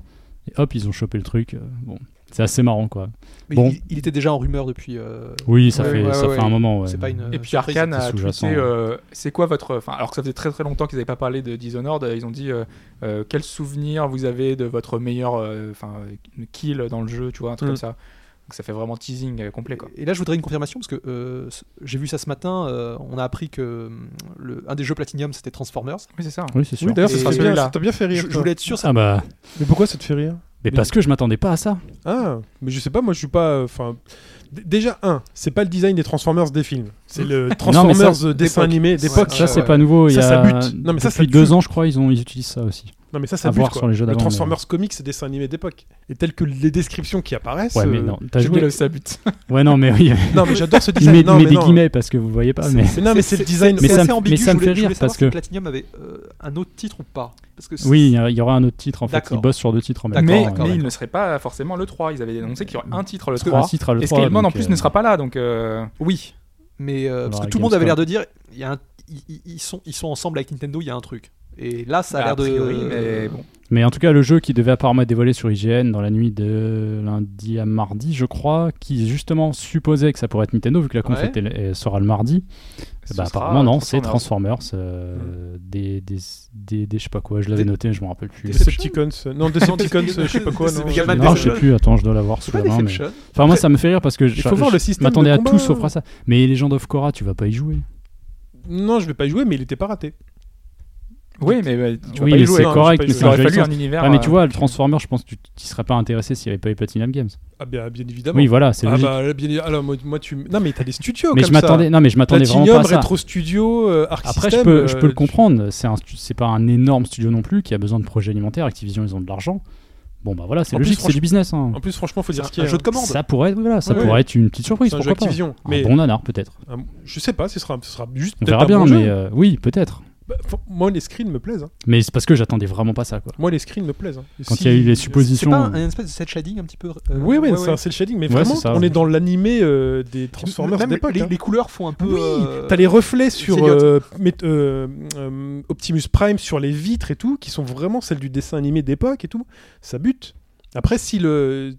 S4: Et hop ils ont chopé le truc. euh, Bon c'est assez marrant quoi.
S5: Mais
S4: Bon.
S5: il, il était déjà en rumeur depuis. euh,
S4: Oui ça
S5: Ouais,
S4: fait
S5: ouais,
S4: ça
S5: ouais,
S4: fait
S5: ouais.
S4: un moment. Ouais.
S5: C'est pas une.
S3: Et puis
S5: surprise.
S3: Arkane
S4: c'était
S3: a tweeté,
S4: sous-jacent.
S3: euh, c'est quoi votre. Enfin, alors que ça faisait très très longtemps qu'ils n'avaient pas parlé de Dishonored, euh, ils ont dit euh, euh, quel souvenir vous avez de votre meilleur euh, enfin, euh, kill dans le jeu, tu vois, un truc
S2: Mm.
S3: comme ça. Donc ça fait vraiment teasing euh, complet. Quoi.
S5: Et là, je voudrais une confirmation parce que euh, c- j'ai vu ça ce matin. euh, on a appris que hum, le, un des jeux Platinum, c'était Transformers.
S3: Oui, c'est ça.
S4: Oui, c'est sûr.
S2: Oui, d'ailleurs, ça
S5: Et
S2: serait bien,
S3: celui-là.
S2: ça t'a bien fait
S5: Je,
S2: rire.
S5: je
S2: toi.
S5: voulais être sûr. ça-
S4: Ah bah,
S2: Mais pourquoi ça te fait rire
S4: mais parce que je m'attendais pas à ça.
S2: Ah, mais je sais pas, moi je suis pas. euh, Enfin, déjà un, c'est pas le design des Transformers des films, c'est
S4: <laughs>
S2: le
S4: mais ça,
S2: Transformers euh, dessin
S5: d'époque.
S2: animé d'époque.
S5: Ouais,
S4: Ça, c'est
S5: ouais.
S4: pas nouveau. Il y
S2: Ça, ça
S4: a-
S2: bute. Non, mais ça, ça
S4: Depuis
S2: tue.
S4: deux ans, je crois, ils, ont, ils utilisent ça aussi.
S2: Non mais ça, ça
S4: À
S2: bute,
S4: voir
S2: quoi.
S4: sur les jeux
S2: Le
S4: d'avant,
S2: Transformers comics, c'est dessin animé d'époque. Et telles que les descriptions qui apparaissent.
S4: Ouais, mais
S2: euh,
S4: non. T'as
S3: J'ai oublié
S4: joué
S3: le sabut.
S4: Ouais, non, mais oui.
S2: non, mais j'adore ce
S4: Il
S2: design.
S4: met,
S2: non,
S4: il met
S2: mais
S4: des
S2: non.
S4: guillemets parce que vous voyez pas. Mais
S2: Mais non, mais c'est le design.
S4: mais
S5: c'est
S4: ça
S5: assez
S4: me-
S5: ambigu,
S4: mais ça
S5: je
S4: me
S5: voulais-
S4: fait
S5: je voulais
S4: rire
S5: savoir
S4: parce
S5: si
S4: que-
S5: Platinum avait euh, un autre titre ou pas. Parce que c'est-
S4: oui, il y a- il y aura un autre titre en fait. Ils
S5: D'accord.
S4: bossent sur deux titres en même
S5: D'accord,
S3: Mais,
S4: temps.
S5: d'accord,
S3: mais
S4: ouais.
S3: il ne serait pas forcément le 3. Ils avaient annoncé qu'il y aurait un titre le
S4: Mm. Parce que un
S3: 3.
S4: titre à le
S3: Et
S4: 3.
S3: Scaleman en
S4: donc,
S3: plus
S4: euh,
S3: ne sera pas là. Donc euh,
S5: Oui, mais euh, parce
S4: Alors,
S5: que tout le monde avait
S4: Gamescom.
S5: l'air de dire, il y a un- ils- ils- ils sont ils sont ensemble avec Nintendo, il y a un truc. Et là, ça a l'air de.
S3: priori, mais bon.
S4: Mais en tout cas, le jeu qui devait apparemment être dévoilé sur IGN dans la nuit de lundi à mardi, je crois, qui justement supposait que ça pourrait être Nintendo, vu que la conf
S5: Ouais.
S4: était le- euh, sera le mardi.
S3: ce
S4: Bah,
S3: sera
S4: apparemment, non, c'est
S3: Transformers.
S4: Transformers. euh, des, des, des, des- je sais pas quoi, je l'avais
S5: Des-
S4: noté, je me rappelle plus.
S2: Decepticons. euh, Non,
S4: <laughs>
S2: Decepticons, euh, je sais pas quoi. non.
S5: Il y a pas de-
S4: Non, je sais plus, attends, je dois l'avoir
S5: C'est
S4: sous
S5: pas
S4: la main. mais-
S5: Deception.
S4: Enfin, moi, ça me fait rire parce que je,
S2: Il faut voir
S4: je
S2: le système.
S4: m'attendais
S2: de
S4: à
S2: combat.
S4: tout sauf à ça. Mais Legend of Korra, tu vas pas y jouer.
S2: Non, je vais pas y jouer, mais il était pas raté.
S3: Oui, mais bah, tu vas
S4: oui,
S3: pas y
S4: mais
S3: jouer.
S4: c'est
S2: non,
S4: correct,
S2: je vais pas y
S4: mais c'est
S3: Il
S4: un
S3: aurait
S4: jeu
S3: fallu
S4: licence.
S3: un univers.
S4: Ah, mais tu
S3: euh,
S4: vois, le Transformer, je pense que tu t'y serais pas intéressé s'il n'y avait pas eu Platinum Games.
S2: Ah bien, bien évidemment.
S4: Oui, voilà, c'est
S2: Ah
S4: logique.
S2: bah bien. Alors moi, moi, tu. Non mais t'as des studios.
S4: mais
S2: comme
S4: je m'attendais,
S2: ça.
S4: non, mais je m'attendais vraiment pas
S2: Platinum,
S4: à ça.
S2: Retro Studio, euh, Arc
S4: Après, je
S2: System,
S4: peux, je peux
S2: euh,
S4: le comprendre. C'est un stu- c'est pas un énorme studio non plus qui a besoin de projets alimentaires. Activision, ils ont de l'argent. Bon, bah voilà, c'est
S2: En plus,
S4: logique, c'est du business. hein.
S2: En plus, franchement, faut dire ce
S5: C'est
S2: qu'il y
S5: un
S2: a.
S5: jeu de commande.
S4: Ça pourrait, être- voilà, ça
S2: Ouais,
S4: pourrait
S2: ouais.
S4: être une petite surprise,
S2: C'est un jeu
S4: pourquoi pas.
S2: Activision.
S4: Un
S2: Mais
S4: bon nanar peut-être.
S2: un- je sais pas, ce sera, ce sera juste.
S4: On
S2: peut-être
S4: verra
S2: un
S4: bien,
S2: bon
S4: mais
S2: jeu.
S4: euh, oui, peut-être.
S2: Bah, faut- moi, les screens me plaisent. hein.
S4: Mais c'est parce que j'attendais vraiment pas ça, quoi.
S2: Moi, les screens me plaisent. hein.
S4: Quand il
S2: Si-
S4: y a eu les
S5: C'est
S4: suppositions,
S5: pas un, un espèce de set shading un petit peu. euh,
S2: Oui, oui,
S5: ouais,
S2: c'est
S5: ouais.
S2: un cel shading, mais
S4: Ouais,
S2: vraiment,
S4: c'est ça.
S2: on est dans l'animé euh, des Transformers
S5: Même
S2: d'époque.
S5: les,
S2: hein.
S5: les couleurs font un peu.
S2: Oui,
S5: euh,
S2: t'as les reflets sur
S5: Elliot.
S2: euh, mét- euh, euh, Optimus Prime, sur les vitres et tout, qui sont vraiment celles du dessin animé d'époque et tout. Ça bute. Après, si le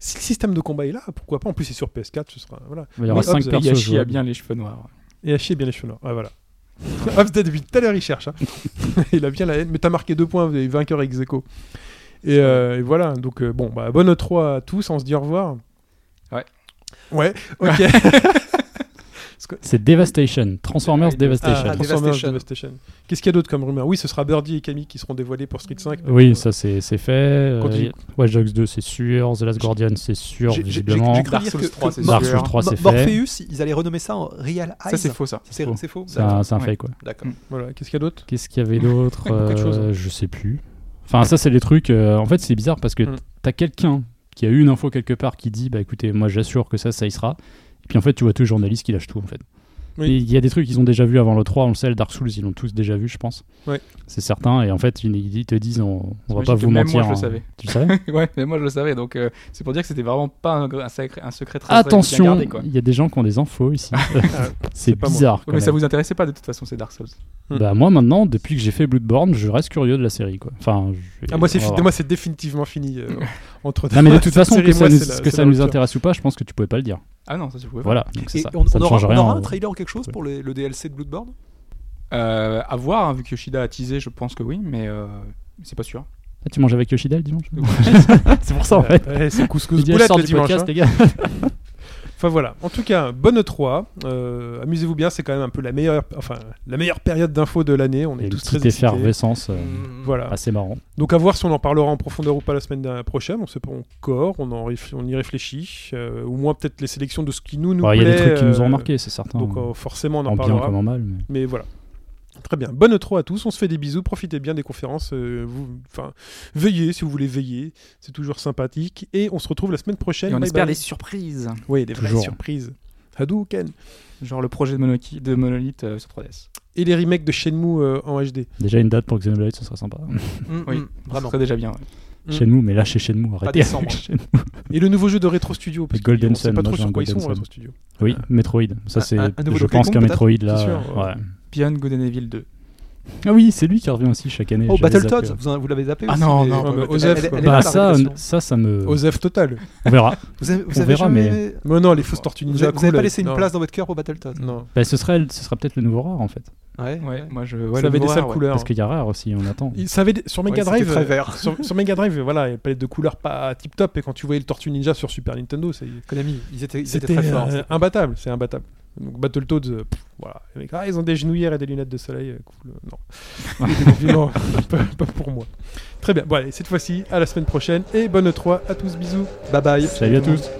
S2: si le système de combat est là, pourquoi pas En plus, c'est sur PS4, ce sera voilà.
S4: il y aura
S2: Oui,
S4: 5
S2: Hobbs,
S4: persos.
S3: Yashi a
S4: jouables.
S3: bien les cheveux noirs.
S2: Et à chier bien les cheveux noirs. Ouais, voilà. <laughs> Hobbs, depuis tout à l'heure, il cherche. hein. <laughs> il a bien la haine. Mais t'as marqué deux points, vainqueur ex aequo. Et, euh, et voilà. Donc, euh, bon, bah, bonne 3 à tous. On se dit au revoir.
S3: Ouais.
S2: Ouais, ok.
S4: C'est Devastation, Transformers
S3: Ah,
S4: Devastation.
S2: Ah,
S5: Devastation.
S2: Transformers Devastation. Qu'est-ce qu'il y a d'autre comme rumeur Oui, ce sera Birdie et Camille qui seront dévoilés pour Street 5.
S4: oui, ça c'est c'est fait. Euh,
S2: Continue.
S4: Watch Dogs 2, c'est sûr. The Last Guardian, c'est sûr,
S5: j'ai- j'ai- j'ai-
S4: visiblement.
S5: j'ai cru
S3: Dark
S5: dire
S3: Souls
S5: que-
S3: 3,
S5: que
S3: c'est
S5: Mor-
S4: Dark
S3: sûr.
S4: Souls 3,
S2: hein.
S4: c'est fait.
S5: Morpheus, ils allaient renommer ça en Real Eyes.
S3: Ça, c'est faux, ça.
S5: C'est c'est faux.
S4: Ah, C'est un, c'est un
S3: Ouais.
S4: fake, ouais.
S5: D'accord.
S2: Voilà, qu'est-ce qu'il y a d'autre
S4: Qu'est-ce qu'il y avait d'autre
S2: Beaucoup de choses.
S4: Euh, Je sais plus. Enfin, ça, c'est les trucs. euh, en fait, c'est bizarre parce que
S2: Mm.
S4: t'as quelqu'un qui a eu une info quelque part qui dit Bah écoutez, moi j'assure que ça, ça y sera. Et puis en fait, tu vois tous les journalistes qui lâchent tout en fait.
S2: Oui.
S4: Et Il y a des trucs qu'ils ont déjà vu avant le 3, on le sait, le Dark Souls, ils l'ont tous déjà vu, je pense.
S2: Ouais.
S4: C'est certain, et en fait, ils, ils te disent on, on va
S3: J'imagine
S4: pas
S3: que
S4: vous
S3: même
S4: mentir.
S3: moi, je le
S4: hein.
S3: savais.
S4: Tu le savais
S3: <laughs> Ouais, mais moi je le savais, donc euh, c'est pour dire que c'était vraiment pas un, un secret, un secret très très bien
S4: Attention,
S3: gardé, quoi.
S4: il y a des gens qui ont des infos ici. <laughs> c'est
S2: pas moi.
S4: bizarre.
S3: Ouais,
S4: quand
S3: mais ça
S4: même.
S3: vous intéressait pas de toute façon, c'est Dark Souls.
S2: Hmm.
S4: Bah, moi maintenant, depuis que j'ai fait Bloodborne, je reste curieux de la série. Quoi. Enfin, je-
S2: ah, Moi, c'est
S4: on va
S2: fi-
S4: voir.
S2: moi, c'est définitivement fini. euh, entre
S4: Oh. Non,
S2: <laughs>
S4: mais de toute
S2: cette
S4: façon,
S2: série
S4: que
S2: et
S4: ça
S2: moi,
S4: nous,
S2: c'est la-
S4: que
S2: c'est
S4: ça
S2: la
S4: nous
S2: rupture.
S4: intéresse ou pas, je pense que tu pouvais pas le dire.
S3: Ah non, ça je pouvais pas.
S4: Voilà, donc c'est
S5: Et
S4: ça.
S5: on,
S4: ça
S5: on
S4: ne
S5: aura,
S4: change
S5: on
S4: rien.
S5: aura
S4: au-
S5: un trailer ou quelque chose pour le, le DLC de Bloodborne
S3: Euh, à voir, hein, vu que Yoshida a teasé, je pense que oui, mais euh, c'est pas sûr.
S4: Ah, tu manges avec Yoshida le dimanche C'est pour ça en fait.
S2: Ouais, c'est couscous
S4: Il dit, je
S2: boulette
S4: sors
S2: le
S4: du
S2: dimanche.
S4: podcast,
S2: hein.
S4: les gars.
S2: Enfin voilà. En tout cas, bonne 3. euh, Amusez-vous bien. C'est quand même un peu la meilleure, enfin la meilleure période d'info de l'année. On est
S4: Il y a une
S2: tous très
S4: petite
S2: excités.
S4: effervescence euh,
S2: Voilà.
S4: assez marrant.
S2: Donc à voir si on en parlera en profondeur ou pas la semaine dernière- prochaine, on sait pas encore, on, en réfl- on y réfléchit, euh, au moins peut-être les sélections de ce qui nous nous
S4: Bon, Bah, Il y a des
S2: plaît,
S4: trucs qui nous
S2: euh,
S4: ont marqué, c'est certain.
S2: Donc euh, forcément on en
S4: en bien
S2: parlera.
S4: comme en mal. mais-
S2: Mais voilà. Très bien. Bonne E3 à tous. On se fait des bisous. Profitez bien des conférences. euh, vous, enfin, veillez si vous voulez veiller. C'est toujours sympathique. Et on se retrouve la semaine prochaine.
S3: Et on
S2: Bye
S3: espère
S2: bye.
S3: des surprises,
S2: Oui, des vraies
S4: Toujours.
S2: surprises. Hadouken.
S3: genre le projet de, Monoki- de Monolith euh, sur 3DS.
S2: Et les remakes de Shenmue euh, en HD.
S4: Déjà une date pour Xenoblade, ce serait sympa.
S3: Oui, Ce
S5: vraiment.
S3: serait déjà bien. ouais.
S2: Mm.
S4: Chez nous, mais là chez chez nous, arrêtez.
S5: décembre.
S4: avec chez nous.
S2: Et le nouveau jeu de Retro Studio. Parce
S4: Et Golden
S2: qu'on sait
S4: Sun,
S2: pas
S4: moi,
S2: trop
S4: j'ai
S2: sur
S4: un
S2: quoi ils
S4: Golden
S2: sont
S4: Sun.
S2: Retro Studio.
S4: Oui, Metroid. Ça
S5: un-
S4: c'est.
S5: un nouveau
S4: Je pense
S5: Donkey
S4: qu'un
S5: Kong,
S4: Metroid
S2: C'est
S4: là.
S2: sûr, ouais.
S4: ouais.
S3: Beyond Good and Evil 2.
S4: Ah oui, c'est lui qui revient aussi chaque année.
S5: Oh,
S4: j'avais
S5: Battletoads,
S4: zappé.
S5: vous, en- vous l'avez zappé
S3: Ah
S5: ou
S3: non,
S5: c'est-
S3: non,
S5: Ouais,
S2: mais
S5: elle-
S2: Osef,
S5: elle- elle
S2: quoi.
S5: est là,
S4: Bah
S5: la
S4: ça,
S5: révélation.
S4: ça, ça me.
S2: Osef total.
S4: On verra.
S5: Vous avez, vous
S4: on
S5: avez
S4: verra,
S5: jamais-
S4: mais-
S2: Mais non, les fausses tortues
S5: Vous,
S2: ninja.
S5: avez- vous avez
S2: cool,
S5: pas laissé une
S2: non.
S5: place dans votre cœur pour Battletoads
S2: Non.
S4: Bah, ce serait, ce sera peut-être le nouveau rare en fait,
S5: Ouais.
S3: Ouais, moi je. ouais,
S2: Ça
S3: le
S2: avait des
S3: noir,
S2: sales
S3: ouais.
S2: couleurs.
S4: parce qu'il y a rare aussi, on attend.
S2: Il- ça avait des- sur Mega
S5: Ouais, c'était
S2: Drive.
S5: très
S2: euh,
S5: vert.
S2: Sur, sur Mega Drive, voilà, il y a une palette de couleurs pas tip top. Et quand tu voyais le Tortue Ninja sur Super Nintendo, c'est-
S5: Konami, ils étaient, ils étaient
S2: c'était
S5: très forts.
S2: euh, imbattable. C'est imbattable. Donc Battletoads, euh, pff, voilà. Les mecs, ah, ils ont des genouillères et des lunettes de soleil. euh, cool. euh, Non. Des
S4: <laughs>
S2: compliments, <laughs> pas, pas pour moi. Très bien. Bon, allez, cette fois-ci, E à la semaine prochaine. Et bonne 3 à tous. Bisous.
S5: Bye bye.
S4: Salut à tous.